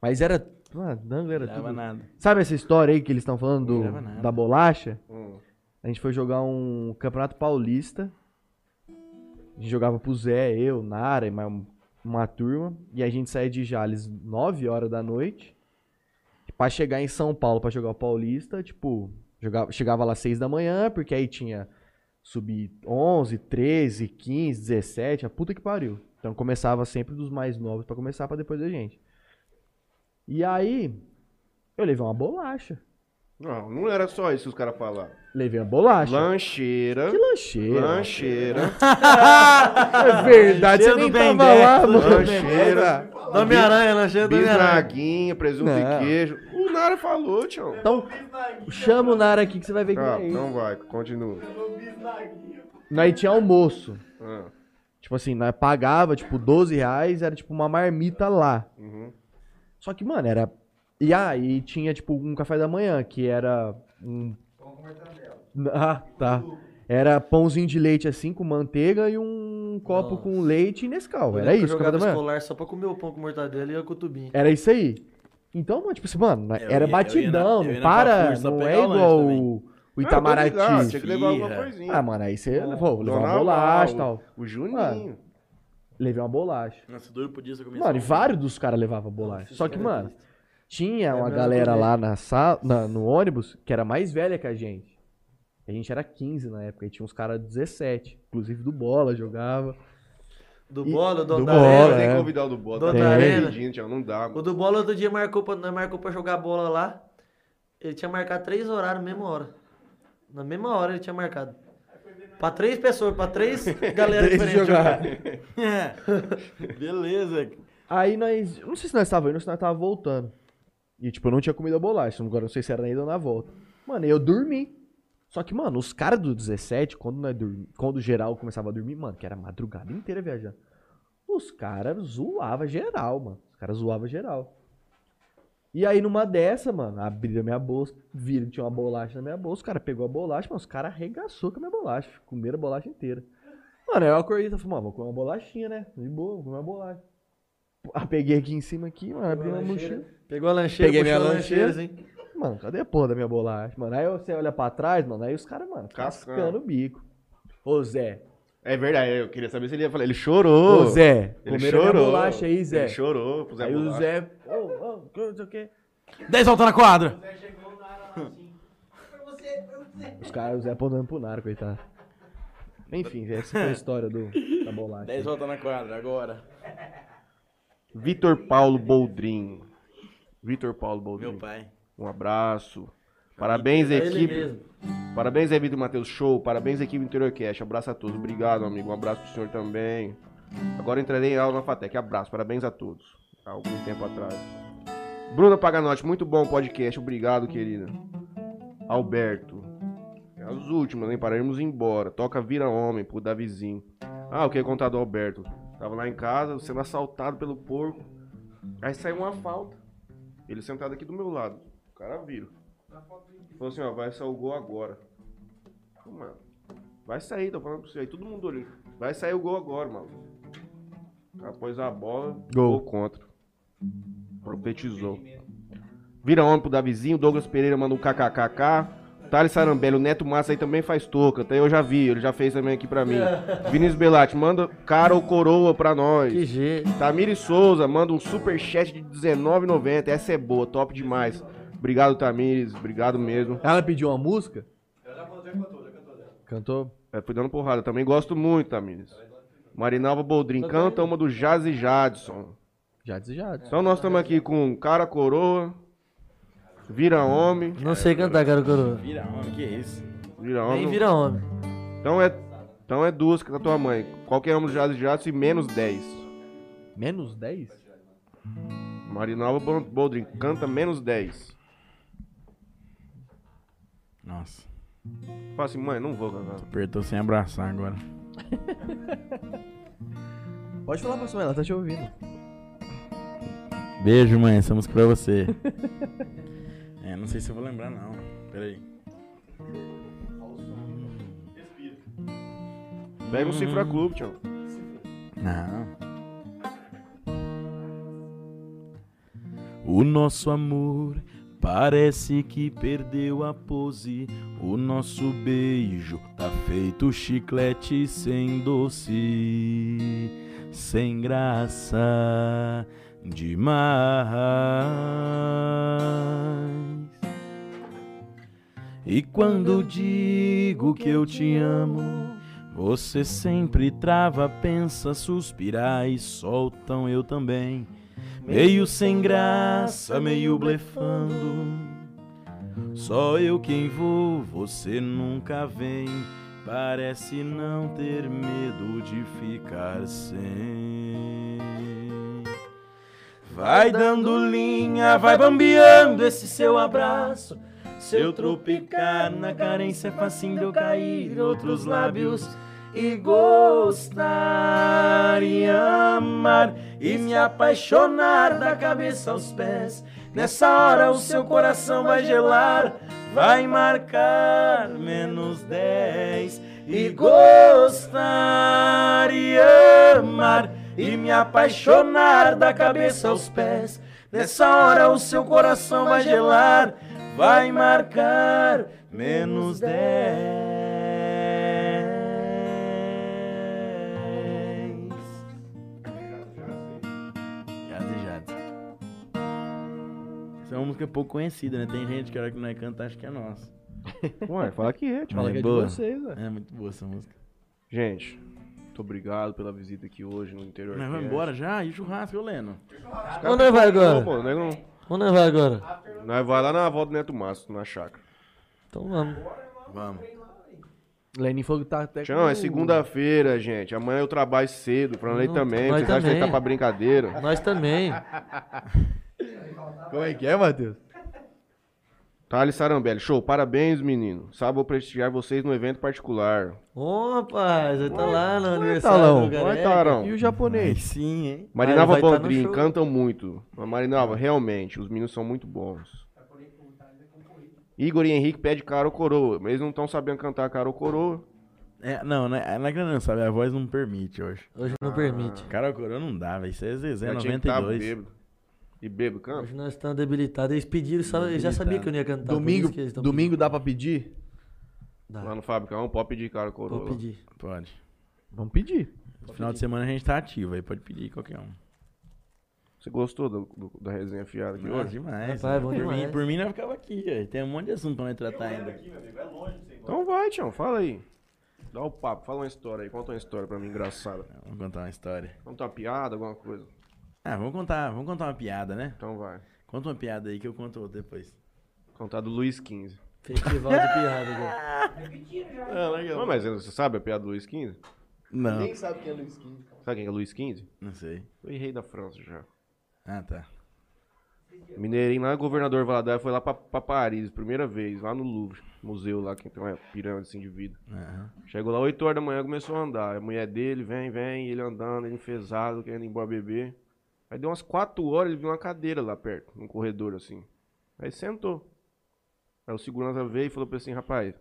[SPEAKER 10] Mas era. Ah, Dangle era
[SPEAKER 2] Não dava
[SPEAKER 10] tudo.
[SPEAKER 2] nada.
[SPEAKER 10] Sabe essa história aí que eles estão falando
[SPEAKER 2] Não
[SPEAKER 10] do-
[SPEAKER 2] dava nada.
[SPEAKER 10] da bolacha?
[SPEAKER 1] Hum.
[SPEAKER 10] A gente foi jogar um campeonato paulista. A gente jogava pro Zé, eu, Nara e mais um- uma turma. E a gente saía de Jales 9 horas da noite. Pra chegar em São Paulo pra jogar o Paulista, tipo, jogava, chegava lá 6 da manhã, porque aí tinha subir 11, 13, 15, 17, a puta que pariu. Então começava sempre dos mais novos pra começar pra depois da gente. E aí, eu levei uma bolacha.
[SPEAKER 1] Não, não era só isso que os caras falaram.
[SPEAKER 10] Levei uma bolacha.
[SPEAKER 1] Lancheira.
[SPEAKER 10] Que lancheira.
[SPEAKER 1] Lancheira.
[SPEAKER 10] É verdade, você
[SPEAKER 2] Cheiro
[SPEAKER 10] nem
[SPEAKER 2] do Ben
[SPEAKER 10] tava lá, (laughs) mano.
[SPEAKER 1] Lancheira.
[SPEAKER 3] Do Homem-Aranha, lancheira do Homem-Aranha.
[SPEAKER 1] Bisnaguinha, presunto
[SPEAKER 10] Não.
[SPEAKER 1] e queijo. O Nara falou, tchau.
[SPEAKER 10] Então, chama o Nara aqui que você vai ver que
[SPEAKER 1] Ah,
[SPEAKER 10] é isso.
[SPEAKER 1] então vai, continua.
[SPEAKER 10] Nós tinha almoço.
[SPEAKER 1] Ah,
[SPEAKER 10] Tipo assim, nós pagava, tipo, 12 reais, era tipo uma marmita lá.
[SPEAKER 1] uhum.
[SPEAKER 10] Só que, mano, era. E aí tinha, tipo, um café da manhã, que era um. Ah, tá. Era pãozinho de leite assim, com manteiga e um copo
[SPEAKER 3] Nossa.
[SPEAKER 10] com leite e Nescau.
[SPEAKER 3] Eu
[SPEAKER 10] Era
[SPEAKER 3] lembro que
[SPEAKER 10] isso,
[SPEAKER 3] eu
[SPEAKER 10] café
[SPEAKER 3] jogava
[SPEAKER 10] da manhã.
[SPEAKER 3] escolar só pra comer o pão com mortadela e o cutubinho.
[SPEAKER 10] Era isso aí. Então, mano, tipo assim, mano,
[SPEAKER 2] Eu
[SPEAKER 10] era
[SPEAKER 2] ia- eu ia na- eu
[SPEAKER 10] batidão,
[SPEAKER 2] ia
[SPEAKER 10] não
[SPEAKER 2] na
[SPEAKER 10] para,
[SPEAKER 2] Carrefour só
[SPEAKER 10] não
[SPEAKER 2] pegar
[SPEAKER 10] é
[SPEAKER 2] o lanche
[SPEAKER 10] igual
[SPEAKER 2] também.
[SPEAKER 10] o, o
[SPEAKER 1] Ah, eu tô ligado,
[SPEAKER 10] Itamaraty.
[SPEAKER 1] Tinha que levar alguma
[SPEAKER 2] Firra.
[SPEAKER 1] coisinha.
[SPEAKER 10] Ah, mano, aí você levou, levou uma
[SPEAKER 1] Dona
[SPEAKER 10] bolacha e
[SPEAKER 1] Val,
[SPEAKER 10] tal.
[SPEAKER 1] O Juninho.
[SPEAKER 10] ah, Levei uma bolacha.
[SPEAKER 2] Nossa, duro podia só comer
[SPEAKER 10] Mano, e
[SPEAKER 2] só-
[SPEAKER 10] vários dos caras levavam bolacha.
[SPEAKER 3] Nossa,
[SPEAKER 10] Só que,
[SPEAKER 3] isso
[SPEAKER 10] mano,
[SPEAKER 2] É
[SPEAKER 10] tinha uma
[SPEAKER 3] Lembrando
[SPEAKER 10] galera
[SPEAKER 3] também.
[SPEAKER 10] lá na sala, na- no ônibus, que era mais velha que a gente. A gente era 15 na época, e tinha uns caras 17. Inclusive do bola jogava.
[SPEAKER 3] Do
[SPEAKER 10] E-
[SPEAKER 3] Bola, do
[SPEAKER 10] do
[SPEAKER 3] Andarela.
[SPEAKER 10] Bola,
[SPEAKER 1] tem que
[SPEAKER 10] é.
[SPEAKER 1] convidar o do Bota.
[SPEAKER 3] Dona
[SPEAKER 1] tá
[SPEAKER 3] Arena.
[SPEAKER 1] pedindo, tchau, Não dá,
[SPEAKER 3] O
[SPEAKER 1] mano.
[SPEAKER 3] do Bola outro dia marcou pra, nós marcou pra jogar bola lá. Ele tinha marcado três horários na mesma hora. Na mesma hora ele tinha marcado. Pra três pessoas, pra
[SPEAKER 10] (laughs)
[SPEAKER 3] três galera
[SPEAKER 10] Três
[SPEAKER 3] diferentes.
[SPEAKER 10] jogar.
[SPEAKER 3] jogar.
[SPEAKER 2] Beleza.
[SPEAKER 10] Aí nós. eu Não sei se nós tava indo ou se nós tava voltando. E, tipo, eu não tinha comido a bolacha. Agora eu não sei se era na ida ou na volta. Mano, eu dormi. Só que, mano, os caras do 17, quando, nós dormi, quando geral começava a dormir, mano, que era madrugada inteira viajando. Os caras zoavam geral, mano. Os caras zoavam geral. E aí, numa dessa, mano, abriram a minha bolsa, viram que tinha uma bolacha na minha bolsa, o cara pegou a bolacha, mano, os caras arregaçou com a minha bolacha, comeram a bolacha inteira. Mano, aí eu acordei e falei, mano, vou comer uma bolachinha, né? De boa, vou comer uma bolacha. Ah, peguei aqui em cima aqui, mano, abri uma mochila.
[SPEAKER 3] Pegou a lancheira,
[SPEAKER 10] Peguei
[SPEAKER 3] puxou
[SPEAKER 10] minha
[SPEAKER 3] a lancheira, assim.
[SPEAKER 10] Mano, cadê a porra da minha bolacha, mano? Aí você olha pra trás, mano, aí os caras, mano,
[SPEAKER 1] Cascando.
[SPEAKER 10] cascando o bico. Ô, Zé.
[SPEAKER 1] É verdade, eu queria saber se ele ia falar. Ele chorou.
[SPEAKER 10] Ô, Zé.
[SPEAKER 1] Ele
[SPEAKER 10] comeram a minha
[SPEAKER 1] chorou.
[SPEAKER 10] bolacha aí, Zé.
[SPEAKER 1] Ele chorou. pro Zé
[SPEAKER 10] aí o
[SPEAKER 1] Bolacha.
[SPEAKER 10] Zé, ô, ô, que não sei o quê.
[SPEAKER 2] 10 volta na quadra.
[SPEAKER 4] Hum.
[SPEAKER 10] Os caras, o Zé apontando pro Nara, coitado. Enfim, Zé, essa foi a história do, da bolacha.
[SPEAKER 2] 10 volta na quadra, agora.
[SPEAKER 1] Vitor Paulo Boldrin. Vitor Paulo
[SPEAKER 2] Meu
[SPEAKER 1] Boldrin.
[SPEAKER 2] pai.
[SPEAKER 1] Um abraço. Parabéns,
[SPEAKER 3] Era ele
[SPEAKER 1] equipe.
[SPEAKER 3] mesmo.
[SPEAKER 1] Parabéns, Evito Matheus Show. Parabéns, equipe Interior Cash. Abraço a todos. Obrigado, amigo. Um abraço pro senhor também. Agora entrarei em aula na FATEC. Abraço. Parabéns a todos. Há algum tempo atrás. Bruna Paganotti, muito bom o podcast. Obrigado, querida. Alberto. É As últimas, nem pararemos ir embora. Toca Vira Homem, pro Davizinho. Ah, o que contar do Alberto? Tava lá em casa, sendo assaltado pelo porco. Aí saiu uma falta. Ele sentado aqui do meu lado. O cara vira. Falou assim, ó, vai sair o gol agora. Falei, Mano, vai sair, tô falando pra você. Aí todo mundo olhando. Vai sair o gol agora, mano. Após a bola, gol, contra. Profetizou. Vira homem pro Davizinho, Douglas Pereira manda um kkkk. Thales Sarambelli, o Neto Massa aí também faz touca. Até eu já vi, ele já fez também aqui pra
[SPEAKER 3] (laughs)
[SPEAKER 1] mim. Vinícius Belatti, manda cara ou coroa pra nós.
[SPEAKER 3] Que jeito.
[SPEAKER 1] Tamires Souza manda um superchat de R$19,90. Essa é boa, top demais. Obrigado, Tamires. Obrigado mesmo.
[SPEAKER 4] Ela pediu uma música? Cantou?
[SPEAKER 1] É, fui dando porrada. Também gosto muito, Tamires. Marinalva Boldrin, canta uma do Jazz e Jadson.
[SPEAKER 4] Jades e Jades.
[SPEAKER 1] Então nós estamos aqui com Cara Coroa, Vira Homem.
[SPEAKER 3] Não sei cantar, cara coroa.
[SPEAKER 2] Vira, homem, que isso?
[SPEAKER 1] Vira
[SPEAKER 3] Nem
[SPEAKER 1] Homem.
[SPEAKER 3] vira homem.
[SPEAKER 1] Então é, então é duas que da tua mãe. Qualquer um do Jazz e Jadson e menos 10.
[SPEAKER 4] Menos 10?
[SPEAKER 1] Marinalva Bo- Boldrin, canta menos 10.
[SPEAKER 2] Nossa,
[SPEAKER 1] Fala assim, mãe, não vou cantar.
[SPEAKER 2] apertou sem abraçar agora.
[SPEAKER 4] Pode falar pra sua mãe, ela tá te ouvindo.
[SPEAKER 2] Beijo, mãe. Essa música pra
[SPEAKER 10] (laughs)
[SPEAKER 2] você. é, não sei se eu vou lembrar, não. Peraí.
[SPEAKER 1] Pega o Cifra Clube, tchau.
[SPEAKER 2] Não. O nosso amor parece que perdeu a pose. O nosso beijo tá feito chiclete sem doce, sem graça demais. E quando digo que eu te amo, você sempre trava, pensa, suspira e soltam eu também. Meio sem graça, meio blefando. Só eu quem vou, você nunca vem. Parece não ter medo de ficar sem. Vai dando linha, vai bambeando esse seu abraço. Se eu tropicar na carência, é facinho de eu cair em outros lábios e gostar e amar e me apaixonar da cabeça aos pés. Nessa hora o seu coração vai gelar, vai marcar menos 10 e gostar e amar e me apaixonar da cabeça aos pés. Nessa hora o seu coração vai gelar, vai marcar menos 10. Jazz e Jazz. Essa é uma música pouco conhecida, né? Tem gente que a hora que não é canta acha que é (laughs) nossa.
[SPEAKER 1] Ué, fala que é, tio.
[SPEAKER 4] Fala
[SPEAKER 2] É
[SPEAKER 4] que é
[SPEAKER 2] boa.
[SPEAKER 4] de vocês, velho.
[SPEAKER 2] É muito boa essa música.
[SPEAKER 1] Gente, muito obrigado pela visita aqui hoje no interior.
[SPEAKER 2] Mas vamos
[SPEAKER 1] Cast.
[SPEAKER 2] embora já? E o churrasco, eu lendo.
[SPEAKER 3] Onde nós vai
[SPEAKER 1] Não,
[SPEAKER 3] agora?
[SPEAKER 1] pô, nós não-
[SPEAKER 3] Onde nós vai agora?
[SPEAKER 1] Nós vai lá na avó do Neto Márcio, na chácara.
[SPEAKER 3] Então vamos.
[SPEAKER 2] Vamos.
[SPEAKER 4] Lenin falou que tá até
[SPEAKER 1] Tchau,
[SPEAKER 10] Uhum.
[SPEAKER 1] é segunda-feira, gente. Amanhã eu trabalho cedo, pra lei
[SPEAKER 3] Não,
[SPEAKER 1] também.
[SPEAKER 3] nós
[SPEAKER 1] Vocês acham que
[SPEAKER 3] também.
[SPEAKER 1] ele tá pra brincadeira?
[SPEAKER 3] Nós também.
[SPEAKER 4] Como é que é, Matheus?
[SPEAKER 1] Thales Sarambelli, show, parabéns, menino. Sábado vou prestigiar vocês no evento particular.
[SPEAKER 3] Ô, rapaz, vai tá lá no
[SPEAKER 4] Talão?
[SPEAKER 3] aniversário do
[SPEAKER 1] Vai,
[SPEAKER 3] Gareca.
[SPEAKER 1] Tarão.
[SPEAKER 4] E o japonês?
[SPEAKER 2] Sim, hein?
[SPEAKER 1] Marinalva
[SPEAKER 3] vai tá no
[SPEAKER 1] Boldrin,
[SPEAKER 3] show.
[SPEAKER 1] cantam muito. Mas Marinalva, realmente, os meninos são muito bons. Igor e Henrique pede cara ou coroa, mas eles não estão sabendo cantar cara ou coroa.
[SPEAKER 2] É, não, não é, não é que não, sabe? A voz não permite hoje.
[SPEAKER 3] Hoje não permite.
[SPEAKER 2] Cara, o coroa não dá, velho. Isso é Zezé
[SPEAKER 1] Já tinha que tá
[SPEAKER 2] 92.
[SPEAKER 1] bêbado. E bebo
[SPEAKER 4] Ah.
[SPEAKER 1] canta?
[SPEAKER 3] Hoje nós estamos debilitados. Eles pediram, sabe, eles já sabiam que eu não ia cantar. por
[SPEAKER 4] Domingo,
[SPEAKER 3] Tá isso que eles tão
[SPEAKER 4] domingo dá pra pedir?
[SPEAKER 3] Dá.
[SPEAKER 1] Lá no Fabricão, pode pedir cara
[SPEAKER 3] pedindo.
[SPEAKER 1] coroa.
[SPEAKER 3] Vou pedir.
[SPEAKER 2] Pode.
[SPEAKER 4] Vamos pedir.
[SPEAKER 2] Final de semana a gente tá ativo, aí pode pedir qualquer um.
[SPEAKER 1] Você gostou do- do- da resenha fiada aqui
[SPEAKER 2] Nossa,
[SPEAKER 1] hoje?
[SPEAKER 2] demais.
[SPEAKER 3] Rapaz,
[SPEAKER 2] né?
[SPEAKER 3] bom
[SPEAKER 2] por, mim,
[SPEAKER 3] demais.
[SPEAKER 2] por mim, nós ficava aqui, velho. Tem um monte de assunto pra nós tratar
[SPEAKER 1] um
[SPEAKER 2] ainda.
[SPEAKER 1] Então vai, Tião, fala aí. Dá o papo, fala uma história aí, conta uma história pra mim engraçada.
[SPEAKER 2] Vamos contar uma história.
[SPEAKER 1] Conta uma piada, alguma coisa.
[SPEAKER 2] Ah, vamos contar, vamos contar uma piada, né?
[SPEAKER 1] Então vai.
[SPEAKER 2] Conta uma piada aí que eu conto outra depois.
[SPEAKER 1] Contar do Luiz XV.
[SPEAKER 3] Festival de piada.
[SPEAKER 4] (laughs)
[SPEAKER 3] cara.
[SPEAKER 1] Não, mas você sabe a piada do Luiz XV?
[SPEAKER 2] Não.
[SPEAKER 1] Sabe quem é Luiz XV?
[SPEAKER 2] Não sei.
[SPEAKER 1] Foi rei da França já.
[SPEAKER 2] Ah, tá.
[SPEAKER 1] Mineirinho lá, governador Valadares foi lá pra, pra Paris, primeira vez, lá no Louvre, museu lá, que tem uma pirâmide assim de vidro. Chegou lá 8 horas da manhã, começou a andar. A mulher dele, vem, vem, ele andando, ele enfesado, querendo ir embora beber. Aí deu umas 4 horas, ele viu uma cadeira lá perto, num corredor assim. Aí sentou. Aí o segurança veio e falou pra ele assim, rapaz,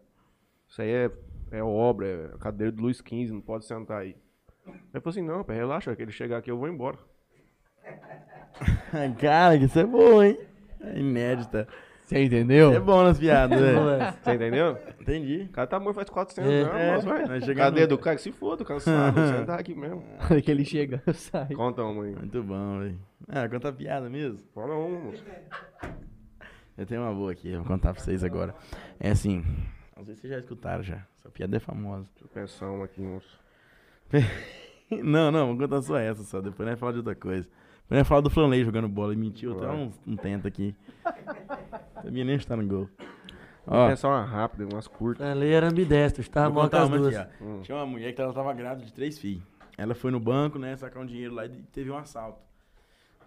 [SPEAKER 1] isso aí é, é obra, é cadeira do Luiz XV, não pode sentar aí. Aí ele falou assim, não, rapaz, relaxa, que ele chegar aqui eu vou embora.
[SPEAKER 2] (laughs) Cara, que isso é bom, hein? É Inédita.
[SPEAKER 4] Você entendeu?
[SPEAKER 2] Isso é bom nas
[SPEAKER 3] (laughs)
[SPEAKER 2] piadas, velho.
[SPEAKER 1] Você entendeu?
[SPEAKER 3] é.
[SPEAKER 2] Entendi.
[SPEAKER 1] O cara tá morto faz 400 anos,
[SPEAKER 2] É,
[SPEAKER 1] mas vai. né?
[SPEAKER 2] vai chegar
[SPEAKER 1] Cadê
[SPEAKER 2] no-
[SPEAKER 1] do cara? Que se foda, cansado, (laughs) vou sentar aqui mesmo.
[SPEAKER 4] (laughs) que ele chega, sai.
[SPEAKER 1] Conta uma aí.
[SPEAKER 2] Muito bom, velho. Ah, conta piada mesmo.
[SPEAKER 1] Fala uma, moço.
[SPEAKER 2] Eu tenho uma boa aqui, eu vou contar pra vocês agora. É assim, às vezes vocês já escutaram já. Essa piada é famosa. (laughs)
[SPEAKER 1] Deixa eu pensar uma aqui, moço.
[SPEAKER 2] Não, não, vou contar só essa só. Depois nós falamos de outra coisa. Depois nós falamos do Flanley jogando bola. Ele mentiu até
[SPEAKER 1] Vai.
[SPEAKER 2] uns, um tento aqui. (laughs) Sabia nem chutar no gol.
[SPEAKER 1] Vou
[SPEAKER 2] Ó,
[SPEAKER 1] pensar uma rápida, umas curtas.
[SPEAKER 3] Ela era ambidestro, estava
[SPEAKER 2] vou
[SPEAKER 3] mal com
[SPEAKER 2] contar
[SPEAKER 3] as
[SPEAKER 2] uma
[SPEAKER 3] duas. Hum.
[SPEAKER 2] aqui, ó. Tinha uma mulher que ela tava grávida de três filhos. Ela foi no banco, né, sacar um dinheiro lá e teve um assalto.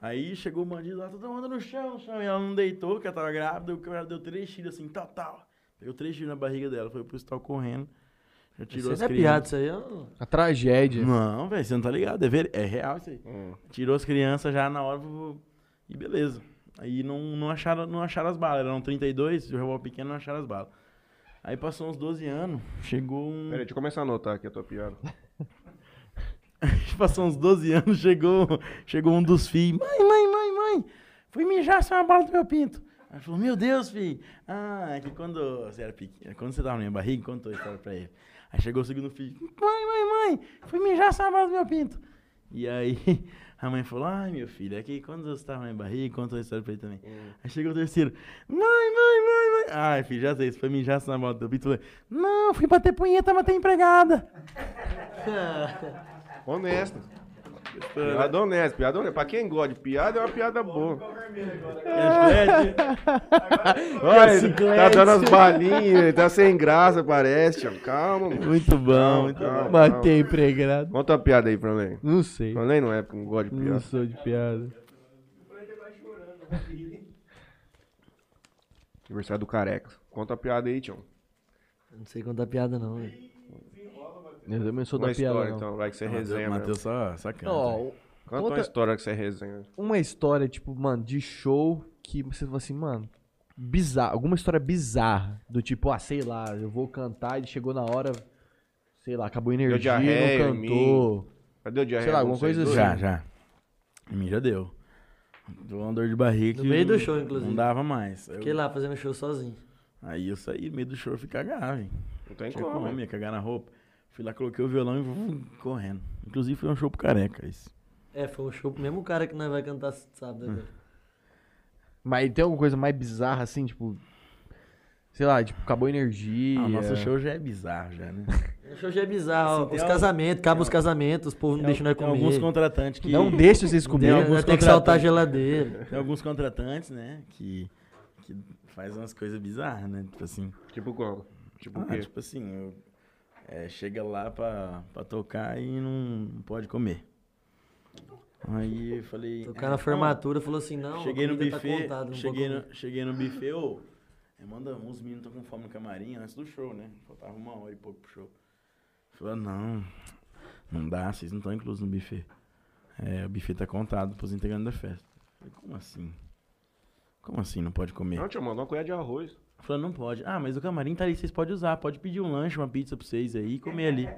[SPEAKER 2] Aí chegou o bandido lá, todo mundo no chão, no chão. E ela não deitou, porque ela tava grávida. O cara deu três tiros assim, tal, tal. Pegou três tiros na barriga dela, foi pro hospital correndo. Já tirou
[SPEAKER 3] Isso
[SPEAKER 2] as
[SPEAKER 3] não é
[SPEAKER 2] crianças.
[SPEAKER 3] piada, isso aí é um-
[SPEAKER 4] A tragédia.
[SPEAKER 2] Não, velho, você não tá ligado. É, ver- é real isso aí.
[SPEAKER 1] Hum.
[SPEAKER 2] Tirou as crianças já na hora vô- e beleza. Aí não, não, acharam, não acharam as balas. Eram 32, o revólver pequeno não acharam as balas. Aí passou uns 12 anos, chegou um.
[SPEAKER 1] Peraí, deixa eu começar a anotar aqui a tua piada.
[SPEAKER 2] (laughs) Passou uns 12 anos, chegou, chegou um dos filhos. Mãe, mãe, mãe, mãe, fui mijar sem uma bala do meu pinto. Aí falou, meu Deus, filho. Ah, é que quando você era pequeno, quando você tava na minha barriga, contou a história pra ele. Aí chegou o segundo filho. Mãe, mãe, mãe, fui mijar sem uma bala do meu pinto. E aí (laughs) a mãe falou, ai, meu filho, é que quando você tava na minha barriga, contou a história pra ele
[SPEAKER 1] É.
[SPEAKER 2] também. Aí chegou o terceiro. Mãe, mãe, mãe, mãe. Ai, filho, já sei, você foi mijar sem uma bala do teu pinto. Não, fui bater punheta, matei
[SPEAKER 1] (laughs)
[SPEAKER 2] a empregada.
[SPEAKER 1] Honesto. Piada honesta, piada honesta. Pra quem gosta de piada, é uma piada boa. É,
[SPEAKER 2] Chiclete.
[SPEAKER 1] Olha, ele tá dando as balinhas, ele tá sem graça, parece. tio. Calma, mano.
[SPEAKER 2] (laughs) Muito bom, muito bom.
[SPEAKER 1] Calma,
[SPEAKER 4] Matei empregado.
[SPEAKER 1] calma. Conta a piada aí, Franley.
[SPEAKER 4] Não sei.
[SPEAKER 1] Franley não é, não gosta de
[SPEAKER 4] Não
[SPEAKER 1] piada.
[SPEAKER 4] sou de piada.
[SPEAKER 1] Aniversário do careca. Conta a piada aí, tio.
[SPEAKER 3] Não sei contar piada, não, velho.
[SPEAKER 4] Eu também sou
[SPEAKER 1] Uma
[SPEAKER 4] da piada.
[SPEAKER 1] história,
[SPEAKER 4] não.
[SPEAKER 1] então, vai que você
[SPEAKER 2] Mateus-
[SPEAKER 1] resenha. mesmo.
[SPEAKER 2] Mateus só, só canta.
[SPEAKER 4] Ó,
[SPEAKER 1] Conta uma
[SPEAKER 4] Conta-
[SPEAKER 1] história que você resenha.
[SPEAKER 4] uma história, tipo, mano, de show que você fala assim, mano, bizarro. Alguma história bizarra. Do tipo, ah, sei lá, eu vou cantar e chegou na hora, sei lá, acabou a energia,
[SPEAKER 1] diarreia
[SPEAKER 4] não
[SPEAKER 1] em mim.
[SPEAKER 4] cantou.
[SPEAKER 1] Cadê o diarreia?
[SPEAKER 4] Sei lá,
[SPEAKER 1] com
[SPEAKER 4] alguma coisa
[SPEAKER 1] vocês
[SPEAKER 2] já,
[SPEAKER 1] dois?
[SPEAKER 2] já. Em mim já deu. Deu uma dor de barriga.
[SPEAKER 3] No
[SPEAKER 2] que
[SPEAKER 3] meio do
[SPEAKER 2] não-
[SPEAKER 3] show, inclusive.
[SPEAKER 2] Não dava mais. Aí eu-
[SPEAKER 3] Fiquei lá fazendo show sozinho.
[SPEAKER 2] Aí eu saí no meio do show e fui cagar, velho.
[SPEAKER 1] Não tem
[SPEAKER 2] Tinha
[SPEAKER 1] como.
[SPEAKER 2] Tipo como,
[SPEAKER 1] né?
[SPEAKER 2] ia cagar na roupa. Fui lá, coloquei o violão e vum, correndo. Inclusive foi um show pro careca, isso.
[SPEAKER 3] É, foi um show pro mesmo cara que nós vai cantar sábado né,
[SPEAKER 2] Hum.
[SPEAKER 3] agora.
[SPEAKER 4] Mas tem alguma coisa mais bizarra assim, tipo. Sei lá, tipo, acabou a energia.
[SPEAKER 2] Ah, o nosso show já é bizarro, já, né?
[SPEAKER 3] O show já é bizarro.
[SPEAKER 2] Assim, tem
[SPEAKER 3] os
[SPEAKER 2] al-
[SPEAKER 3] casamentos, acabam os casamentos, os povos não deixam nós
[SPEAKER 2] Tem
[SPEAKER 3] comer.
[SPEAKER 2] alguns contratantes que...
[SPEAKER 4] Não deixa vocês
[SPEAKER 3] Tem,
[SPEAKER 4] comer.
[SPEAKER 2] alguns
[SPEAKER 3] nós tem
[SPEAKER 2] contratantes.
[SPEAKER 3] que saltar a geladeira.
[SPEAKER 2] Tem alguns contratantes, né? Que, que faz umas coisas bizarras, né? Tipo assim...
[SPEAKER 1] Tipo como? Tipo o
[SPEAKER 2] Ah,
[SPEAKER 1] quê?
[SPEAKER 2] tipo assim, eu- é, chega lá pra, pra tocar e não pode comer. Aí eu falei.
[SPEAKER 3] O
[SPEAKER 2] "Ah,
[SPEAKER 3] cara na
[SPEAKER 2] então,
[SPEAKER 3] formatura falou assim, não, a
[SPEAKER 2] Cheguei no
[SPEAKER 3] comida tá
[SPEAKER 2] buffet.
[SPEAKER 3] contada, não
[SPEAKER 2] cheguei,
[SPEAKER 3] pode
[SPEAKER 2] no, cheguei no buffet, ô. aí manda uns meninos tão com fome no camarim antes do show, né? Faltava uma hora e pouco pro show. Falou, não, não dá, vocês não estão inclusos no buffet. É, o buffet tá contado pros integrantes da festa. Falei, como assim? Como assim não pode comer?
[SPEAKER 1] Não, tio, mano, uma colher de arroz.
[SPEAKER 2] Falou, não pode. Ah, mas o camarim tá ali, vocês podem usar. Pode pedir um lanche, uma pizza pra vocês aí e comer ali. Aí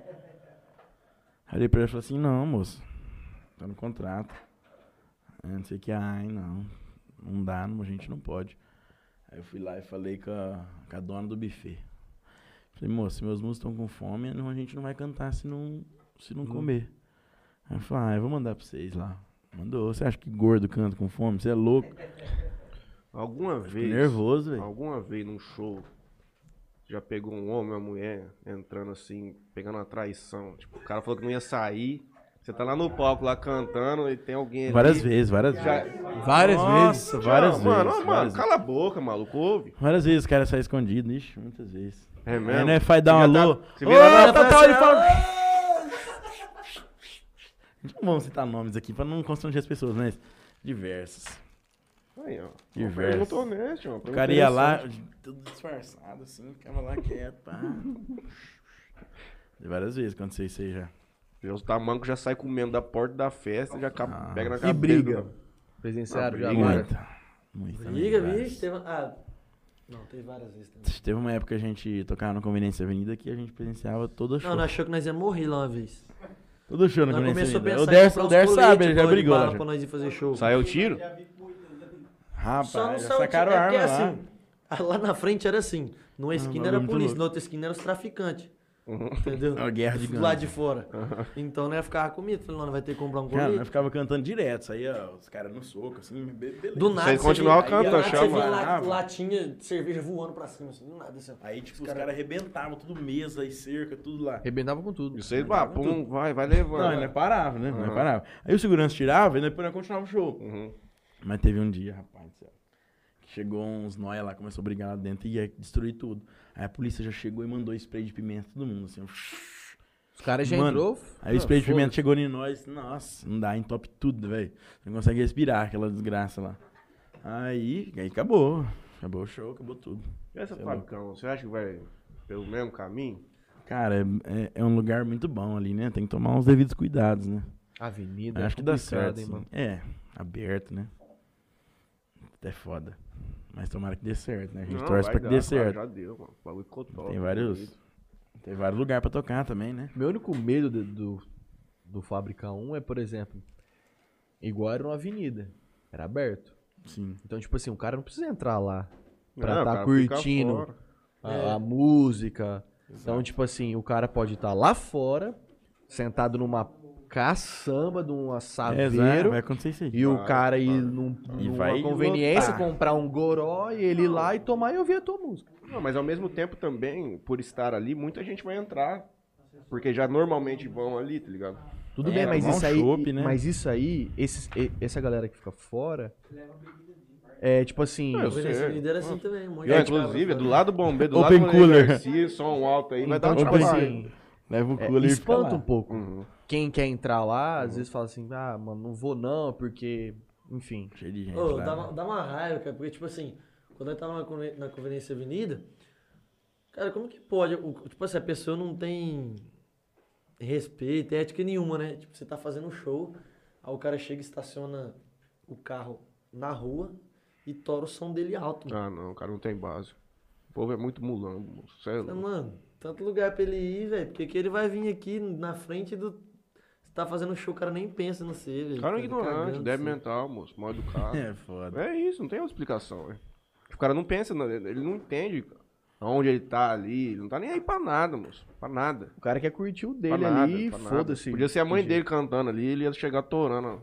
[SPEAKER 2] eu olhei pra ele e falou assim, não, moço. Tá no contrato. Aí não sei o que, ai, não. Não dá, não, a gente não pode. Aí eu fui lá e falei com a, com a dona do buffet. Falei, moço, meus músicos estão com fome, não, a gente não vai cantar se não, se não comer. Aí eu falei, ah, eu vou mandar pra vocês lá. Mandou, você acha que gordo canta com fome? Você é louco?
[SPEAKER 1] Alguma
[SPEAKER 2] Fiquei
[SPEAKER 1] vez.
[SPEAKER 2] nervoso, velho.
[SPEAKER 1] Alguma vez num show já pegou um homem, uma mulher entrando assim, pegando uma traição. Tipo, o cara falou que não ia sair. Você tá lá no palco lá cantando e tem alguém ali.
[SPEAKER 2] Várias vezes, várias vezes.
[SPEAKER 1] Já-
[SPEAKER 4] Várias vezes.
[SPEAKER 2] Nossa,
[SPEAKER 1] Não,
[SPEAKER 2] várias vezes.
[SPEAKER 1] Mano, ó, mano,
[SPEAKER 2] várias,
[SPEAKER 1] cala a boca, maluco. Ouve.
[SPEAKER 2] várias vezes o cara sai escondido, ixi, muitas vezes.
[SPEAKER 1] É mesmo?
[SPEAKER 2] É, né? Faz dar um
[SPEAKER 1] Você já
[SPEAKER 2] alô.
[SPEAKER 1] tá- você
[SPEAKER 2] Ô, né,
[SPEAKER 1] vira lá na
[SPEAKER 2] Tatal,
[SPEAKER 1] praça,
[SPEAKER 2] ele fala. é Não vamos citar nomes aqui pra não constranger as pessoas, né? Diversos.
[SPEAKER 1] Aí, ó.
[SPEAKER 2] Que
[SPEAKER 1] Uma
[SPEAKER 2] verso.
[SPEAKER 1] pergunta honesta, mano.
[SPEAKER 2] O cara ia lá, tudo disfarçado, assim, ficava lá quieto, pá. De várias vezes aconteceu isso aí já.
[SPEAKER 1] Os tamancos já sai comendo da porta da festa, já acaba-
[SPEAKER 2] Ah.
[SPEAKER 1] pega na
[SPEAKER 10] E
[SPEAKER 1] cabeça.
[SPEAKER 10] briga.
[SPEAKER 1] do-
[SPEAKER 10] Presenciaram já
[SPEAKER 1] Briga.
[SPEAKER 10] agora.
[SPEAKER 2] Muito.
[SPEAKER 3] Briga,
[SPEAKER 2] também,
[SPEAKER 3] bicho. Teve... Ah, não, teve várias vezes também.
[SPEAKER 2] Teve uma época que a gente tocava no Conveniência Avenida que a gente presenciava todo show.
[SPEAKER 3] Não, nós achou que nós ia morrer lá uma vez.
[SPEAKER 2] Todo show no
[SPEAKER 3] Nós
[SPEAKER 2] Conveniência
[SPEAKER 3] começou a
[SPEAKER 2] Avenida.
[SPEAKER 3] pensar
[SPEAKER 2] O
[SPEAKER 3] em
[SPEAKER 2] Dersa,
[SPEAKER 3] comprar
[SPEAKER 2] o
[SPEAKER 3] uns
[SPEAKER 2] Dersa
[SPEAKER 3] colete
[SPEAKER 2] sabe, ele já
[SPEAKER 3] igual de
[SPEAKER 2] brigou né?
[SPEAKER 3] bala
[SPEAKER 2] lá. já.
[SPEAKER 3] Pra nós ir fazer show.
[SPEAKER 1] Saiu o tiro?
[SPEAKER 2] Rapaz,
[SPEAKER 3] Só não
[SPEAKER 2] já
[SPEAKER 3] saiu
[SPEAKER 2] sacaram
[SPEAKER 3] tiro, é
[SPEAKER 2] arma né?
[SPEAKER 3] porque
[SPEAKER 2] lá. Ah,
[SPEAKER 3] assim, a- lá na frente era assim. Numa esquina
[SPEAKER 2] bagulho
[SPEAKER 3] era a
[SPEAKER 2] muito
[SPEAKER 3] polícia,
[SPEAKER 2] louco. Uhum.
[SPEAKER 3] na outra esquina era os traficantes. Entendeu?
[SPEAKER 2] Uma guerra de
[SPEAKER 3] Do lado
[SPEAKER 2] gangue. Uhum.
[SPEAKER 3] de fora. Então nós ficava com medo. Falei, não, nós vai ter que comprar um
[SPEAKER 2] Cara, nós
[SPEAKER 3] colete.
[SPEAKER 2] ficava cantando direto, saía os caras no soco, assim, be- beleza.
[SPEAKER 3] Do nada,
[SPEAKER 1] Vocês continuavam
[SPEAKER 3] via-
[SPEAKER 1] cantando,
[SPEAKER 3] do nada
[SPEAKER 1] achava.
[SPEAKER 3] Você via la-
[SPEAKER 2] Parava.
[SPEAKER 3] latinha de cerveja voando pra cima, assim, do nada. Assim.
[SPEAKER 2] Aí, tipo, os caras arrebentavam tudo, mesa e cerca, tudo lá.
[SPEAKER 10] Arrebentava com tudo.
[SPEAKER 1] Isso aí, pá, pum, vai, vai levando.
[SPEAKER 2] Não, ele não parava, né? Não parava. Aí o segurança tirava e depois nós continuava o show.
[SPEAKER 1] Uhum.
[SPEAKER 2] Mas teve um dia, rapaz do céu, que chegou uns nóia lá, começou a brigar lá dentro e ia destruir tudo. Aí a polícia já chegou e mandou spray de pimenta todo mundo, assim. ó.
[SPEAKER 10] Os caras já
[SPEAKER 2] é- Mano,
[SPEAKER 10] entrou.
[SPEAKER 1] Ah,
[SPEAKER 2] Aí o spray de pimenta chegou em nós, nossa, não dá, entope tudo, velho. Não consegue respirar aquela desgraça lá. Aí, aí acabou. Acabou o show, acabou tudo.
[SPEAKER 1] E essa
[SPEAKER 2] Sei lá.
[SPEAKER 1] facão, você acha que vai pelo mesmo caminho?
[SPEAKER 2] Cara, é- é, é um lugar muito bom ali, né? Tem que tomar uns devidos cuidados, né?
[SPEAKER 10] Avenida.
[SPEAKER 2] Acho que dá
[SPEAKER 10] complicado,
[SPEAKER 2] certo.
[SPEAKER 10] hein,
[SPEAKER 2] sim.
[SPEAKER 10] mano.
[SPEAKER 2] é, aberto, né? Até foda. Mas tomara que dê certo, né? A gente
[SPEAKER 1] Não,
[SPEAKER 2] torce
[SPEAKER 1] vai
[SPEAKER 2] pra que
[SPEAKER 1] dar,
[SPEAKER 2] dê
[SPEAKER 1] cara,
[SPEAKER 2] certo.
[SPEAKER 1] Já deu, mano. O bagulho ficou top.
[SPEAKER 2] Tem vários. Tem vários lugares pra tocar também, né?
[SPEAKER 10] Meu único medo de- do, do Fábrica 1 é, por exemplo, igual era uma avenida. Era aberto.
[SPEAKER 2] Sim.
[SPEAKER 10] Então, tipo assim, o cara não precisa entrar lá pra
[SPEAKER 1] Não, o
[SPEAKER 10] tá
[SPEAKER 1] cara fica
[SPEAKER 10] curtindo
[SPEAKER 1] fora.
[SPEAKER 10] a,
[SPEAKER 2] É.
[SPEAKER 10] a música. Então, tipo assim, o cara pode estar lá fora, sentado numa caçamba de um
[SPEAKER 2] É, exato,
[SPEAKER 10] assaveiro.
[SPEAKER 2] vai acontecer isso aí.
[SPEAKER 10] E o
[SPEAKER 1] Vai,
[SPEAKER 10] cara ir
[SPEAKER 1] vai.
[SPEAKER 10] num,
[SPEAKER 2] E
[SPEAKER 10] numa
[SPEAKER 2] vai
[SPEAKER 10] conveniência,
[SPEAKER 2] lotar. É,
[SPEAKER 10] comprar um goró e ele ir lá e tomar e ouvir a tua música.
[SPEAKER 1] Não, mas ao mesmo tempo também, por estar ali, muita gente vai entrar. Porque já normalmente vão ali, tá ligado?
[SPEAKER 10] Tudo
[SPEAKER 2] É,
[SPEAKER 10] bem, mas
[SPEAKER 2] tomar um
[SPEAKER 10] isso aí.
[SPEAKER 2] chopp, né?
[SPEAKER 10] Mas isso aí, esses- e- essa galera que fica fora. É tipo assim.
[SPEAKER 1] Ah, eu
[SPEAKER 3] O
[SPEAKER 1] sei.
[SPEAKER 3] Venecia Líder era assim também. Um monte
[SPEAKER 1] E, ó,
[SPEAKER 3] de cabra
[SPEAKER 1] inclusive, é
[SPEAKER 3] fora.
[SPEAKER 1] do lado do bombeiro, do
[SPEAKER 2] Open
[SPEAKER 1] lado do Leandro
[SPEAKER 2] cooler.
[SPEAKER 1] Garcia, som alto aí, vai dar
[SPEAKER 10] então,
[SPEAKER 1] um
[SPEAKER 10] tipo
[SPEAKER 1] trabalho.
[SPEAKER 10] assim,
[SPEAKER 2] Leva o
[SPEAKER 10] é,
[SPEAKER 2] cooler e fica
[SPEAKER 10] espanta um
[SPEAKER 2] lá.
[SPEAKER 10] pouco.
[SPEAKER 1] Uhum.
[SPEAKER 10] Quem quer entrar lá, às vezes fala assim, ah, mano, não vou não, porque. Enfim.
[SPEAKER 2] Cheio de gente
[SPEAKER 3] Ô,
[SPEAKER 2] lá,
[SPEAKER 3] dá,
[SPEAKER 2] né?
[SPEAKER 3] uma- dá uma raiva, cara, porque, tipo assim, quando eu tava na, conven- na Conveniência Avenida, cara, como que pode? O- tipo assim, a pessoa não tem respeito, ética nenhuma, né? Tipo, você tá fazendo um show, aí o cara chega e estaciona o carro na rua e tora o som dele alto. Mano,
[SPEAKER 1] Ah, não, o cara não tem base. O povo é muito mulambo, moço, cê é
[SPEAKER 3] Fala,
[SPEAKER 1] louco.
[SPEAKER 3] mano tanto lugar pra ele ir, velho, porque que ele vai vir aqui na frente do... Você tá fazendo show, o cara nem pensa no você, velho.
[SPEAKER 1] O cara é
[SPEAKER 3] Tá
[SPEAKER 1] ignorante,
[SPEAKER 3] cagando,
[SPEAKER 1] deve
[SPEAKER 3] assim.
[SPEAKER 1] mental, moço, mal
[SPEAKER 2] (laughs)
[SPEAKER 1] educado.
[SPEAKER 2] É foda.
[SPEAKER 1] É isso, não tem outra explicação, velho. O cara não pensa, não, ele não entende onde ele tá ali, ele não tá nem aí pra nada, moço. Pra nada.
[SPEAKER 10] O cara quer curtir o
[SPEAKER 1] Pra
[SPEAKER 10] dele
[SPEAKER 1] nada,
[SPEAKER 10] ali,
[SPEAKER 1] pra nada.
[SPEAKER 10] foda-se.
[SPEAKER 1] Podia ser a mãe dele cantando ali, ele ia chegar torando.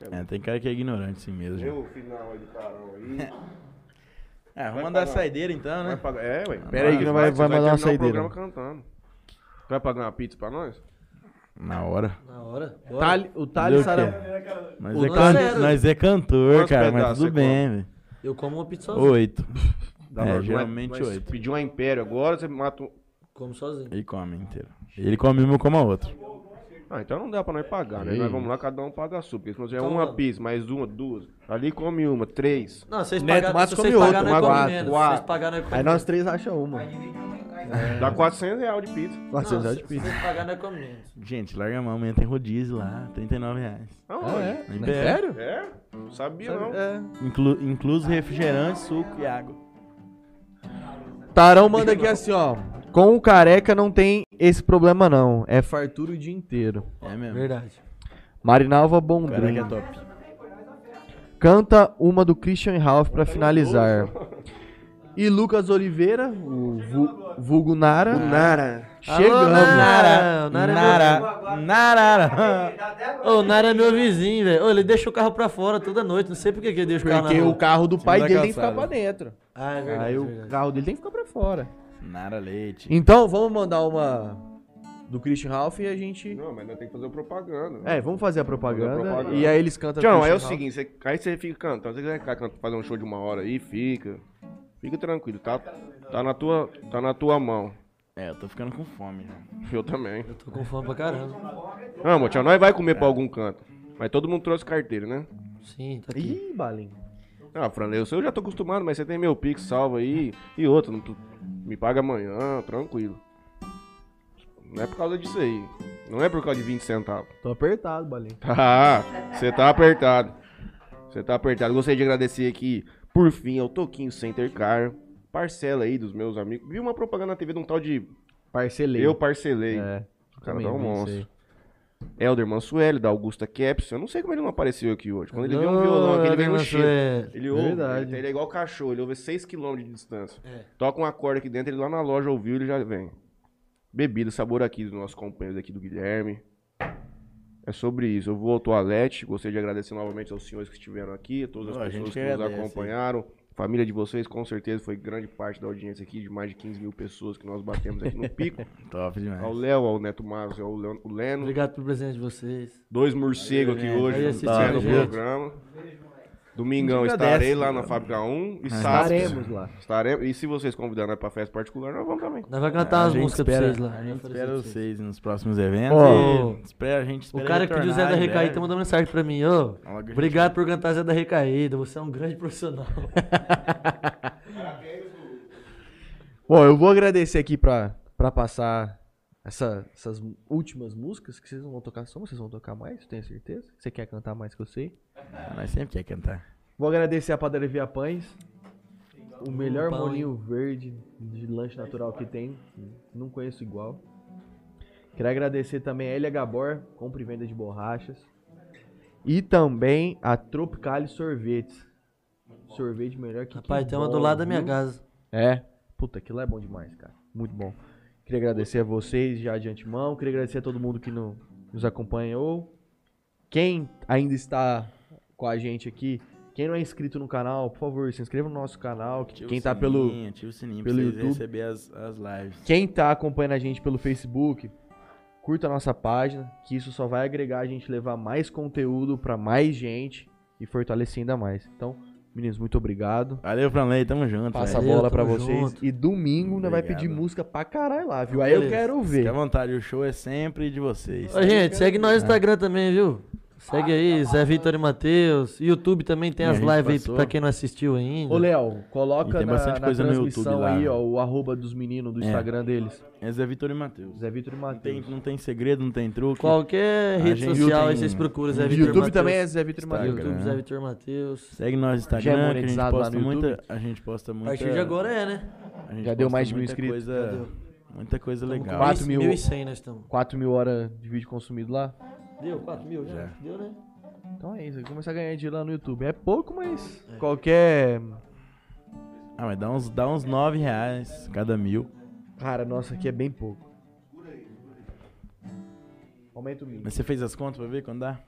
[SPEAKER 2] É, tem cara que é ignorante assim mesmo.
[SPEAKER 1] Vê o final aí do carão (laughs) aí.
[SPEAKER 2] Ah, vamos
[SPEAKER 1] Vai
[SPEAKER 2] mandar a
[SPEAKER 1] pagar.
[SPEAKER 2] saideira então, né?
[SPEAKER 1] Vai pagar. É, ué.
[SPEAKER 2] Pera aí que
[SPEAKER 1] Mas
[SPEAKER 2] não
[SPEAKER 10] vai-
[SPEAKER 1] você
[SPEAKER 10] vai mandar uma
[SPEAKER 1] terminar o
[SPEAKER 10] saideira.
[SPEAKER 1] programa cantando. Vai pagar uma pizza pra nós?
[SPEAKER 2] Na hora.
[SPEAKER 3] Na hora. bora.
[SPEAKER 1] Tá
[SPEAKER 10] Tali- o
[SPEAKER 2] Deu
[SPEAKER 10] Thales
[SPEAKER 2] o quê?
[SPEAKER 10] Saram.
[SPEAKER 2] Nós,
[SPEAKER 3] O
[SPEAKER 2] é,
[SPEAKER 3] nosso
[SPEAKER 2] can-
[SPEAKER 3] era-
[SPEAKER 2] nós é cantor,
[SPEAKER 1] Quantos
[SPEAKER 2] cara, mas
[SPEAKER 1] pedaços
[SPEAKER 2] tudo
[SPEAKER 1] você
[SPEAKER 2] bem, velho.
[SPEAKER 3] Eu como uma pizza sozinho.
[SPEAKER 2] Oito.
[SPEAKER 1] Dá
[SPEAKER 2] é,
[SPEAKER 1] nós.
[SPEAKER 2] geralmente
[SPEAKER 1] Mas
[SPEAKER 2] oito.
[SPEAKER 1] Pedir uma império agora, você mata um.
[SPEAKER 3] Como sozinho.
[SPEAKER 2] Ele come inteiro. Ele come uma, eu como a outra.
[SPEAKER 1] Ah, então não dá pra nós pagar, né? Nós vamos lá, cada um paga a sua. Porque se nós é
[SPEAKER 3] Então
[SPEAKER 1] uma
[SPEAKER 3] vamos.
[SPEAKER 1] pizza, mais uma, duas. Ali come uma, três.
[SPEAKER 3] Não, vocês
[SPEAKER 10] Neto
[SPEAKER 3] pagaram,
[SPEAKER 10] Matos
[SPEAKER 3] se
[SPEAKER 10] come
[SPEAKER 3] vocês
[SPEAKER 10] outro,
[SPEAKER 3] pagaram, nós
[SPEAKER 10] mas
[SPEAKER 3] comemos
[SPEAKER 10] quatro,
[SPEAKER 3] menos. Se
[SPEAKER 1] quatro.
[SPEAKER 3] vocês né, pagaram, nós
[SPEAKER 10] Aí
[SPEAKER 3] comemos
[SPEAKER 10] nós três achamos uma. É.
[SPEAKER 1] Dá 400 reais de pizza.
[SPEAKER 3] menos. Não,
[SPEAKER 10] 400 reais
[SPEAKER 3] se-
[SPEAKER 10] de pizza.
[SPEAKER 3] Se vocês pagaram, nós comemos menos.
[SPEAKER 2] Gente, larga a mão, amanhã tem rodízio lá, R$ 39 reais.
[SPEAKER 1] Ah, é?
[SPEAKER 2] Em
[SPEAKER 10] Né?
[SPEAKER 2] pé.
[SPEAKER 10] Sério?
[SPEAKER 1] É? Não sabia não.
[SPEAKER 10] É.
[SPEAKER 2] Inclu incluso refrigerante, suco e água.
[SPEAKER 10] Tarão manda aqui assim, ó. Com o careca não tem esse problema, não. É fartura o dia inteiro.
[SPEAKER 2] É mesmo.
[SPEAKER 3] Verdade.
[SPEAKER 10] Marinalva Bondrin.
[SPEAKER 2] Caraca, é top.
[SPEAKER 10] Canta uma do Christian Ralph pra finalizar. E Lucas Oliveira, o vu- vulgo Nara. Nara.
[SPEAKER 3] Alô,
[SPEAKER 10] Chegando.
[SPEAKER 3] Nara. Nara.
[SPEAKER 2] Nara.
[SPEAKER 3] Nara.
[SPEAKER 2] Narara.
[SPEAKER 3] Ô, o Nara é meu vizinho, velho. Ô, ele deixa o carro pra fora toda noite. Não sei por que que ele deixa o carro
[SPEAKER 10] Porque
[SPEAKER 3] na
[SPEAKER 10] o
[SPEAKER 3] rua.
[SPEAKER 10] carro do pai
[SPEAKER 2] da
[SPEAKER 10] dele tem que ficar
[SPEAKER 2] calçada.
[SPEAKER 10] pra dentro.
[SPEAKER 3] Ah, é verdade.
[SPEAKER 10] Aí o
[SPEAKER 3] verdade.
[SPEAKER 10] carro dele tem que ficar pra fora.
[SPEAKER 2] Nara Leite.
[SPEAKER 10] Então, vamos mandar uma do Christian Ralph e a gente.
[SPEAKER 1] Não, mas nós temos que fazer propaganda. né?
[SPEAKER 10] É, vamos fazer a propaganda.
[SPEAKER 1] Fazer a propaganda.
[SPEAKER 10] E aí eles cantam.
[SPEAKER 1] Tchau,
[SPEAKER 10] Christian
[SPEAKER 1] é o
[SPEAKER 10] Ralph.
[SPEAKER 1] seguinte, você, aí você fica cantando, você quiser ficar cantando, fazer um show de uma hora aí, fica. Fica tranquilo, tá, tá, na, tua, tá na tua mão. (laughs)
[SPEAKER 2] É, eu tô ficando com fome né? já.
[SPEAKER 1] Eu também.
[SPEAKER 3] Tô com fome pra caramba.
[SPEAKER 1] Não, amor, tchau, nós vai comer pra algum canto. Mas todo mundo trouxe carteira, né?
[SPEAKER 3] Sim, tá aqui.
[SPEAKER 10] Ih, Balim.
[SPEAKER 1] Ah, Fran, eu, sei, eu já tô acostumado, mas você tem meu pix salvo aí e outro. Não, tu- me paga amanhã, tranquilo. Não é por causa disso aí. Não é por causa de 20 centavos.
[SPEAKER 10] Tô apertado, Balinho.
[SPEAKER 1] Tá, você tá apertado. Você tá apertado. Gostaria de agradecer aqui, por fim, ao Toquinho Center Car. Parcela aí dos meus amigos. Vi uma propaganda na TV de um tal de
[SPEAKER 10] Parcelei.
[SPEAKER 1] Eu Parcelei.
[SPEAKER 10] É.
[SPEAKER 1] o cara
[SPEAKER 10] também
[SPEAKER 1] tá um
[SPEAKER 10] vi isso
[SPEAKER 1] monstro.
[SPEAKER 10] aí.
[SPEAKER 1] Elder Mansueli, da Augusta Caps. Eu não sei como ele não apareceu aqui hoje. Quando ele vê um
[SPEAKER 3] Alô,
[SPEAKER 1] violão aqui, ele vem no
[SPEAKER 3] Elder
[SPEAKER 1] cheiro.
[SPEAKER 3] Mansueli.
[SPEAKER 1] Ele ouve,
[SPEAKER 10] Verdade.
[SPEAKER 1] ele, ele é igual cachorro, ele ouve 6km de distância.
[SPEAKER 2] É.
[SPEAKER 1] Toca uma corda aqui dentro, ele lá na loja ouviu, ele já vem. Bebida, sabor aqui dos nossos companheiros aqui do Guilherme. É sobre isso. Eu vou ao toalete. Gostaria de agradecer novamente aos senhores que estiveram aqui, a todas as
[SPEAKER 2] Ó, a
[SPEAKER 1] pessoas
[SPEAKER 2] gente
[SPEAKER 1] que
[SPEAKER 2] agradece,
[SPEAKER 1] nos acompanharam. Família de vocês, com certeza, foi grande parte da audiência aqui, de mais de 15 mil pessoas que nós batemos aqui
[SPEAKER 2] (laughs)
[SPEAKER 1] no pico.
[SPEAKER 2] Top
[SPEAKER 1] ao
[SPEAKER 2] demais.
[SPEAKER 1] Léo, ao Neto Marcos, ao Leon- o Leno.
[SPEAKER 3] Obrigado pelo presente de vocês.
[SPEAKER 1] Dois morcegos aqui
[SPEAKER 2] Valeu,
[SPEAKER 1] hoje,
[SPEAKER 3] Valeu,
[SPEAKER 1] tá, no
[SPEAKER 3] gente.
[SPEAKER 1] programa. Domingão
[SPEAKER 2] Muito
[SPEAKER 1] estarei
[SPEAKER 2] agradece,
[SPEAKER 1] lá na
[SPEAKER 2] mano.
[SPEAKER 1] Fábrica 1 e
[SPEAKER 10] tá.
[SPEAKER 1] sábado.
[SPEAKER 10] Estaremos lá.
[SPEAKER 1] Estaremos. E se vocês convidarem nós pra festa particular, nós vamos também.
[SPEAKER 3] Nós vamos cantar
[SPEAKER 2] A
[SPEAKER 3] tá as
[SPEAKER 2] gente
[SPEAKER 3] músicas
[SPEAKER 2] espera-
[SPEAKER 3] pra vocês lá.
[SPEAKER 2] A gente
[SPEAKER 3] Oferecer pra
[SPEAKER 2] espera
[SPEAKER 3] vocês.
[SPEAKER 2] vocês nos próximos eventos.
[SPEAKER 3] Ó.
[SPEAKER 2] e espera, a gente
[SPEAKER 3] O
[SPEAKER 2] espera
[SPEAKER 3] cara que pediu Zé
[SPEAKER 2] retornar
[SPEAKER 3] da
[SPEAKER 2] em
[SPEAKER 3] Recaída
[SPEAKER 2] breve.
[SPEAKER 3] tá mandando mensagem pra mim, ô.
[SPEAKER 2] Logo a gente-
[SPEAKER 3] Obrigado por cantar Zé da Recaída, você é um grande profissional. (laughs)
[SPEAKER 10] Bom, eu vou agradecer aqui pra, pra passar essa- essas últimas músicas que vocês não vão tocar só, mas vocês vão tocar mais, tenho certeza. Você quer cantar mais que eu sei?
[SPEAKER 2] Ah, nós sempre quer cantar.
[SPEAKER 10] Vou agradecer a Padaria Via Pães, o melhor
[SPEAKER 3] Um pão,
[SPEAKER 10] molinho verde de lanche natural que tem, não conheço igual. Quero agradecer também a Elia Gabor, compra e venda de borrachas. E também a Tropicali Sorvetes. Sorvete melhor que
[SPEAKER 3] Rapaz,
[SPEAKER 10] que
[SPEAKER 3] tem uma
[SPEAKER 10] bom,
[SPEAKER 3] do lado da minha
[SPEAKER 10] viu?
[SPEAKER 3] casa.
[SPEAKER 10] É. Puta, aquilo lá é bom demais, cara. Muito bom. Queria agradecer a vocês já de antemão. Queria agradecer a todo mundo que no- nos acompanhou. Quem ainda está com a gente aqui, quem não é inscrito no canal, por favor, se inscreva no nosso canal.
[SPEAKER 2] Ativa o
[SPEAKER 10] quem tá pelo.
[SPEAKER 2] sininho, Ativa o sininho
[SPEAKER 10] pelo
[SPEAKER 2] pra vocês
[SPEAKER 10] YouTube.
[SPEAKER 2] receber as, as lives.
[SPEAKER 10] Quem tá acompanhando a gente pelo Facebook, curta a nossa página, que isso só vai agregar a gente levar mais conteúdo pra mais gente e fortalecer ainda mais. Então, meninos, muito obrigado.
[SPEAKER 2] Valeu, Franley, tamo junto.
[SPEAKER 10] Passa
[SPEAKER 2] velho.
[SPEAKER 3] Valeu,
[SPEAKER 10] a bola pra
[SPEAKER 3] tamo
[SPEAKER 10] vocês.
[SPEAKER 3] junto.
[SPEAKER 10] E domingo nós vai pedir
[SPEAKER 2] Obrigado.
[SPEAKER 10] música pra caralho lá, viu? Aí eu
[SPEAKER 3] Beleza.
[SPEAKER 10] quero
[SPEAKER 2] Fique à
[SPEAKER 10] ver.
[SPEAKER 2] vontade, o show é sempre de vocês.
[SPEAKER 3] Ô, gente, segue nós no Instagram também, viu? Segue aí, Zé Vitor e Matheus. YouTube também tem
[SPEAKER 2] E a
[SPEAKER 3] as
[SPEAKER 2] gente
[SPEAKER 3] lives aí
[SPEAKER 2] passou.
[SPEAKER 3] pra quem não assistiu ainda.
[SPEAKER 10] Ô, Léo,
[SPEAKER 2] E
[SPEAKER 10] coloca
[SPEAKER 2] tem
[SPEAKER 10] na,
[SPEAKER 2] bastante
[SPEAKER 10] na
[SPEAKER 2] coisa no YouTube
[SPEAKER 10] transmissão
[SPEAKER 2] lá,
[SPEAKER 10] aí,
[SPEAKER 2] né?
[SPEAKER 10] ó, o arroba dos meninos do
[SPEAKER 2] É.
[SPEAKER 10] Instagram deles.
[SPEAKER 2] Esse é Vitor e Matheus.
[SPEAKER 10] Zé Vitor e
[SPEAKER 2] Não tem,
[SPEAKER 10] Matheus.
[SPEAKER 2] não tem segredo, não tem truque.
[SPEAKER 3] Qualquer
[SPEAKER 2] A
[SPEAKER 3] rede
[SPEAKER 2] gente
[SPEAKER 3] social
[SPEAKER 2] tem-
[SPEAKER 3] aí vocês procuram Zé Vitor e
[SPEAKER 10] YouTube
[SPEAKER 3] Matheus.
[SPEAKER 10] também é Zé Vitor e
[SPEAKER 2] Instagram.
[SPEAKER 10] Matheus.
[SPEAKER 3] YouTube, Zé Vitor e Matheus.
[SPEAKER 2] Segue nós no
[SPEAKER 10] Já é
[SPEAKER 2] Instagram, que a gente
[SPEAKER 10] monetizado lá
[SPEAKER 2] posta
[SPEAKER 10] no
[SPEAKER 2] muita. A gente posta
[SPEAKER 3] A
[SPEAKER 2] muita.
[SPEAKER 3] partir de agora é, né?
[SPEAKER 2] a gente
[SPEAKER 10] Já deu
[SPEAKER 2] posta
[SPEAKER 10] mais de mil
[SPEAKER 2] muita
[SPEAKER 10] inscritos.
[SPEAKER 2] coisa-
[SPEAKER 3] Já deu.
[SPEAKER 2] Muita coisa legal.
[SPEAKER 10] Quatro mil.
[SPEAKER 3] 1.100 nós estamos.
[SPEAKER 10] 4 mil horas de vídeo consumido lá.
[SPEAKER 3] Deu 4 mil já?
[SPEAKER 2] Já.
[SPEAKER 3] Deu, né?
[SPEAKER 10] Então é isso, vai começar a ganhar dinheiro lá no YouTube. É pouco, mas
[SPEAKER 2] É.
[SPEAKER 10] qualquer...
[SPEAKER 2] Ah, mas dá uns, dá uns 9 reais cada mil.
[SPEAKER 10] Cara, nossa, aqui é bem pouco. Aumenta o mínimo.
[SPEAKER 2] Mas você fez as contas pra ver quando dá?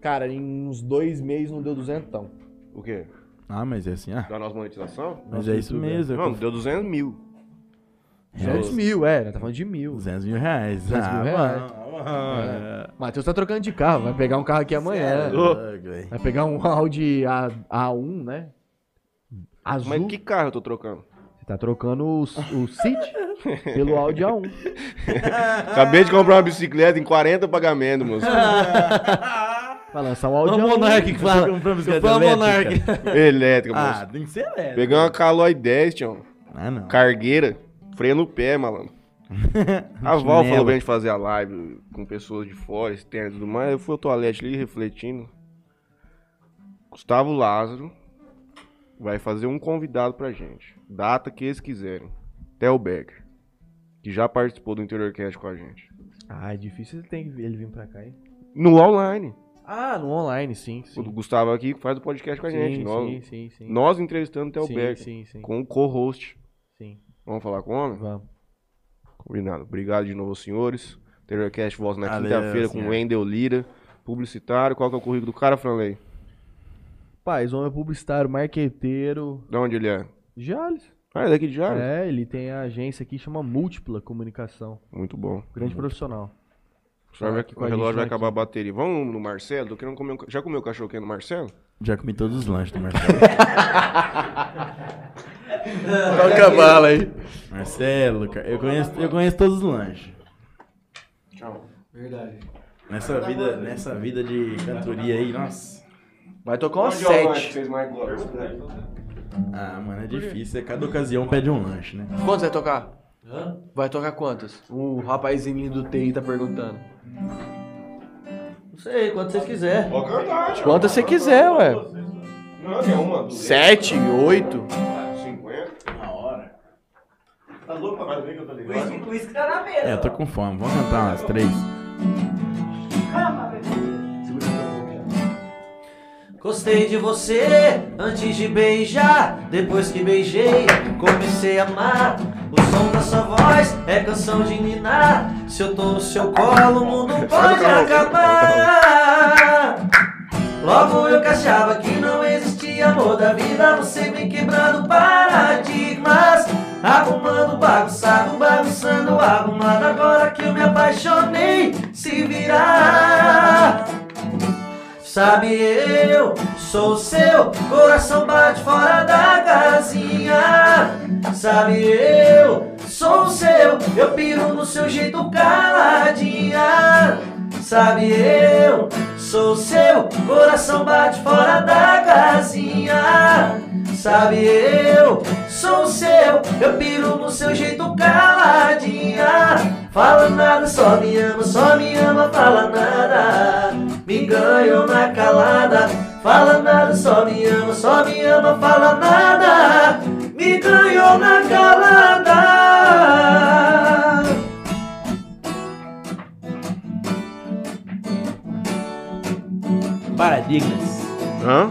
[SPEAKER 10] Cara, em uns dois meses não deu duzentão.
[SPEAKER 1] O quê?
[SPEAKER 2] Ah, mas é assim, ah.
[SPEAKER 1] Da nossa monetização?
[SPEAKER 2] Mas
[SPEAKER 10] Nosso
[SPEAKER 2] é isso
[SPEAKER 10] YouTube,
[SPEAKER 2] mesmo. é
[SPEAKER 1] Não,
[SPEAKER 2] com-
[SPEAKER 1] deu 200 mil.
[SPEAKER 10] 200 mil, é, nós tá falando de mil.
[SPEAKER 2] 200 mil reais.
[SPEAKER 10] 200 mil
[SPEAKER 2] ah,
[SPEAKER 10] reais.
[SPEAKER 2] mano, mano.
[SPEAKER 10] Matheus tá trocando de carro, vai pegar um carro aqui amanhã.
[SPEAKER 2] Cê é louco, velho.
[SPEAKER 10] (laughs) Vai pegar um Audi A, A1, né? Azul.
[SPEAKER 1] Mas que carro eu tô trocando?
[SPEAKER 10] Você tá trocando o, o City pelo Audi A1.
[SPEAKER 1] Acabei de comprar uma bicicleta em 40 pagamentos, moço.
[SPEAKER 10] Vai lançar um
[SPEAKER 3] Olha
[SPEAKER 10] Audi
[SPEAKER 3] o
[SPEAKER 10] A1.
[SPEAKER 3] Monark que fala.
[SPEAKER 2] Você comprou uma
[SPEAKER 3] Eu
[SPEAKER 2] bicicleta
[SPEAKER 3] falo Monark.
[SPEAKER 2] elétrica?
[SPEAKER 1] Elétrica, moço.
[SPEAKER 2] Ah, tem que ser elétrico.
[SPEAKER 1] Peguei uma Caloi 10, tchau.
[SPEAKER 2] Ah, não.
[SPEAKER 1] Cargueira. Freio no pé,
[SPEAKER 10] (laughs)
[SPEAKER 1] malandro. A Val
[SPEAKER 2] Chinelo.
[SPEAKER 1] falou pra gente fazer a live com pessoas de fora, externas e tudo mais. Eu fui ao toalete ali refletindo. Gustavo Lázaro vai fazer um convidado pra gente. Data que eles quiserem. Theo Becker. Que já participou do Interior Cast com a gente.
[SPEAKER 10] Ah, é difícil ele, tem, ele vir pra cá, hein?
[SPEAKER 1] No online.
[SPEAKER 10] Ah, no online, sim, sim.
[SPEAKER 1] O Gustavo aqui faz o podcast com a
[SPEAKER 10] sim,
[SPEAKER 1] gente. nós,
[SPEAKER 10] sim, sim, sim.
[SPEAKER 1] nós entrevistando
[SPEAKER 12] É
[SPEAKER 1] o Theo
[SPEAKER 10] sim,
[SPEAKER 1] Becker.
[SPEAKER 10] sim, sim,
[SPEAKER 1] Com o co-host.
[SPEAKER 10] sim.
[SPEAKER 1] Vamos falar com o homem?
[SPEAKER 10] Vamos.
[SPEAKER 1] Combinado. Obrigado de novo, senhores. Terrorcast volta na
[SPEAKER 2] Valeu,
[SPEAKER 1] quinta-feira com o
[SPEAKER 2] senhor.
[SPEAKER 1] Wendel Lira, publicitário. Qual que é o currículo do cara, Franley?
[SPEAKER 10] Paz, homem é publicitário, marqueteiro,
[SPEAKER 1] De onde ele é?
[SPEAKER 10] Jales.
[SPEAKER 1] Ah, ele é daqui de Jales?
[SPEAKER 10] É, ele tem a agência aqui, chama Múltipla Comunicação.
[SPEAKER 1] Muito bom.
[SPEAKER 12] Hum.
[SPEAKER 10] Grande profissional.
[SPEAKER 1] O, senhor vai-
[SPEAKER 10] aqui com
[SPEAKER 1] o
[SPEAKER 10] a
[SPEAKER 1] relógio
[SPEAKER 10] gente
[SPEAKER 1] vai
[SPEAKER 10] aqui.
[SPEAKER 1] acabar a bateria. Vamos no Marcelo? Tô querendo comer um... ca- Já comeu o cachorro quente no Marcelo?
[SPEAKER 2] Já comi todos os lanches do Marcelo.
[SPEAKER 12] Toca a bala aí.
[SPEAKER 2] Marcelo, cara, eu conheço, eu conheço todos os lanches. Tchau. Verdade. Nessa vida, nessa vida de cantoria aí, nossa.
[SPEAKER 10] Vai tocar uma
[SPEAKER 1] Onde é o lanche que
[SPEAKER 10] 7.
[SPEAKER 1] Fez mais gol?
[SPEAKER 2] Ah, mano, é difícil. é Cada ocasião pede um lanche, né?
[SPEAKER 10] Quantos vai tocar? Vai tocar quantos? O rapazinho lindo do TI tá perguntando.
[SPEAKER 13] Não sei, quanto vocês quiserem.
[SPEAKER 1] Pode cantar, tio.
[SPEAKER 10] Quantas você quiser, ué.
[SPEAKER 1] Não, é uma, duas.
[SPEAKER 10] 7, 8.
[SPEAKER 1] 50? Na hora. Tá louco pra fazer que eu tô ligado?
[SPEAKER 14] O uísque tá na mesa.
[SPEAKER 2] É, eu tô com fome. Vamos cantar umas três.
[SPEAKER 3] Gostei de você antes de beijar, depois que beijei, comecei a amar. O som da sua voz é canção de ninar. Se eu tô no seu colo, o mundo pode acabar. Logo eu que achava que não existia amor da vida, você me quebrando paradigmas. Arrumando, bagunçado, bagunçando, arrumado. Agora que eu me apaixonei, se virar. Sabe eu sou seu, coração bate fora da casinha. Sabe eu sou seu, eu piro no seu jeito caladinha. Sabe eu sou seu, coração bate fora da casinha. Sabe eu sou seu, eu piro no seu jeito caladinha. Fala nada, só me ama, só me ama, fala nada. Me ganhou na calada. Fala nada, só me ama, só me ama, fala nada. Me ganhou na calada.
[SPEAKER 2] Paradigmas.
[SPEAKER 1] Hã?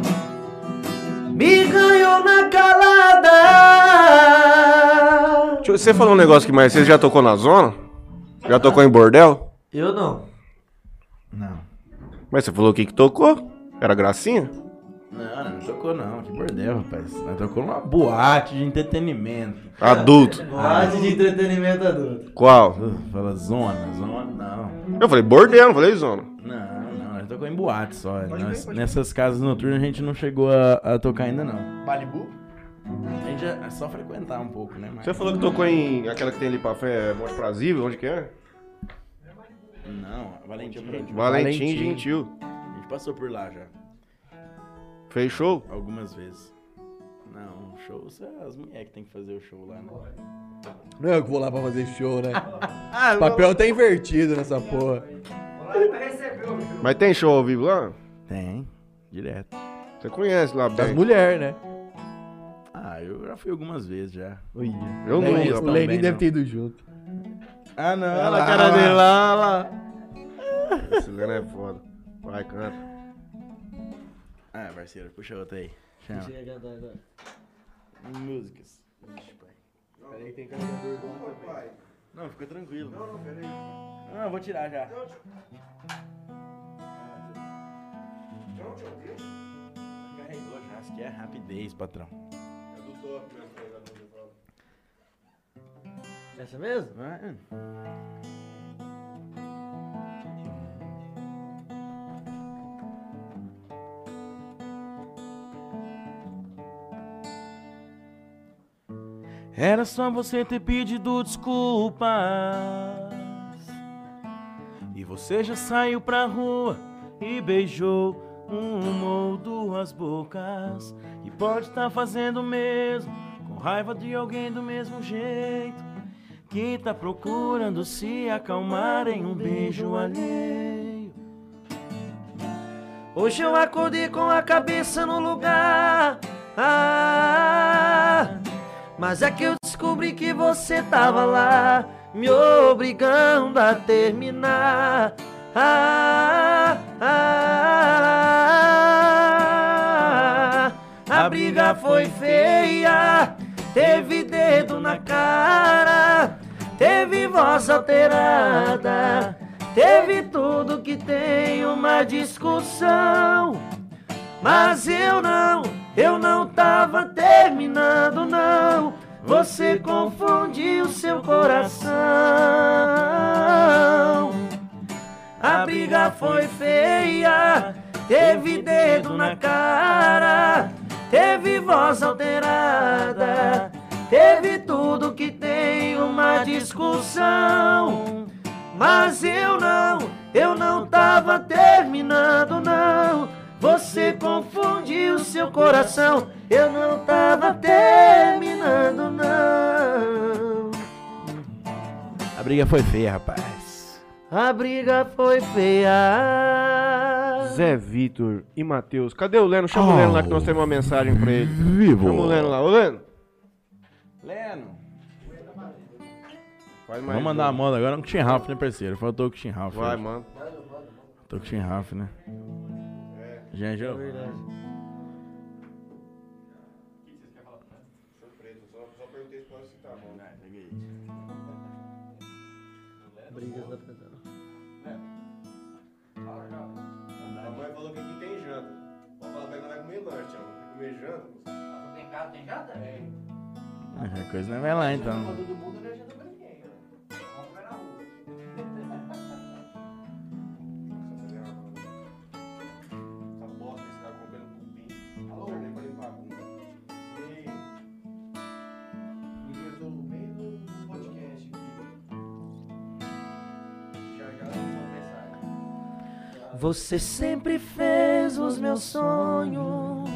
[SPEAKER 3] Me ganhou na calada.
[SPEAKER 1] Tio, Você falou um negócio que mais. Você já tocou na zona? Já tocou em bordel?
[SPEAKER 3] Eu não.
[SPEAKER 2] Não.
[SPEAKER 1] Mas você falou o que que tocou? Era gracinha?
[SPEAKER 2] Não, não tocou não. Que bordel, rapaz. Nós tocou numa boate de entretenimento.
[SPEAKER 1] É. Adulto.
[SPEAKER 3] Boate de entretenimento adulto.
[SPEAKER 1] Qual?
[SPEAKER 2] Uh, Fala zona, zona, não.
[SPEAKER 1] Eu falei bordel, não falei zona.
[SPEAKER 2] Não, não. Nós tocou em boate só. Nós- nessas casas noturnas a gente não chegou a, a tocar ainda, não.
[SPEAKER 10] Malibu?
[SPEAKER 2] A gente já- é só frequentar um pouco, né? Mas...
[SPEAKER 1] Você falou que tocou em aquela que tem ali pra fé, Monte Prazível, onde que é?
[SPEAKER 2] Não, a Valentim. Valentim.
[SPEAKER 1] Valentim Gentil.
[SPEAKER 2] A gente passou por lá já.
[SPEAKER 1] Fechou?
[SPEAKER 2] Algumas vezes. Não, show, são as mulheres que tem que fazer o show lá, né?
[SPEAKER 15] Não é eu que vou lá pra fazer show,
[SPEAKER 10] (laughs)
[SPEAKER 15] né?
[SPEAKER 10] Ah,
[SPEAKER 15] O papel tá invertido nessa porra.
[SPEAKER 1] Mas tem show ao vivo lá?
[SPEAKER 2] Tem, direto.
[SPEAKER 1] Você conhece lá
[SPEAKER 15] Das
[SPEAKER 1] bem?
[SPEAKER 15] mulheres, né?
[SPEAKER 2] Ah, eu já fui algumas vezes já.
[SPEAKER 1] Eu né? não,
[SPEAKER 15] Lenin-
[SPEAKER 1] rapaz.
[SPEAKER 15] o Lenin
[SPEAKER 2] Também
[SPEAKER 15] deve
[SPEAKER 2] não.
[SPEAKER 15] ter ido junto.
[SPEAKER 2] Ah, não,
[SPEAKER 15] Olha lá,
[SPEAKER 2] a cara
[SPEAKER 15] olha lá.
[SPEAKER 2] dele lá, lá.
[SPEAKER 1] Esse Leno é foda. Vai, canta.
[SPEAKER 2] Ah, parceiro, puxa outra aí. Chama. Músicas. Ixi, pai. Peraí que tem carregador do pai. Não, fica tranquilo. Não, não, peraí. Não, eu Ah, vou tirar já. então, Carregou já, isso aqui é rapidez, patrão.
[SPEAKER 13] Essa mesmo?
[SPEAKER 2] Vai. Era só você ter pedido desculpas. E você já saiu pra rua e beijou uma ou duas bocas. E pode estar fazendo o mesmo, com raiva de alguém do mesmo jeito. Que tá procurando se acalmar em um beijo alheio.
[SPEAKER 3] Hoje eu acordei com a cabeça no lugar. Ah, mas é que eu descobri que você tava lá, me obrigando a terminar. Ah, ah, ah. a briga foi feia, teve dedo na cara, teve voz alterada, teve tudo que tem uma discussão. Mas eu não, eu não tava terminando, não. Você confundiu seu coração. A briga foi feia, teve dedo na cara, teve voz alterada, teve tudo que tem uma discussão. Mas eu não, eu não tava terminando, não. Você confundiu seu coração. Eu não tava terminando, não.
[SPEAKER 2] A briga foi feia, rapaz.
[SPEAKER 3] A briga foi feia.
[SPEAKER 1] Zé É, Vitor e Matheus. Cadê o Leno? Chama o Leno lá que nós temos uma mensagem pra ele.
[SPEAKER 2] Vivo.
[SPEAKER 1] Chama o Leno lá. Ô, Leno.
[SPEAKER 16] Leno.
[SPEAKER 1] Faz mais
[SPEAKER 2] Vamos mandar a
[SPEAKER 1] um.
[SPEAKER 2] moda agora com o Tim Ralph, né, parceiro? Faltou com o Tim Ralph.
[SPEAKER 1] Vai,
[SPEAKER 2] hoje.
[SPEAKER 1] mano.
[SPEAKER 2] Tô com o Tim Ralph, né? Jean Giovanni.
[SPEAKER 17] Brigas da pesada.
[SPEAKER 1] A mãe falou que aqui tem janta. Vamos falar pra vai comer lanche, ó. Vai comer janta.
[SPEAKER 16] Tem casa, tem janta? É.
[SPEAKER 2] Ah, A coisa não vai lá, então.
[SPEAKER 16] Todo mundo não é janta pra ninguém. né? Vamos comer na rua.
[SPEAKER 1] Essa bosta, esse cara comprando cupim. Alô, perdeu pra limpar a bunda. E aí? Ingresou no meio do podcast aqui. Já, já, vamos pensar.
[SPEAKER 3] Você sempre fez os meus sonhos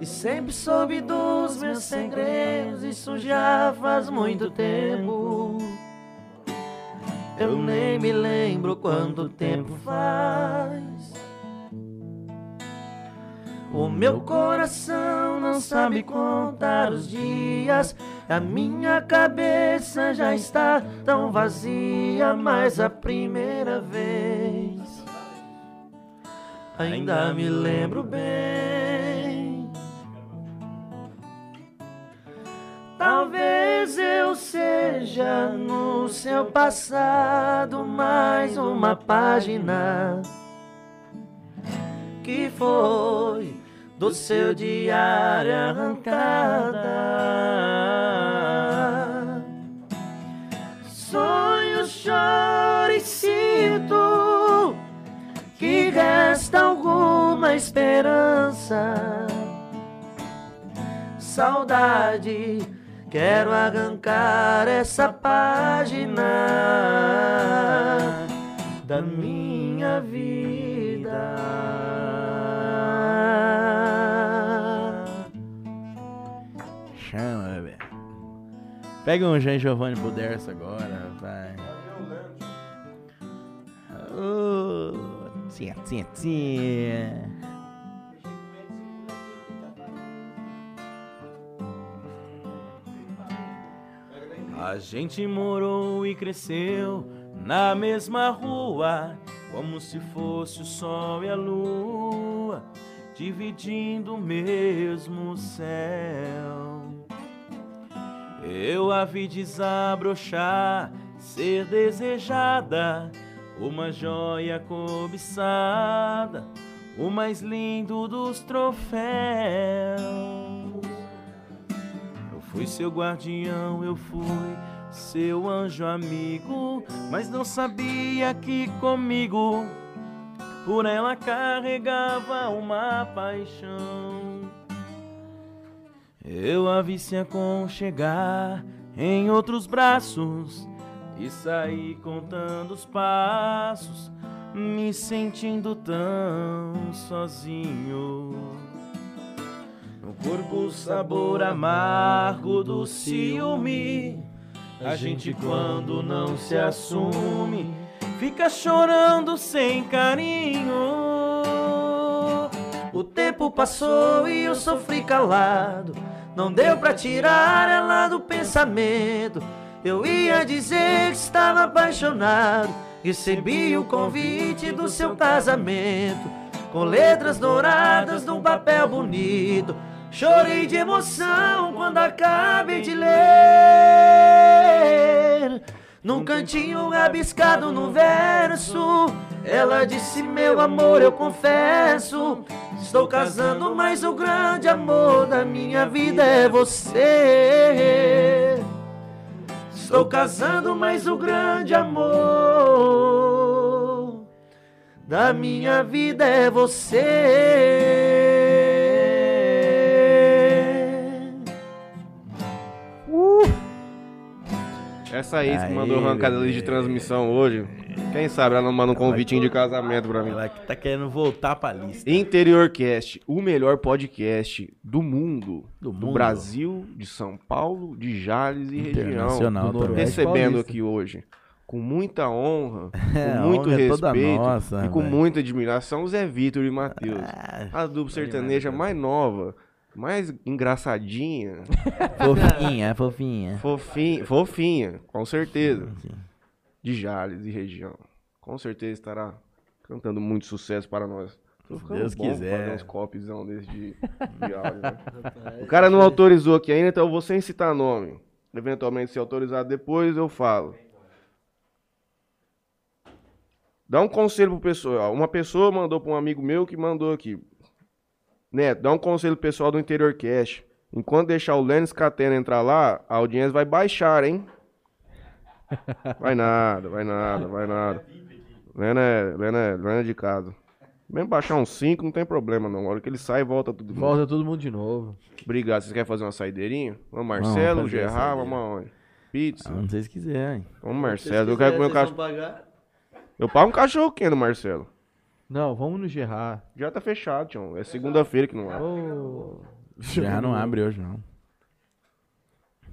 [SPEAKER 3] e sempre soube dos meus segredos. Isso já faz muito tempo. Eu nem me lembro quanto tempo faz. O meu coração não sabe contar os dias. A minha cabeça já está tão vazia, mas a primeira vez ainda me lembro bem. Talvez eu seja no seu passado mais uma página que foi do seu diário arrancada. Sonho, choro e sinto que resta alguma esperança. Saudade, quero arrancar essa página da minha vida.
[SPEAKER 2] Chama, bebê. Pega um Jean Giovanni Buderso agora, rapaz. Ô, Tia, tia, tia. A gente morou e cresceu na mesma rua, como se fosse o sol e a lua, dividindo o mesmo céu. Eu a vi desabrochar, ser desejada, uma joia cobiçada, o mais lindo dos troféus. Eu fui seu guardião, eu fui seu anjo amigo, mas não sabia que comigo por ela carregava uma paixão. Eu a vi se aconchegar em outros braços e saí contando os passos, me sentindo tão sozinho. No corpo o sabor amargo do ciúme. A gente quando não se assume, fica chorando sem carinho.
[SPEAKER 3] O tempo passou e eu sofri calado. Não deu pra tirar ela do pensamento. Eu ia dizer que estava apaixonado. Recebi o convite do seu casamento, com letras douradas num papel bonito. Chorei de emoção quando acabei de ler. Num cantinho rabiscado no verso, ela disse: Meu amor, eu confesso. Estou casando, mas o grande amor da minha vida é você. Estou casando, mas o grande amor da minha vida é
[SPEAKER 1] É.
[SPEAKER 3] você.
[SPEAKER 1] Essa ex que
[SPEAKER 2] Aí,
[SPEAKER 1] mandou arrancar da lista de transmissão hoje, quem sabe ela não manda um convitinho de casamento pra mim.
[SPEAKER 2] Ela que tá querendo voltar pra lista.
[SPEAKER 1] Interiorcast, o melhor podcast do mundo,
[SPEAKER 2] Do
[SPEAKER 1] do,
[SPEAKER 2] mundo.
[SPEAKER 1] Brasil, de São Paulo, de Jales e região.
[SPEAKER 2] Internacional
[SPEAKER 10] do
[SPEAKER 2] também.
[SPEAKER 10] Noroeste.
[SPEAKER 1] Recebendo
[SPEAKER 10] Paulista.
[SPEAKER 1] aqui hoje, com muita
[SPEAKER 2] (laughs)
[SPEAKER 1] honra,
[SPEAKER 2] É,
[SPEAKER 1] com muito
[SPEAKER 2] a honra é toda
[SPEAKER 1] respeito
[SPEAKER 2] nossa,
[SPEAKER 1] e com
[SPEAKER 2] velho.
[SPEAKER 1] muita admiração, Zé Vitor e Matheus.
[SPEAKER 2] Ah,
[SPEAKER 1] A dupla sertaneja
[SPEAKER 2] demais,
[SPEAKER 1] mais nova, mais engraçadinha,
[SPEAKER 2] Fofinha, fofinha.
[SPEAKER 1] fofinha, fofinha, com certeza. De Jales e região. Com certeza estará cantando muito sucesso para nós. Tô ficando
[SPEAKER 2] Deus
[SPEAKER 1] bom pra
[SPEAKER 2] quiser.
[SPEAKER 1] Fazer uns copizão desse de,
[SPEAKER 2] (laughs)
[SPEAKER 1] de áudio, né? O cara não autorizou aqui ainda, então eu vou sem citar nome. Eventualmente, se autorizado depois, eu falo. Dá um conselho pro pessoal. Uma pessoa mandou para um amigo meu que mandou aqui. Neto, dá um conselho pro pessoal do Interior Cash. Enquanto deixar o Lênis Catena entrar lá, a audiência vai baixar,
[SPEAKER 2] (laughs)
[SPEAKER 1] hein? Vai nada, vai nada, vai nada. Lena é, Lena é, Lena é de casa. Mesmo baixar uns 5, não tem problema não. A hora que ele sai, volta tudo. de novo.
[SPEAKER 10] Volta todo mundo de novo.
[SPEAKER 1] Obrigado. Vocês querem fazer uma saideirinha? Vamos,
[SPEAKER 2] Vamos
[SPEAKER 1] Marcelo,
[SPEAKER 2] fazer a
[SPEAKER 1] Gerard,
[SPEAKER 2] saideira.
[SPEAKER 1] vamos aonde? Pizza.
[SPEAKER 2] Ah, não sei se quiser, hein?
[SPEAKER 1] Vamos, Marcelo. Eu quero comer um cachorro. Eu pago um cachorro quente, Marcelo.
[SPEAKER 10] Não, vamos no Gerard.
[SPEAKER 1] Já tá fechado, Tião. É segunda-feira que não abre.
[SPEAKER 10] Ô.
[SPEAKER 2] Já não abre hoje, não.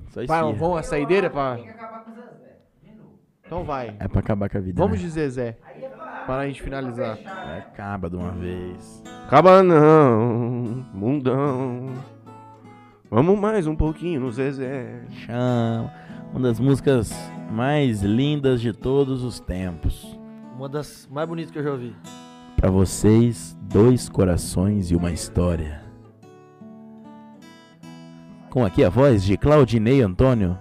[SPEAKER 2] Só
[SPEAKER 10] Vai,
[SPEAKER 2] esfirra.
[SPEAKER 10] vamos a saideira pra... Então vai.
[SPEAKER 2] É pra acabar com a vida.
[SPEAKER 10] Vamos
[SPEAKER 2] né?
[SPEAKER 10] de Zezé. Para a gente finalizar.
[SPEAKER 2] Acaba de uma vez.
[SPEAKER 1] Acaba não, mundão. Vamos mais um pouquinho no Zezé.
[SPEAKER 2] Chama. Uma das músicas mais lindas de todos os tempos.
[SPEAKER 18] Uma das mais bonitas que eu já ouvi.
[SPEAKER 2] Pra vocês, dois corações e uma história. Com aqui a voz de Claudinei Antônio.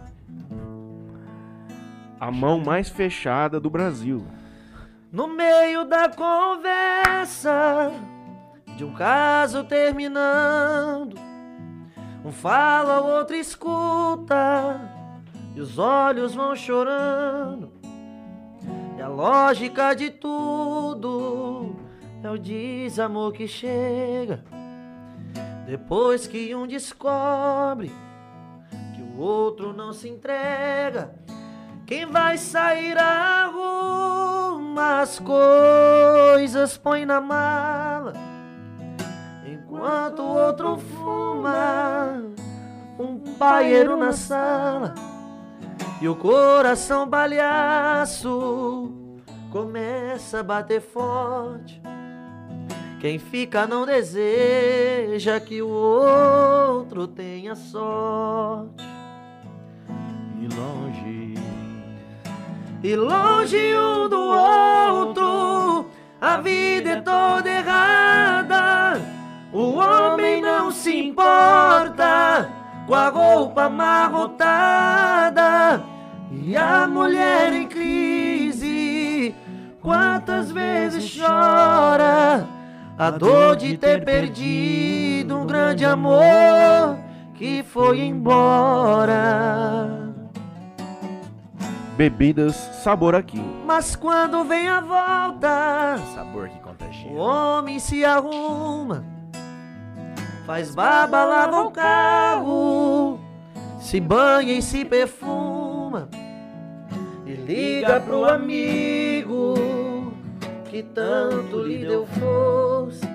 [SPEAKER 1] A mão mais fechada do Brasil.
[SPEAKER 3] No meio da conversa de um caso terminando, um fala, o outro escuta, e os olhos vão chorando. E a lógica de tudo é o desamor que chega depois que um descobre que o outro não se entrega. Quem vai sair arruma as coisas, põe na mala. Enquanto o outro fuma, um paieiro na sala. E o coração palhaço começa a bater forte. Quem fica não deseja que o outro tenha sorte.
[SPEAKER 2] E longe.
[SPEAKER 3] e longe um do outro. A vida é toda errada. O homem não se importa com a roupa amarrotada e a mulher em crise. Quantas vezes chora a dor de ter perdido um grande amor que foi embora.
[SPEAKER 1] Bebidas sabor aqui.
[SPEAKER 3] Mas quando vem a volta,
[SPEAKER 2] Sabor que contagia.
[SPEAKER 3] o homem se arruma, faz barba, lava o carro, se banha e se perfuma, e liga pro amigo que tanto lhe deu força,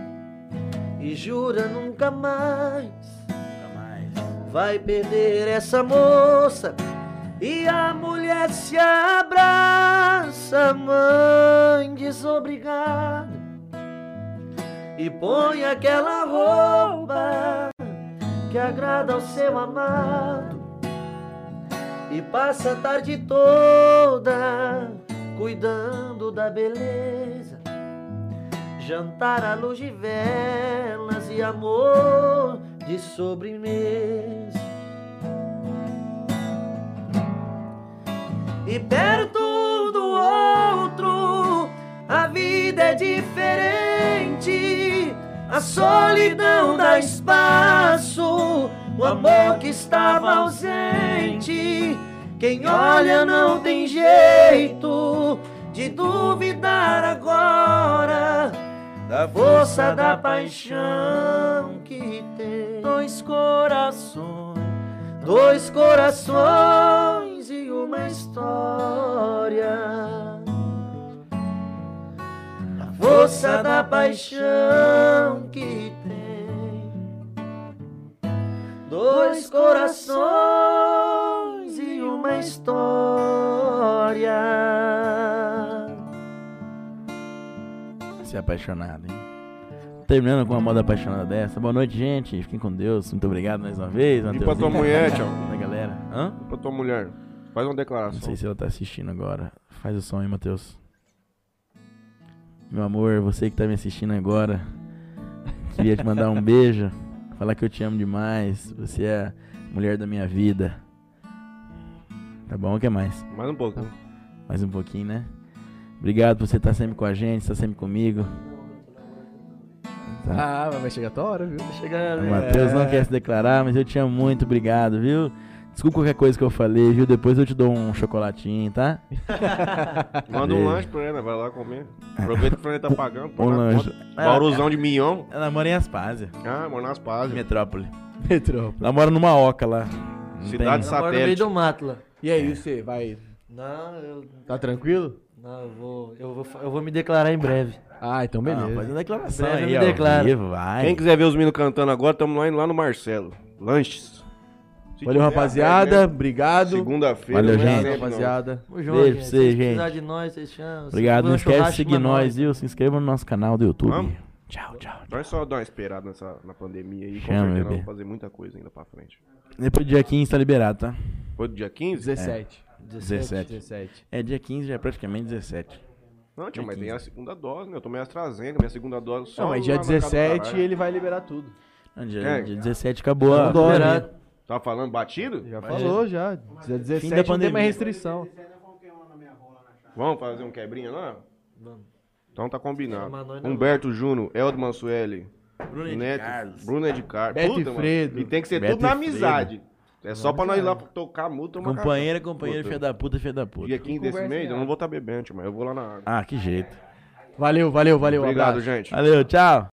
[SPEAKER 3] e jura nunca mais
[SPEAKER 2] Nunca mais.
[SPEAKER 3] vai perder essa moça. E a mulher se abraça, mãe desobrigada, e põe aquela roupa que agrada ao seu amado, e passa a tarde toda cuidando da beleza, jantar à luz de velas e amor de sobremesa. E perto um do outro, a vida é diferente. A solidão dá espaço, o amor que estava ausente. Quem olha não tem jeito de duvidar agora da força da paixão que tem dois corações, dois corações e uma história. força da paixão que tem. Dois corações e uma história.
[SPEAKER 2] Se é apaixonado, hein? Terminando com uma moda apaixonada dessa. Boa noite, gente. Fiquem com Deus. Muito obrigado mais uma vez.
[SPEAKER 1] pra tua
[SPEAKER 2] Mateuzinho. (laughs)
[SPEAKER 1] mulher, tchau.
[SPEAKER 2] Da galera. Hã?
[SPEAKER 1] Pra tua mulher. Faz uma
[SPEAKER 2] Não
[SPEAKER 1] declaração.
[SPEAKER 2] sei se ela tá assistindo agora. Faz o som aí, Matheus. Meu amor, você que tá me assistindo agora, (laughs) queria te mandar um beijo. Falar que eu te amo demais. Você é a mulher da minha vida. Tá bom? O que mais?
[SPEAKER 1] Mais um
[SPEAKER 2] (laughs)
[SPEAKER 1] pouco.
[SPEAKER 2] Mais um pouquinho, né? Obrigado por você estar sempre com a gente, estar sempre comigo. Tá.
[SPEAKER 19] Ah, mas vai chegar a tua hora, viu?
[SPEAKER 2] O Matheus não quer se declarar, mas eu te amo muito, obrigado, viu? Desculpa qualquer coisa que eu falei, viu? Depois eu te dou um chocolatinho, tá?
[SPEAKER 1] Manda um
[SPEAKER 2] Beleza.
[SPEAKER 1] lanche pra ela, vai lá comer. Aproveita que o Fran tá pagando. põe
[SPEAKER 2] Um
[SPEAKER 1] na
[SPEAKER 2] lanche.
[SPEAKER 1] conta. Bauruzão de mignon.
[SPEAKER 2] Ela namora em Aspásia,
[SPEAKER 1] Ah, mano, nas pazes.
[SPEAKER 2] metrópole.
[SPEAKER 19] Metrô.
[SPEAKER 2] Ela mora numa oca lá. Não
[SPEAKER 1] Cidade de
[SPEAKER 2] tem-
[SPEAKER 3] Agora Tá no meio
[SPEAKER 1] satélite.
[SPEAKER 3] do mato lá.
[SPEAKER 10] E aí, você vai.
[SPEAKER 3] Não, eu,
[SPEAKER 10] Tá tranquilo?
[SPEAKER 3] não, eu vou, eu vou, eu vou me declarar em breve.
[SPEAKER 10] Ah, então
[SPEAKER 2] Não,
[SPEAKER 10] beleza.
[SPEAKER 3] assim.
[SPEAKER 2] faz uma declaração
[SPEAKER 3] Breve eu
[SPEAKER 2] aí,
[SPEAKER 3] me
[SPEAKER 2] ó.
[SPEAKER 3] declaro.
[SPEAKER 2] Ih, vai.
[SPEAKER 1] Quem quiser ver os meninos cantando agora, estamos lá, lá no Marcelo. Lanches. Se
[SPEAKER 10] Valeu,
[SPEAKER 1] tiver
[SPEAKER 10] rapaziada.
[SPEAKER 1] aberto,
[SPEAKER 10] Obrigado.
[SPEAKER 1] Segunda-feira.
[SPEAKER 2] Valeu,
[SPEAKER 1] não é
[SPEAKER 2] gente.
[SPEAKER 1] sempre, não.
[SPEAKER 10] né? rapaziada.
[SPEAKER 3] Tamo
[SPEAKER 2] Beijo pra
[SPEAKER 3] Se
[SPEAKER 2] vocês,
[SPEAKER 3] vocês
[SPEAKER 2] gente.
[SPEAKER 3] precisar de nós, vocês chamam. Se
[SPEAKER 2] Obrigado,
[SPEAKER 3] tiver um
[SPEAKER 2] não esquece de
[SPEAKER 3] churrasco,
[SPEAKER 2] seguir
[SPEAKER 3] chama
[SPEAKER 2] nós, viu? Se inscreva no nosso canal do YouTube.
[SPEAKER 1] Vamos.
[SPEAKER 2] Tchau, tchau.
[SPEAKER 1] Vai só dar uma esperada nessa, na pandemia aí. Com
[SPEAKER 2] Chama,
[SPEAKER 10] É,
[SPEAKER 1] certeza nós
[SPEAKER 2] bebê.
[SPEAKER 1] vamos fazer muita coisa ainda pra frente.
[SPEAKER 2] Depois do dia 15 tá liberado, tá?
[SPEAKER 1] Foi do dia 15?
[SPEAKER 10] 17.
[SPEAKER 2] 17.
[SPEAKER 10] 17.
[SPEAKER 2] É, dia 15 já é praticamente 17.
[SPEAKER 1] Não, tio, mas
[SPEAKER 2] Dia
[SPEAKER 1] tem a segunda dose, né? Eu tomei a AstraZeneca, minha segunda dose só.
[SPEAKER 10] Não, mas dia
[SPEAKER 1] lá na casa do
[SPEAKER 10] 17
[SPEAKER 1] caralho.
[SPEAKER 10] ele vai liberar tudo.
[SPEAKER 2] Não, dia,
[SPEAKER 1] É.
[SPEAKER 2] dia 17 acabou a...
[SPEAKER 10] Não dorme.
[SPEAKER 1] Tá falando batido?
[SPEAKER 10] Já falou, já. Dia 17
[SPEAKER 2] Fim da
[SPEAKER 10] não tem
[SPEAKER 2] pandemia.
[SPEAKER 10] mais restrição.
[SPEAKER 1] Vamos fazer um quebrinha lá? Vamos. Então tá combinado.
[SPEAKER 3] Chama nós na
[SPEAKER 1] Humberto Júnior, Eldo Mansueli,
[SPEAKER 2] né, Bruno
[SPEAKER 1] Neto, Bruna de Carlos.
[SPEAKER 10] Beto e
[SPEAKER 1] Puta, mano.
[SPEAKER 10] Fredo.
[SPEAKER 1] E tem que ser
[SPEAKER 2] Beto
[SPEAKER 1] tudo na
[SPEAKER 2] e Fredo.
[SPEAKER 1] amizade. É só pra nós ir lá tocar a multa, tomar
[SPEAKER 2] Companheira,
[SPEAKER 1] café.
[SPEAKER 2] companheira,
[SPEAKER 1] Puta,
[SPEAKER 2] filha da puta, filha da puta.
[SPEAKER 1] Dia 15 desse mês, eu tá não vou estar bebendo, tio, mas eu vou lá na água.
[SPEAKER 2] Ah, que jeito.
[SPEAKER 10] Valeu, valeu, valeu. um
[SPEAKER 1] Obrigado,
[SPEAKER 10] abraço.
[SPEAKER 1] gente.
[SPEAKER 2] Valeu, tchau.